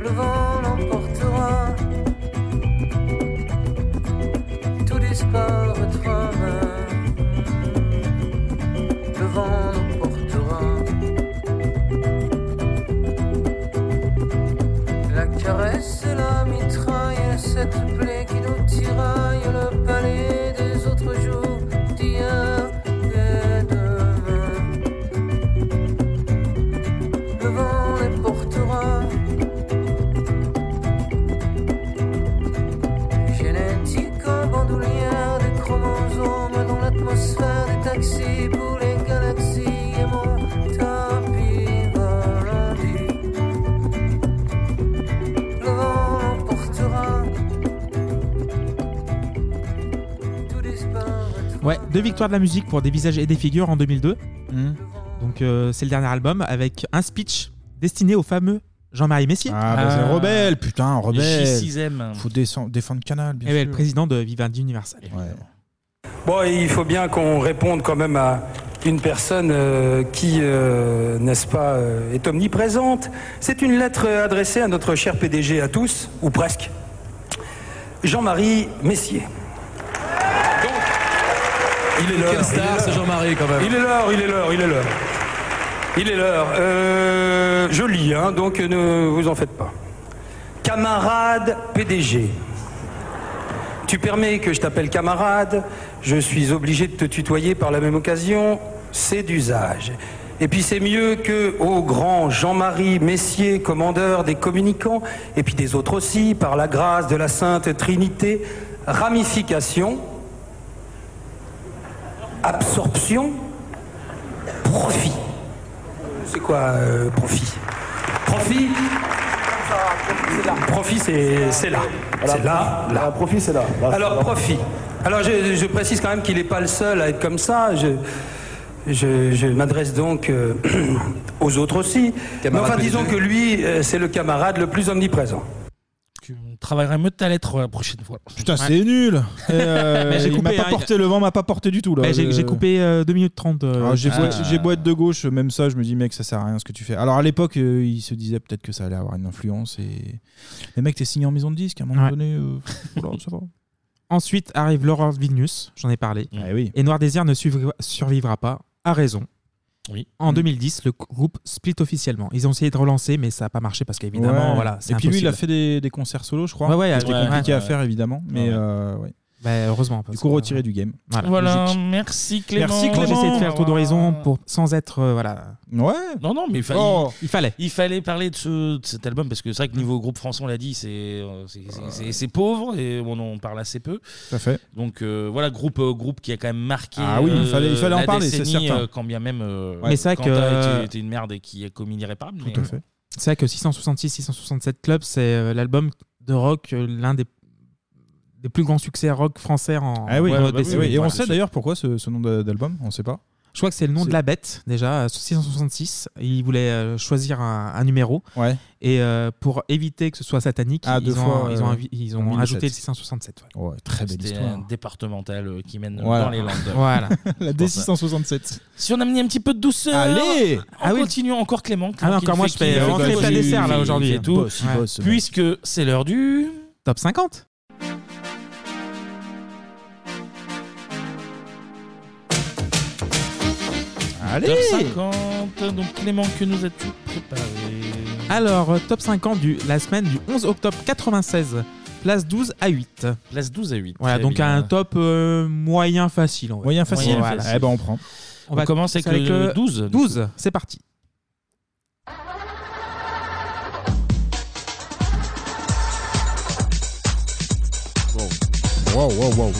Speaker 4: Le vent l'emportera, tout disparaîtra. mais Le vent l'emportera. La caresse et la mitraille, cette plaie qui nous tiraille, le palais des autres jours d'hier et demain. Le vent les portera. Génétique en bandoulière, des chromosomes dans l'atmosphère, des taxis pour les galaxies et mon tapis volant. Le vent l'emportera. Tout disparaîtra.
Speaker 8: Ouais, deux victoires de la musique pour des visages et des figures en 2002.
Speaker 7: Hmm.
Speaker 8: Donc euh, c'est le dernier album avec un speech destiné au fameux Jean-Marie Messier.
Speaker 7: Ah, bah, c'est rebelle, putain, rebelle.
Speaker 1: J6M.
Speaker 7: Faut descendre- défendre Canal, bien
Speaker 8: Et ouais,
Speaker 7: sûr.
Speaker 8: Eh ben, le président de Vivendi Universal.
Speaker 3: Bon, et il faut bien qu'on réponde quand même à une personne euh, qui, euh, n'est-ce pas, euh, est omniprésente. C'est une lettre euh, adressée à notre cher PDG à tous, ou presque, Jean-Marie Messier. Il est l'heure.
Speaker 18: Quelle star,
Speaker 3: il est
Speaker 18: ce
Speaker 3: l'heure.
Speaker 18: Jean-Marie, quand même.
Speaker 3: Il est l'heure, il est l'heure, il est l'heure. Il est l'heure. Euh, je lis, hein, donc ne vous en faites pas. Camarade PDG. Tu permets que je t'appelle camarade, je suis obligé de te tutoyer par la même occasion, c'est d'usage. Et puis c'est mieux que au grand Jean-Marie Messier, commandeur des communicants, et puis des autres aussi, par la grâce de la Sainte Trinité, ramification, absorption, profit. C'est quoi euh, profit Profit Profit, c'est c'est là. C'est là, là.
Speaker 12: Profit, c'est là.
Speaker 3: Alors, profit. Alors, je, je précise quand même qu'il n'est pas le seul à être comme ça. Je, je, je m'adresse donc euh, aux autres aussi.
Speaker 1: Camarade
Speaker 3: Mais enfin, disons que
Speaker 1: PDG.
Speaker 3: lui, euh, c'est le camarade le plus omniprésent.
Speaker 1: On travaillera mieux de ta lettre euh, la prochaine fois.
Speaker 7: Putain, c'est nul. Et, euh,
Speaker 1: Mais j'ai
Speaker 7: il
Speaker 1: coupé,
Speaker 7: m'a
Speaker 1: hein,
Speaker 7: pas
Speaker 1: il-
Speaker 7: porté, le vent m'a pas porté du tout. là.
Speaker 8: Mais j'ai-
Speaker 7: Le-
Speaker 8: j'ai coupé euh, 2 minutes 30. euh,
Speaker 7: Ah, j'ai
Speaker 8: de
Speaker 7: beau,
Speaker 8: speech.
Speaker 7: j'ai beau être de gauche, même ça, je me dis, mec, ça sert à rien ce que tu fais. Alors à l'époque, euh, il se disait peut-être que ça allait avoir une influence. Et... Mais mec, t'es signé en maison de disque à un moment donné. euh, voilà, ça va.
Speaker 8: Ensuite arrive l'horreur de Vilnius, j'en ai parlé.
Speaker 1: Ah, eh
Speaker 8: Et Noir Désir ne suivra- survivra pas, à raison.
Speaker 1: Oui.
Speaker 8: En
Speaker 7: Mm.
Speaker 8: 2010, le groupe split officiellement. Ils ont essayé de relancer, mais ça n'a pas marché parce qu'évidemment,
Speaker 7: Ouais.
Speaker 8: voilà. c'est
Speaker 7: Et puis lui, il a
Speaker 8: impossible.
Speaker 7: fait des, des concerts solo, je crois.
Speaker 8: Ouais, ouais,
Speaker 7: C'était
Speaker 8: ouais,
Speaker 7: compliqué
Speaker 8: ouais.
Speaker 7: à faire, évidemment. Mais
Speaker 8: Ouais.
Speaker 7: euh, ouais.
Speaker 8: Bah, heureusement. Du
Speaker 7: coup, retiré du game.
Speaker 8: Voilà.
Speaker 1: Voilà,
Speaker 8: logique.
Speaker 1: merci Clément.
Speaker 8: Merci Clément. J'essaie de faire tour d'horizon pour sans être euh, voilà.
Speaker 7: Ouais.
Speaker 1: Non, non, mais il, fa-
Speaker 8: Oh,
Speaker 1: il-
Speaker 8: il fallait.
Speaker 1: Il fallait parler de, ce- de cet album parce que c'est vrai que niveau groupe français, on l'a dit, c'est euh, c'est- c'est- c'est- c'est pauvre et on en parle assez peu.
Speaker 7: Tout à fait.
Speaker 1: Donc euh, voilà, groupe, euh, groupe qui a quand même marqué.
Speaker 7: Ah oui, il
Speaker 1: euh,
Speaker 7: fallait- il fallait en
Speaker 1: la
Speaker 7: parler, c'est
Speaker 1: décennie,
Speaker 7: certain.
Speaker 1: euh, quand bien même. euh,
Speaker 8: Mais c'est vrai
Speaker 1: Quentin
Speaker 8: que- euh,
Speaker 1: était, était une merde et qui a commis l'irréparable. mais-
Speaker 8: C'est vrai que 666, 667 Club, c'est euh, l'album de rock, euh, l'un des, des plus grands succès rock français en.
Speaker 7: Ah oui,
Speaker 8: en
Speaker 7: bah oui,
Speaker 8: décennie,
Speaker 7: oui. Et on
Speaker 8: voilà.
Speaker 7: sait d'ailleurs pourquoi ce, ce nom de- d'album, on sait pas.
Speaker 8: Je crois que c'est le nom
Speaker 7: C'est-
Speaker 8: de la bête déjà, euh, 666. Il voulait euh, choisir un, un numéro.
Speaker 7: Ouais.
Speaker 8: Et euh, pour éviter que ce soit satanique,
Speaker 7: Ah,
Speaker 8: ils,
Speaker 7: deux
Speaker 8: ont,
Speaker 7: fois,
Speaker 8: ils ont,
Speaker 7: euh,
Speaker 8: invi- ils ont
Speaker 7: 2007.
Speaker 8: ajouté le 667.
Speaker 7: Ouais, très belle
Speaker 1: C'était
Speaker 7: histoire.
Speaker 1: un départemental euh, qui mène
Speaker 7: Voilà.
Speaker 1: dans les Landes.
Speaker 8: Voilà.
Speaker 7: La
Speaker 1: C'est pour ça.
Speaker 7: D667.
Speaker 1: Si on amenait un petit peu de douceur,
Speaker 7: Allez
Speaker 1: on continue euh, encore Clément.
Speaker 8: Ah oui,
Speaker 1: Clément qui
Speaker 8: encore moi,
Speaker 1: fait-
Speaker 8: je fais
Speaker 1: qui-
Speaker 8: rentrer
Speaker 1: qui-
Speaker 8: les plats
Speaker 1: qui-
Speaker 8: desserts, là,
Speaker 1: qui-
Speaker 8: aujourd'hui.
Speaker 1: qui fait tout.
Speaker 8: Il bosse, il
Speaker 1: Ouais.
Speaker 8: bosse, ce mec.
Speaker 1: Puisque c'est l'heure du
Speaker 8: top 50. Allez
Speaker 1: 50 Donc Clément, que nous as-tu préparé
Speaker 8: Alors, euh, top 50 du, la semaine du 11 octobre 96. Place 12 à 8.
Speaker 1: Place 12 à 8.
Speaker 8: Voilà,
Speaker 1: très
Speaker 8: donc
Speaker 1: bien.
Speaker 8: un top euh, moyen facile. on va dire.
Speaker 7: Moyen facile.
Speaker 8: Voilà.
Speaker 7: Eh ben on prend.
Speaker 1: On commence avec le 12, du
Speaker 8: 12, c'est parti.
Speaker 7: Wow, wow, wow.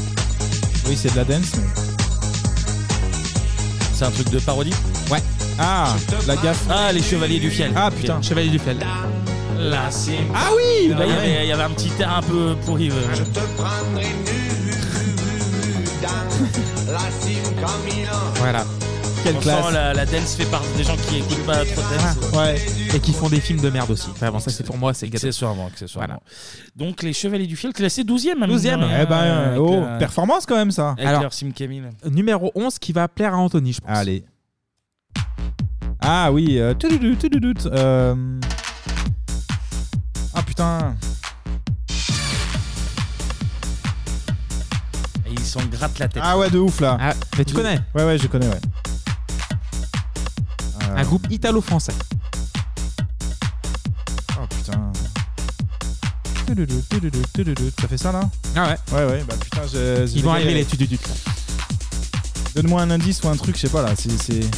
Speaker 7: Oui, c'est de la dance. mais-
Speaker 1: C'est un truc de parodie
Speaker 8: Ouais.
Speaker 7: Ah, la gaffe.
Speaker 1: Ah, les Chevaliers du Fiel.
Speaker 7: Ah putain,
Speaker 8: Chevalier du Fiel. bah
Speaker 1: Là, c'est.
Speaker 7: Ah oui
Speaker 1: Là, Il y
Speaker 7: Ah ouais.
Speaker 1: avait- il y avait un petit air un peu pourri. euh.
Speaker 8: Voilà. Quelle
Speaker 1: On
Speaker 8: classe.
Speaker 1: sent la, la dance fait partie des gens qui écoutent pas trop de dance.
Speaker 8: Ah, Ouais. Et qui font des films de merde aussi. Enfin, bon, ça, c'est pour moi, c'est gâteau.
Speaker 1: Accessoirement, accessoirement. Donc les Chevaliers du Fiel classés 12e. mine de
Speaker 8: 12e.
Speaker 1: rien,
Speaker 8: Eh ben,
Speaker 1: avec
Speaker 8: oh,
Speaker 1: la-
Speaker 8: performance quand même, ça.
Speaker 1: Avec
Speaker 8: Alors-
Speaker 1: leur Sim Camille.
Speaker 8: Numéro 11 qui va plaire à Anthony, je pense.
Speaker 7: Allez. Ah oui, euh, tududu, tududu, euh, Ah putain.
Speaker 1: Et ils s'en grattent la tête.
Speaker 7: Ah ouais, de ouf là.
Speaker 8: mais tu
Speaker 7: Je-
Speaker 8: connais.
Speaker 7: Ouais, ouais, je connais, ouais. Euh,
Speaker 8: Un groupe italo-français.
Speaker 7: Oh putain. Tududu, tududu, tududu. Ça fait ça là
Speaker 8: Ah ouais
Speaker 7: Ouais, ouais, bah putain, je. je-
Speaker 8: Ils vont arriver les tududus.
Speaker 7: Donne-moi un indice ou un truc, je sais pas là. C'est. c'est-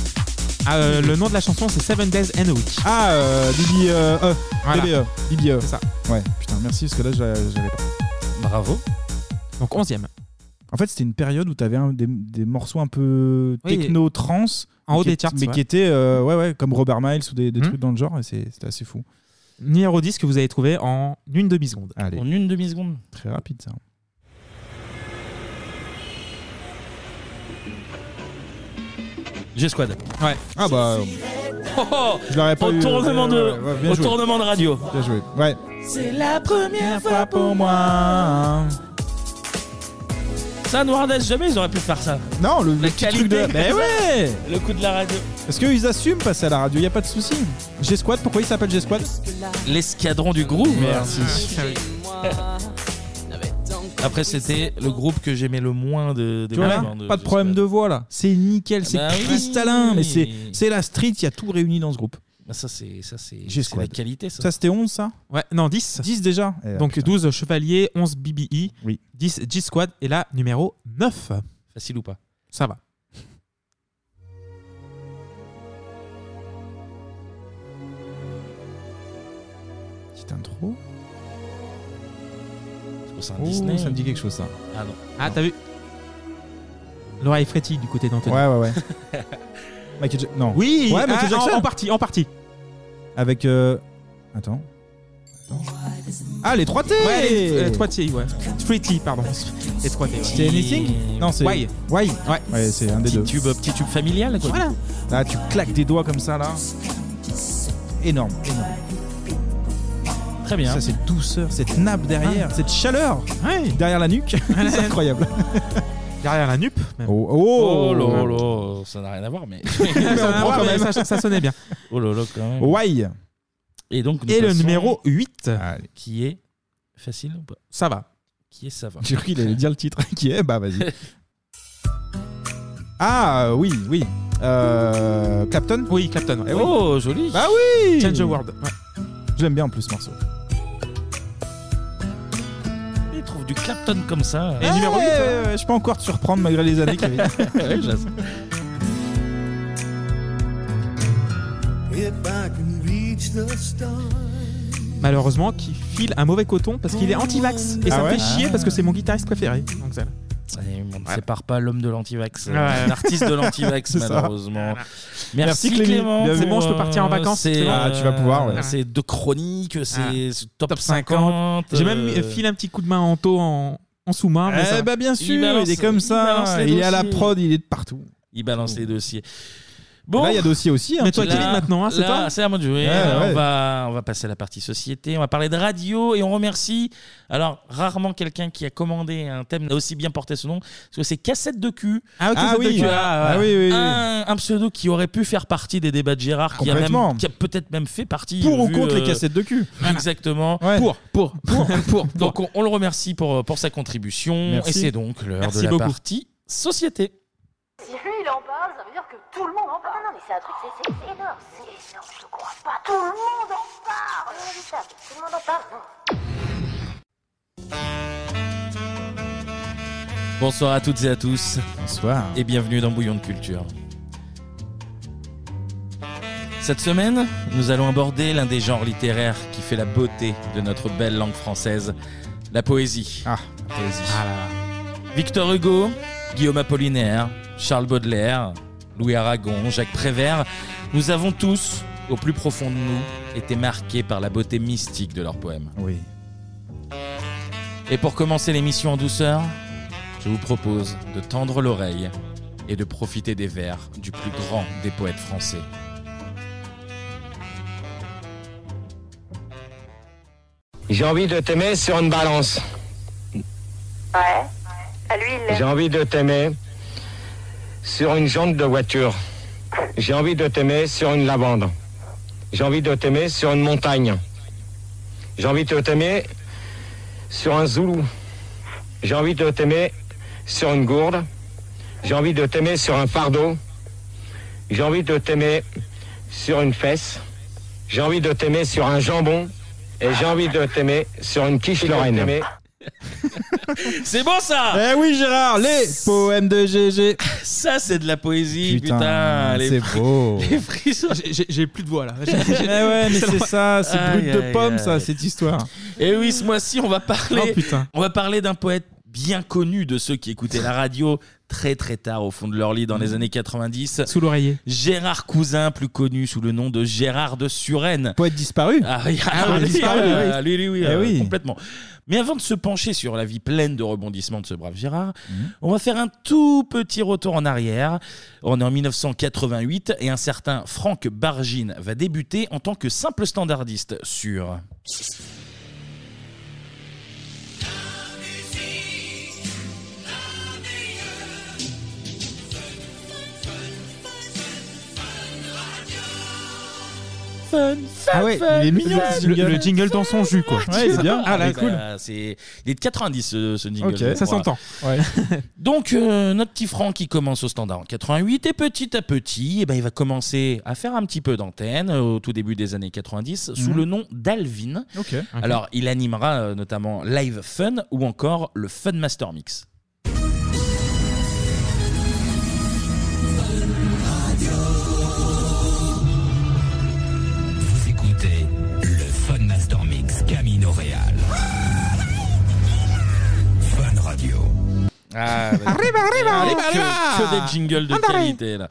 Speaker 8: Ah, euh, le nom de la chanson, c'est Seven Days and a Week.
Speaker 7: Ah, euh, DBE.
Speaker 8: E.
Speaker 7: euh,
Speaker 8: Voilà.
Speaker 7: DBE. DBE.
Speaker 8: C'est ça.
Speaker 7: Ouais, putain, merci, parce que là, je la- je l'avais pas.
Speaker 1: Bravo.
Speaker 8: Donc 11ème.
Speaker 7: En fait, c'était une période où tu avais des, des morceaux un peu
Speaker 8: Oui.
Speaker 7: techno trans
Speaker 8: En haut
Speaker 7: qui
Speaker 8: des
Speaker 7: est-
Speaker 8: charts,
Speaker 7: mais
Speaker 8: ouais.
Speaker 7: qui étaient euh, ouais ouais comme Robert Miles ou
Speaker 1: Hmm.
Speaker 7: des, des trucs dans le genre et c'est- c'était assez fou.
Speaker 8: Numéro 10 que vous avez trouvé en une demi-seconde.
Speaker 7: Allez.
Speaker 1: En une demi-seconde.
Speaker 7: Très rapide ça. hein.
Speaker 1: G-Squad.
Speaker 8: Ouais.
Speaker 7: Ah bah
Speaker 1: Oh, oh
Speaker 7: je l'aurais pas
Speaker 1: Au
Speaker 7: eu, euh,
Speaker 1: tournement de-
Speaker 7: ouais, ouais, bien
Speaker 1: au
Speaker 7: joué.
Speaker 1: tournement de radio.
Speaker 7: Bien joué. Ouais.
Speaker 1: C'est la première
Speaker 7: fois pour moi.
Speaker 1: Ça, Noir Dance, jamais ils auraient pu faire ça.
Speaker 7: Non, le, le petit truc
Speaker 1: Qualité.
Speaker 7: de Mais ouais
Speaker 1: Le coup de la radio.
Speaker 7: Parce qu'ils assument passer à la radio, y a pas de souci. G-Squad, pourquoi il s'appelle G-Squad
Speaker 1: L'escadron du groove.
Speaker 7: Merci. Ah,
Speaker 1: Après, c'était le groupe que j'aimais le moins de. des
Speaker 7: Tu vois,
Speaker 1: groupes, hein,
Speaker 7: pas de problème de voix là. C'est nickel, c'est
Speaker 1: Bah oui.
Speaker 7: cristallin, mais c'est c'est la street, il y a tout réuni dans ce groupe.
Speaker 1: Bah, Ça, c'est ça, c'est
Speaker 7: J'ai
Speaker 1: c'est la qualité, ça.
Speaker 7: Ça c'était 11 ça
Speaker 8: Ouais, non, 10.
Speaker 7: 10 déjà. Eh,
Speaker 8: Donc
Speaker 7: putain.
Speaker 8: 12 Chevalier, 11 BBI,
Speaker 7: Oui.
Speaker 8: 10 G-Squad et là, numéro 9.
Speaker 1: Facile ou pas
Speaker 8: Ça va.
Speaker 7: Petite intro.
Speaker 1: C'est un
Speaker 7: Oh,
Speaker 1: Disney.
Speaker 7: ça me dit quelque chose ça.
Speaker 1: Ah non.
Speaker 8: Ah, t'as vu L'oreille frétille du côté d'Anthony.
Speaker 7: Ouais, ouais, ouais. Michael Ja- Non.
Speaker 8: Oui,
Speaker 7: Ouais,
Speaker 8: ah,
Speaker 7: Michael Jackson.
Speaker 8: En, en partie, en partie.
Speaker 7: Avec. euh, Attends. Attends. Ah, les 3T
Speaker 8: Ouais, les, euh, trois T, ouais. Frétille, pardon. Les trois T, ouais.
Speaker 7: C'est Anything Non, c'est.
Speaker 8: Why
Speaker 7: Why
Speaker 8: Ouais.
Speaker 7: Ouais, c'est un des
Speaker 1: Petit
Speaker 7: deux.
Speaker 1: tube, euh, petit tube familial, quoi.
Speaker 8: Voilà.
Speaker 7: Là, tu claques des doigts comme ça, là. Énorme, énorme.
Speaker 1: Très bien.
Speaker 7: Ça, cette douceur, cette nappe derrière, cette chaleur
Speaker 8: Ah. Ouais.
Speaker 7: derrière la nuque. c'est incroyable.
Speaker 8: Derrière la nupe. même.
Speaker 7: Oh,
Speaker 1: Oh
Speaker 7: oh,
Speaker 1: là là, ça n'a rien à voir, mais.
Speaker 8: Ça,
Speaker 7: prend quand
Speaker 8: Ah, ouais,
Speaker 7: même.
Speaker 8: ça- ça sonnait bien.
Speaker 1: oh là là, quand même.
Speaker 7: Why
Speaker 1: Et donc, nous
Speaker 8: Et le
Speaker 1: passons-
Speaker 8: numéro 8.
Speaker 7: Allez.
Speaker 1: Qui est facile ou pas
Speaker 8: Ça va.
Speaker 1: Qui est ça va
Speaker 7: J'ai cru qu'il allait dire le titre qui est. Bah, vas-y. ah, euh, oui, oui. Euh, Clapton
Speaker 8: Oui, Clapton. ouais.
Speaker 7: Eh oui.
Speaker 1: Oh, joli
Speaker 7: Bah oui
Speaker 8: Change the world. Ouais.
Speaker 7: J'aime bien en plus ce morceau.
Speaker 1: Il trouve du Clapton comme ça. Ah,
Speaker 7: Et Eh, numéro 8 Je peux encore te surprendre malgré les années, Kevin.
Speaker 1: Ouais, je la sens.
Speaker 17: If I can reach the stars.
Speaker 8: Malheureusement, qui file un mauvais coton parce qu'il est anti-vax. Et ça
Speaker 1: Ah
Speaker 8: me
Speaker 1: ouais
Speaker 8: fait chier parce que c'est mon guitariste préféré. Donc ça-
Speaker 1: Et on ne sépare pas l'homme de l'antivax, euh,
Speaker 8: Ouais.
Speaker 1: l'artiste de l'antivax
Speaker 8: C'est ça.
Speaker 1: malheureusement.
Speaker 8: Merci, Clémy. Bienvenue. C'est bon, je peux partir en vacances,
Speaker 1: C'est, euh,
Speaker 8: c'est bon. Ah, tu vas pouvoir, ouais.
Speaker 1: C'est deux chroniques, c'est c'est top, 50.
Speaker 8: J'ai même
Speaker 1: euh,
Speaker 8: euh, filé un petit coup de main en taux en, en sous-main. mais ça-
Speaker 7: Eh bah bien sûr, il, est comme ça. Il, est à la prod, il est de partout.
Speaker 1: Il balance les dossiers. Bon.
Speaker 7: Là, il y a dossier aussi. Hein,
Speaker 1: Mais
Speaker 7: tu vois.
Speaker 1: Là, C'est à moi de jouer.
Speaker 7: Ouais,
Speaker 1: Alors,
Speaker 7: ouais.
Speaker 1: On, va, on va passer à la partie société. On va parler de radio et on remercie. Alors, rarement quelqu'un qui a commandé un thème n'a aussi bien porté ce nom, parce que c'est Cassette de cul.
Speaker 7: Ah, Cassette Ah oui. de cul.
Speaker 1: Voilà,
Speaker 7: Ah oui, oui, oui.
Speaker 1: Un, un pseudo qui aurait pu faire partie des débats de Gérard, qui a, même-
Speaker 7: Complètement.
Speaker 1: qui a peut-être même fait partie.
Speaker 7: Pour ou
Speaker 1: vu,
Speaker 7: contre les
Speaker 1: euh,
Speaker 7: cassettes de cul.
Speaker 1: Exactement. Pour, pour, pour, pour. Donc, on, on le remercie pour, euh, pour sa contribution.
Speaker 7: Merci.
Speaker 1: Et c'est donc l'heure
Speaker 7: Merci
Speaker 1: de la
Speaker 7: beaucoup.
Speaker 1: partie société.
Speaker 9: Si lui il en parle, ça veut dire que tout le monde en parle. Non, non, mais c'est un truc, c'est c'est énorme, c'est énorme, je te crois pas. Tout le monde en parle. Regarde, Tout le monde en parle.
Speaker 1: Bonsoir à toutes et à tous. Bonsoir. Et bienvenue dans Bouillon de Culture. Cette semaine, nous allons aborder l'un des genres littéraires qui fait la beauté de notre belle langue française, la poésie. Ah, la poésie. Victor Hugo, Guillaume Apollinaire, Charles Baudelaire, Louis Aragon, Jacques Prévert, nous avons tous, au plus profond de nous, été marqués par la beauté mystique de leurs poèmes. Oui. Et pour commencer l'émission en douceur, je vous propose de tendre l'oreille et de profiter des vers du plus grand des poètes français.
Speaker 12: J'ai envie de t'aimer sur une balance.
Speaker 9: Ouais. À lui, il
Speaker 12: J'ai envie de t'aimer sur une jante de voiture. J'ai envie de t'aimer sur une lavande. J'ai envie de t'aimer sur une montagne. J'ai envie de t'aimer sur un zoulou. J'ai envie de t'aimer sur une gourde. J'ai envie de t'aimer sur un fardeau. J'ai envie de t'aimer sur une fesse. J'ai envie de t'aimer sur un jambon. Et j'ai envie de t'aimer sur une quiche lorraine.
Speaker 1: C'est bon ça
Speaker 7: Eh oui, Gérard, les poèmes de GG.
Speaker 1: Ça, c'est de la poésie, putain. les
Speaker 7: c'est
Speaker 1: fri-
Speaker 7: beau.
Speaker 1: les frissons.
Speaker 8: J'ai j'ai plus de voix là. J'ai-
Speaker 7: Eh
Speaker 8: j'ai-
Speaker 7: ouais, mais c'est ça, c'est
Speaker 1: Aïe,
Speaker 7: brut de
Speaker 1: aïe,
Speaker 7: pomme,
Speaker 1: aïe.
Speaker 7: ça, cette histoire.
Speaker 1: Et Eh oui, ce mois-ci, on va parler.
Speaker 7: Oh, putain.
Speaker 1: On va parler d'un poète bien connu de ceux qui écoutaient la radio très très tard au fond de leur lit dans
Speaker 7: Mm.
Speaker 1: les années 90.
Speaker 8: Sous l'oreiller.
Speaker 1: Gérard Cousin, plus connu sous le nom de Gérard de Suresnes.
Speaker 7: Poète disparu.
Speaker 1: Ah oui, ah,
Speaker 7: Ah,
Speaker 1: oui,
Speaker 7: disparu,
Speaker 1: ah,
Speaker 7: oui.
Speaker 1: lui, lui, oui,
Speaker 7: Eh
Speaker 1: euh,
Speaker 7: oui.
Speaker 1: complètement. Mais avant de se pencher sur la vie pleine de rebondissements de ce brave Gérard,
Speaker 7: Mm.
Speaker 1: on va faire un tout petit retour en arrière. On est en 1988 et un certain Franck Bargine va débuter en tant que simple standardiste sur...
Speaker 8: Ah ouais, il est mignon
Speaker 1: fun,
Speaker 8: ce jingle. Le jingle dans son jus quoi. Ouais, c'est bien. Ah là,
Speaker 1: Oui,
Speaker 8: cool.
Speaker 1: bah, c'est il est de 90 ce, ce jingle.
Speaker 8: Ok,
Speaker 1: je
Speaker 8: ça
Speaker 1: crois.
Speaker 8: s'entend.
Speaker 1: Donc euh, notre petit Franck qui commence au standard en 88 et petit à petit, eh ben il va commencer à faire un petit peu d'antenne euh, au tout début des années 90 sous
Speaker 7: Mhm.
Speaker 1: le nom d'Alvin.
Speaker 8: Mhm.
Speaker 7: Ok.
Speaker 1: Alors il animera euh, notamment Live Fun ou encore le Fun Master Mix.
Speaker 21: Vous écoutez le Fun Master Mix Camino Real. Fun Radio.
Speaker 1: Ah, bah,
Speaker 21: Arriba, arriba,
Speaker 1: que-
Speaker 21: arriba,
Speaker 1: Que,
Speaker 21: arriba.
Speaker 1: des jingles de
Speaker 21: André.
Speaker 1: qualité là.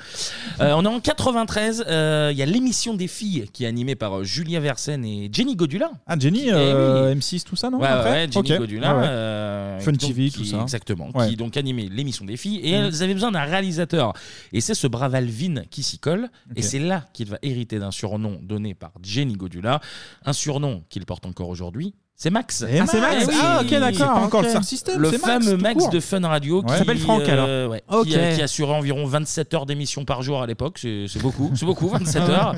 Speaker 1: Euh, on est en 93. euh, Il y a l'émission des filles qui est animée par euh, Julien Versen et Jenny Godula.
Speaker 7: Ah, Jenny,
Speaker 1: Eh
Speaker 7: euh, M6, tout ça, non
Speaker 1: ouais,
Speaker 7: après
Speaker 1: ouais, Jenny
Speaker 7: Ok.
Speaker 1: Godulin,
Speaker 7: Ah ouais.
Speaker 1: euh,
Speaker 7: Fun
Speaker 1: donc,
Speaker 7: TV,
Speaker 1: qui-
Speaker 7: tout ça.
Speaker 1: Exactement,
Speaker 7: Ouais.
Speaker 1: qui donc animait l'émission des filles. Et
Speaker 7: Mhm.
Speaker 1: elles avaient besoin d'un réalisateur. Et c'est ce brave Alvin qui s'y colle. Et
Speaker 7: Ok.
Speaker 1: c'est là qu'il va hériter d'un surnom donné par Jenny Godula. Un surnom qu'il porte encore aujourd'hui. C'est Max.
Speaker 7: Eh, Ah, c'est Max. Max.
Speaker 1: Eh
Speaker 7: Ah, ok, d'accord.
Speaker 1: C'est pas
Speaker 7: Encore le
Speaker 1: ok.
Speaker 7: Star System,
Speaker 1: Le
Speaker 7: c'est Max,
Speaker 1: fameux
Speaker 7: tout
Speaker 1: Max
Speaker 7: court.
Speaker 1: de Fun Radio.
Speaker 7: Ouais.
Speaker 1: qui
Speaker 7: Il s'appelle Franck, alors.
Speaker 1: ouais,
Speaker 7: Ok.
Speaker 1: qui, euh, qui assurait environ 27 heures d'émission par jour à l'époque. C'est c'est beaucoup. C'est beaucoup, 27 heures.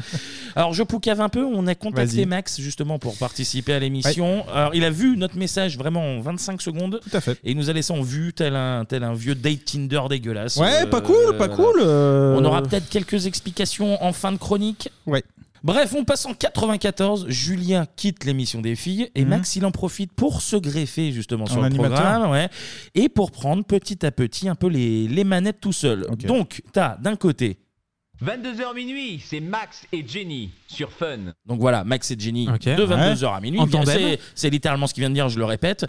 Speaker 1: Alors, je poucave un peu. On a contacté
Speaker 7: Vas-y.
Speaker 1: Max justement pour participer à l'émission. Alors, il a vu notre message vraiment en 25 secondes.
Speaker 7: Tout à fait.
Speaker 1: Et il nous a laissé en vue tel un, tel un vieux date Tinder dégueulasse.
Speaker 7: Ouais,
Speaker 1: Euh,
Speaker 7: pas cool, pas
Speaker 1: voilà.
Speaker 7: cool. euh.
Speaker 1: On aura peut-être quelques explications en fin de chronique.
Speaker 7: Ouais.
Speaker 1: Bref, on passe en 94. Julien quitte l'émission des filles et
Speaker 7: Mhm.
Speaker 1: Max, il en profite pour se greffer justement sur
Speaker 7: En
Speaker 1: le
Speaker 7: animateur.
Speaker 1: programme ouais, et pour prendre petit à petit un peu les, les manettes tout seul. Donc, t'as d'un côté
Speaker 21: 22h minuit, c'est Max et Jenny sur Fun.
Speaker 1: Donc voilà, Max et Jenny
Speaker 21: Ok,
Speaker 1: de
Speaker 21: ouais.
Speaker 1: 22h à minuit.
Speaker 21: En
Speaker 1: Bien,
Speaker 21: tandem.
Speaker 1: C'est, c'est littéralement ce qu'il vient de dire, je le répète.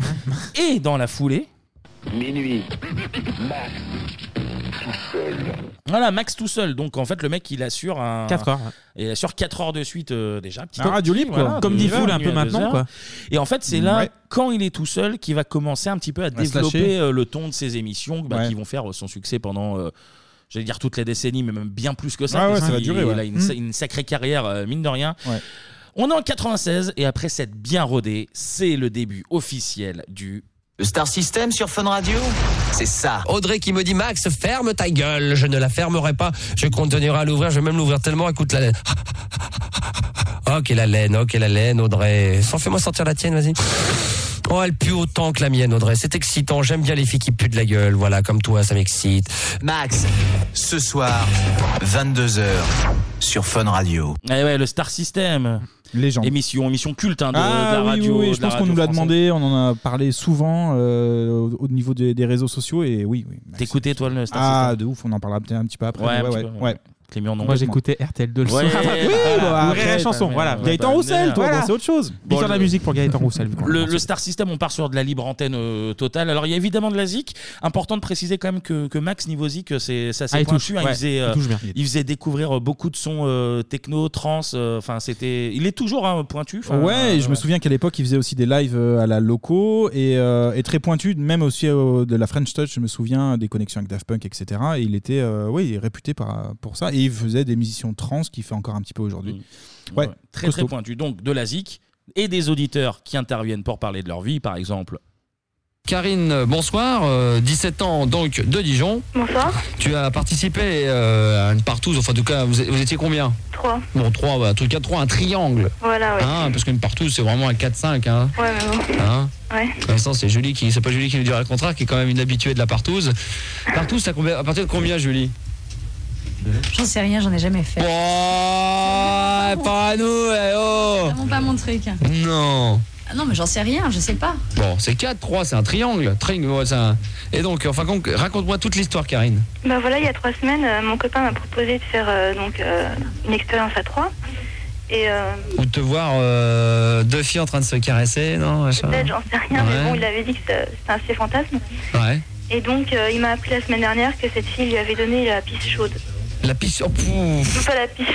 Speaker 1: et dans la foulée.
Speaker 21: Minuit.
Speaker 1: Voilà, Max tout seul. Donc en fait, le mec, il assure un.
Speaker 7: Quatre heures, ouais.
Speaker 1: Il assure 4 heures de suite euh, déjà. Petit
Speaker 7: Un radio libre, quoi. Comme
Speaker 1: de
Speaker 7: dit
Speaker 1: une heure,
Speaker 7: Foul un peu
Speaker 1: minuit à deux
Speaker 7: maintenant,
Speaker 1: heures.
Speaker 7: quoi.
Speaker 1: Et en fait, c'est là,
Speaker 7: Ouais.
Speaker 1: quand il est tout seul, qu'il va commencer un petit peu à
Speaker 7: va se
Speaker 1: développer
Speaker 7: lâcher.
Speaker 1: euh, le ton de ses émissions bah,
Speaker 7: Ouais.
Speaker 1: qui vont faire euh, son succès pendant. euh, J'allais dire toutes les décennies, mais même bien plus que ça.
Speaker 7: Ah ouais,
Speaker 1: parce
Speaker 7: ça va
Speaker 1: qu'il-
Speaker 7: durer, ouais.
Speaker 1: Il a une,
Speaker 7: Mm.
Speaker 1: sa- une sacrée carrière, euh, mine de rien. On est en 96 et après s'être bien rodé, c'est le début officiel du
Speaker 3: Le Star System sur Fun Radio C'est ça. Audrey qui me dit Max, ferme ta gueule. Je ne la fermerai pas. Je continuerai à l'ouvrir. Je vais même l'ouvrir tellement. Écoute la laine. Oh, quelle haleine. Oh, quelle haleine, Audrey. Sans fais-moi sortir la tienne, vas-y. Oh, elle pue autant que la mienne, Audrey. C'est excitant. J'aime bien les filles qui puent de la gueule. Voilà, comme toi, ça m'excite. Max, ce soir, 22h, sur Fun Radio.
Speaker 1: Eh ouais, le Star System.
Speaker 7: Légende.
Speaker 1: Émission, émission culte hein, de,
Speaker 7: Ah
Speaker 1: de la
Speaker 7: oui,
Speaker 1: radio.
Speaker 7: oui, oui, je
Speaker 1: de la
Speaker 7: pense qu'on
Speaker 1: radio
Speaker 7: nous l'a
Speaker 1: française.
Speaker 7: demandé, on en a parlé souvent euh, au, au niveau des, des réseaux sociaux et oui. oui.
Speaker 1: T'écoutais toi le Star
Speaker 7: Ah,
Speaker 1: System
Speaker 7: de ouf, on en parlera peut-être un petit peu après.
Speaker 1: Ouais,
Speaker 7: mais
Speaker 1: un
Speaker 7: ouais,
Speaker 1: petit
Speaker 7: ouais,
Speaker 1: peu,
Speaker 7: ouais.
Speaker 1: Clément, non.
Speaker 7: Moi,
Speaker 8: j'écoutais RTL de le son.
Speaker 1: Ouais,
Speaker 8: Ah, bah, oui,
Speaker 1: voilà.
Speaker 8: bah, après,
Speaker 1: Ouais,
Speaker 8: la chanson,
Speaker 1: bah,
Speaker 8: voilà.
Speaker 1: bah,
Speaker 8: Gaëtan
Speaker 1: bah,
Speaker 8: Roussel, toi,
Speaker 1: voilà.
Speaker 8: c'est autre chose.
Speaker 1: Bon,
Speaker 8: Victor de la
Speaker 1: le-
Speaker 8: musique pour Gaëtan Roussel. vu qu'on
Speaker 1: Le,
Speaker 8: l'a
Speaker 1: le Star System, on part sur de la libre antenne euh, totale. Alors, il y a évidemment de la zik. Important de préciser quand même que, que Max, niveau zik, euh, c'est c'est assez
Speaker 8: Ah, il
Speaker 1: pointu.
Speaker 8: touche,
Speaker 1: hein.
Speaker 8: ouais,
Speaker 1: il, faisait,
Speaker 8: il
Speaker 1: euh,
Speaker 8: touche bien.
Speaker 1: il faisait découvrir euh, beaucoup de sons euh, techno, trans. euh, Enfin, c'était. Il est toujours hein, pointu. Enfin, euh,
Speaker 7: ouais, et je me souviens qu'à l'époque, il faisait aussi des lives euh, à la loco et, euh, et très pointu, même aussi euh, de la French Touch. Je me souviens des connexions avec Daft Punk, etc. Et il était, euh, oui, réputé par- pour ça. Et il faisait des musiciens trans qu'il fait encore un petit peu aujourd'hui. Ouais,
Speaker 1: Mm. Très, très
Speaker 7: costaud.
Speaker 1: pointu. Donc, de la zik et des auditeurs qui interviennent pour parler de leur vie, par exemple.
Speaker 3: Karine, bonsoir. euh, 17 ans, donc, de Dijon.
Speaker 10: Bonsoir.
Speaker 3: Tu as participé euh, à une partouze, enfin, en tout cas, vous, vous étiez combien
Speaker 10: Trois.
Speaker 3: Bon, trois, bah, en tout cas, trois, un triangle.
Speaker 10: Voilà, ouais.
Speaker 3: Hein, parce qu'une partouze, c'est vraiment un 4-5. Hein.
Speaker 10: Ouais, mais bon.
Speaker 3: Hein
Speaker 10: Ouais.
Speaker 3: Pour l'instant, c'est Julie qui. C'est pas Julie qui nous dira le contraire, qui est quand même une habituée de la partouze. Partouze, t'as combien- à partir de combien, Julie
Speaker 24: J'en sais rien, j'en ai jamais fait.
Speaker 3: Oh, pas à nous, eh, oh
Speaker 24: Vraiment pas mon truc.
Speaker 3: Non
Speaker 24: Ah non, mais j'en sais rien, je sais pas.
Speaker 3: Bon, c'est 4, 3, c'est un triangle. Triangle, ouais, c'est un- Et donc, enfin, con- raconte-moi toute l'histoire, Karine.
Speaker 10: Bah voilà, il y a trois semaines, euh, mon copain m'a proposé de faire euh, donc euh, une expérience à trois. Et euh,
Speaker 3: Ou de te voir euh, deux filles en train de se caresser, non machin.
Speaker 10: peut-être, j'en sais rien, mais
Speaker 3: Ouais.
Speaker 10: bon, il avait dit que ça- c'était un de ses fantasmes.
Speaker 3: Ouais.
Speaker 10: Et donc, euh, il m'a appris la semaine dernière que cette fille lui avait donné la pisse chaude.
Speaker 3: La pisse. Oh, pouf.
Speaker 10: Non, Pas la pisse.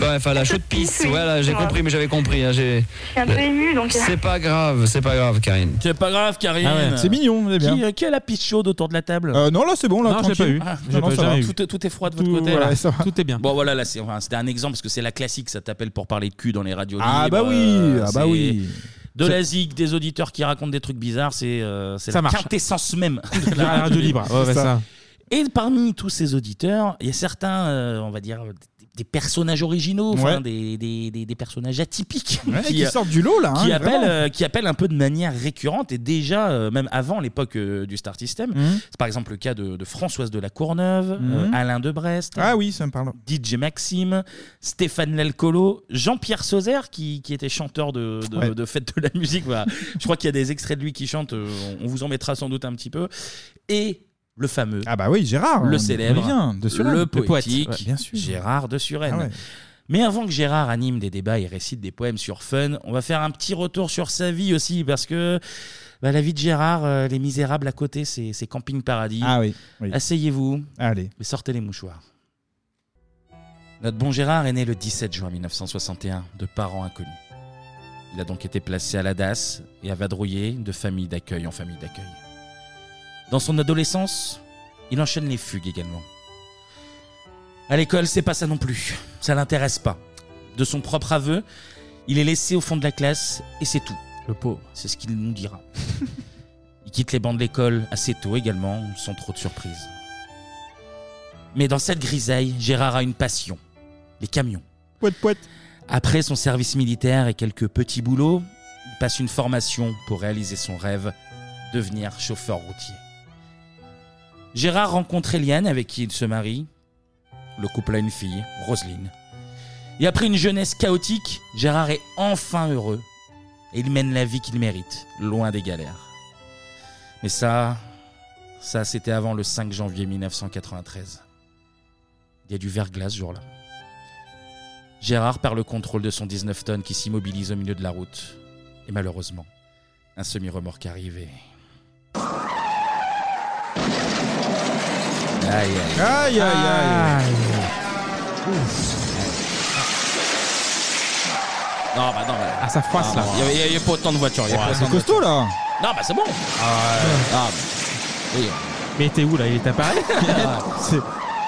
Speaker 3: Ouais, enfin, la chaude pisse. Voilà, j'ai
Speaker 10: Ouais.
Speaker 3: compris, mais j'avais compris. hein, j'ai-
Speaker 10: Je suis un peu émue, donc. euh,
Speaker 3: C'est pas grave, c'est pas grave, Karine.
Speaker 1: C'est pas grave, Karine.
Speaker 3: Ah ouais, c'est
Speaker 7: mignon, on est bien.
Speaker 1: Qui, euh, qui a la piste chaude autour de la table
Speaker 7: Euh, non, là, c'est bon, là,
Speaker 1: je l'ai
Speaker 7: tranquille.
Speaker 1: Ah,
Speaker 7: J'ai pas-
Speaker 1: ça
Speaker 7: jamais
Speaker 1: va.
Speaker 7: eu.
Speaker 1: tout, est, tout est froid de votre
Speaker 7: Tout-
Speaker 1: côté.
Speaker 7: voilà,
Speaker 1: là.
Speaker 7: ça va.
Speaker 8: Tout est bien.
Speaker 1: Bon, voilà, là, c'est- enfin, c'était un exemple parce que c'est la classique, ça t'appelle pour parler de cul dans les radios.
Speaker 7: Ah,
Speaker 1: libres,
Speaker 7: bah oui,
Speaker 1: euh,
Speaker 7: ah bah
Speaker 1: c'est
Speaker 7: oui.
Speaker 1: De
Speaker 7: Ça-
Speaker 1: la zig, des auditeurs qui racontent des trucs bizarres, c'est euh, c'est
Speaker 7: Ça
Speaker 1: la
Speaker 7: marche.
Speaker 1: quintessence même de
Speaker 7: La radio libre, ouais, ouais, ça.
Speaker 1: Et parmi tous ces auditeurs, il y a certains, euh, on va dire, des- des personnages originaux, enfin,
Speaker 7: Ouais.
Speaker 1: des, des- des- des personnages atypiques
Speaker 7: Ouais, qui sortent du lot, là,
Speaker 1: qui
Speaker 7: hein,
Speaker 1: appellent,
Speaker 7: vraiment.
Speaker 1: euh, qui appellent un peu de manière récurrente et déjà euh, même avant l'époque euh, du Star System.
Speaker 7: Hum.
Speaker 1: C'est par exemple le cas de, de Françoise de la Courneuve,
Speaker 7: Mhm.
Speaker 1: euh, Alain de Brest.
Speaker 7: Ah oui, ça me parle.
Speaker 1: DJ Maxime, Stéphane Lelcolo, Jean-Pierre Sauzère qui, qui était chanteur de, de,
Speaker 7: Ouais.
Speaker 1: de fête de la musique. voilà. Je crois qu'il y a des extraits de lui qui chantent, euh, on, on vous en mettra sans doute un petit peu. Et le fameux.
Speaker 7: Ah bah oui, Gérard. on
Speaker 1: Le
Speaker 7: y-
Speaker 1: célèbre.
Speaker 7: on y vient, de Suresnes.
Speaker 1: le
Speaker 7: Le poète,
Speaker 1: poétique.
Speaker 7: ouais, bien sûr.
Speaker 1: Gérard de Suresnes.
Speaker 7: Ah ouais.
Speaker 1: Mais avant que Gérard anime des débats et récite des poèmes sur Fun, on va faire un petit retour sur sa vie aussi, parce que bah, la vie de Gérard, euh, Les Misérables à côté, c'est c'est Camping Paradis.
Speaker 7: Ah oui, oui.
Speaker 1: Asseyez-vous.
Speaker 7: Allez.
Speaker 1: Et sortez les mouchoirs. Notre bon Gérard est né le 17 juin 1961 de parents inconnus. Il a donc été placé à la DAS et a vadrouillé de famille d'accueil en famille d'accueil. Dans son adolescence, il enchaîne les fugues également. À l'école, c'est pas ça non plus. Ça l'intéresse pas. De son propre aveu, il est laissé au fond de la classe et c'est tout. Le pauvre. C'est ce qu'il nous dira. il quitte les bancs de l'école assez tôt également, sans trop de surprise. Mais dans cette grisaille, Gérard a une passion les camions. Après son service militaire et quelques petits boulots, il passe une formation pour réaliser son rêve devenir chauffeur routier. Gérard rencontre Eliane, avec qui il se marie. Le couple a une fille, Roselyne. Et après une jeunesse chaotique, Gérard est enfin heureux. Et il mène la vie qu'il mérite, loin des galères. Mais ça, ça c'était avant le 5 janvier 1993. Il y a du verglas ce jour-là. Gérard perd le contrôle de son 19 tonnes qui s'immobilise au milieu de la route. Et malheureusement, un semi-remorque arrive et... Aïe,
Speaker 7: Aïe, aïe, aïe.
Speaker 1: Non, bah non, bah.
Speaker 7: Ah, ça froisse, là.
Speaker 1: Il n'y a, il y a pas autant de voitures. il y a
Speaker 7: Ouais,
Speaker 1: pas autant
Speaker 7: c'est
Speaker 1: de
Speaker 7: costaud là
Speaker 1: voitures. Non, bah c'est bon. Ah, bah, oui.
Speaker 7: Mais t'es où là Il est à Paris C'est-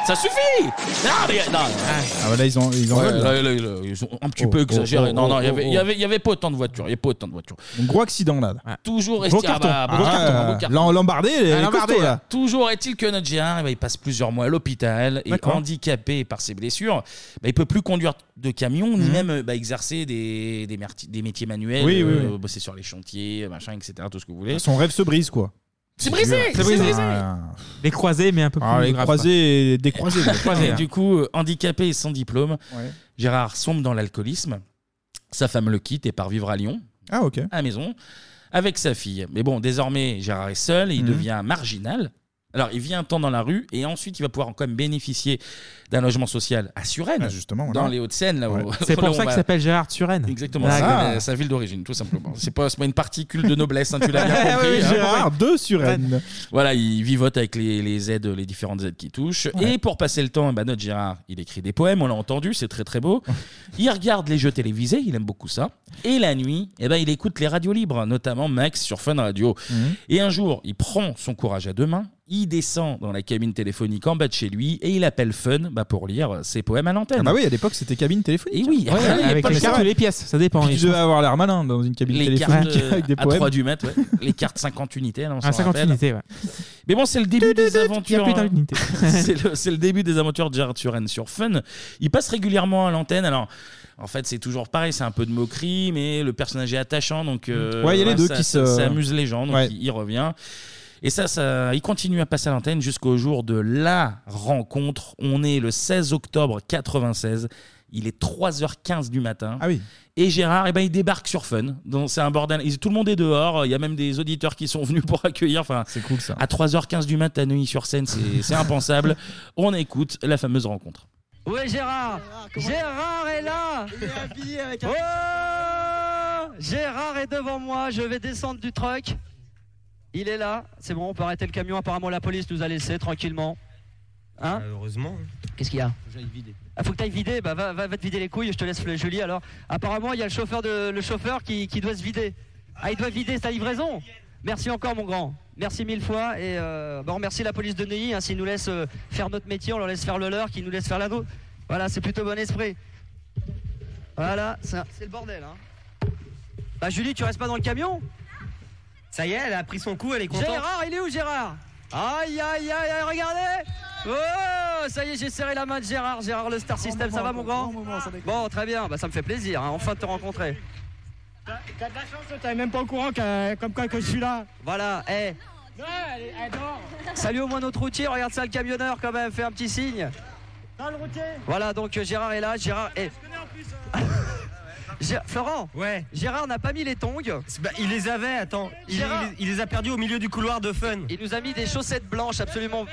Speaker 1: Ça suffit Non, mais non, non.
Speaker 7: Ah bah là ils ont ils en
Speaker 1: Ouais,
Speaker 7: veulent, là.
Speaker 1: là, là, là, ils ont un petit
Speaker 7: Oh,
Speaker 1: peu
Speaker 7: oh,
Speaker 1: exagéré.
Speaker 7: oh,
Speaker 1: non, non,
Speaker 7: oh,
Speaker 1: il y avait-
Speaker 7: oh,
Speaker 1: il y avait, il y avait pas autant de voitures. Il n'y a pas autant de voitures.
Speaker 7: Un gros accident là.
Speaker 1: Toujours
Speaker 7: Gros
Speaker 1: rester
Speaker 7: carton.
Speaker 1: Ah, bah,
Speaker 7: Ah,
Speaker 1: gros carton,
Speaker 7: ouais.
Speaker 1: gros carton.
Speaker 7: L'en- L'embardé, elle est
Speaker 1: Ah,
Speaker 7: costaud,
Speaker 1: l'embardé,
Speaker 7: là.
Speaker 1: Toujours est-il que notre G1, eh ben, il passe plusieurs mois à l'hôpital et
Speaker 7: D'accord.
Speaker 1: handicapé par ses blessures, ben, il peut plus conduire de camion ni même euh, bah, exercer des, des, merti- des métiers manuels,
Speaker 7: Mhm. Oui,
Speaker 1: euh,
Speaker 7: oui, oui.
Speaker 1: bosser sur les chantiers, machin, etc. Tout ce que vous voulez.
Speaker 7: Son rêve se brise quoi.
Speaker 1: C'est brisé,
Speaker 7: dur.
Speaker 1: c'est brisé.
Speaker 7: Ah,
Speaker 8: Les croisés, mais un peu plus.
Speaker 7: Ah, les
Speaker 8: grave,
Speaker 7: croisés et
Speaker 8: quoi.
Speaker 7: décroisés.
Speaker 8: Les
Speaker 7: quoi.
Speaker 8: croisés,
Speaker 1: Et
Speaker 8: hein.
Speaker 1: du coup, euh, handicapé et sans diplôme,
Speaker 7: Ouais.
Speaker 1: Gérard sombre dans l'alcoolisme. Sa femme le quitte et part vivre à Lyon.
Speaker 7: Ah, ok.
Speaker 1: À la maison, avec sa fille. Mais bon, désormais, Gérard est seul et il
Speaker 7: Mhm.
Speaker 1: devient marginal. Alors, il vit un temps dans la rue et ensuite, il va pouvoir quand même bénéficier d'un logement social à Suresnes,
Speaker 7: Ah, justement, voilà.
Speaker 1: dans les Hauts-de-Seine. là
Speaker 7: Ouais.
Speaker 1: où- là
Speaker 8: C'est pour
Speaker 1: où
Speaker 8: ça
Speaker 1: on
Speaker 8: qu'il
Speaker 1: va-
Speaker 8: s'appelle Gérard Suren.
Speaker 1: Exactement,
Speaker 8: Ah.
Speaker 1: c'est la- sa ville d'origine, tout simplement. C'est pas, c'est pas une particule de noblesse, hein, tu l'as bien
Speaker 7: Ah,
Speaker 1: compris.
Speaker 7: oui,
Speaker 1: hein.
Speaker 7: Gérard de Suren.
Speaker 1: Voilà, il vivote avec les, les aides, les différentes aides qui touchent. Et pour passer le temps, eh ben, notre Gérard, il écrit des poèmes, on l'a entendu, c'est très très beau. Il regarde les jeux télévisés, il aime beaucoup ça. Et la nuit, eh ben, il écoute les radios libres, notamment Max sur Fun Radio.
Speaker 7: Mhm.
Speaker 1: Et un jour, il prend son courage à deux mains, il descend dans la cabine téléphonique en bas de chez lui et il appelle Fun bah, pour lire ses poèmes à l'antenne.
Speaker 7: Ah bah oui, à l'époque c'était cabine téléphonique.
Speaker 1: Et oui,
Speaker 7: Ouais,
Speaker 1: ah, il y a
Speaker 7: avec
Speaker 1: pas
Speaker 7: les
Speaker 1: de-
Speaker 7: cartes ou les pièces, ça dépend.
Speaker 1: Puis
Speaker 7: tu devais avoir l'air malin dans une cabine
Speaker 1: les cartes
Speaker 7: téléphonique
Speaker 1: euh,
Speaker 7: avec des
Speaker 1: à 3
Speaker 7: poèmes.
Speaker 1: du mètre, ouais. les cartes 50 unités. là, on
Speaker 7: Ah,
Speaker 1: s'en
Speaker 7: 50
Speaker 1: rappelle.
Speaker 7: unités, ouais.
Speaker 1: Mais bon, c'est le début des aventures.
Speaker 7: plus
Speaker 1: hein.
Speaker 7: d'unité.
Speaker 1: c'est le, c'est le début des aventures de Gérard Turen sur Fun. Il passe régulièrement à l'antenne. Alors, en fait, c'est toujours pareil, c'est un peu de moquerie, mais le personnage est attachant, donc euh,
Speaker 7: Ouais, il y a les deux
Speaker 1: ça,
Speaker 7: qui
Speaker 1: ça-
Speaker 7: se-
Speaker 1: ça amuse les gens, donc
Speaker 7: Ouais.
Speaker 1: il, il revient. Et ça, ça, il continue à passer à l'antenne jusqu'au jour de la rencontre. On est le 16 octobre 96. Il est 3h15 du matin. Et Gérard, eh ben, il débarque sur Fun. Donc c'est un bordel. Ils- tout le monde est dehors. Il y a même des auditeurs qui sont venus pour accueillir. Enfin, c'est cool ça. À 3h15 du matin à Neuilly-sur-Seine, c'est c'est impensable. On écoute la fameuse rencontre.
Speaker 30: Ouais Gérard Gérard est là Oh Gérard est devant moi, je vais descendre du truck. Il est là, c'est bon, on peut arrêter le camion, apparemment la police nous a laissé tranquillement. Hein Heureusement. Qu'est-ce qu'il y a Ah, faut que t'ailles vider, bah va, va, va te vider les couilles, je te laisse le Julie alors. Apparemment il y a le chauffeur de le chauffeur qui, qui doit se vider. Ah il doit vider sa livraison Merci encore mon grand. Merci mille fois et euh, bah, on remercie la police de Neuilly, hein, s'ils nous laissent euh, faire notre métier, on leur laisse faire le leur, qu'ils nous laissent faire la nôtre. Voilà, c'est plutôt bon esprit. Voilà, c'est un- c'est le bordel hein. Bah Julie, tu restes pas dans le camion Ça y est, elle a pris son coup, elle est contente. Gérard, il est où Gérard Aïe aïe aïe aïe, regardez Oh, ça y est, j'ai serré la main de Gérard, Gérard le Star System, ça va mon grand Bon, très bien, bah ça me fait plaisir, hein, enfin de te rencontrer.
Speaker 14: T'as de la chance, t'es même pas au courant que, comme quoi que je suis là.
Speaker 30: Voilà, eh
Speaker 14: Non, elle, est- elle dort.
Speaker 30: Salut au moins notre routier, regarde ça le camionneur quand même, fais un petit signe.
Speaker 14: Dans le routier.
Speaker 30: Voilà, donc euh, Gérard est là, Gérard est... Gé- Florent Ouais. Gérard n'a pas mis les tongs. il les avait, attends.
Speaker 15: Il- il-
Speaker 30: les a perdus au milieu du couloir de fun. Il nous a mis des chaussettes blanches absolument.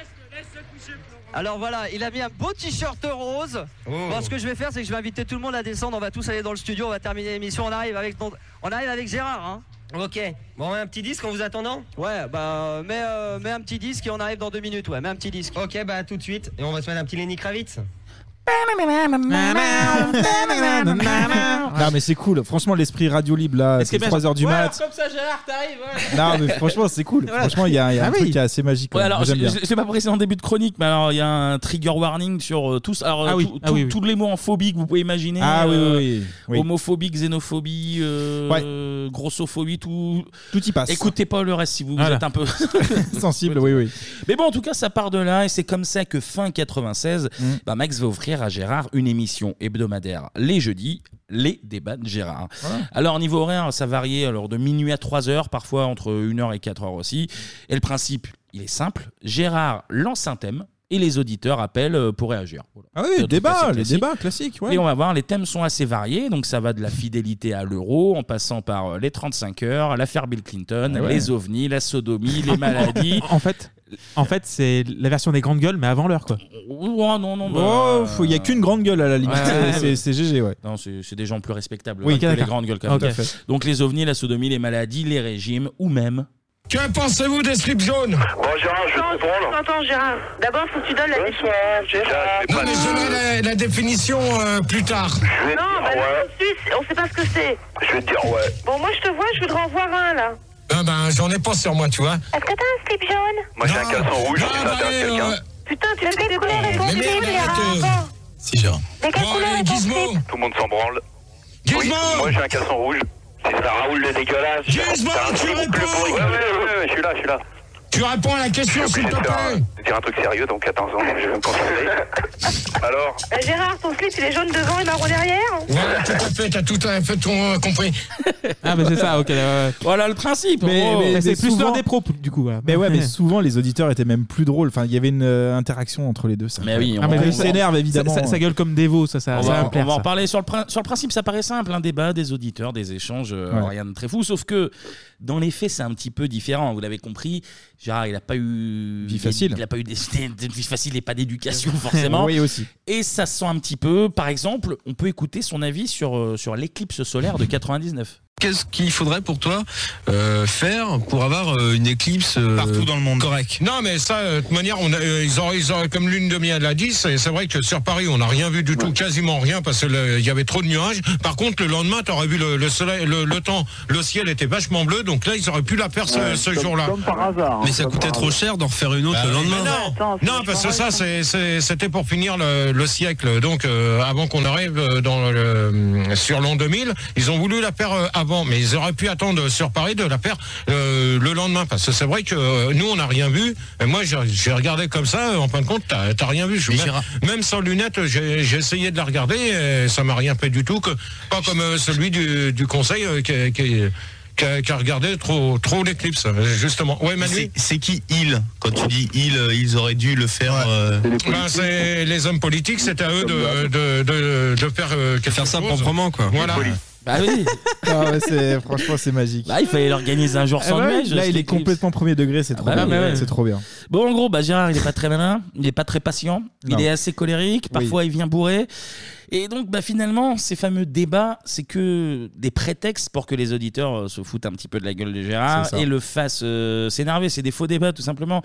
Speaker 30: Alors voilà, il a mis un beau t-shirt rose. Bon, ce que je vais faire, c'est que je vais inviter tout le monde à descendre. On va tous aller dans le studio, on va terminer l'émission. On arrive avec, ton- on arrive avec Gérard. Hein. Ok. Bon, un petit disque en vous attendant Ouais, bah, euh, mets, euh, mets un petit disque et on arrive dans deux minutes. Ouais, mets un petit disque. Ok, bah, tout de suite. Et on va se mettre un petit Lenny Kravitz.
Speaker 7: Non mais c'est cool, franchement l'esprit radio libre là, c'est 3h du mat.
Speaker 8: Comme ça, Gérard, t'arrives.
Speaker 7: Non mais franchement c'est cool, franchement il y a, il y a un
Speaker 1: Ah oui.
Speaker 7: truc qui est assez magique.
Speaker 1: Ouais,
Speaker 7: hein.
Speaker 1: alors,
Speaker 7: Moi, j'aime
Speaker 1: j'ai
Speaker 7: bien.
Speaker 1: j'ai- j'ai pas précisé en début de chronique, mais alors il y a un trigger warning sur euh, tous. Alors,
Speaker 7: Ah
Speaker 1: euh,
Speaker 7: oui,
Speaker 1: tout-
Speaker 7: ah
Speaker 1: tout-
Speaker 7: oui, oui.
Speaker 1: tous les mots en phobie que vous pouvez imaginer.
Speaker 7: Ah oui,
Speaker 1: euh,
Speaker 7: oui, oui, oui.
Speaker 1: Homophobie, xénophobie, euh, grossophobie, tout.
Speaker 7: Tout y passe.
Speaker 1: Écoutez pas le reste si vous, vous
Speaker 7: Voilà.
Speaker 1: êtes un peu.
Speaker 7: Sensible, oui, oui.
Speaker 1: Mais bon, en tout cas, ça part de là et c'est comme ça que fin 96,
Speaker 7: Mm.
Speaker 1: bah, Max va offrir à Gérard une émission hebdomadaire les jeudis, les débats de Gérard. Alors, niveau horaire, ça variait alors, de minuit à 3 heures, parfois entre 1 heure et 4 heures aussi. Et le principe, il est simple Gérard lance un thème. et les auditeurs appellent euh, pour réagir. Voilà.
Speaker 7: Ah
Speaker 1: C'est un
Speaker 7: oui,
Speaker 1: truc
Speaker 7: débat,
Speaker 1: assez
Speaker 7: les
Speaker 1: classique.
Speaker 7: débats classiques. Ouais.
Speaker 1: Et on va voir, les thèmes sont assez variés, donc ça va de la fidélité à l'euro, en passant par euh, les 35 heures, l'affaire Bill Clinton,
Speaker 7: Ah ouais.
Speaker 1: les ovnis, la sodomie, les maladies.
Speaker 8: En fait, en fait c'est la version des grandes gueules, mais avant l'heure, quoi.
Speaker 1: Oh non, non, bah,
Speaker 7: Oh, faut- il n'y a qu'une grande gueule à la limite.
Speaker 1: Ouais, ouais,
Speaker 7: C'est-
Speaker 1: ouais.
Speaker 7: c'est GG, ouais.
Speaker 1: Non, c'est c'est des gens plus respectables
Speaker 7: Oui,
Speaker 1: hein, que les
Speaker 7: d'accord.
Speaker 1: grandes gueules comme
Speaker 7: Ah, ok.
Speaker 1: toi.
Speaker 7: Tout à fait.
Speaker 1: Donc les ovnis, la sodomie, les maladies, les régimes ou même.
Speaker 21: Que pensez-vous des slips jaunes
Speaker 5: Bon, Gérard, je vais te prendre.
Speaker 21: Attends, Gérard. D'abord, faut que tu donnes la définition.
Speaker 5: Non, mais
Speaker 21: j'aimerais la, la définition euh, plus tard.
Speaker 5: Non, bah là, tout de suite, on sait pas ce que c'est. Je vais te dire ouais. Bon, moi, je te vois, je voudrais en voir un, là.
Speaker 21: Ah ben, j'en ai pas sur moi, tu vois.
Speaker 5: Est-ce que t'as un slip jaune
Speaker 21: Moi, j'ai un caleçon rouge,
Speaker 5: Putain, tu sais quelle couleur est ton slip, Gérard
Speaker 21: Si, Gérard.
Speaker 5: Mais quelle couleur est ton slip
Speaker 21: Tout le monde s'en branle. Oui, moi j'ai un casson rouge. C'est ça, Raoul le dégueulasse. Gizmo, tu réponds Ouais, ouais, ouais, je suis là, je suis là. Tu réponds à la question, s'il te plaît. dire un truc sérieux, donc attends, je vais me concentrer. Alors
Speaker 5: Euh, Gérard, ton slip, il est jaune devant et marron derrière
Speaker 21: Voilà, tout à fait, t'as tout à fait ton, euh, compris.
Speaker 8: Ah, mais c'est ça, ok.
Speaker 1: Voilà le principe.
Speaker 7: Mais-
Speaker 8: Mais,
Speaker 7: mais- mais
Speaker 8: c'est plus
Speaker 7: souvent-
Speaker 8: l'heure des pros, du coup. voilà.
Speaker 7: Mais ouais, mais souvent les auditeurs étaient même plus drôles. Enfin, il y avait une euh, interaction entre les deux. Ça.
Speaker 1: Mais oui,
Speaker 7: Ah,
Speaker 1: on-
Speaker 7: mais
Speaker 1: on-
Speaker 7: ils s'énervent évidemment.
Speaker 8: Ça, ça- ça gueule comme des veaux, ça, ça,
Speaker 1: on
Speaker 8: ça va
Speaker 1: va,
Speaker 8: me plaire,
Speaker 1: on va en
Speaker 8: ça.
Speaker 1: parler sur le, prin- sur le principe, ça paraît simple, un débat, des auditeurs, des échanges, euh,
Speaker 7: Ouais.
Speaker 1: rien de très fou, sauf que dans les faits c'est un petit peu différent, vous l'avez compris, Gérard il n'a pas eu...
Speaker 7: Vie facile.
Speaker 1: Il n'a pas eu des, des vies faciles et pas d'éducation forcément.
Speaker 7: Oui, aussi.
Speaker 1: Et ça se sent un petit peu, par exemple, on peut écouter son avis sur, euh, sur l'éclipse solaire de 99.
Speaker 15: Qu'est-ce qu'il faudrait pour toi euh, faire pour avoir euh, une éclipse partout dans le monde Correct.
Speaker 21: Non, mais ça, euh, de toute manière, on a, euh, ils, auraient, ils auraient- comme lune de miel l'a dit, c'est c'est vrai que sur Paris, on n'a rien vu du tout, quasiment rien, parce qu'il y avait trop de nuages. Par contre, le lendemain, tu aurais vu le, le soleil, le, le temps, le ciel était vachement bleu, donc là, ils auraient pu la faire ce,
Speaker 15: Ouais,
Speaker 21: ce
Speaker 15: comme-
Speaker 21: jour-là.
Speaker 15: comme par hasard, hein, Mais ça comme coûtait par trop hasard. cher d'en refaire une autre le
Speaker 21: Bah oui,
Speaker 15: lendemain.
Speaker 21: mais Non, non, parce que ça, c'est- c'est- c'était pour finir le, le siècle. Donc, euh, avant qu'on arrive euh, dans le, euh, sur l'an 2000, ils ont voulu la faire euh, avant, mais ils auraient pu attendre sur Paris de la faire euh, le lendemain. Parce que c'est vrai que euh, nous, on n'a rien vu. Et moi, j'ai j'ai regardé comme ça. euh, En fin de compte, t'as t'as rien vu. Je-
Speaker 15: Mais
Speaker 21: même,
Speaker 15: Gérard-
Speaker 21: même sans lunettes, j'ai j'ai essayé de la regarder. Et ça m'a rien fait du tout. Que, pas comme euh, celui du, du conseil euh, qui, qui- qui a, qui a regardé trop, trop l'éclipse, euh, justement. Ouais, Manu
Speaker 16: C'est- C'est qui ils Quand tu dis ils, euh, ils auraient dû le faire. euh,
Speaker 21: Ben, c'est les hommes politiques, c'est à eux de, de, de, de faire euh, quelque faire ça
Speaker 15: proprement, quoi.
Speaker 21: Voilà.
Speaker 15: Les polis.
Speaker 1: Bah oui.
Speaker 7: Ah ouais, c'est- franchement, c'est magique.
Speaker 1: Bah, il fallait l'organiser un jour
Speaker 7: Ah
Speaker 1: sans
Speaker 7: ouais,
Speaker 1: neige.
Speaker 7: Là,
Speaker 1: cet
Speaker 7: il est
Speaker 1: éclipse.
Speaker 7: complètement premier degré. C'est trop
Speaker 1: bah
Speaker 7: bien.
Speaker 1: oui, ouais.
Speaker 7: C'est trop bien.
Speaker 1: Bon, en gros, bah, Gérard, il est pas très malin, il est pas très patient,
Speaker 7: Non.
Speaker 1: il est assez colérique, parfois il vient bourré. Et donc, bah, finalement, ces fameux débats, c'est que des prétextes pour que les auditeurs euh, se foutent un petit peu de la gueule de Gérard
Speaker 7: C'est ça.
Speaker 1: et le fassent euh, s'énerver. C'est des faux débats, tout simplement.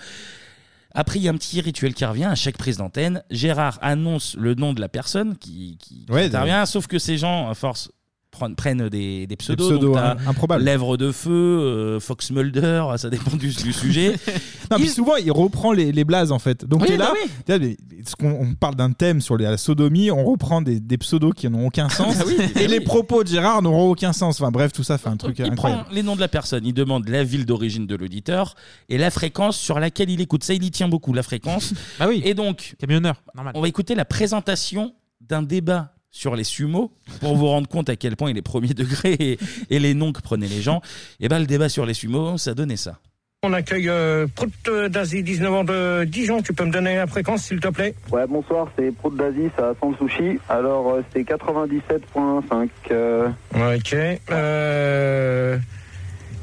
Speaker 1: Après, il y a un petit rituel qui revient à chaque prise d'antenne. Gérard annonce le nom de la personne qui, qui- qui
Speaker 7: Ouais,
Speaker 1: intervient, sauf que ces gens, à force, prennent, prennent des, des pseudos.
Speaker 7: Des pseudos,
Speaker 1: donc t'as
Speaker 7: hein, improbables.
Speaker 1: Lèvres de feu, euh, Fox Mulder, ça dépend du, du sujet.
Speaker 7: Non, puis souvent, il reprend les, les blazes en fait. Donc,
Speaker 1: Oui,
Speaker 7: t'es là,
Speaker 1: bah oui.
Speaker 7: t'es là, mais parce qu'on- on parle d'un thème sur la sodomie, on reprend des, des pseudos qui n'ont aucun
Speaker 1: Ah bah
Speaker 7: sens. et les propos de Gérard n'auront aucun sens. Enfin, bref, tout ça fait un truc
Speaker 1: Il
Speaker 7: incroyable.
Speaker 1: prend les noms de la personne, il demande la ville d'origine de l'auditeur et la fréquence sur laquelle il écoute. Ça, il y tient beaucoup, la fréquence.
Speaker 8: bah oui.
Speaker 1: Et donc,
Speaker 8: camionneur, normal.
Speaker 1: on va écouter la présentation d'un débat sur les sumos pour vous rendre compte à quel point il est premier degré et, et les noms que prenaient les gens. Et ben le débat sur les sumos, ça donnait ça.
Speaker 16: On accueille euh, Prout euh, d'Asie, 19 ans de Dijon. Tu peux me donner la fréquence, s'il te plaît
Speaker 22: Ouais, bonsoir, c'est Prout d'Asie, ça sent le sushi. Euh, Alors, euh, c'est 97.5. euh,
Speaker 16: Ok. Euh,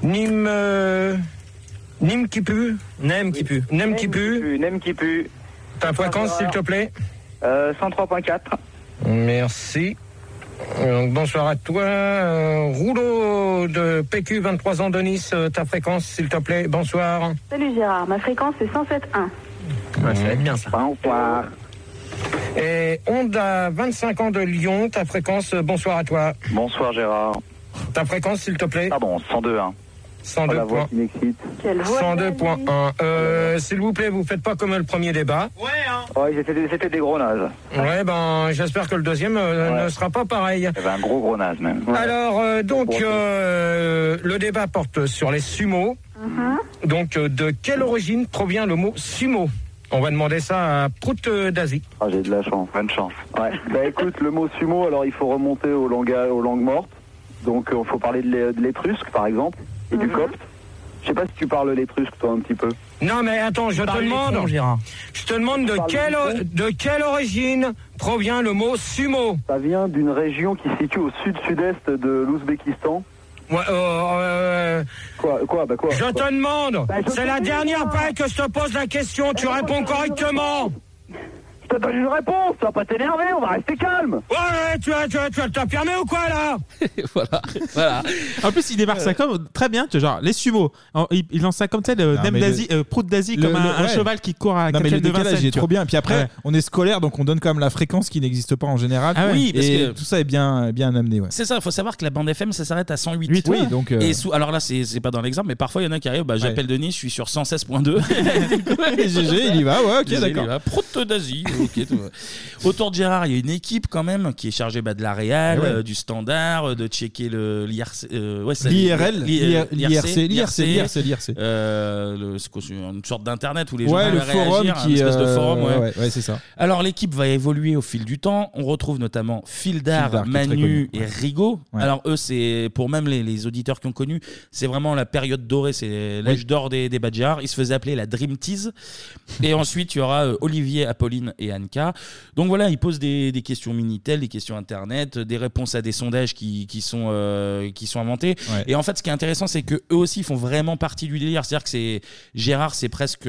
Speaker 16: Nîmes. euh, Nîmes qui pue Nem qui pue. Nem qui pue. Nem qui pue. Ta fréquence, s'il te plaît euh, 103.4. Merci. Donc, bonsoir à toi. Euh, Rouleau de PQ, 23 ans de Nice. euh, ta fréquence, s'il te plaît. Bonsoir.
Speaker 5: Salut Gérard, ma fréquence c'est 107.1.
Speaker 16: c'est bien ça. Et Honda, 25 ans de Lyon, ta fréquence, euh, bonsoir à toi.
Speaker 22: Bonsoir Gérard.
Speaker 16: Ta fréquence, s'il te plaît.
Speaker 22: Ah bon, 102.1. Oh,
Speaker 16: 102
Speaker 22: la voix
Speaker 16: points.
Speaker 22: qui m'excite.
Speaker 16: 102.1. Euh, s'il vous plaît, vous faites pas comme le premier débat. Ouais,
Speaker 22: Ouais, c'était c'était des gros nazes.
Speaker 16: ben, j'espère que le deuxième euh, ne sera pas pareil.
Speaker 22: Il y avait un gros gros naze même.
Speaker 16: Alors, euh, donc, euh, le débat porte sur les sumos. Donc, euh, de quelle origine provient le mot sumo On va demander ça à Prout euh, d'Asie.
Speaker 22: Ah, j'ai de la chance. Bonne chance. Ouais. bah écoute, le mot sumo, alors il faut remonter euh,
Speaker 30: Mhm.
Speaker 22: au langage, aux langues mortes. Donc, il faut parler de l'é- de l'étrusque, par exemple, et du copte. Je sais pas si tu parles l'étrusque, toi, un petit peu.
Speaker 16: Non, mais attends, je te
Speaker 22: Parle
Speaker 16: demande.
Speaker 22: des fonds, Gérard.
Speaker 16: Je te demande de
Speaker 22: Parle des
Speaker 16: quelle, o-
Speaker 22: fonds.
Speaker 16: de quelle origine provient le mot sumo
Speaker 22: Ça vient d'une région qui se situe au sud-sud-est de l'Ouzbékistan.
Speaker 16: Ouais, euh,
Speaker 22: Quoi, quoi, bah quoi
Speaker 16: Je
Speaker 22: quoi
Speaker 16: te demande.
Speaker 22: Bah, je
Speaker 16: C'est
Speaker 22: te
Speaker 16: la
Speaker 22: dis,
Speaker 16: dernière
Speaker 22: moi.
Speaker 16: fois que je te pose la question. Tu réponds correctement.
Speaker 22: Je te donne une réponse, tu vas pas t'énerver, on va rester calme.
Speaker 16: Ouais, ouais, tu as, tu as, tu as, t'as fermé ou quoi là
Speaker 1: voilà, voilà.
Speaker 8: En plus, il démarre
Speaker 7: Euh.
Speaker 8: ça comme très bien, tu vois, genre les sumo. En- Il, il lance ça comme tu sais, le
Speaker 7: Non,
Speaker 8: nem
Speaker 7: mais
Speaker 8: d'Asie,
Speaker 7: le-
Speaker 8: euh, prout d'Asie,
Speaker 7: le-
Speaker 8: comme un,
Speaker 7: le-
Speaker 8: un
Speaker 7: ouais.
Speaker 8: cheval qui court à
Speaker 7: Non, mais le
Speaker 8: 4 de
Speaker 7: décalage, il est
Speaker 8: 27.
Speaker 7: trop bien. Puis après,
Speaker 8: Ouais.
Speaker 7: on est scolaire, donc on donne quand même la fréquence qui n'existe pas en général.
Speaker 1: Ah ouais. Oui, parce
Speaker 7: et
Speaker 1: que-
Speaker 7: tout ça est bien, bien amené. Ouais.
Speaker 1: C'est ça, il faut savoir que la bande FM, ça s'arrête à 108.
Speaker 7: Huit, oui, donc, euh,
Speaker 1: Et sous, alors là, c'est c'est pas dans l'exemple, mais parfois, il y en a qui arrivent, bah, j'appelle Denis, je suis sur 116.2.
Speaker 7: GG, il y va, ouais, ok,
Speaker 1: GG, il y
Speaker 7: d'accord.
Speaker 1: va. Proto d'Asie, ok. tout va. Autour de Gérard, il y a une équipe quand même qui est chargée bah, de la Real,
Speaker 7: Eh ouais.
Speaker 1: euh, du Standard, euh, de checker le l'IRC. euh, ouais, ça-
Speaker 7: L'IRL,
Speaker 1: l'IR-
Speaker 7: l'IRC, l'IRC, l'IRC,
Speaker 1: euh, le- c'est quoi, c'est une sorte d'internet où les gens
Speaker 7: Ouais, le
Speaker 1: peuvent
Speaker 7: forum
Speaker 1: réagir,
Speaker 7: qui.
Speaker 1: un espèce de
Speaker 7: euh,
Speaker 1: forum. ouais.
Speaker 7: ouais, ouais, c'est ça.
Speaker 1: Alors l'équipe va évoluer au fil du temps. On retrouve notamment Fildar,
Speaker 7: Fildar, qui est très
Speaker 1: Manu
Speaker 7: connu.
Speaker 1: et Rigaud. Alors eux, c'est pour même les, les auditeurs qui ont connu, c'est vraiment la période dorée, c'est l'âge d'or des, des Badgers. Ils se faisaient appeler la Dream Tease. Et ensuite, il y aura euh, Olivier, Apolline et Anka. Donc voilà, ils posent des, des questions Minitel, des questions Internet, euh, des réponses à des sondages qui, qui sont, euh, qui sont inventés. Et en fait, ce qui est intéressant, c'est que eux aussi font vraiment partie du délire. C'est-à-dire que c'est Gérard, c'est presque,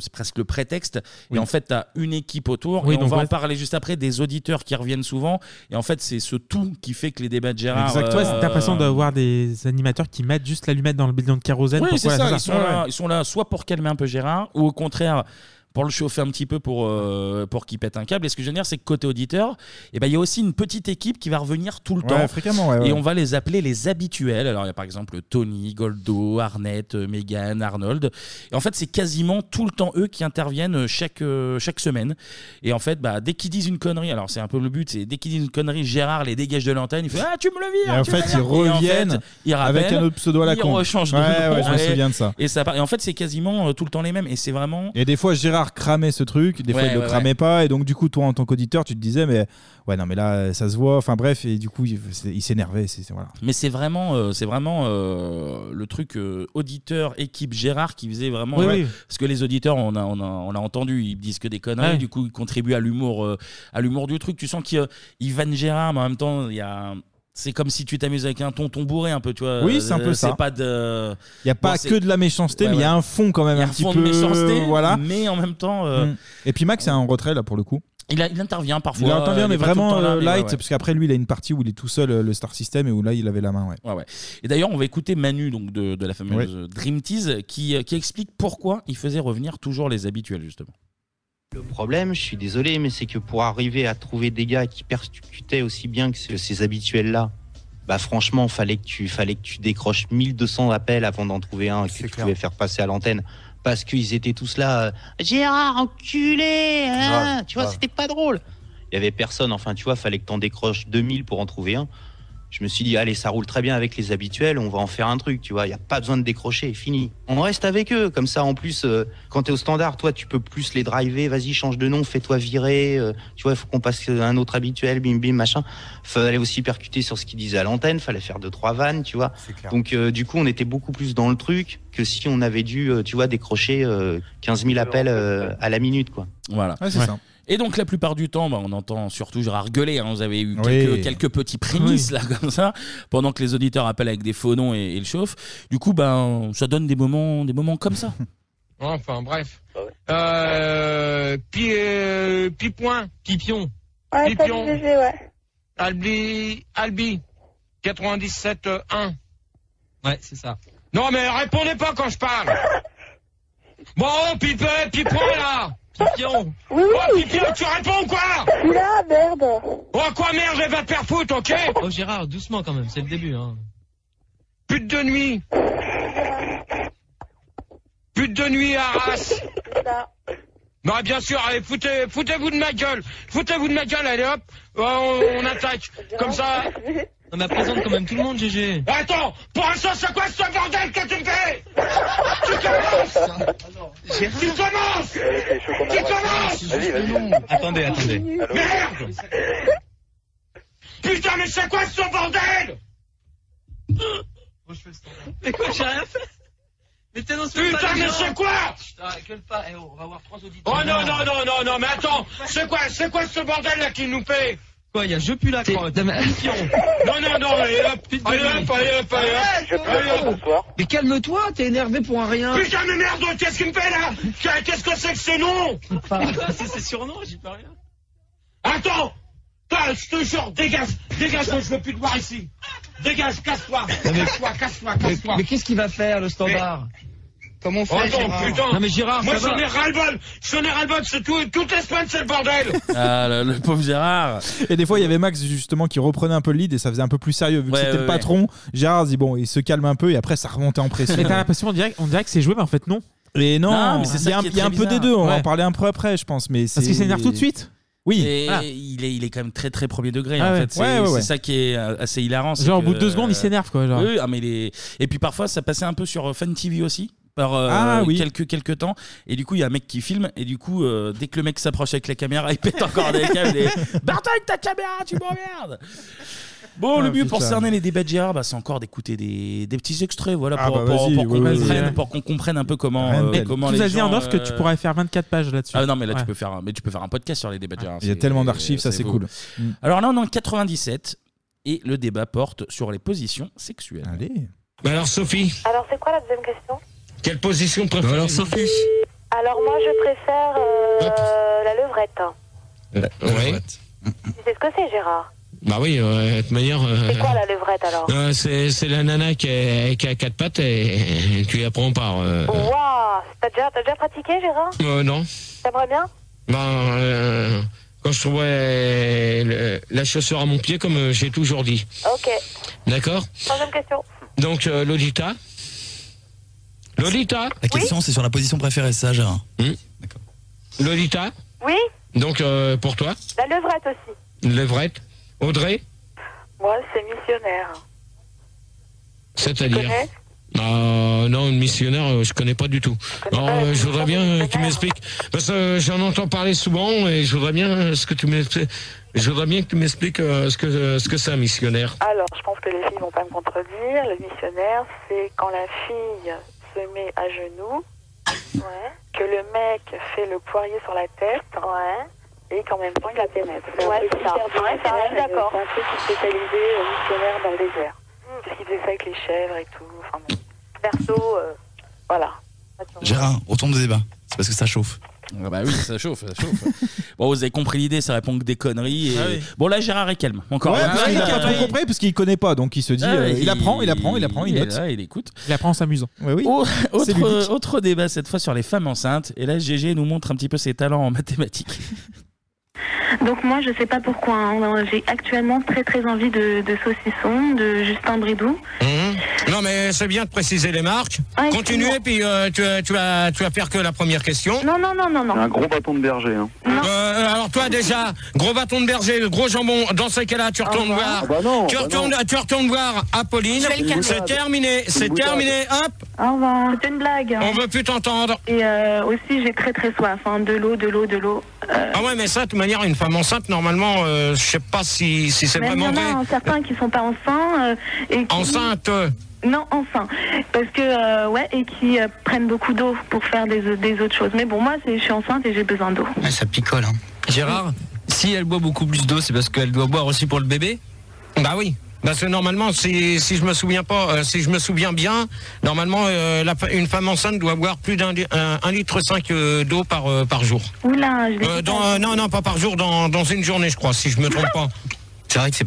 Speaker 1: c'est presque le prétexte.
Speaker 7: Oui.
Speaker 1: Et en fait, tu as une équipe autour.
Speaker 7: Oui,
Speaker 1: et on
Speaker 7: donc,
Speaker 1: va en
Speaker 7: ouais.
Speaker 1: parler juste après des auditeurs qui reviennent souvent. Et en fait, c'est ce tout qui fait que les débats de Gérard.
Speaker 8: Exactement,
Speaker 1: euh,
Speaker 8: t'as l'impression d'avoir des animateurs qui mettent juste l'allumette dans le bidon de kérosène.
Speaker 1: Oui,
Speaker 8: pour
Speaker 1: c'est
Speaker 8: quoi,
Speaker 1: ça.
Speaker 8: c'est
Speaker 1: Ils sont,
Speaker 8: Ouais,
Speaker 1: là,
Speaker 8: ouais.
Speaker 1: ils sont là soit pour calmer un peu Gérard, ou au contraire pour le chauffer un petit peu pour, euh, pour qu'il pète un câble. Et ce que je veux dire, c'est que côté auditeur, eh ben, il y a aussi une petite équipe qui va revenir tout le
Speaker 7: Ouais,
Speaker 1: temps.
Speaker 7: fréquemment, ouais, ouais.
Speaker 1: Et on va les appeler les habituels. Alors, il y a par exemple Tony, Goldo, Arnett, euh, Megan, Arnold. Et en fait, c'est quasiment tout le temps eux qui interviennent euh, chaque, euh, chaque semaine. Et en fait, bah, dès qu'ils disent une connerie, alors c'est un peu le but, c'est dès qu'ils disent une connerie, Gérard les dégage de l'antenne, il fait Ah, tu me le vires
Speaker 7: Et en
Speaker 1: tu me le
Speaker 7: fait, ils
Speaker 1: vires Et en fait,
Speaker 7: reviennent
Speaker 1: ils rappellent,
Speaker 7: avec un autre pseudo à la
Speaker 1: ils
Speaker 7: con.
Speaker 1: rechangent de
Speaker 7: Ouais,
Speaker 1: nom.
Speaker 7: ouais, je me
Speaker 1: Et-
Speaker 7: souviens de ça.
Speaker 1: Et, ça part. et en fait, c'est quasiment euh, tout le temps les mêmes. Et c'est vraiment.
Speaker 7: Et des fois, Gérard cramait ce truc, des fois,
Speaker 1: Ouais,
Speaker 7: il le
Speaker 1: ouais,
Speaker 7: cramait
Speaker 1: ouais.
Speaker 7: pas. Et donc, du coup, toi, en tant qu'auditeur, tu te disais, mais ouais, non, mais là, ça se voit. Enfin, bref, et du coup, il c'est- il s'énervait. c'est- c'est- Voilà.
Speaker 1: Mais c'est vraiment, euh, c'est vraiment euh, le truc euh, auditeur équipe Gérard qui faisait vraiment.
Speaker 7: Oui, oui.
Speaker 1: Parce que les auditeurs, on a, on a, on a entendu, ils disent que des conneries.
Speaker 7: Ouais.
Speaker 1: Du coup, ils contribuent à l'humour, euh, à l'humour du truc. Tu sens qu'ils euh, ils vannent Gérard, mais en même temps, il y a. C'est comme si tu t'amuses avec un tonton bourré un peu, tu vois.
Speaker 7: Oui, c'est un peu
Speaker 1: Euh,
Speaker 7: ça.
Speaker 1: C'est pas de.
Speaker 7: Il n'y a pas
Speaker 1: Bon, c'est-
Speaker 7: que de la méchanceté,
Speaker 1: Ouais,
Speaker 7: mais il y a
Speaker 1: ouais.
Speaker 7: un fond quand même
Speaker 1: Il y a
Speaker 7: un
Speaker 1: un
Speaker 7: petit
Speaker 1: fond
Speaker 7: peu.
Speaker 1: de méchanceté,
Speaker 7: voilà.
Speaker 1: mais en même temps, euh,
Speaker 7: Mm. Et puis Max est en retrait là pour le coup.
Speaker 1: il, a- il intervient parfois.
Speaker 7: il entend bien,
Speaker 1: euh,
Speaker 7: mais
Speaker 1: est pas tout le
Speaker 7: vraiment
Speaker 1: temps là,
Speaker 7: euh,
Speaker 1: mais ouais,
Speaker 7: light,
Speaker 1: ouais.
Speaker 7: parce qu'après lui, il a une partie où il est tout seul, euh, le Star System, et où là, il avait la main. Ouais.
Speaker 1: Ouais, ouais. Et d'ailleurs, on va écouter Manu donc de, de la fameuse Dream Tease qui, euh, qui explique pourquoi il faisait revenir toujours les habituels justement.
Speaker 6: Le problème, je suis désolé, mais c'est que pour arriver à trouver des gars qui percutaient aussi bien que ce- ces habituels-là, bah franchement, fallait que tu, fallait que tu décroches 1200 appels avant d'en trouver un que tu pouvais faire passer à l'antenne, parce qu'ils étaient tous là. euh, Gérard, enculé hein Ouais, Tu vois, ouais. c'était pas drôle. Il y avait personne, enfin, tu vois, fallait que t'en décroches 2000 pour en trouver un. Je me suis dit, allez, ça roule très bien avec les habituels, on va en faire un truc, tu vois, il n'y a pas besoin de décrocher, fini. On reste avec eux, comme ça, en plus, euh, quand t'es au standard, toi, tu peux plus les driver, vas-y, change de nom, fais-toi virer, euh, tu vois, il faut qu'on passe à un autre habituel, bim, bim, machin. Fallait aussi percuter sur ce qu'ils disaient à l'antenne, fallait faire deux, trois vannes, tu vois. Donc, euh, du coup, on était beaucoup plus dans le truc que si on avait dû, euh, tu vois, décrocher euh, 15 000 appels euh, à la minute, quoi.
Speaker 1: Voilà.
Speaker 6: Ouais, c'est ça.
Speaker 1: Et donc la plupart du temps, bah, on entend surtout Gérard gueuler. hein. Vous avez eu
Speaker 6: Oui.
Speaker 1: quelques, quelques petits prémices là comme ça, pendant que les auditeurs appellent avec des faux noms et, et le chauffent. Du coup, ben ça donne des moments, des moments comme ça.
Speaker 15: Enfin, bref. Euh, pi, euh, Pipoin, Pipion.
Speaker 10: Ouais, salut
Speaker 15: Pipion.
Speaker 10: GG, ouais.
Speaker 15: Albi, Albi, 97 euh, 1. Ouais, c'est ça. Non, mais répondez pas quand je parle. bon, Pipe, Pipoin, là. Pipion.
Speaker 10: Oui,
Speaker 15: Oh, Pipion, tu réponds ou quoi
Speaker 10: Je suis là, merde.
Speaker 15: Oh, quoi, merde, elle va te faire foutre, ok Oh, Gérard, doucement quand même, c'est le début, hein. Pute de nuit. Pute de nuit, Arras. Bah bien sûr, allez, foutez, foutez-vous de ma gueule Foutez-vous de ma gueule, allez hop Euh, on, on attaque Comme ça Non mais présente quand même tout le monde, GG Attends Pour un sens, c'est quoi ce bordel que tu me fais Tu commences Tu commences Tu commences
Speaker 6: Attendez, attendez.
Speaker 15: Merde Putain, mais c'est quoi ce bordel
Speaker 6: Mais quoi, j'ai rien fait
Speaker 15: Mais Putain, mais c'est quoi
Speaker 14: hein. Gueule pas, eh oh, on va voir trois auditeurs.
Speaker 15: Oh non, non, non, non, non, mais attends, c'est quoi, c'est quoi ce bordel là qui nous fait Quoi, il y a je pue la crotte. Non, non, non, allez hop, allez hop, allez hop, allez hop. allez, hop.
Speaker 14: Mais calme-toi, t'es énervé pour un rien.
Speaker 15: Putain, mais merde, qu'est-ce qu'il me fait là Qu'est- Qu'est-ce que c'est que ce nom
Speaker 14: C'est ses surnoms, j'y peux rien.
Speaker 15: Attends Putain, Je te jure, dégage, dégage, je veux plus te voir ici. Dégage, casse-toi, casse-toi, casse-toi, casse-toi.
Speaker 30: Mais qu'est-ce qu'il va faire, le standard Oh, Comment on fait
Speaker 15: Attends,
Speaker 30: Gérard
Speaker 15: putain.
Speaker 30: Non mais Gérard,
Speaker 15: Moi,
Speaker 30: ça
Speaker 15: j'en
Speaker 30: va.
Speaker 15: ai ras-le-bol. J'en ai ras-le-bol. C'est tout, toutes les semaines, c'est le bordel.
Speaker 1: Ah, le, le pauvre Gérard.
Speaker 7: Et des fois, il y avait Max justement qui reprenait un peu le lead et ça faisait un peu plus sérieux. Vu que
Speaker 1: Ouais,
Speaker 7: c'était
Speaker 1: ouais,
Speaker 7: le patron, Gérard dit bon, il se calme un peu et après ça remontait en pression.
Speaker 8: Et t'as l'impression, on dirait, on dirait que c'est joué, mais en fait, non.
Speaker 7: Et non,
Speaker 8: Non, mais c'est
Speaker 7: il
Speaker 8: ça
Speaker 7: y a un,
Speaker 8: qui est
Speaker 7: il y a
Speaker 8: très
Speaker 7: un peu des
Speaker 8: bizarre.
Speaker 7: deux. On va en
Speaker 8: Ouais.
Speaker 7: parler un peu après, je pense. Mais
Speaker 8: Parce qu'il
Speaker 7: c'est-
Speaker 8: s'énerve tout de suite
Speaker 7: Oui.
Speaker 1: Et
Speaker 7: voilà.
Speaker 1: il, est, il est quand même très très premier degré
Speaker 7: Ah
Speaker 1: en
Speaker 7: ouais.
Speaker 1: fait. C'est
Speaker 7: Ouais, ouais,
Speaker 1: c'est
Speaker 7: ouais.
Speaker 1: ça qui est euh, assez hilarant. c'est
Speaker 8: Genre, au
Speaker 1: que,
Speaker 8: bout de deux secondes, il
Speaker 1: euh,
Speaker 8: s'énerve, quoi, genre.
Speaker 1: Oui, ah, mais il est- Et puis parfois ça passait un peu sur euh, Fun TV aussi. Par euh,
Speaker 8: Ah, oui.
Speaker 1: quelques, quelques temps. Et du coup, il y a un mec qui filme. Et du coup, euh, dès que le mec s'approche avec la caméra, il pète encore des câbles. Et... Bartol, ta caméra, tu m'emmerdes Bon,
Speaker 7: Ah,
Speaker 1: le mieux pour
Speaker 7: putain.
Speaker 1: cerner les débats de Gérard, bah, c'est encore d'écouter des, des petits extraits. Voilà,
Speaker 7: Ah,
Speaker 1: pour,
Speaker 7: bah,
Speaker 1: pour-
Speaker 7: vas-y,
Speaker 1: pour qu'on
Speaker 7: ouais, ouais,
Speaker 1: comprenne,
Speaker 7: ouais.
Speaker 1: pour qu'on comprenne un peu comment,
Speaker 7: Rien de
Speaker 1: euh,
Speaker 7: tel.
Speaker 1: comment
Speaker 8: Tu
Speaker 1: les
Speaker 8: nous as dit
Speaker 1: gens,
Speaker 8: en off que tu
Speaker 1: euh,
Speaker 8: pourrais faire 24 pages là-dessus.
Speaker 1: ah non, mais là,
Speaker 8: Ouais.
Speaker 1: tu, peux faire un, mais tu peux faire un podcast sur les débats de Gérard.
Speaker 7: Il y a
Speaker 1: C'est-
Speaker 7: tellement d'archives, ça, c'est
Speaker 1: beau.
Speaker 7: cool. Mm.
Speaker 1: Alors là, on est en 97 et le débat porte sur les positions sexuelles.
Speaker 7: Allez.
Speaker 21: Bah alors, Sophie
Speaker 10: Alors, c'est quoi la deuxième question
Speaker 21: Quelle position
Speaker 8: Bah,
Speaker 21: préfères Alors, Sophie
Speaker 10: Alors, moi, je préfère euh, la levrette.
Speaker 21: Oui.
Speaker 10: Tu sais ce que c'est, Gérard
Speaker 21: Bah oui, euh, de toute manière. euh,
Speaker 10: C'est quoi la levrette alors
Speaker 21: euh, c'est c'est la nana qui, est- qui a quatre pattes et, et tu la prends par. euh,
Speaker 10: Oh. Waouh T'as déjà, t'as déjà pratiqué, Gérard
Speaker 21: euh, non.
Speaker 10: T'aimerais bien
Speaker 21: Ben, euh, quand je trouvais euh, le- la chaussure à mon pied, comme euh, j'ai toujours dit.
Speaker 10: Ok.
Speaker 21: D'accord
Speaker 10: Troisième question.
Speaker 21: Donc, euh, Lolita Lolita
Speaker 4: La question, c'est sur la position préférée, c'est ça, Gérard
Speaker 30: Hmm
Speaker 21: Lolita
Speaker 10: Oui
Speaker 21: Donc, euh, pour toi
Speaker 10: La levrette aussi.
Speaker 21: Levrette Audrey
Speaker 10: Moi, c'est missionnaire.
Speaker 21: C'est-à-dire
Speaker 10: connais
Speaker 21: Ah, non, une missionnaire, euh, je connais pas du tout. Alors, euh, je voudrais bien euh, que tu m'expliques, parce que euh, j'en entends parler souvent, et je voudrais bien euh, ce que tu m'expliques. Je voudrais bien que tu m'expliques euh, ce que euh, ce que c'est un missionnaire.
Speaker 10: Alors, je pense que les filles vont pas me contredire. Le missionnaire, c'est quand la fille se met à genoux, que le mec fait le poirier sur la tête, et qu'en même temps, il la pénètre. Ouais, c'est ça. Ouais, ça, je suis d'accord. Mm. C'est un truc qui est spécialisé euh, missionnaire dans le désert. Parce qu'il faisait ça avec les chèvres et tout. Enfin, bon. Perso, euh, voilà.
Speaker 4: Gérard, autour du débat. C'est parce que ça chauffe.
Speaker 1: Ah bah oui, ça chauffe, ça chauffe. bon, vous avez compris l'idée, ça répond que des conneries. et-
Speaker 7: Ah oui.
Speaker 1: Bon, là, Gérard est calme. Encore
Speaker 7: Ouais,
Speaker 1: Ah,
Speaker 7: parce qu'il
Speaker 1: il
Speaker 7: a
Speaker 1: a-
Speaker 7: pas trop compris, parce qu'il connaît pas, donc il se dit,
Speaker 1: Ah,
Speaker 7: euh, il,
Speaker 1: il-
Speaker 7: apprend, il apprend, il apprend, il
Speaker 1: il est
Speaker 7: note.
Speaker 1: là, il écoute.
Speaker 7: Il apprend en s'amusant. Ouais, oui.
Speaker 1: Au-
Speaker 7: C'est ludique.
Speaker 1: Autre, euh, autre débat cette fois sur les femmes enceintes. Et là, GG nous montre un petit peu ses talents en mathématiques.
Speaker 11: Donc moi, je sais pas pourquoi. hein, J'ai actuellement très très envie de, de saucisson, de Justin Bridou.
Speaker 21: Mmh. Non, mais c'est bien de préciser les marques.
Speaker 11: Ah,
Speaker 21: Continue, et puis euh, tu, vas- tu vas tu vas faire que la première question.
Speaker 11: Non, non, non, non, non.
Speaker 22: Un gros bâton de berger. Hein.
Speaker 21: Euh, alors toi déjà, gros bâton de berger, gros jambon, dans ces cas-là, tu retournes voir. tu, retournes, tu retournes voir Apolline.
Speaker 11: Ah, bah. Je vais le calmer.
Speaker 21: bah C'est terminé, c'est terminé, hop
Speaker 11: Au revoir. C'était une blague. hein.
Speaker 21: On veut plus t'entendre.
Speaker 11: Et euh, aussi, j'ai très très soif. hein, De l'eau, de l'eau, de l'eau.
Speaker 21: Ah ouais, mais ça, de toute manière, une femme enceinte, normalement, euh, je sais pas si, si c'est
Speaker 11: Même il y
Speaker 21: vraiment
Speaker 11: en
Speaker 21: vrai.
Speaker 11: a hein, certains qui sont pas enceints. euh, et qui-
Speaker 21: Enceinte, euh,
Speaker 11: Non, enfin, parce que euh, ouais, et qui euh, prennent beaucoup d'eau pour faire des, au- des autres choses. Mais bon, moi, c'est- je suis enceinte et j'ai besoin d'eau.
Speaker 30: Ah,
Speaker 19: ça picole.
Speaker 30: hein.
Speaker 11: hein.
Speaker 19: Gérard, si elle boit beaucoup plus d'eau, c'est parce qu'elle doit boire aussi pour le bébé
Speaker 21: bah oui. Parce que normalement, si, si je me souviens pas, euh, si je me souviens bien, normalement, euh, la fe- une femme enceinte doit boire plus d'un li- un- un litre cinq euh, d'eau par, euh, par jour.
Speaker 11: Oula, je vais.
Speaker 21: Euh, dans, euh, non, non, pas par jour, dans, dans une journée, je crois, si je me trompe pas.
Speaker 19: C'est vrai que c'est.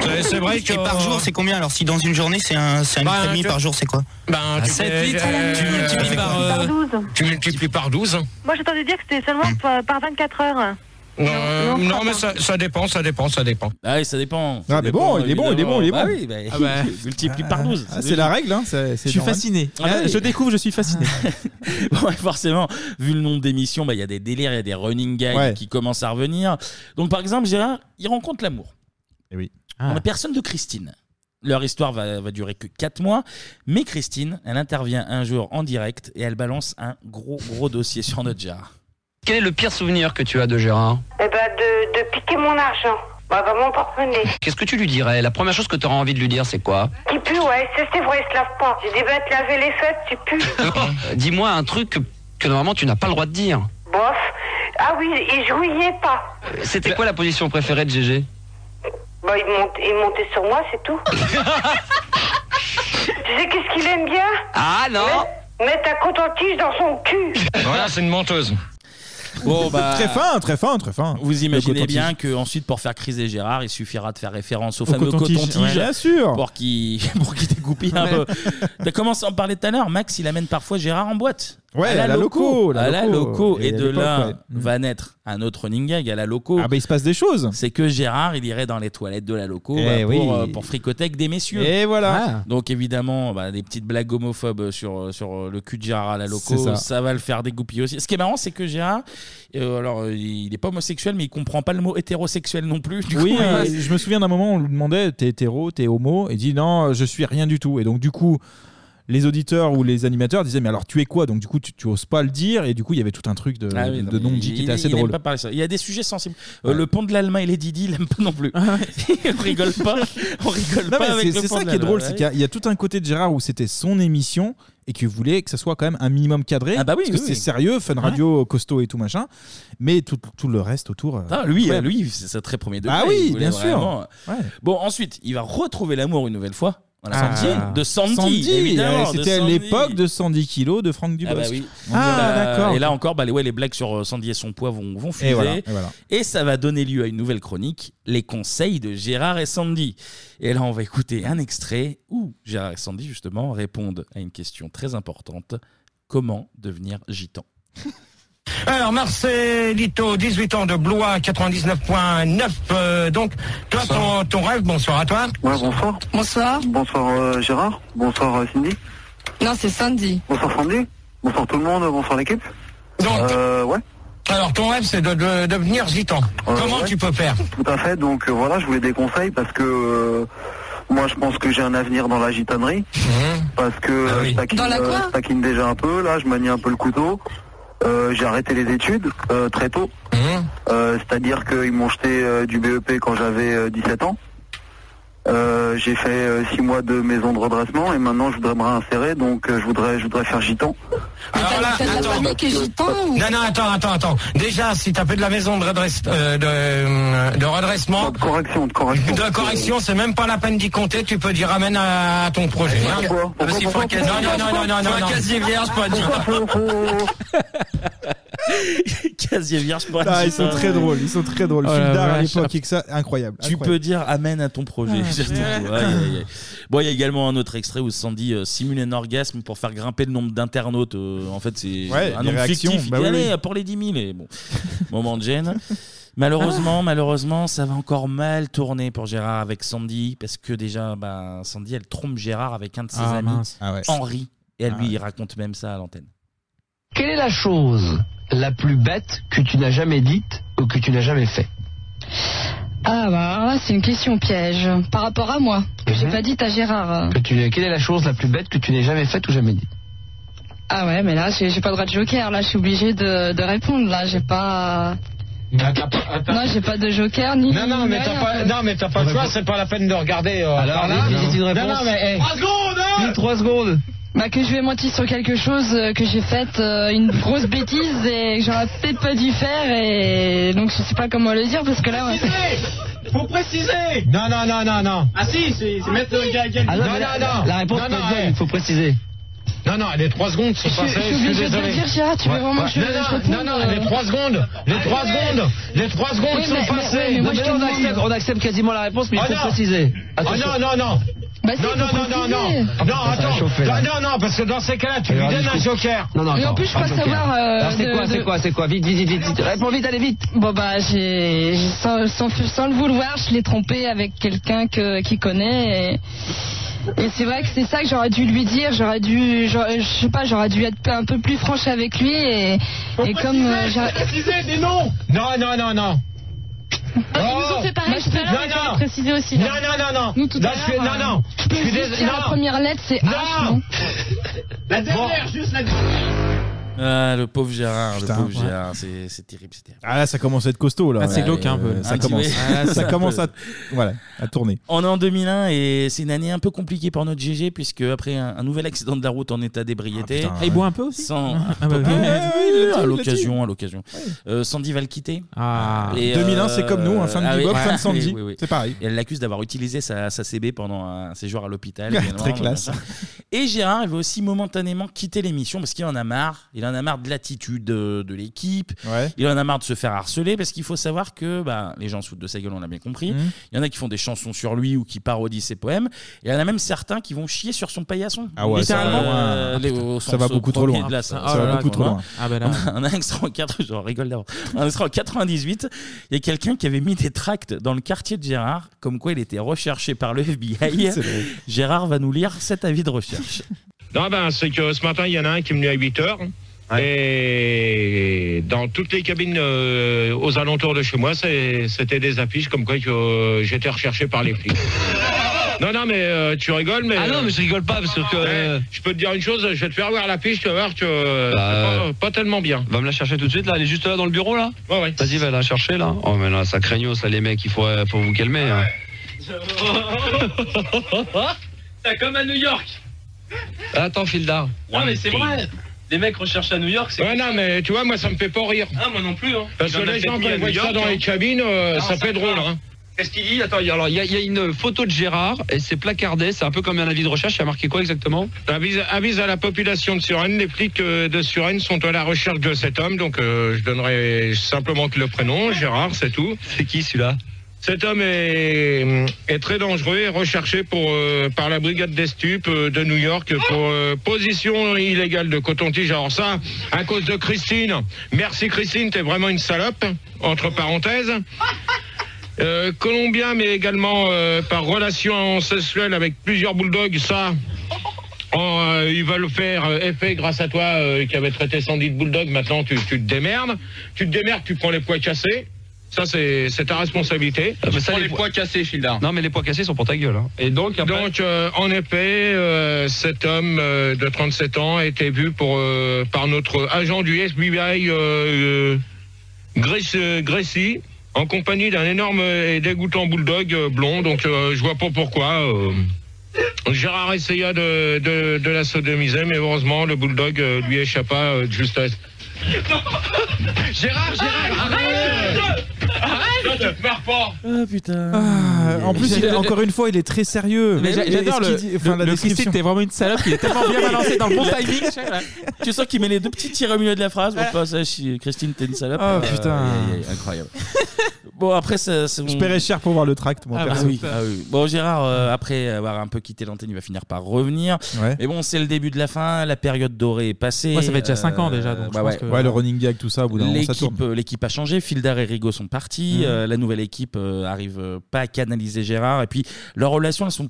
Speaker 21: C'est- c'est vrai que-
Speaker 19: Et par jour, c'est combien Alors, si dans une journée, c'est un, c'est un
Speaker 21: Bah,
Speaker 19: litre et demi
Speaker 21: tu-
Speaker 19: par jour, c'est quoi
Speaker 21: Ben,
Speaker 19: Ah,
Speaker 21: tu,
Speaker 19: sept
Speaker 21: fais-
Speaker 19: litres,
Speaker 21: euh,
Speaker 19: tu multiplies
Speaker 21: c'est
Speaker 19: par,
Speaker 21: quoi
Speaker 19: euh,
Speaker 11: Par 12.
Speaker 21: Tu multiplies par 12.
Speaker 11: Moi, j'entendais dire que c'était seulement
Speaker 21: Mm.
Speaker 11: par- par 24 heures.
Speaker 21: Non, euh, non, mais ça, ça dépend, ça dépend, ça dépend.
Speaker 1: Ah oui, ça dépend.
Speaker 7: Ah, mais bon, il est bon, il est bon, il est bon.
Speaker 1: Bah oui, bah,
Speaker 7: Ah bah.
Speaker 1: multiplie par 12.
Speaker 7: Ah, c'est la règle, hein. c'est- c'est
Speaker 8: Je suis
Speaker 7: normal.
Speaker 8: fasciné.
Speaker 1: Ah
Speaker 8: Là,
Speaker 1: oui.
Speaker 8: Je découvre, je suis fasciné.
Speaker 15: Ah.
Speaker 1: Bon, ouais, forcément, vu le nombre d'émissions, bah, il y a des délires, il y a des running gags
Speaker 7: Ouais.
Speaker 1: qui commencent à revenir. Donc, par exemple, Gérard, il rencontre l'amour.
Speaker 7: Et Eh oui. Ah.
Speaker 1: On a personne de Christine. Leur histoire va, va durer que 4 mois. Mais Christine, elle intervient un jour en direct et elle balance un gros, gros dossier sur notre Gérard.
Speaker 20: Quel est le pire souvenir que tu as de Gérard
Speaker 10: Eh ben, de, de piquer mon argent. Bah, vraiment, pardonnez.
Speaker 30: Qu'est-ce que tu lui dirais La première chose que tu auras envie de lui dire, c'est quoi
Speaker 10: Qui pue, ouais, c'est c'est vrai, il se lave pas. J'ai dit, bah, te laver les fêtes, tu pues.
Speaker 30: Euh, Dis-moi un truc que, que normalement tu n'as pas le droit de dire.
Speaker 10: Bof. Ah oui, il jouillait pas.
Speaker 30: Euh,
Speaker 21: Bah-
Speaker 30: C'était quoi la position préférée de GG
Speaker 10: Bah, il, monte, il montait sur moi, c'est tout. tu sais qu'est-ce qu'il aime bien
Speaker 30: Ah non
Speaker 10: Mettre mettre un coton-tige dans son cul.
Speaker 31: Voilà, c'est une menteuse.
Speaker 1: Bon, bah,
Speaker 7: Très fin, très fin, très fin.
Speaker 1: Vous imaginez
Speaker 7: Le
Speaker 1: bien que ensuite pour faire criser Gérard, il suffira de faire référence au
Speaker 7: Au
Speaker 1: fameux
Speaker 7: coton-tige,
Speaker 1: coton-tige,
Speaker 7: ouais, bien sûr.
Speaker 1: pour qu'il pour qu'il dégoupille un peu. T'as commencé à en parler tout à l'heure. Max, il amène parfois Gérard en boîte.
Speaker 7: Ouais,
Speaker 1: à la, loco, à la loco, et,
Speaker 7: à
Speaker 1: de
Speaker 7: l'époque,
Speaker 1: là
Speaker 7: ouais.
Speaker 1: va naître un autre running gag à la loco.
Speaker 7: Ah bah il se passe des choses.
Speaker 1: C'est que Gérard, il irait dans les toilettes de la loco
Speaker 7: Eh
Speaker 1: bah,
Speaker 7: oui.
Speaker 1: pour, euh, pour fricoter avec des messieurs.
Speaker 7: Et voilà. Ah.
Speaker 1: Donc évidemment, bah, des petites blagues homophobes sur, euh, sur le cul de Gérard à la loco,
Speaker 7: C'est ça.
Speaker 1: ça. va le faire dégoupiller aussi. Ce qui est marrant, c'est que Gérard, euh, alors euh, il n'est pas homosexuel, mais il comprend pas le mot hétérosexuel non plus. Du
Speaker 7: oui,
Speaker 1: coup,
Speaker 7: euh,
Speaker 1: il-
Speaker 7: je me souviens d'un moment où on lui demandait t'es hétéro, t'es homo, et il dit non, je suis rien du tout. Et donc du coup, les auditeurs ou les animateurs disaient mais alors tu es quoi Donc du coup, tu, tu oses pas le dire, et du coup, il y avait tout un truc de,
Speaker 1: Ah oui,
Speaker 7: de,
Speaker 1: non,
Speaker 7: de
Speaker 1: mais
Speaker 7: non-dit
Speaker 1: il-
Speaker 7: qui
Speaker 1: il-
Speaker 7: était assez
Speaker 1: il aime
Speaker 7: drôle.
Speaker 1: pas parler ça. Il y a des sujets sensibles. Euh, Le pont de l'Allemagne et les Didi, il l'aime pas non plus. on rigole pas. On
Speaker 7: Ah
Speaker 1: rigole
Speaker 7: Non,
Speaker 1: pas
Speaker 7: mais
Speaker 1: avec
Speaker 7: c'est
Speaker 1: le
Speaker 7: c'est
Speaker 1: pont
Speaker 7: ça
Speaker 1: de
Speaker 7: qui est drôle,
Speaker 1: l'Allemagne.
Speaker 7: c'est qu'il y a- il y, a tout un côté de Gérard où c'était son émission et qu'il voulait que ça soit quand même un minimum cadré.
Speaker 1: Ah bah oui,
Speaker 7: parce que
Speaker 1: oui,
Speaker 7: c'est
Speaker 1: oui.
Speaker 7: sérieux, fun radio, costaud et tout machin. Mais tout, tout le reste autour. euh,
Speaker 1: Ah, lui,
Speaker 7: ouais.
Speaker 1: lui, c'est ça très premier degré.
Speaker 7: Ah
Speaker 1: il
Speaker 7: oui,
Speaker 1: voulait
Speaker 7: bien sûr.
Speaker 1: vraiment. euh, Bon, ensuite, il va retrouver l'amour une nouvelle fois. Voilà,
Speaker 7: Ah.
Speaker 1: Sandy, de Sandy, évidemment.
Speaker 7: ouais,
Speaker 1: de
Speaker 7: C'était à
Speaker 1: Sandy.
Speaker 7: l'époque de 110 kilos de Franck
Speaker 1: Ah,
Speaker 7: Dubosc.
Speaker 1: bah oui.
Speaker 7: Ah,
Speaker 1: Bah,
Speaker 7: d'accord.
Speaker 1: Et là encore, bah, les- ouais, les blagues sur euh, Sandy et son poids vont, vont fuser.
Speaker 7: Et voilà, et voilà.
Speaker 1: Et ça va donner lieu à une nouvelle chronique, les conseils de Gérard et Sandy. Et là, on va écouter un extrait où Gérard et Sandy, justement, répondent à une question très importante. Comment devenir gitan
Speaker 21: Alors, Marcelito, 18 ans de Blois, 99.9. euh, donc, toi, ton, ton rêve, bonsoir à toi.
Speaker 3: bonsoir.
Speaker 21: Bonsoir.
Speaker 3: Bonsoir euh, Gérard, bonsoir euh, Cindy,
Speaker 21: Non, c'est Sandy.
Speaker 3: bonsoir Sandy, bonsoir tout le monde, bonsoir l'équipe.
Speaker 21: Donc,
Speaker 3: Euh, ouais.
Speaker 21: alors, ton rêve, c'est de, de- devenir gitan.
Speaker 3: Euh,
Speaker 21: Comment
Speaker 3: ouais.
Speaker 21: tu peux faire
Speaker 3: Tout à fait, donc euh, voilà, je voulais des conseils parce que euh, moi je pense que j'ai un avenir dans la gitanerie.
Speaker 30: Mhm.
Speaker 3: Parce
Speaker 30: Ah
Speaker 3: que je, taquine, euh, je taquine déjà un peu, là je manie un peu le couteau. Euh, j'ai arrêté les études euh, très tôt.
Speaker 30: Mhm.
Speaker 3: Euh, C'est-à-dire qu'ils m'ont jeté euh, du BEP quand j'avais euh, 17 ans. Euh, j'ai fait 6 mois de maison de redressement et maintenant je voudrais me réinsérer, donc euh, je voudrais je voudrais faire gitan.
Speaker 21: Alors là, attends. Non, non, attends, attends, attends. Déjà, si t'as fait de la maison de, redresse, euh, de, euh, de redressement. De
Speaker 3: correction, de correction.
Speaker 21: De correction, c'est même pas la peine d'y compter, tu peux dire ramène à, à ton projet. hein. Parce qu'il faut un casier- Non, non, non, non, non, non.
Speaker 1: Casier vierge pour
Speaker 7: Ah,
Speaker 1: un
Speaker 7: ils sont
Speaker 1: gitan.
Speaker 7: très drôles, ils sont très drôles.
Speaker 1: Oh la
Speaker 7: Fildar à
Speaker 1: vache.
Speaker 7: l'époque, et que ça, incroyable.
Speaker 1: Tu
Speaker 7: incroyable.
Speaker 1: peux dire amène à ton projet.
Speaker 7: Ah,
Speaker 1: J'aime
Speaker 7: ouais.
Speaker 1: beaucoup. Aïe, aïe, aïe. Bon, il y a également un autre extrait où Sandy euh, simule un orgasme pour faire grimper le nombre d'internautes. Euh, en fait, c'est
Speaker 7: Ouais,
Speaker 1: un
Speaker 7: les
Speaker 1: nombre
Speaker 7: réactions.
Speaker 1: fictif. Il
Speaker 7: Bah
Speaker 1: dit,
Speaker 7: oui,
Speaker 1: allez,
Speaker 7: oui.
Speaker 1: à pour les 10 000. Et bon, moment de gêne. Malheureusement, malheureusement, ça va encore mal tourner pour Gérard avec Sandy parce que déjà, bah, Sandy, elle trompe Gérard avec un de ses
Speaker 30: Ah,
Speaker 1: amis,
Speaker 30: mince. Ah ouais.
Speaker 1: Henri, et elle
Speaker 30: Ah
Speaker 1: lui
Speaker 30: ouais.
Speaker 1: il raconte même ça à l'antenne.
Speaker 30: Quelle est la chose la plus bête que tu n'as jamais dite ou que tu n'as jamais fait
Speaker 16: Ah bah alors là c'est une question piège par rapport à moi. que J'ai pas dit à Gérard.
Speaker 30: Que tu- Quelle est la chose la plus bête que tu n'aies jamais faite ou jamais dite
Speaker 16: Ah ouais mais là j'ai j'ai pas le droit de joker là je suis obligée de, de répondre là j'ai pas. Non j'ai pas de joker ni.
Speaker 21: Non, non, mais
Speaker 16: ni
Speaker 21: t'as
Speaker 16: rien,
Speaker 21: pas,
Speaker 16: quoi.
Speaker 21: non, mais t'as pas le choix, c'est pas la peine de regarder. euh, par là. Non, non, mais, hey.
Speaker 30: hein.
Speaker 16: Trois secondes Bah que je vais mentir sur quelque chose, euh, que j'ai fait euh, une grosse bêtise et que j'aurais peut-être pas dû faire et donc je sais pas comment le dire parce que là... ouais.
Speaker 21: Faut préciser Non, non, non, non, non.
Speaker 8: Ah si, c'est c'est mettre le gars à
Speaker 21: Ah non, mais la- la réponse peut être bonne, il
Speaker 30: faut préciser.
Speaker 21: Non, non, les 3 secondes sont
Speaker 16: Je-
Speaker 21: passées,
Speaker 16: je suis obligée de
Speaker 21: désolé.
Speaker 16: le dire, Gérard, tu veux vraiment que je-
Speaker 21: Non,
Speaker 16: je
Speaker 21: non,
Speaker 16: réponde,
Speaker 21: non, non,
Speaker 16: euh,
Speaker 21: les 3 secondes, les 3
Speaker 16: Allez.
Speaker 21: secondes, les 3 secondes
Speaker 16: Oui,
Speaker 21: sont
Speaker 16: mais- mais-
Speaker 21: passées.
Speaker 16: ouais, mais
Speaker 21: Non,
Speaker 16: moi, je te
Speaker 21: mais on
Speaker 16: demande-
Speaker 21: accepte-
Speaker 30: On accepte quasiment la réponse, mais il
Speaker 21: Oh
Speaker 30: faut
Speaker 21: non.
Speaker 30: préciser. Ah,
Speaker 21: Oh non, non, non.
Speaker 16: Bah si,
Speaker 21: non,
Speaker 16: faut
Speaker 21: non, non, non, non,
Speaker 16: préciser.
Speaker 21: non, attends,
Speaker 30: chauffer, là.
Speaker 21: non, non, parce que dans ces cas-là, tu
Speaker 30: Et
Speaker 21: lui
Speaker 30: alors,
Speaker 21: donnes
Speaker 30: du
Speaker 21: un
Speaker 30: coup-
Speaker 21: joker.
Speaker 30: Non, non,
Speaker 16: Mais en
Speaker 30: attends,
Speaker 16: plus, je
Speaker 30: pas
Speaker 16: crois
Speaker 30: joker.
Speaker 16: savoir, euh,
Speaker 30: Alors, c'est
Speaker 16: de-
Speaker 30: quoi,
Speaker 16: de-
Speaker 30: c'est quoi, c'est quoi Vite, vite, vite, vite, vite. Réponds vite, allez vite.
Speaker 16: Bon bah j'ai j'ai- sans, sans, sans le vouloir, je l'ai trompé avec quelqu'un que qui connaît et, et c'est vrai que c'est ça que j'aurais dû lui dire, j'aurais dû j'aurais- je sais pas, j'aurais dû être un peu plus franche avec lui et, et comme euh, j'aurais-
Speaker 21: des noms Non, non, non, non.
Speaker 16: Ah, ils nous ont fait pareil
Speaker 21: Bah, je
Speaker 16: tout à
Speaker 21: te-
Speaker 16: l'heure,
Speaker 21: non,
Speaker 16: mais je vais
Speaker 21: non.
Speaker 16: le préciser aussi,
Speaker 21: Non,
Speaker 16: là.
Speaker 21: non, non, non.
Speaker 16: Nous, tout à
Speaker 21: Là, je suis-
Speaker 16: l'heure,
Speaker 21: non,
Speaker 16: euh,
Speaker 21: non.
Speaker 16: je peux
Speaker 21: suis
Speaker 16: juste
Speaker 21: dés-
Speaker 16: dire la
Speaker 21: non.
Speaker 16: première lettre, c'est H, non
Speaker 21: La dernière,
Speaker 8: juste la dernière.
Speaker 1: Ah, le pauvre Gérard,
Speaker 7: Putain,
Speaker 1: le pauvre
Speaker 7: ouais.
Speaker 1: Gérard, c'est c'est terrible, c'est terrible.
Speaker 7: Ah hein, là, ça commence à être costaud là.
Speaker 1: Ah, c'est
Speaker 7: Ouais,
Speaker 1: glauque, un peu. Un
Speaker 7: Ça
Speaker 1: petit
Speaker 7: commence,
Speaker 1: peu.
Speaker 7: ça commence à, voilà, à tourner.
Speaker 1: On est en 2001 et c'est une année un peu compliquée pour notre GG puisque après un, un nouvel accident de la route en état d'ébriété,
Speaker 7: Ah, il boit un peu aussi
Speaker 1: sans
Speaker 7: Ah, bah,
Speaker 1: Ouais,
Speaker 7: oui.
Speaker 1: ouais,
Speaker 7: Ah, oui, il l'a dit, il l'a
Speaker 1: à
Speaker 7: dit.
Speaker 1: l'occasion, à l'occasion. Euh, Sandy va le quitter. euh,
Speaker 7: Ah. 2001, c'est comme nous, hein, fin de
Speaker 1: ah oui,
Speaker 7: Bebop, fin de
Speaker 1: oui,
Speaker 7: Sandy.
Speaker 1: oui, oui.
Speaker 7: C'est pareil.
Speaker 1: Et elle l'accuse d'avoir utilisé sa, sa CB pendant un séjour à l'hôpital. également,
Speaker 7: Très classe.
Speaker 1: donc, et Gérard, il veut aussi momentanément quitter l'émission parce qu'il en a marre. Il en a marre de l'attitude de, de l'équipe. Il en a marre de se faire harceler parce qu'il faut savoir que bah, les gens se foutent de sa gueule, on l'a bien compris.
Speaker 7: Mhm.
Speaker 1: Il y en a qui font des chansons sur lui ou qui parodient ses poèmes. Et il y en a même certains qui vont chier sur son paillasson.
Speaker 7: Ah ouais, ça
Speaker 1: Littéralement,
Speaker 7: va loin.
Speaker 1: euh, les- au
Speaker 7: Ça
Speaker 1: sens
Speaker 7: va beaucoup trop
Speaker 1: premier
Speaker 7: loin.
Speaker 1: de la-
Speaker 7: Ça va beaucoup trop loin. Ah ben là.
Speaker 1: On a un extra en 4, je rigole d'avant. Un extra en 98, il y a quelqu'un qui avait mis des tracts dans le quartier de Gérard, comme quoi il était recherché par le FBI.
Speaker 21: C'est vrai.
Speaker 1: Gérard va nous lire cet avis de recherche.
Speaker 21: Non, ben, c'est que ce matin, il y en a un qui est venu à 8 heures. Et dans toutes les cabines euh, aux alentours de chez moi, c'est- c'était des affiches comme quoi que, euh, j'étais recherché par les flics. Non, non, mais euh, tu rigoles, mais. Ah non, mais je rigole pas, parce que. euh, je peux te dire une chose, je vais te faire voir l'affiche, tu vas voir que. euh, c'est pas, pas tellement bien.
Speaker 2: Va me la chercher tout de suite là, elle est juste là dans le bureau là Ouais ouais. Vas-y va la chercher là. Oh mais là ça craignos là les mecs, il faut, euh, faut vous calmer. hein.
Speaker 15: C'est comme à New York.
Speaker 2: Attends Fildar.
Speaker 15: Non, mais c'est vrai. Les mecs recherchent à New York, c'est.
Speaker 21: Ouais, non, mais tu vois, moi, ça me fait pas rire.
Speaker 15: Ah, moi non plus, hein.
Speaker 21: Parce
Speaker 15: Il
Speaker 21: que
Speaker 15: en a
Speaker 21: les
Speaker 15: peut-être
Speaker 21: gens,
Speaker 15: mis
Speaker 21: quand
Speaker 15: à
Speaker 21: ils voient
Speaker 15: New
Speaker 21: ça
Speaker 15: York,
Speaker 21: dans
Speaker 15: hein.
Speaker 21: les cabines, euh,
Speaker 2: Non,
Speaker 21: ça
Speaker 2: ça
Speaker 21: fait drôle,
Speaker 2: va.
Speaker 21: hein.
Speaker 2: Qu'est-ce qu'il dit Attends, il y a- alors il y, a- il y a une photo de Gérard et c'est placardé, c'est un peu comme un avis de recherche, il y a marqué quoi exactement
Speaker 21: Avise, avise à la population de Suresnes, les flics euh, de Suresnes sont à la recherche de cet homme, donc euh, je donnerai simplement que le prénom, Gérard, c'est tout. C'est qui celui-là Cet homme est, est très dangereux et recherché pour, euh, par la brigade des stupes euh, de New York pour euh, position illégale de coton-tige. Alors ça, à cause de Christine. Merci Christine, t'es vraiment une salope, entre parenthèses. Euh, Colombien, mais également euh, par relation sexuelle avec plusieurs bulldogs, ça, Oh, euh, ils veulent faire euh, effet grâce à toi euh, qui avait traité Sandy de bulldog. Maintenant, tu, tu te démerdes. Tu te démerdes, tu prends les poids cassés. Ça, c'est c'est ta responsabilité.
Speaker 2: Ah, mais
Speaker 21: Tu
Speaker 2: ça,
Speaker 21: prends
Speaker 2: les
Speaker 21: les poids cassés, Childar.
Speaker 2: Non mais les poids cassés sont pour ta gueule. hein. Et donc après...
Speaker 21: Donc, euh, en effet, euh, cet homme euh, de 37 ans a été vu pour, euh, par notre agent du FBI, euh, euh, Grace- euh, Gracie, en compagnie d'un énorme et dégoûtant bulldog euh, blond. Donc, euh, je vois pas pourquoi. euh, Gérard essaya de, de, de la sodomiser, mais heureusement, le bulldog euh, lui échappa euh, de justesse.
Speaker 15: Gérard, Gérard, arrête Arrête Tu te marres pas
Speaker 1: Ah putain.
Speaker 7: Euh, en plus, il est- encore une fois, il est très sérieux.
Speaker 15: Mais j'a-
Speaker 7: Et- et
Speaker 15: j'adore
Speaker 7: ce
Speaker 15: le-
Speaker 7: qu'il dit- enfin,
Speaker 15: le-
Speaker 7: la
Speaker 15: le
Speaker 7: description.
Speaker 15: Christine, t'es vraiment une salope, il est tellement bien balancé dans le bon timing, tu sais, là.
Speaker 1: tu sens qu'il met les deux petits tirs au milieu de la phrase. Bon, passage, si Christine, t'es une salope.
Speaker 7: Ah,
Speaker 1: Euh,
Speaker 7: putain.
Speaker 1: aïe, aïe, aïe, incroyable. bon, après, ça, c'est-
Speaker 7: Je paierais cher pour voir le tract, moi.
Speaker 1: Ah, bah
Speaker 7: perso.
Speaker 1: oui, ah oui. Bon, Gérard, euh, après avoir un peu quitté l'antenne, il va finir par revenir.
Speaker 7: Ouais.
Speaker 1: Mais bon, c'est le début de la fin, la période dorée est passée.
Speaker 7: Ouais, ça fait déjà cinq ans
Speaker 1: Euh,
Speaker 7: déjà, donc je
Speaker 1: bah
Speaker 7: pense
Speaker 1: ouais.
Speaker 7: que- Ouais, le running gag, tout ça, au bout d'un moment, ça tourne.
Speaker 1: L'équipe, euh, L'équipe a changé, Fildar et Rigaud sont partis,
Speaker 7: Mhm.
Speaker 1: euh, la nouvelle équipe euh, arrive euh, pas à canaliser Gérard, et puis leurs relations, elles sont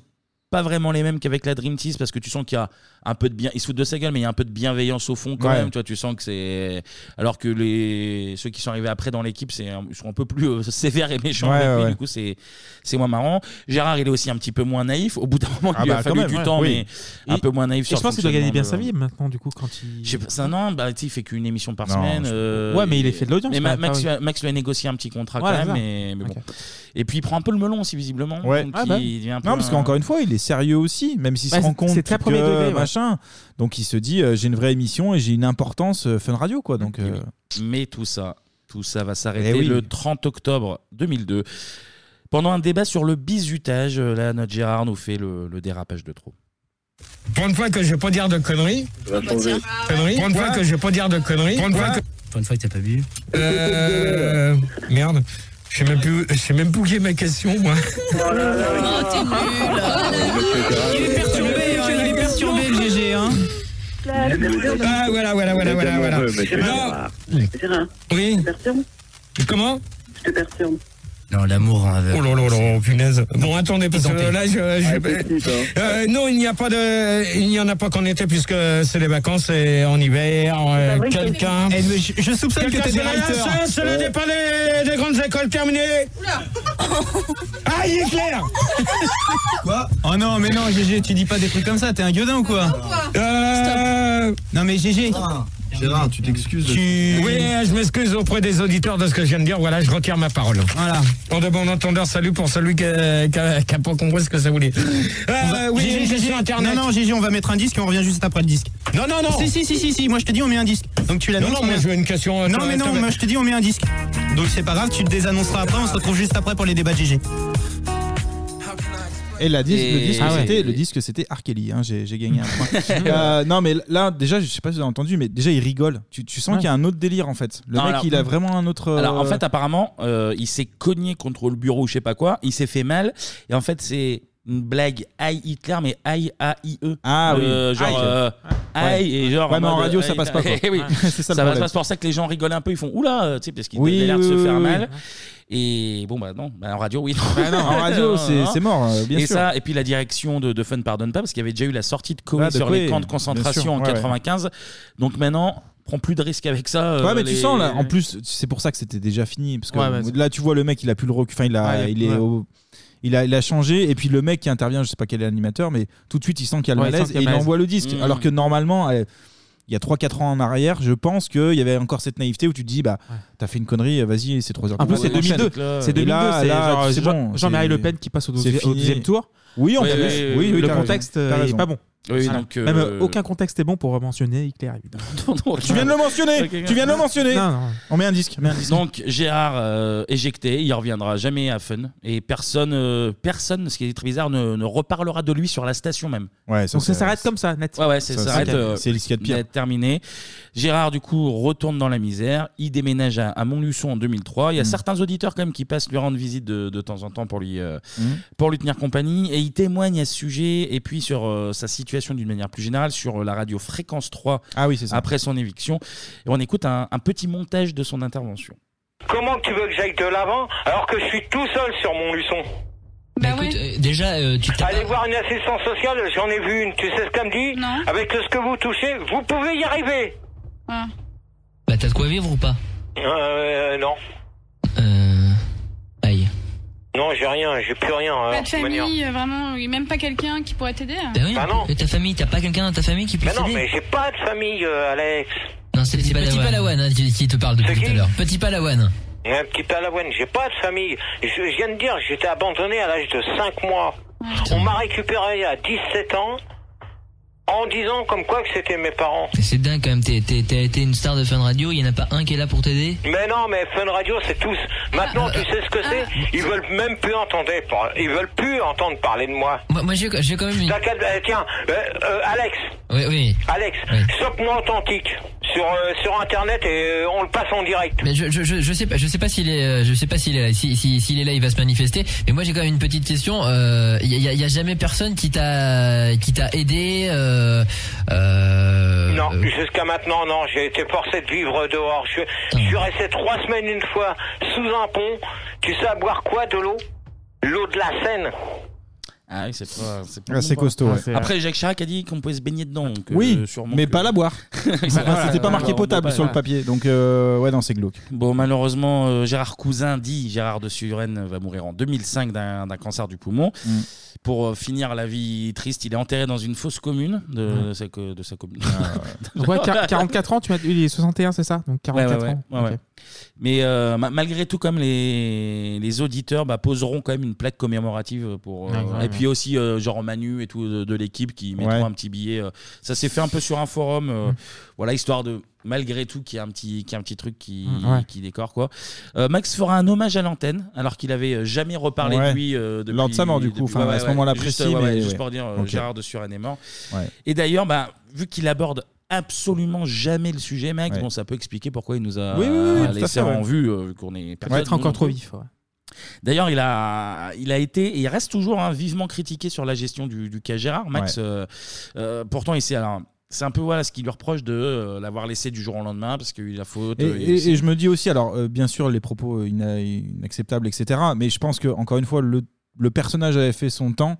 Speaker 1: pas vraiment les mêmes qu'avec la Dream Team parce que tu sens qu'il y a un peu de bien ils se foutent de sa gueule mais il y a un peu de bienveillance au fond quand
Speaker 7: Ouais.
Speaker 1: même tu vois tu sens que c'est alors que les ceux qui sont arrivés après dans l'équipe c'est un- ils sont un peu plus euh, sévères et méchants
Speaker 7: Ouais,
Speaker 1: avec lui,
Speaker 7: ouais,
Speaker 1: du coup c'est c'est moins marrant Gérard il est aussi un petit peu moins naïf au bout d'un moment
Speaker 7: Ah
Speaker 1: il lui
Speaker 7: bah,
Speaker 1: a
Speaker 7: quand
Speaker 1: fallu
Speaker 7: même,
Speaker 1: du
Speaker 7: ouais,
Speaker 1: temps
Speaker 7: oui.
Speaker 1: mais un
Speaker 7: Et-
Speaker 1: peu moins
Speaker 7: et
Speaker 1: naïf
Speaker 7: je
Speaker 1: sur
Speaker 7: pense
Speaker 1: le
Speaker 7: qu'il doit gagner bien sa
Speaker 1: fonctionnement de-
Speaker 7: vie maintenant, du coup, quand il.
Speaker 1: je sais pas, c'est un an, bah, tu sais, il fait qu'une émission par
Speaker 7: Non,
Speaker 1: semaine.
Speaker 7: je-
Speaker 1: euh,
Speaker 7: Ouais, mais il est fait de l'audience,
Speaker 1: Mais
Speaker 7: quand
Speaker 1: Ma-
Speaker 7: même,
Speaker 1: Max,
Speaker 7: ah
Speaker 1: lui
Speaker 7: oui.
Speaker 1: a- Max lui a négocié un petit contrat
Speaker 7: Voilà,
Speaker 1: quand même,
Speaker 7: c'est ça.
Speaker 1: mais, mais bon. Et puis il prend un peu le melon aussi, visiblement.
Speaker 7: Ouais.
Speaker 1: donc
Speaker 7: Ah
Speaker 1: il
Speaker 7: bah.
Speaker 1: devient un peu
Speaker 7: non, parce
Speaker 1: un-
Speaker 7: qu'encore une fois, il est sérieux aussi, même s'il
Speaker 1: Ouais,
Speaker 7: se rend
Speaker 1: c'est-
Speaker 7: compte
Speaker 1: c'est très
Speaker 7: que
Speaker 1: premier degré, ouais.
Speaker 7: machin. Donc il se dit, euh, j'ai une vraie émission et j'ai une importance euh, Fun Radio, quoi. Donc. euh,
Speaker 1: Mais tout ça, tout ça va s'arrêter
Speaker 7: Eh oui.
Speaker 1: le 30 octobre 2002. Pendant un débat sur le bizutage, euh, là, notre Gérard nous fait le, le dérapage de trop.
Speaker 16: Pour une fois que je vais pas dire de conneries. Conneries. Pour une fois que je vais pas dire de conneries. Pour une fois que.
Speaker 12: Pour une fois que t'as pas bu.
Speaker 16: Euh, Merde. Je sais même plus, où- je sais même plus où est ma question, moi. Oh,
Speaker 15: Il est perturbé, hein, il est perturbé le GG, hein.
Speaker 16: Ah, voilà, voilà, voilà, voilà, voilà. Non. Oui. Comment
Speaker 12: Non, l'amour en aveugle.
Speaker 16: Oh là là là, punaise. Bon, attendez, parce
Speaker 12: Édenté.
Speaker 16: que là, je.
Speaker 12: Ah,
Speaker 16: je-
Speaker 12: petite, hein.
Speaker 16: Euh, non, il n'y a pas de. Il n'y en a pas qu'en été, puisque c'est les vacances et en hiver. euh, Quelqu'un.
Speaker 14: Eh, mais je- je soupçonne que
Speaker 16: Quelqu'un,
Speaker 14: t'es des
Speaker 16: c'est la-
Speaker 14: writers.
Speaker 16: ça, C'est le
Speaker 14: Ouais.
Speaker 16: départ des, des grandes écoles terminées. Ah, il est clair
Speaker 14: Quoi Oh non, mais non, GG, tu dis pas des trucs comme ça, t'es un gueudin ou quoi Euh, Non, mais GG,
Speaker 6: Gérard, tu t'excuses.
Speaker 3: Tu- Oui, je m'excuse auprès des auditeurs de ce que je viens de dire. Voilà, je retire ma parole. Voilà. Pour de bon entendeur, salut pour celui qui n'a pas compris ce que ça voulait. Euh, oui,
Speaker 6: Gigi,
Speaker 3: je
Speaker 6: Gigi,
Speaker 3: suis internet.
Speaker 6: Non, non, Gigi, on va mettre un disque et on revient juste après le disque.
Speaker 3: Non, non, non.
Speaker 6: Si, si, si, si, si, moi je te dis, on met un disque. Donc tu l'annonces.
Speaker 3: Non, non, moi,
Speaker 6: on met-
Speaker 3: je veux une question, euh,
Speaker 6: Non,
Speaker 3: toi,
Speaker 6: mais non,
Speaker 3: toi,
Speaker 6: moi je te dis, on met un disque. Donc c'est pas grave, tu le désannonceras après, on se retrouve juste après pour les débats Gigi.
Speaker 7: Et la disque, le
Speaker 6: Et-
Speaker 7: disque,
Speaker 6: Ah ouais.
Speaker 7: c'était le disque, c'était R. Kelly, hein, j'ai j'ai gagné un point. Euh, non, mais là, déjà, je sais pas si vous avez entendu, mais déjà, il rigole. Tu, tu sens
Speaker 1: Ouais.
Speaker 7: qu'il y a un autre délire en fait. Le
Speaker 1: Non,
Speaker 7: mec,
Speaker 1: alors-
Speaker 7: il a vraiment un autre. euh,
Speaker 1: Alors en fait, apparemment, euh, il s'est cogné contre le bureau ou je sais pas quoi, il s'est fait mal, et en fait, c'est une blague I Hitler, mais I A I E.
Speaker 7: Ah oui.
Speaker 1: Euh, Genre,
Speaker 7: Aïe.
Speaker 1: euh,
Speaker 7: Ouais.
Speaker 1: aïe, et genre.
Speaker 7: Ouais, mais en
Speaker 1: mode,
Speaker 7: radio,
Speaker 1: euh,
Speaker 7: ça
Speaker 1: aïe,
Speaker 7: passe pas, quoi.
Speaker 1: Eh oui.
Speaker 7: C'est ça
Speaker 1: ça
Speaker 7: le
Speaker 1: passe
Speaker 7: problème.
Speaker 1: pas, c'est pour ça que les gens rigolent un peu, ils font oula, euh, tu sais, parce qu'ils
Speaker 7: Oui,
Speaker 1: avaient l'air de se
Speaker 7: oui,
Speaker 1: faire
Speaker 7: oui,
Speaker 1: mal. Et bon, bah non, Bah, en radio, oui.
Speaker 7: Bah non, en radio, c'est-
Speaker 1: Non, non.
Speaker 7: c'est mort, euh, bien
Speaker 1: et
Speaker 7: sûr.
Speaker 1: Ça, et puis la direction de, de Fun Pardonne Pas, parce qu'il y avait déjà eu la sortie de Koé
Speaker 7: Ah, de
Speaker 1: sur
Speaker 7: Koé,
Speaker 1: les camps de
Speaker 7: bien
Speaker 1: concentration
Speaker 7: sûr,
Speaker 1: en
Speaker 7: ouais, ouais.
Speaker 1: 95. Donc maintenant, prends plus de risques avec ça. euh,
Speaker 7: ouais, mais tu
Speaker 1: les-
Speaker 7: sens là, en plus, c'est pour ça que c'était déjà fini. Parce que
Speaker 1: Ouais, ouais,
Speaker 7: là, tu vois, le mec, il a plus le recul. Enfin, il a,
Speaker 1: Ouais,
Speaker 7: il est
Speaker 1: ouais.
Speaker 7: au- Il a, il a changé, et puis le mec qui intervient, je sais pas quel est l'animateur, mais tout de suite il sent qu'il y a le
Speaker 1: Ouais, il sent
Speaker 7: malaise
Speaker 1: qu'il
Speaker 7: et
Speaker 1: y a
Speaker 7: il
Speaker 1: malaise.
Speaker 7: envoie le disque.
Speaker 1: Mhm.
Speaker 7: Alors que normalement, euh, il y a 3-4 ans en arrière, je pense qu'il y avait encore cette naïveté où tu te dis, bah, t'as fait une connerie, vas-y, c'est 3 heures
Speaker 8: En plus,
Speaker 7: pour
Speaker 8: c'est
Speaker 7: moi, enchaîne.
Speaker 8: 2002. C'est
Speaker 7: Et
Speaker 8: 2002,
Speaker 7: là-
Speaker 8: c'est
Speaker 7: là,
Speaker 8: genre
Speaker 7: c'est
Speaker 8: Jean-
Speaker 7: bon,
Speaker 8: Jean-Marie
Speaker 7: c'est-
Speaker 8: Le Pen qui passe au
Speaker 7: c'est
Speaker 8: deuxi- au
Speaker 7: fini.
Speaker 8: deuxième tour.
Speaker 7: Oui, en
Speaker 8: Oui,
Speaker 7: plus.
Speaker 8: oui, oui, oui,
Speaker 7: t'as
Speaker 8: le
Speaker 7: raison.
Speaker 8: contexte
Speaker 7: T'as
Speaker 8: euh,
Speaker 7: raison.
Speaker 8: est pas bon.
Speaker 1: Oui,
Speaker 8: Voilà.
Speaker 1: donc, euh,
Speaker 8: Même euh, aucun contexte est bon pour mentionner Hitler, évidemment.
Speaker 7: Tu viens de le mentionner Tu viens de le mentionner
Speaker 8: Non, non.
Speaker 7: On met un disque, mets un disque.
Speaker 1: Donc Gérard euh, éjecté, il reviendra jamais à Fun et personne, euh, personne, ce qui est très bizarre, ne, ne reparlera de lui sur la station même.
Speaker 7: Ouais, euh,
Speaker 8: Donc ça s'arrête comme ça, net.
Speaker 1: Ouais ouais, ça
Speaker 8: Ça, c'est
Speaker 1: s'arrête.
Speaker 8: ok.
Speaker 1: euh,
Speaker 8: C'est
Speaker 7: ce qu'il y a de pire.
Speaker 1: net, Terminé. Gérard du coup retourne dans la misère. Il déménage à, à Montluçon en 2003.
Speaker 7: Mm.
Speaker 1: Il y a certains auditeurs quand même qui passent lui rendre visite de, de temps en temps pour lui euh,
Speaker 7: Mhm.
Speaker 1: pour lui tenir compagnie et il témoigne à ce sujet et puis sur euh, sa situation d'une manière plus générale sur euh, la radio Fréquence 3
Speaker 7: ah oui, ça.
Speaker 1: après son éviction. Et on écoute un- un petit montage de son intervention.
Speaker 21: Comment tu veux que j'aille de l'avant alors que je suis tout seul sur mon luçon
Speaker 4: déjà, Bah euh, tu
Speaker 21: Allez voir une assistance sociale, j'en ai vu une. Tu sais ce qu'elle me dit Avec ce que vous touchez, vous pouvez y arriver.
Speaker 4: bah, t'as de quoi vivre ou pas
Speaker 21: Euh, non.
Speaker 4: Euh, Aïe.
Speaker 21: Non, j'ai rien, j'ai plus rien. euh,
Speaker 16: Pas
Speaker 21: de
Speaker 16: de
Speaker 21: toute manière.
Speaker 16: famille, euh, vraiment, et même pas quelqu'un qui pourrait t'aider. hein.
Speaker 4: Bah oui, et ta famille, t'as pas quelqu'un dans ta famille qui puisse
Speaker 21: Mais Bah, non,
Speaker 4: t'aider
Speaker 21: mais j'ai pas de famille, euh, Alex.
Speaker 4: Non, c'est Petit Palawan, hein, qui, qui te parle depuis tout à l'heure. Petit Palawan.
Speaker 21: Un petit Palawenne, j'ai pas de famille. Je, je viens de dire, j'étais abandonné à l'âge de 5 mois.
Speaker 4: Ah.
Speaker 21: On m'a récupéré à 17 ans en disant comme quoi que c'était mes parents.
Speaker 4: Mais C'est dingue quand même, t'es- t'es- t'as été une star de Fun Radio, il y en a pas un qui est là pour t'aider
Speaker 21: Mais non, mais Fun Radio, c'est tous.
Speaker 4: Ah,
Speaker 21: Maintenant, tu sais ce que c'est Ils veulent même plus entendre. par- Ils veulent plus entendre parler de moi.
Speaker 4: Moi, moi j'ai j'ai quand même une...
Speaker 21: T'as qu'à- euh, tiens, euh, euh, Alex.
Speaker 4: Oui, oui.
Speaker 21: Alex, moi authentique sur euh, sur internet et euh, on le passe en direct.
Speaker 4: Mais je, je, je, je sais pas, je sais pas s'il est, euh, je sais pas s'il est là. Si, si, s'il est là, il va se manifester. Mais moi, j'ai quand même une petite question. Il euh, y, a- y a, y a jamais personne qui t'a, qui t'a aidé. Euh, euh,
Speaker 21: Non, jusqu'à maintenant, non. J'ai été forcé de vivre dehors. Je, je suis resté trois semaines une fois sous un pont. Tu sais à boire quoi de l'eau L'eau de la Seine.
Speaker 1: Ah oui, c'est pas. C'est pas
Speaker 7: Ah, c'est
Speaker 1: bon,
Speaker 7: costaud,
Speaker 1: quoi.
Speaker 7: ouais. Ah, c'est-
Speaker 1: Après, Jacques Chirac a dit qu'on pouvait se baigner dedans. donc, euh,
Speaker 7: Oui,
Speaker 1: sûrement
Speaker 7: mais
Speaker 1: que-
Speaker 7: pas la boire.
Speaker 1: Oui, c'est
Speaker 7: Voilà,
Speaker 1: vrai,
Speaker 7: C'était pas
Speaker 1: ouais,
Speaker 7: marqué
Speaker 1: on peut
Speaker 7: potable
Speaker 1: pas,
Speaker 7: sur le
Speaker 1: ouais.
Speaker 7: papier, donc euh, ouais, non, c'est glauque.
Speaker 1: Bon, malheureusement, euh, Gérard Cousin dit Gérard de Suren va mourir en 2005 d'un d'un cancer du poumon.
Speaker 8: Mm.
Speaker 1: Pour euh, finir la vie triste, il est enterré dans une fosse commune de, sa, co- de sa commune.
Speaker 8: Donc ouais, quar- 44 ans, tu m'as dit, il est 61, c'est ça Donc
Speaker 1: Ouais,
Speaker 8: 44
Speaker 1: ouais,
Speaker 8: ans.
Speaker 1: ouais,
Speaker 8: ok.
Speaker 1: ouais. Mais euh, ma- malgré tout, comme les, les auditeurs bah, poseront quand même une plaque commémorative pour. euh,
Speaker 7: Ouais, ouais,
Speaker 1: et
Speaker 7: ouais.
Speaker 1: puis aussi, euh, genre Manu et tout de, de l'équipe qui mettront
Speaker 7: Ouais. Mm.
Speaker 1: un petit billet. euh. ça s'est fait un peu sur un forum, euh, voilà, histoire de malgré tout qu'il y a un petit, qu'il y a un petit truc qui,
Speaker 7: Mm, ouais.
Speaker 1: qui décore quoi. Euh, Max fera un hommage à l'antenne, alors qu'il avait euh, jamais reparlé
Speaker 7: Ouais.
Speaker 1: de lui euh, depuis.
Speaker 7: Lors de sa mort, du
Speaker 1: depuis-
Speaker 7: coup, enfin, à ce moment-là
Speaker 1: Juste,
Speaker 7: précis,
Speaker 1: ouais, ouais,
Speaker 7: mais
Speaker 1: juste
Speaker 7: ouais.
Speaker 1: pour dire, euh,
Speaker 7: Ok.
Speaker 1: Gérard de Suren est mort.
Speaker 7: Ouais.
Speaker 1: Et d'ailleurs, bah, vu qu'il aborde absolument jamais le sujet, mec,
Speaker 7: Ouais.
Speaker 1: bon, ça peut expliquer pourquoi il nous a
Speaker 7: Oui, oui, oui, oui, Ah, tout à
Speaker 1: laissé
Speaker 7: fait, ouais.
Speaker 1: en vue euh, vu qu'on est
Speaker 8: Ça va être encore trop vif. ouais.
Speaker 1: D'ailleurs, il a, il a été et il reste toujours hein, vivement critiqué sur la gestion du, du cas Gérard. Max,
Speaker 7: Ouais.
Speaker 1: euh, euh, pourtant, il s'est- alors, c'est un peu voilà, ce qu'il lui reproche de euh, l'avoir laissé du jour au lendemain parce qu'il a faute.
Speaker 7: Et,
Speaker 1: euh,
Speaker 7: et-
Speaker 1: c'est-
Speaker 7: et je me dis aussi, alors euh, bien sûr, les propos euh, ina- inacceptables, etc. Mais je pense que encore une fois, le, le personnage avait fait son temps.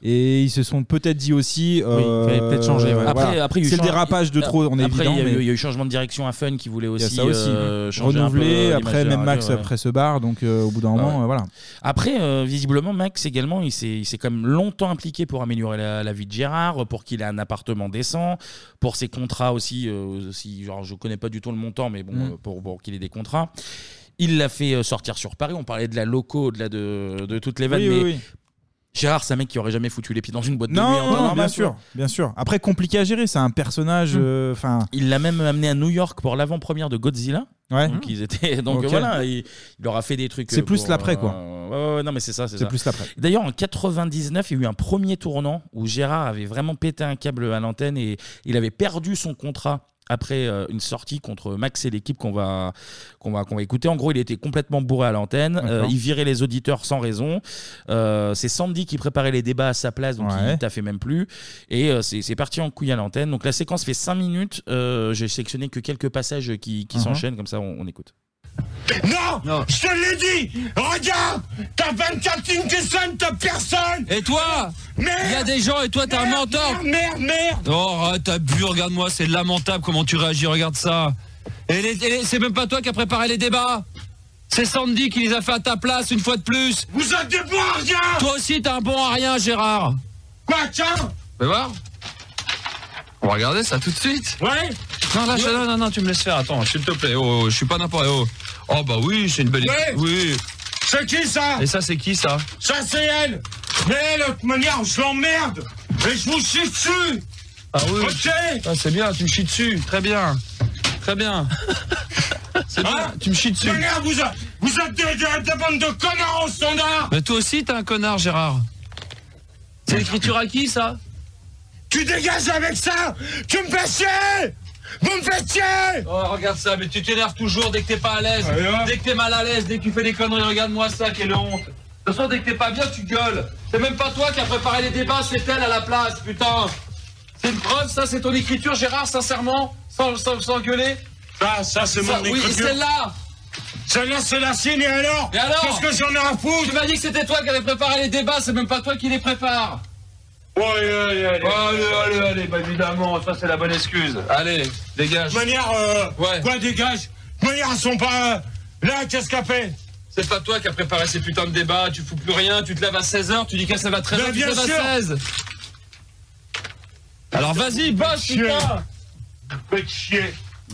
Speaker 7: Et ils se sont peut-être dit aussi.
Speaker 8: Oui,
Speaker 7: euh,
Speaker 8: fallait peut-être changer, ouais.
Speaker 7: voilà.
Speaker 1: Après, après, il y a eu
Speaker 7: c'est le
Speaker 1: change-
Speaker 7: dérapage de trop, on est
Speaker 1: Après,
Speaker 7: évident.
Speaker 1: il y, a eu-
Speaker 7: mais-
Speaker 1: il y a eu changement de direction à Fun qui voulait
Speaker 7: Il y
Speaker 1: aussi,
Speaker 7: a ça aussi.
Speaker 1: euh, changer un
Speaker 7: Renouvelé,
Speaker 1: peu
Speaker 7: après,
Speaker 1: l'image de la
Speaker 7: même Max
Speaker 1: radio, ouais.
Speaker 7: après se barre, donc euh, au bout d'un
Speaker 1: Ah
Speaker 7: moment,
Speaker 1: ouais.
Speaker 7: euh, voilà.
Speaker 1: Après, euh, visiblement, Max également, il s'est, il s'est quand même longtemps impliqué pour améliorer la, la vie de Gérard, pour qu'il ait un appartement décent, pour ses contrats aussi. euh, aussi, genre, je connais pas du tout le montant, mais bon,
Speaker 7: Mm.
Speaker 1: euh, pour, pour qu'il ait des contrats. Il l'a fait euh, sortir sur Paris. On parlait de la loco, au-delà de, de toutes les vannes.
Speaker 7: Oui, oui,
Speaker 1: mais
Speaker 7: oui.
Speaker 1: Gérard, c'est un mec qui aurait jamais foutu les pieds dans une boîte de nuit. en
Speaker 7: Non,
Speaker 1: temps
Speaker 7: non,
Speaker 1: normal,
Speaker 7: bien
Speaker 1: quoi.
Speaker 7: sûr, bien sûr. Après, compliqué à gérer, c'est un personnage.
Speaker 1: Mm.
Speaker 7: euh, Enfin,
Speaker 1: Il l'a même amené à New York pour l'avant-première de Godzilla.
Speaker 7: Ouais.
Speaker 1: Donc, ils étaient, donc
Speaker 7: Ok.
Speaker 1: euh, voilà, il, il leur a fait des trucs.
Speaker 7: C'est
Speaker 1: euh,
Speaker 7: plus
Speaker 1: pour,
Speaker 7: l'après,
Speaker 1: euh,
Speaker 7: quoi.
Speaker 1: ouais, ouais, ouais, non, mais c'est ça.
Speaker 7: C'est
Speaker 1: ça.
Speaker 7: plus l'après.
Speaker 1: D'ailleurs, en 99, il y a eu un premier tournant où Gérard avait vraiment pété un câble à l'antenne et il avait perdu son contrat après euh, une sortie contre Max et l'équipe qu'on va, qu'on va, qu'on va écouter. En gros, il était complètement bourré à l'antenne.
Speaker 7: D'accord.
Speaker 1: Euh, il virait les auditeurs sans raison. Euh, c'est Sandy qui préparait les débats à sa place, donc
Speaker 7: Ouais.
Speaker 1: il t'a fait même plus. Et euh, c'est c'est parti en couille à l'antenne. Donc la séquence fait 5 minutes. Euh, J'ai sélectionné que quelques passages qui, qui
Speaker 7: Mhm.
Speaker 1: s'enchaînent, comme ça on, on écoute.
Speaker 21: Non, Je te l'ai dit Regarde T'as 24 lignes de son, t'as personne Et toi Merde Il y a des gens et toi t'es un mentor Merde, merde, merde
Speaker 3: Oh, arrête, t'as bu, regarde-moi, c'est lamentable comment tu réagis, regarde ça. Et, les- et les- c'est même pas toi qui as préparé les débats. C'est Sandy qui les a fait à ta place une fois de plus.
Speaker 21: Vous êtes des bons à rien
Speaker 3: Toi aussi, t'es un bon à rien, Gérard.
Speaker 21: Quoi, tiens
Speaker 3: Fais voir. On va regarder ça tout de suite.
Speaker 21: Ouais
Speaker 3: Non, là, je- non, non, non, tu me laisses faire, attends, s'il te plaît. Oh, oh, je suis pas n'importe oh. Oh, bah oui, c'est une belle
Speaker 21: Ouais.
Speaker 3: Oui.
Speaker 21: C'est qui ça
Speaker 3: Et ça, c'est qui ça
Speaker 21: Ça c'est elle Mais elle, de toute manière, je l'emmerde Et je vous chie dessus
Speaker 3: Ah oui.
Speaker 21: Ok
Speaker 3: Ah, c'est bien, tu me chies dessus. Très bien. Très bien. c'est bien, tu me chies dessus.
Speaker 21: Regarde, Hein vous, êtes- vous êtes des, des- des bandes de connards en standard
Speaker 3: Mais toi aussi, t'es un connard, Gérard. C'est l'écriture à qui, ça
Speaker 21: Tu dégages avec ça Tu me fais chier Vous me faites chier Ah,
Speaker 3: Oh, regarde ça, mais tu t'énerves toujours dès que t'es pas à l'aise,
Speaker 21: Allez, hop.
Speaker 3: dès que t'es mal à l'aise, dès que tu fais des conneries. Regarde-moi ça, quelle honte. De toute façon, dès que t'es pas bien, tu gueules. C'est même pas toi qui as préparé les débats, c'est elle à la place, putain. C'est une preuve, ça, c'est ton écriture, Gérard, sincèrement, sans, sans, sans gueuler.
Speaker 21: Ça, ça, Ah, c'est mon
Speaker 3: Oui,
Speaker 21: écriture.
Speaker 3: celle-là.
Speaker 21: Celle-là, c'est la signe, et alors
Speaker 3: Et alors
Speaker 21: Qu'est-ce que j'en ai à foutre
Speaker 3: Tu m'as dit que c'était toi qui avais préparé les débats, c'est même pas toi qui les prépare.
Speaker 21: Ouais, allez, allez.
Speaker 3: Allez, allez, allez, bah évidemment, ça c'est la bonne excuse. Allez, dégage.
Speaker 21: De manière. euh,
Speaker 3: Ouais.
Speaker 21: Quoi, dégage De manière, elles sont pas. euh, Là, qu'est-ce qu'elle fait
Speaker 3: C'est pas toi qui as préparé ces putains de débats, tu fous plus rien, tu te lèves à 16h, tu dis qu'elle ça va très
Speaker 21: Mais
Speaker 3: bien, tu te
Speaker 21: Ben, bien
Speaker 3: lèves
Speaker 21: sûr.
Speaker 3: à 16 Alors vas-y, bosse, putain
Speaker 21: Faites chier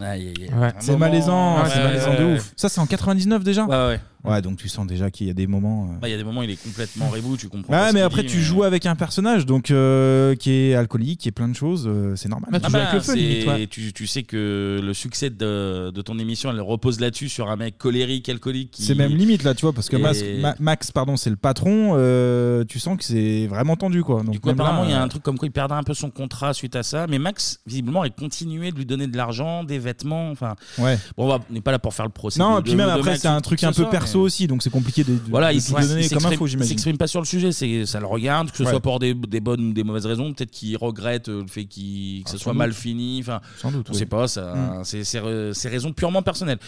Speaker 7: Ouais, c'est malaisant,
Speaker 1: euh, Ouais,
Speaker 7: c'est malaisant
Speaker 1: ouais,
Speaker 7: de
Speaker 1: ouais.
Speaker 7: ouf. Ça, c'est en 99 déjà
Speaker 1: Ouais, ouais.
Speaker 7: Ouais, donc tu sens déjà qu'il y a des moments. euh,
Speaker 1: Bah, Il y a des moments, il est complètement rebou, tu comprends.
Speaker 7: Bah
Speaker 1: pas
Speaker 7: ouais,
Speaker 1: ce
Speaker 7: mais
Speaker 1: qu'il
Speaker 7: après,
Speaker 1: dit,
Speaker 7: tu joues avec un personnage donc euh, qui est alcoolique, qui est plein de choses, euh, c'est normal.
Speaker 1: Ah bah, c'est- tu, tu sais que le succès de, de ton émission, elle repose là-dessus sur un mec colérique, alcoolique. qui-
Speaker 7: C'est même limite là, tu vois, parce que
Speaker 1: Et-
Speaker 7: Mas- Ma- Max, pardon, c'est le patron, euh, tu sens que c'est vraiment tendu quoi. Donc,
Speaker 1: Du coup,
Speaker 7: même là,
Speaker 1: apparemment, il y a
Speaker 7: euh,
Speaker 1: un truc comme quoi il perdait un peu son contrat suite à ça. Mais Max, visiblement, a continué de lui donner de l'argent, des vêtements. Enfin,
Speaker 7: Ouais.
Speaker 1: bon, on va- on n'est pas là pour faire le procès.
Speaker 7: euh, Non,
Speaker 1: de-
Speaker 7: et puis
Speaker 1: de-
Speaker 7: même
Speaker 1: de
Speaker 7: après,
Speaker 1: Max
Speaker 7: c'est un
Speaker 1: ou
Speaker 7: truc
Speaker 1: que
Speaker 7: un
Speaker 1: ce
Speaker 7: peu
Speaker 1: soit,
Speaker 7: perso
Speaker 1: mais-
Speaker 7: aussi, donc c'est compliqué de, de-
Speaker 1: Voilà,
Speaker 7: de
Speaker 1: il
Speaker 7: tout donner comme info,
Speaker 1: ne
Speaker 7: j'imagine.
Speaker 1: s'exprime pas sur le sujet, c'est- ça le regarde, que ce soit pour des, des bonnes ou des mauvaises raisons, peut-être qu'il regrette euh, le fait qu'il- que ce
Speaker 7: Ah,
Speaker 1: soit
Speaker 7: sans
Speaker 1: mal
Speaker 7: doute.
Speaker 1: fini, enfin,
Speaker 7: Sans doute,
Speaker 1: on
Speaker 7: oui.
Speaker 1: sait pas, ça,
Speaker 7: Mm.
Speaker 1: c'est- c'est euh, c'est raison purement personnelle.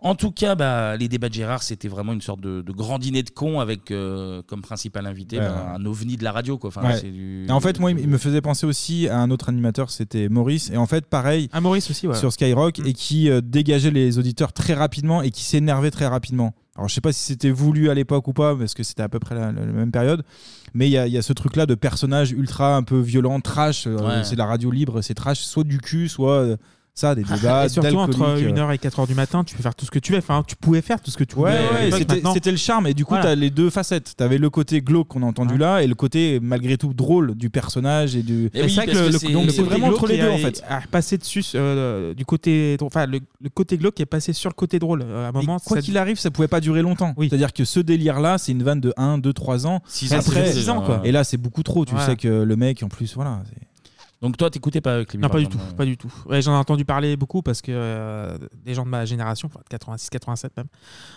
Speaker 1: En tout cas, bah, les débats de Gérard, c'était vraiment une sorte de, de grand dîner de cons avec euh, comme principal invité
Speaker 7: Ouais.
Speaker 1: bah, un ovni de la radio. Quoi. Enfin,
Speaker 7: Ouais.
Speaker 1: c'est du-
Speaker 7: Et En fait, moi, il il me faisait penser aussi à un autre animateur, c'était Maurice. Et en fait, pareil.
Speaker 8: Ah, Maurice aussi, ouais. Mm.
Speaker 7: Sur Skyrock, et qui euh, dégageait les auditeurs très rapidement et qui s'énervait très rapidement. Alors, je sais pas si c'était voulu à l'époque ou pas, parce que c'était à peu près la, la- la même période. Mais il y a, il y a ce truc-là de personnage ultra un peu violent, trash. euh,
Speaker 8: Ouais.
Speaker 7: C'est de la radio libre, c'est trash, soit du cul, soit euh, ça, des débats.
Speaker 8: Ah, et surtout entre
Speaker 7: d'alcooliques, euh.
Speaker 8: 1h et 4h du matin, tu peux faire tout ce que tu veux. Enfin, tu pouvais faire tout ce que tu
Speaker 7: Ouais,
Speaker 8: voulais. à
Speaker 7: ouais,
Speaker 8: l'époque,
Speaker 7: c'était,
Speaker 8: maintenant-
Speaker 7: c'était le charme. Et du coup,
Speaker 8: Voilà.
Speaker 7: t'as les deux facettes. T'avais le côté glauque qu'on a entendu là et le côté malgré tout drôle du personnage et du.
Speaker 8: Mais c'est vrai que le, le- donc, le
Speaker 7: c'est
Speaker 8: côté
Speaker 7: vraiment
Speaker 8: glauque
Speaker 7: entre les
Speaker 8: est-
Speaker 7: deux en fait.
Speaker 8: est passé dessus euh, du côté drôle. enfin le, le côté glauque est passé sur le côté drôle euh, à un moment.
Speaker 7: Quoi
Speaker 8: ça-
Speaker 7: qu'il arrive, ça pouvait pas durer longtemps. C'est-à-dire que ce délire-là, c'est une vanne de 1, 2, 3 ans.
Speaker 1: Six ans,
Speaker 7: Après,
Speaker 1: c'est six ans, quoi.
Speaker 7: Et là, c'est beaucoup trop. Tu
Speaker 8: Ouais.
Speaker 7: sais que le mec, en plus, voilà. c'est-
Speaker 1: Donc toi, t'écoutais pas Clémy
Speaker 8: Non,
Speaker 1: par
Speaker 8: pas du tout,
Speaker 1: exemple, euh,
Speaker 8: pas du tout. Ouais, J'en ai entendu parler beaucoup parce que euh, des gens de ma génération, enfin, de 86, 87 même,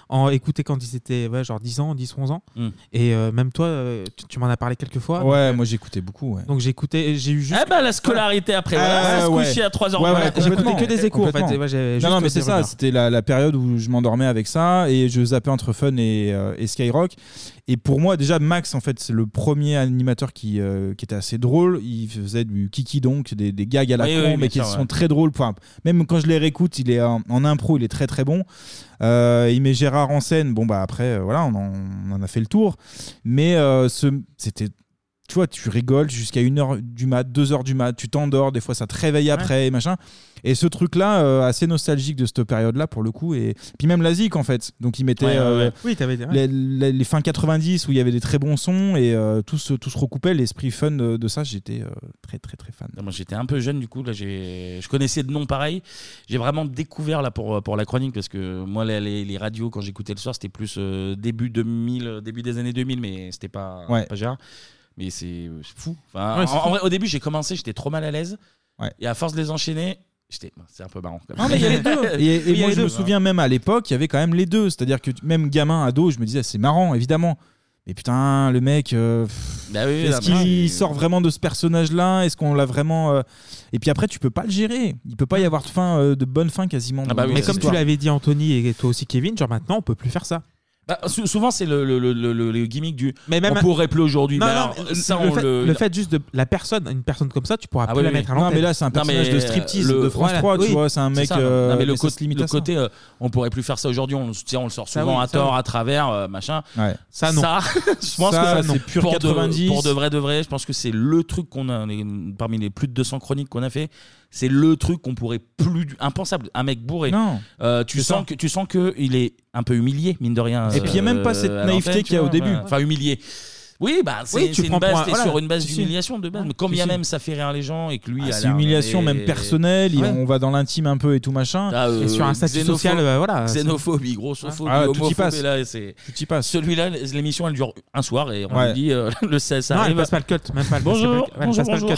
Speaker 8: en écoutaient quand ils étaient ouais, genre 10 ans, 10, 11 ans.
Speaker 1: Mm.
Speaker 8: Et euh, même toi, euh, tu, tu m'en as parlé quelques fois.
Speaker 7: Hmm. Ouais,
Speaker 8: donc, euh,
Speaker 7: moi j'écoutais beaucoup. ouais.
Speaker 8: Donc j'écoutais, j'ai eu juste.
Speaker 1: Ah bah la scolarité après, voilà,
Speaker 7: Ah,
Speaker 1: ça se
Speaker 7: ouais.
Speaker 1: couchait à 3h
Speaker 7: Ouais, ouais, complètement.
Speaker 8: J'écoutais que des échos en fait.
Speaker 7: Complètement.
Speaker 8: Et ouais, j'ai juste
Speaker 7: non, non, mais
Speaker 8: des
Speaker 7: c'est ça.
Speaker 8: rumeurs.
Speaker 7: C'était la, la période où je m'endormais avec ça et je zappais entre Fun et, euh, et Skyrock. Et pour moi, déjà, Max, en fait, c'est le premier animateur qui, euh, qui était assez drôle. Il faisait du kiki donc, des, des gags à la
Speaker 1: Oui,
Speaker 7: con,
Speaker 1: oui, bien
Speaker 7: mais qui
Speaker 1: sûr,
Speaker 7: sont
Speaker 1: ouais.
Speaker 7: très drôles. Enfin, même quand je les réécoute, il est en, en impro, il est très très bon. Euh, il met Gérard en scène. Bon, bah après, euh, voilà, on en, on en a fait le tour. Mais euh, ce, c'était. Tu vois, tu rigoles jusqu'à 1h du mat, 2h du mat, tu t'endors, des fois ça te réveille après, et machin. Et ce truc-là, euh, assez nostalgique de cette période-là, pour le coup. Et puis même la Zik, en fait. Donc il mettait
Speaker 8: Ouais, ouais,
Speaker 7: euh,
Speaker 8: ouais. Oui, t'avais-
Speaker 7: les, les- les fins 90 où il y avait des très bons sons et euh, tout, se, tout se recoupait. L'esprit fun de, de ça, j'étais euh, très, très, très fan.
Speaker 1: Non, moi, j'étais un peu jeune du coup là j'ai je connaissais de nom pareil j'ai vraiment découvert là pour pour la chronique parce que moi les, les- les radios quand j'écoutais le soir c'était plus euh, début 2000 euh, début des années 2000 mais c'était pas
Speaker 7: Ouais.
Speaker 1: pas Gérard mais c'est c'est fou Enfin,
Speaker 7: Ouais,
Speaker 1: en,
Speaker 7: c'est fou.
Speaker 1: en vrai, au début j'ai commencé j'étais trop mal à l'aise et à force de les enchaîner j'étais c'est un peu marrant quand même.
Speaker 7: Non, mais il y a les deux. Et, et
Speaker 1: Oui, il y a
Speaker 7: moi,
Speaker 1: les
Speaker 7: je me
Speaker 1: deux.
Speaker 7: souviens même à l'époque, il y avait quand même les deux. C'est-à-dire que tu- même gamin, ado, je me disais, c'est marrant, évidemment. Mais putain, le mec, euh, pff,
Speaker 1: Bah oui,
Speaker 7: est-ce
Speaker 1: non, mais-
Speaker 7: qu'il sort vraiment de ce personnage-là Est-ce qu'on l'a vraiment euh, Et puis après, tu peux pas le gérer. Il peut pas y avoir de fin, euh, de bonne fin quasiment.
Speaker 1: Ah bah
Speaker 7: dans- dans
Speaker 8: mais
Speaker 7: cette
Speaker 8: comme tu
Speaker 7: histoire.
Speaker 8: l'avais dit, Anthony, et toi aussi, Kevin, genre maintenant, on peut plus faire ça.
Speaker 1: Bah, sou- souvent c'est le, le, le, le- le gimmick du
Speaker 8: même-
Speaker 1: on pourrait plus aujourd'hui
Speaker 8: Non,
Speaker 1: Bah,
Speaker 8: non,
Speaker 1: alors,
Speaker 8: mais
Speaker 1: ça,
Speaker 8: le,
Speaker 1: on
Speaker 8: fait,
Speaker 1: le-
Speaker 8: le fait juste de la personne, une personne comme ça, tu pourras
Speaker 1: Ah
Speaker 8: plus
Speaker 1: oui,
Speaker 8: la
Speaker 1: oui.
Speaker 8: mettre à l'antenne.
Speaker 1: Non, mais, euh, le- voilà. Oui. C'est euh, ça,
Speaker 7: euh,
Speaker 1: non, mais le, côté- le côté, euh, on pourrait plus faire ça aujourd'hui. On, le- tu sais, on le sort
Speaker 8: Ça,
Speaker 1: souvent
Speaker 8: oui,
Speaker 1: à
Speaker 8: ça,
Speaker 1: tort,
Speaker 8: oui.
Speaker 1: à travers, euh, machin.
Speaker 7: Ouais.
Speaker 8: Ça, non.
Speaker 1: je pense
Speaker 8: Ça,
Speaker 1: que ça, non.
Speaker 8: c'est pur
Speaker 1: pour
Speaker 8: 90.
Speaker 1: De, pour de vrai, de vrai, je pense que c'est le truc qu'on a les- parmi les plus de 200 chroniques qu'on a fait. C'est le truc qu'on pourrait plus du- impensable. Un mec bourré.
Speaker 7: Non.
Speaker 1: Euh, tu
Speaker 7: C'est
Speaker 1: sens
Speaker 7: ça.
Speaker 1: que tu sens que il est un peu humilié mine de rien. euh,
Speaker 7: Et puis, il y a même pas cette
Speaker 1: à
Speaker 7: naïveté
Speaker 1: l'antenne,
Speaker 7: qu'il y a
Speaker 1: tu
Speaker 7: au
Speaker 1: vois,
Speaker 7: début.
Speaker 1: Enfin, humilié. Oui, bah, c'est
Speaker 7: Oui, tu
Speaker 1: c'est une
Speaker 7: prends pour
Speaker 1: base,
Speaker 7: un-
Speaker 1: t'es
Speaker 7: voilà,
Speaker 1: sur une base
Speaker 7: si, si.
Speaker 1: d'humiliation de base. Mais quand
Speaker 7: Si,
Speaker 1: bien
Speaker 7: si.
Speaker 1: même ça fait rire les gens et que lui,
Speaker 7: Ah,
Speaker 1: a
Speaker 7: c'est
Speaker 1: l'air-
Speaker 7: humiliation même
Speaker 1: et-
Speaker 7: personnelle, il-
Speaker 1: Ouais.
Speaker 7: on va dans l'intime un peu et tout machin.
Speaker 1: Ah, euh, xénopho-
Speaker 7: bah
Speaker 1: Xénophobie, grossophobie,
Speaker 7: euh, Ah, tout y
Speaker 1: homophobie,
Speaker 7: passe.
Speaker 1: là, c'est.
Speaker 7: passe.
Speaker 1: Celui-là, l'émission, elle dure un soir et on
Speaker 7: Ouais.
Speaker 1: lui dit, euh, le ça, ça
Speaker 7: Non, elle
Speaker 1: arrive.
Speaker 7: passe pas le cut, même pas le-
Speaker 1: Bonjour,
Speaker 7: elle
Speaker 1: bonjour,
Speaker 7: passe pas le
Speaker 1: bonjour.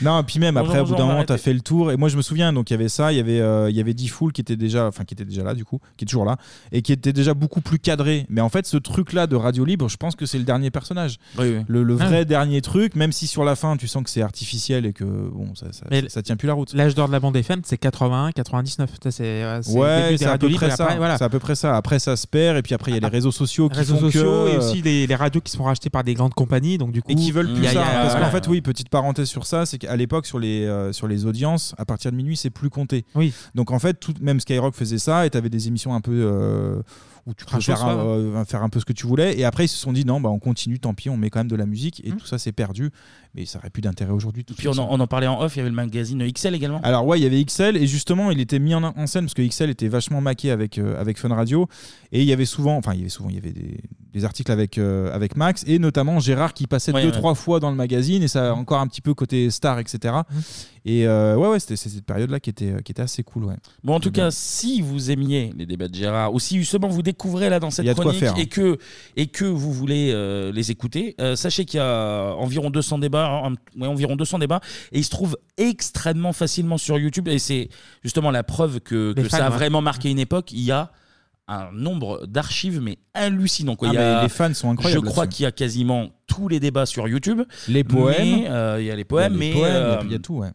Speaker 7: Non, et puis même
Speaker 1: Bonjour,
Speaker 7: après, au bout
Speaker 1: bonjour,
Speaker 7: d'un
Speaker 1: on va
Speaker 7: moment, t'as
Speaker 1: arrêter.
Speaker 7: fait le tour. Et moi, je me souviens, donc il y avait ça, il y avait, euh, il y avait D-Fool qui était déjà, enfin qui était déjà là du coup, qui est toujours là, et qui était déjà beaucoup plus cadré. Mais en fait, ce truc-là de Radio Libre, je pense que c'est le dernier personnage,
Speaker 1: Oui, oui.
Speaker 7: le, le
Speaker 1: Ah.
Speaker 7: vrai dernier truc. Même si sur la fin, tu sens que c'est artificiel et que bon, ça, ça,
Speaker 8: Mais
Speaker 7: ça tient plus la route.
Speaker 8: L'âge d'or de la bande FM, c'est 81, 99. Ça, C'est euh, c'est le
Speaker 7: Ouais,
Speaker 8: début
Speaker 7: c'est
Speaker 8: des
Speaker 7: à
Speaker 8: radios
Speaker 7: peu
Speaker 8: libres,
Speaker 7: près
Speaker 8: et après,
Speaker 7: ça.
Speaker 8: voilà. Ah,
Speaker 7: C'est à peu près ça. Après, ça se perd, et puis après, il y a les réseaux sociaux qui
Speaker 8: réseaux
Speaker 7: font que-
Speaker 8: sociaux et aussi les, les radios qui sont rachetées par des grandes compagnies. Donc du coup,
Speaker 7: et qui veulent
Speaker 8: il
Speaker 7: plus
Speaker 8: y
Speaker 7: ça.
Speaker 8: a- il y a-
Speaker 7: Parce qu'en
Speaker 8: voilà.
Speaker 7: fait, oui, petite parenthèse sur ça, c'est qu'à l'époque, sur les, euh, sur les audiences, à partir de minuit, c'est plus compté.
Speaker 8: Oui.
Speaker 7: Donc en fait, tout, même Skyrock faisait ça et t'avais des émissions un peu euh, où tu pouvais
Speaker 8: Crachos,
Speaker 7: faire, un-
Speaker 8: ouais,
Speaker 7: euh, faire un peu ce que tu voulais. Et après, ils se sont dit non, bah, on continue, tant pis, on met quand même de la musique
Speaker 8: Mmh.
Speaker 7: et tout ça, c'est perdu. Mais ça aurait plus d'intérêt aujourd'hui. tout
Speaker 1: Puis on
Speaker 7: ça.
Speaker 1: en, on en parlait en off, il y avait le magazine XL également.
Speaker 7: Alors ouais, il y avait XL et justement, il était mis en, en scène parce que XL était vachement maqué avec euh, avec Fun Radio et il y avait souvent, enfin il y avait souvent, il y avait des, des articles avec euh, avec Max et notamment Gérard qui passait
Speaker 1: Ouais,
Speaker 7: deux
Speaker 1: ouais. Mhm.
Speaker 7: trois fois dans le magazine et ça a encore un petit peu côté star etc. Et euh, ouais ouais, c'était c'était cette période là qui était euh, qui était assez cool ouais.
Speaker 1: Bon, en tout cas, si vous aimiez les débats de Gérard, ou si justement vous découvrez là dans cette
Speaker 7: Il y a de quoi
Speaker 1: chronique
Speaker 7: faire, hein.
Speaker 1: et que et que vous voulez euh, les écouter, euh, sachez qu'il y a environ 200 débats, hein, ouais, environ 200 débats, et ils se trouvent extrêmement facilement sur YouTube. Et c'est justement la preuve que,
Speaker 7: Les
Speaker 1: que
Speaker 7: fans, hein.
Speaker 1: ça a
Speaker 7: ouais.
Speaker 1: vraiment marqué une époque. Il y a un nombre d'archives mais hallucinant quoi.
Speaker 7: Ah,
Speaker 1: Il y a-
Speaker 7: mais les fans sont incroyables
Speaker 1: Je crois
Speaker 7: là-dessus.
Speaker 1: qu'il y a quasiment tous les débats sur YouTube.
Speaker 7: Les poèmes.
Speaker 1: Mais, euh, il y a les poèmes,
Speaker 7: Il y a les
Speaker 1: mais
Speaker 7: poèmes,
Speaker 1: euh,
Speaker 7: il y a- il y a tout ouais.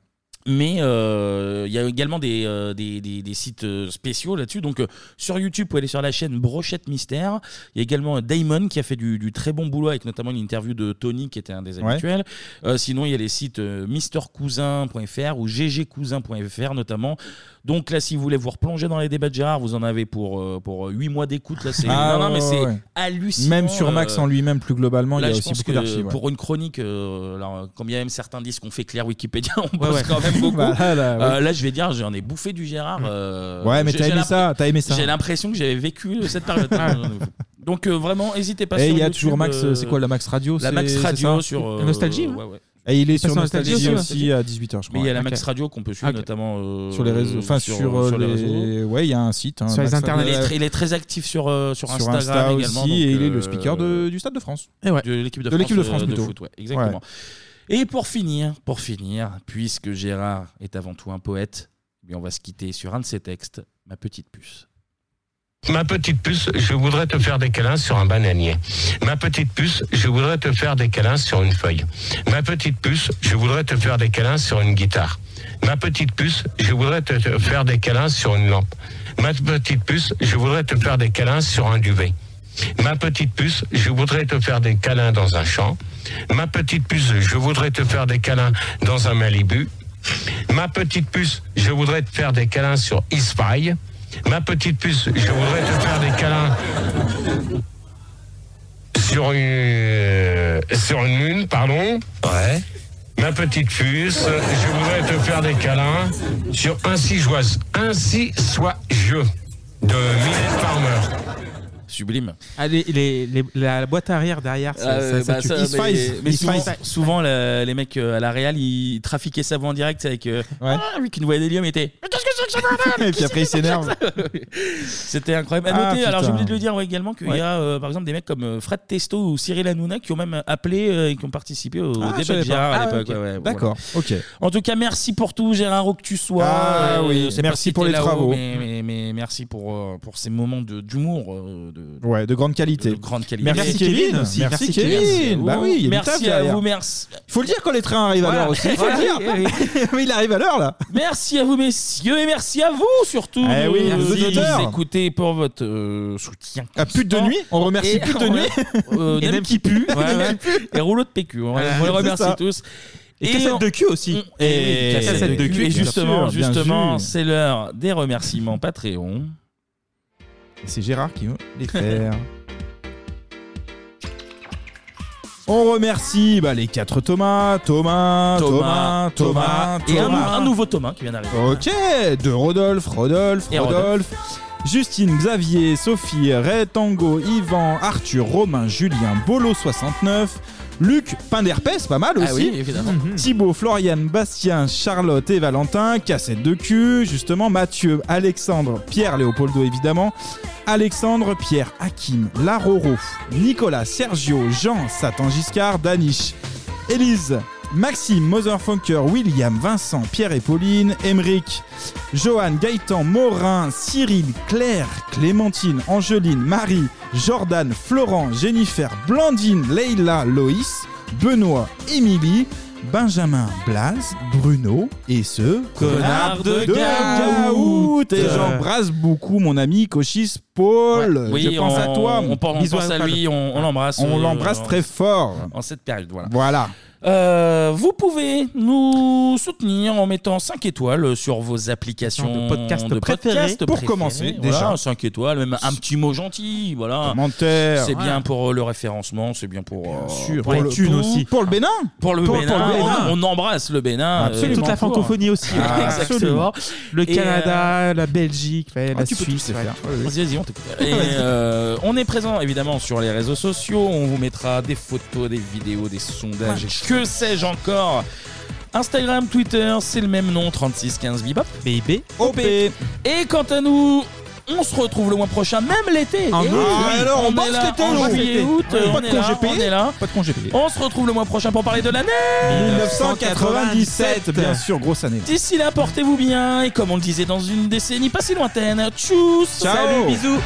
Speaker 1: mais euh, il y a également des, euh, des, des- des sites euh, spéciaux là-dessus. Donc euh, sur YouTube, vous pouvez aller sur la chaîne Brochette Mystère. Il y a également Damon qui a fait du, du très bon boulot avec notamment une interview de Tony qui était un des
Speaker 7: Ouais.
Speaker 1: habituels. Euh, sinon, il y a les sites euh, mistercousin.fr ou ggcousin.fr notamment. Donc là, si vous voulez vous replonger dans les débats de Gérard, vous en avez pour, euh, pour 8 mois d'écoute. Là, c'est
Speaker 7: Ah,
Speaker 1: non, non, mais
Speaker 7: ouais,
Speaker 1: c'est
Speaker 7: ouais.
Speaker 1: hallucinant.
Speaker 7: Même sur Max
Speaker 1: euh,
Speaker 7: en lui-même plus globalement,
Speaker 1: Là,
Speaker 7: il y a
Speaker 1: je
Speaker 7: aussi
Speaker 1: pense
Speaker 7: beaucoup
Speaker 1: que
Speaker 7: d'archives. ouais.
Speaker 1: Pour une chronique, euh, alors, quand bien même certains disent qu'on fait clair Wikipédia, on
Speaker 7: Ouais,
Speaker 1: bosse
Speaker 7: ouais.
Speaker 1: quand même beaucoup.
Speaker 7: Bah, là, là, oui.
Speaker 1: Euh, là, je vais dire, j'en ai bouffé du Gérard. euh,
Speaker 7: Ouais, mais
Speaker 1: j'ai-
Speaker 7: t'as
Speaker 1: j'ai
Speaker 7: aimé
Speaker 1: l'impr-
Speaker 7: ça, t'as aimé ça.
Speaker 1: J'ai l'impression que j'avais vécu euh, cette période. Donc euh, vraiment, n'hésitez pas.
Speaker 7: Et
Speaker 1: sur
Speaker 7: il y a
Speaker 1: YouTube,
Speaker 7: toujours Max,
Speaker 1: euh,
Speaker 7: c'est quoi la Max Radio
Speaker 1: La
Speaker 7: c'est-
Speaker 1: Max
Speaker 7: c'est
Speaker 1: Radio
Speaker 7: ça
Speaker 1: sur euh,
Speaker 7: Nostalgie,
Speaker 1: ouais,
Speaker 7: ouais.
Speaker 1: ouais.
Speaker 7: Et il est sur
Speaker 1: Pas
Speaker 7: Nostalgie aussi, à 18h, je crois,
Speaker 1: Mais il y a la
Speaker 7: ouais.
Speaker 1: Max
Speaker 7: Ok. Ah,
Speaker 1: Radio qu'on peut suivre
Speaker 7: Ok.
Speaker 1: notamment euh,
Speaker 7: sur les réseaux, enfin sur, euh,
Speaker 1: les
Speaker 7: les,
Speaker 1: réseaux.
Speaker 7: ouais, il y a un site hein, Max Radio.
Speaker 1: Il est, très- il est très actif sur, euh, sur
Speaker 7: Sur
Speaker 1: Instagram
Speaker 7: Insta
Speaker 1: également.
Speaker 7: aussi,
Speaker 1: donc,
Speaker 7: et il est
Speaker 1: euh,
Speaker 7: le speaker de- du Stade de France. Et ouais.
Speaker 1: De l'équipe Eh de,
Speaker 7: De l'équipe de France,
Speaker 1: euh,
Speaker 7: plutôt.
Speaker 1: foot, ouais, exactement.
Speaker 7: Ouais.
Speaker 1: Et pour finir, pour finir, puisque Gérard est avant tout un poète, eh bien, on va se quitter sur un de ses textes, Ma petite puce.
Speaker 21: Ma petite puce, je voudrais te faire des câlins sur un bananier. Ma petite puce, je voudrais te faire des câlins sur une feuille. Ma petite puce, je voudrais te faire des câlins sur une guitare. Ma petite puce, je voudrais te te faire des câlins sur une lampe. Ma petite puce, je voudrais te faire des câlins sur un duvet. Ma petite puce, je voudrais te faire des câlins dans un champ. Ma petite puce, je voudrais te faire des câlins dans un Malibu. Ma petite puce, je voudrais te faire des câlins sur Ispy. Ma petite puce, je voudrais te faire des câlins sur une, euh, sur une lune, pardon. Ouais. Ma petite puce, je voudrais te faire des câlins sur Ainsi joise, Ainsi soit je de Mylène Farmer.
Speaker 1: Sublime.
Speaker 8: Allez, Ah, les, les- la boîte arrière derrière, ça,
Speaker 1: Euh,
Speaker 8: ça- ça
Speaker 1: bah,
Speaker 8: tue.
Speaker 1: ça,
Speaker 8: East
Speaker 1: mais-
Speaker 8: Files,
Speaker 1: mais
Speaker 8: East
Speaker 1: souvent,
Speaker 8: Files.
Speaker 1: souvent, la- les mecs euh, à la Real, ils trafiquaient sa voix en direct avec euh, Ah, lui qui nous voyait des lieux, mais était Mais qu'est-ce que c'est que ça
Speaker 7: Et Ah, puis après, il s'énerve.
Speaker 1: C'était incroyable. À
Speaker 7: Ah,
Speaker 1: noter, Bah, alors j'ai
Speaker 7: putain.
Speaker 1: oublié de le dire ouais, également qu'il
Speaker 7: Ouais.
Speaker 1: y a euh, par exemple des mecs comme euh, Fred Testo ou Cyril Hanouna qui ont même appelé euh, et qui ont participé au
Speaker 7: Ah, je
Speaker 1: débat
Speaker 7: savais
Speaker 1: de Gérard
Speaker 7: pas.
Speaker 1: à
Speaker 7: Ah,
Speaker 1: l'époque.
Speaker 7: ok.
Speaker 1: ouais, ouais, bon,
Speaker 7: D'accord, ok.
Speaker 1: voilà. En tout cas, merci pour tout, Gérard, où que tu sois.
Speaker 7: Ah oui,
Speaker 1: je sais pas
Speaker 7: merci
Speaker 1: si
Speaker 7: pour
Speaker 1: t'es
Speaker 7: les
Speaker 1: là-haut,
Speaker 7: travaux.
Speaker 1: Mais, mais- mais merci pour, euh, pour ces moments de- d'humour. euh, de,
Speaker 7: Ouais, de grande qualité.
Speaker 1: grande qualité.
Speaker 7: Merci, Kevin. aussi. Merci Kevin. Bah oui, il y a du
Speaker 1: merci
Speaker 7: taf
Speaker 1: à
Speaker 7: derrière.
Speaker 1: vous, merci.
Speaker 7: Faut le dire quand les trains arrivent à l'heure aussi. Faut le dire. Mais il arrive à l'heure là.
Speaker 1: Merci à vous messieurs et merci à vous surtout. euh,
Speaker 7: Eh
Speaker 1: de
Speaker 7: oui, les
Speaker 1: nous
Speaker 7: auditeurs.
Speaker 1: écouter pour votre euh, soutien.
Speaker 7: À pute de nuit, on remercie
Speaker 1: Et-
Speaker 7: pute de nuit.
Speaker 1: Euh,
Speaker 7: Et
Speaker 1: Dame
Speaker 7: Dame
Speaker 1: qui
Speaker 7: qui
Speaker 1: pue.
Speaker 7: pue.
Speaker 1: Ouais, ouais.
Speaker 7: Dame qui
Speaker 1: Et rouleau de PQ. On,
Speaker 7: Ah,
Speaker 1: on les
Speaker 7: c'est
Speaker 1: remercie
Speaker 7: ça.
Speaker 1: tous. Mm,
Speaker 7: Et cassette de cul aussi.
Speaker 1: Et,
Speaker 7: Et
Speaker 1: cassette de cul. Et
Speaker 7: bien
Speaker 1: justement,
Speaker 7: sûr, bien
Speaker 1: justement,
Speaker 7: sûr.
Speaker 1: c'est l'heure des remerciements Patreon.
Speaker 7: C'est Gérard qui veut les faire. On remercie bah, les quatre Thomas, Thomas, Thomas, Thomas,
Speaker 1: et un,
Speaker 7: Thomas.
Speaker 1: un nouveau Thomas qui vient d'arriver.
Speaker 7: Ok, de Rodolphe, Rodolphe,
Speaker 1: Et
Speaker 7: Rodolphe. Justine, Xavier, Sophie, Ray, Tango, Yvan, Arthur, Romain, Julien, Bolo69, Luc, Pinderpès, pas mal
Speaker 1: Ah
Speaker 7: aussi. Mhm.
Speaker 1: oui, évidemment.
Speaker 7: Thibaut, Florian, Bastien, Charlotte et Valentin, Cassette de cul, justement, Mathieu, Alexandre, Pierre, Léopoldo évidemment, Alexandre, Pierre, Hakim, Laroro, Nicolas, Sergio, Jean, Satan Giscard, Danish, Élise, Maxime, Motherfunker, William, Vincent, Pierre et Pauline, Emeric, Johan, Gaëtan, Morin, Cyril, Claire, Clémentine, Angeline, Marie, Jordan, Florent, Jennifer, Blandine, Leila, Loïs, Benoît, Émilie, Benjamin, Blaze, Bruno et ce
Speaker 1: Connard de
Speaker 7: Gaout. Et
Speaker 1: Gaout.
Speaker 7: j'embrasse beaucoup mon ami Cochis Paul.
Speaker 1: Oui,
Speaker 7: Je pense
Speaker 1: on,
Speaker 7: à toi.
Speaker 1: On, pense- on
Speaker 7: Bisous
Speaker 1: pense à lui, on, on l'embrasse.
Speaker 7: On
Speaker 1: euh,
Speaker 7: l'embrasse
Speaker 1: en-
Speaker 7: très fort.
Speaker 1: En cette période, voilà.
Speaker 7: Voilà.
Speaker 1: Euh, vous pouvez nous soutenir en mettant 5 étoiles sur vos applications
Speaker 7: De podcast préférées.
Speaker 1: podcast
Speaker 7: Pour
Speaker 1: préférées.
Speaker 7: commencer,
Speaker 1: Voilà,
Speaker 7: déjà.
Speaker 1: 5 étoiles, même un petit mot gentil. Voilà.
Speaker 7: Commentaire.
Speaker 1: C'est
Speaker 7: Ouais.
Speaker 1: bien pour euh, le référencement, c'est bien pour, euh,
Speaker 7: sûr. Pour
Speaker 1: pour les
Speaker 7: le-
Speaker 1: thunes
Speaker 7: pour-
Speaker 1: aussi.
Speaker 7: pour le Bénin.
Speaker 1: Pour le
Speaker 7: Pour- pour
Speaker 1: Bénin.
Speaker 7: le Bénin.
Speaker 1: On, on embrasse le Bénin.
Speaker 7: Absolument.
Speaker 1: euh,
Speaker 7: Toute la
Speaker 1: pour-
Speaker 7: francophonie aussi.
Speaker 1: Ah, Exactement.
Speaker 8: Absolument. Le
Speaker 1: Et, euh,
Speaker 8: Canada, la Belgique, enfin,
Speaker 7: Ah,
Speaker 8: la
Speaker 1: tu peux
Speaker 8: Suisse. ouais.
Speaker 1: Vas-y, vas-y, on t'écoute. Et, euh, on est présent évidemment sur les réseaux sociaux. On vous mettra des photos, des vidéos, des sondages, et que sais-je encore. Instagram, Twitter, c'est le même nom 3615 Bibop.
Speaker 8: BIB.
Speaker 1: OP. Et quant à nous. On se retrouve le mois prochain, même l'été.
Speaker 7: En
Speaker 1: Eh
Speaker 7: août.
Speaker 1: oui,
Speaker 7: Ah, alors, on
Speaker 1: on, est
Speaker 7: bosse
Speaker 1: là
Speaker 7: l'été,
Speaker 1: en
Speaker 7: nous.
Speaker 1: juillet, août,
Speaker 7: Ouais.
Speaker 1: on,
Speaker 7: Pas de
Speaker 1: est là,
Speaker 7: congé payé.
Speaker 1: on est là.
Speaker 7: Pas de congé payé.
Speaker 1: On se retrouve le mois prochain pour parler de l'année
Speaker 7: 1997, bien sûr, grosse année.
Speaker 1: D'ici là, portez-vous bien et comme on le disait dans une décennie pas si lointaine, tchuss
Speaker 7: Ciao.
Speaker 1: Salut, bisous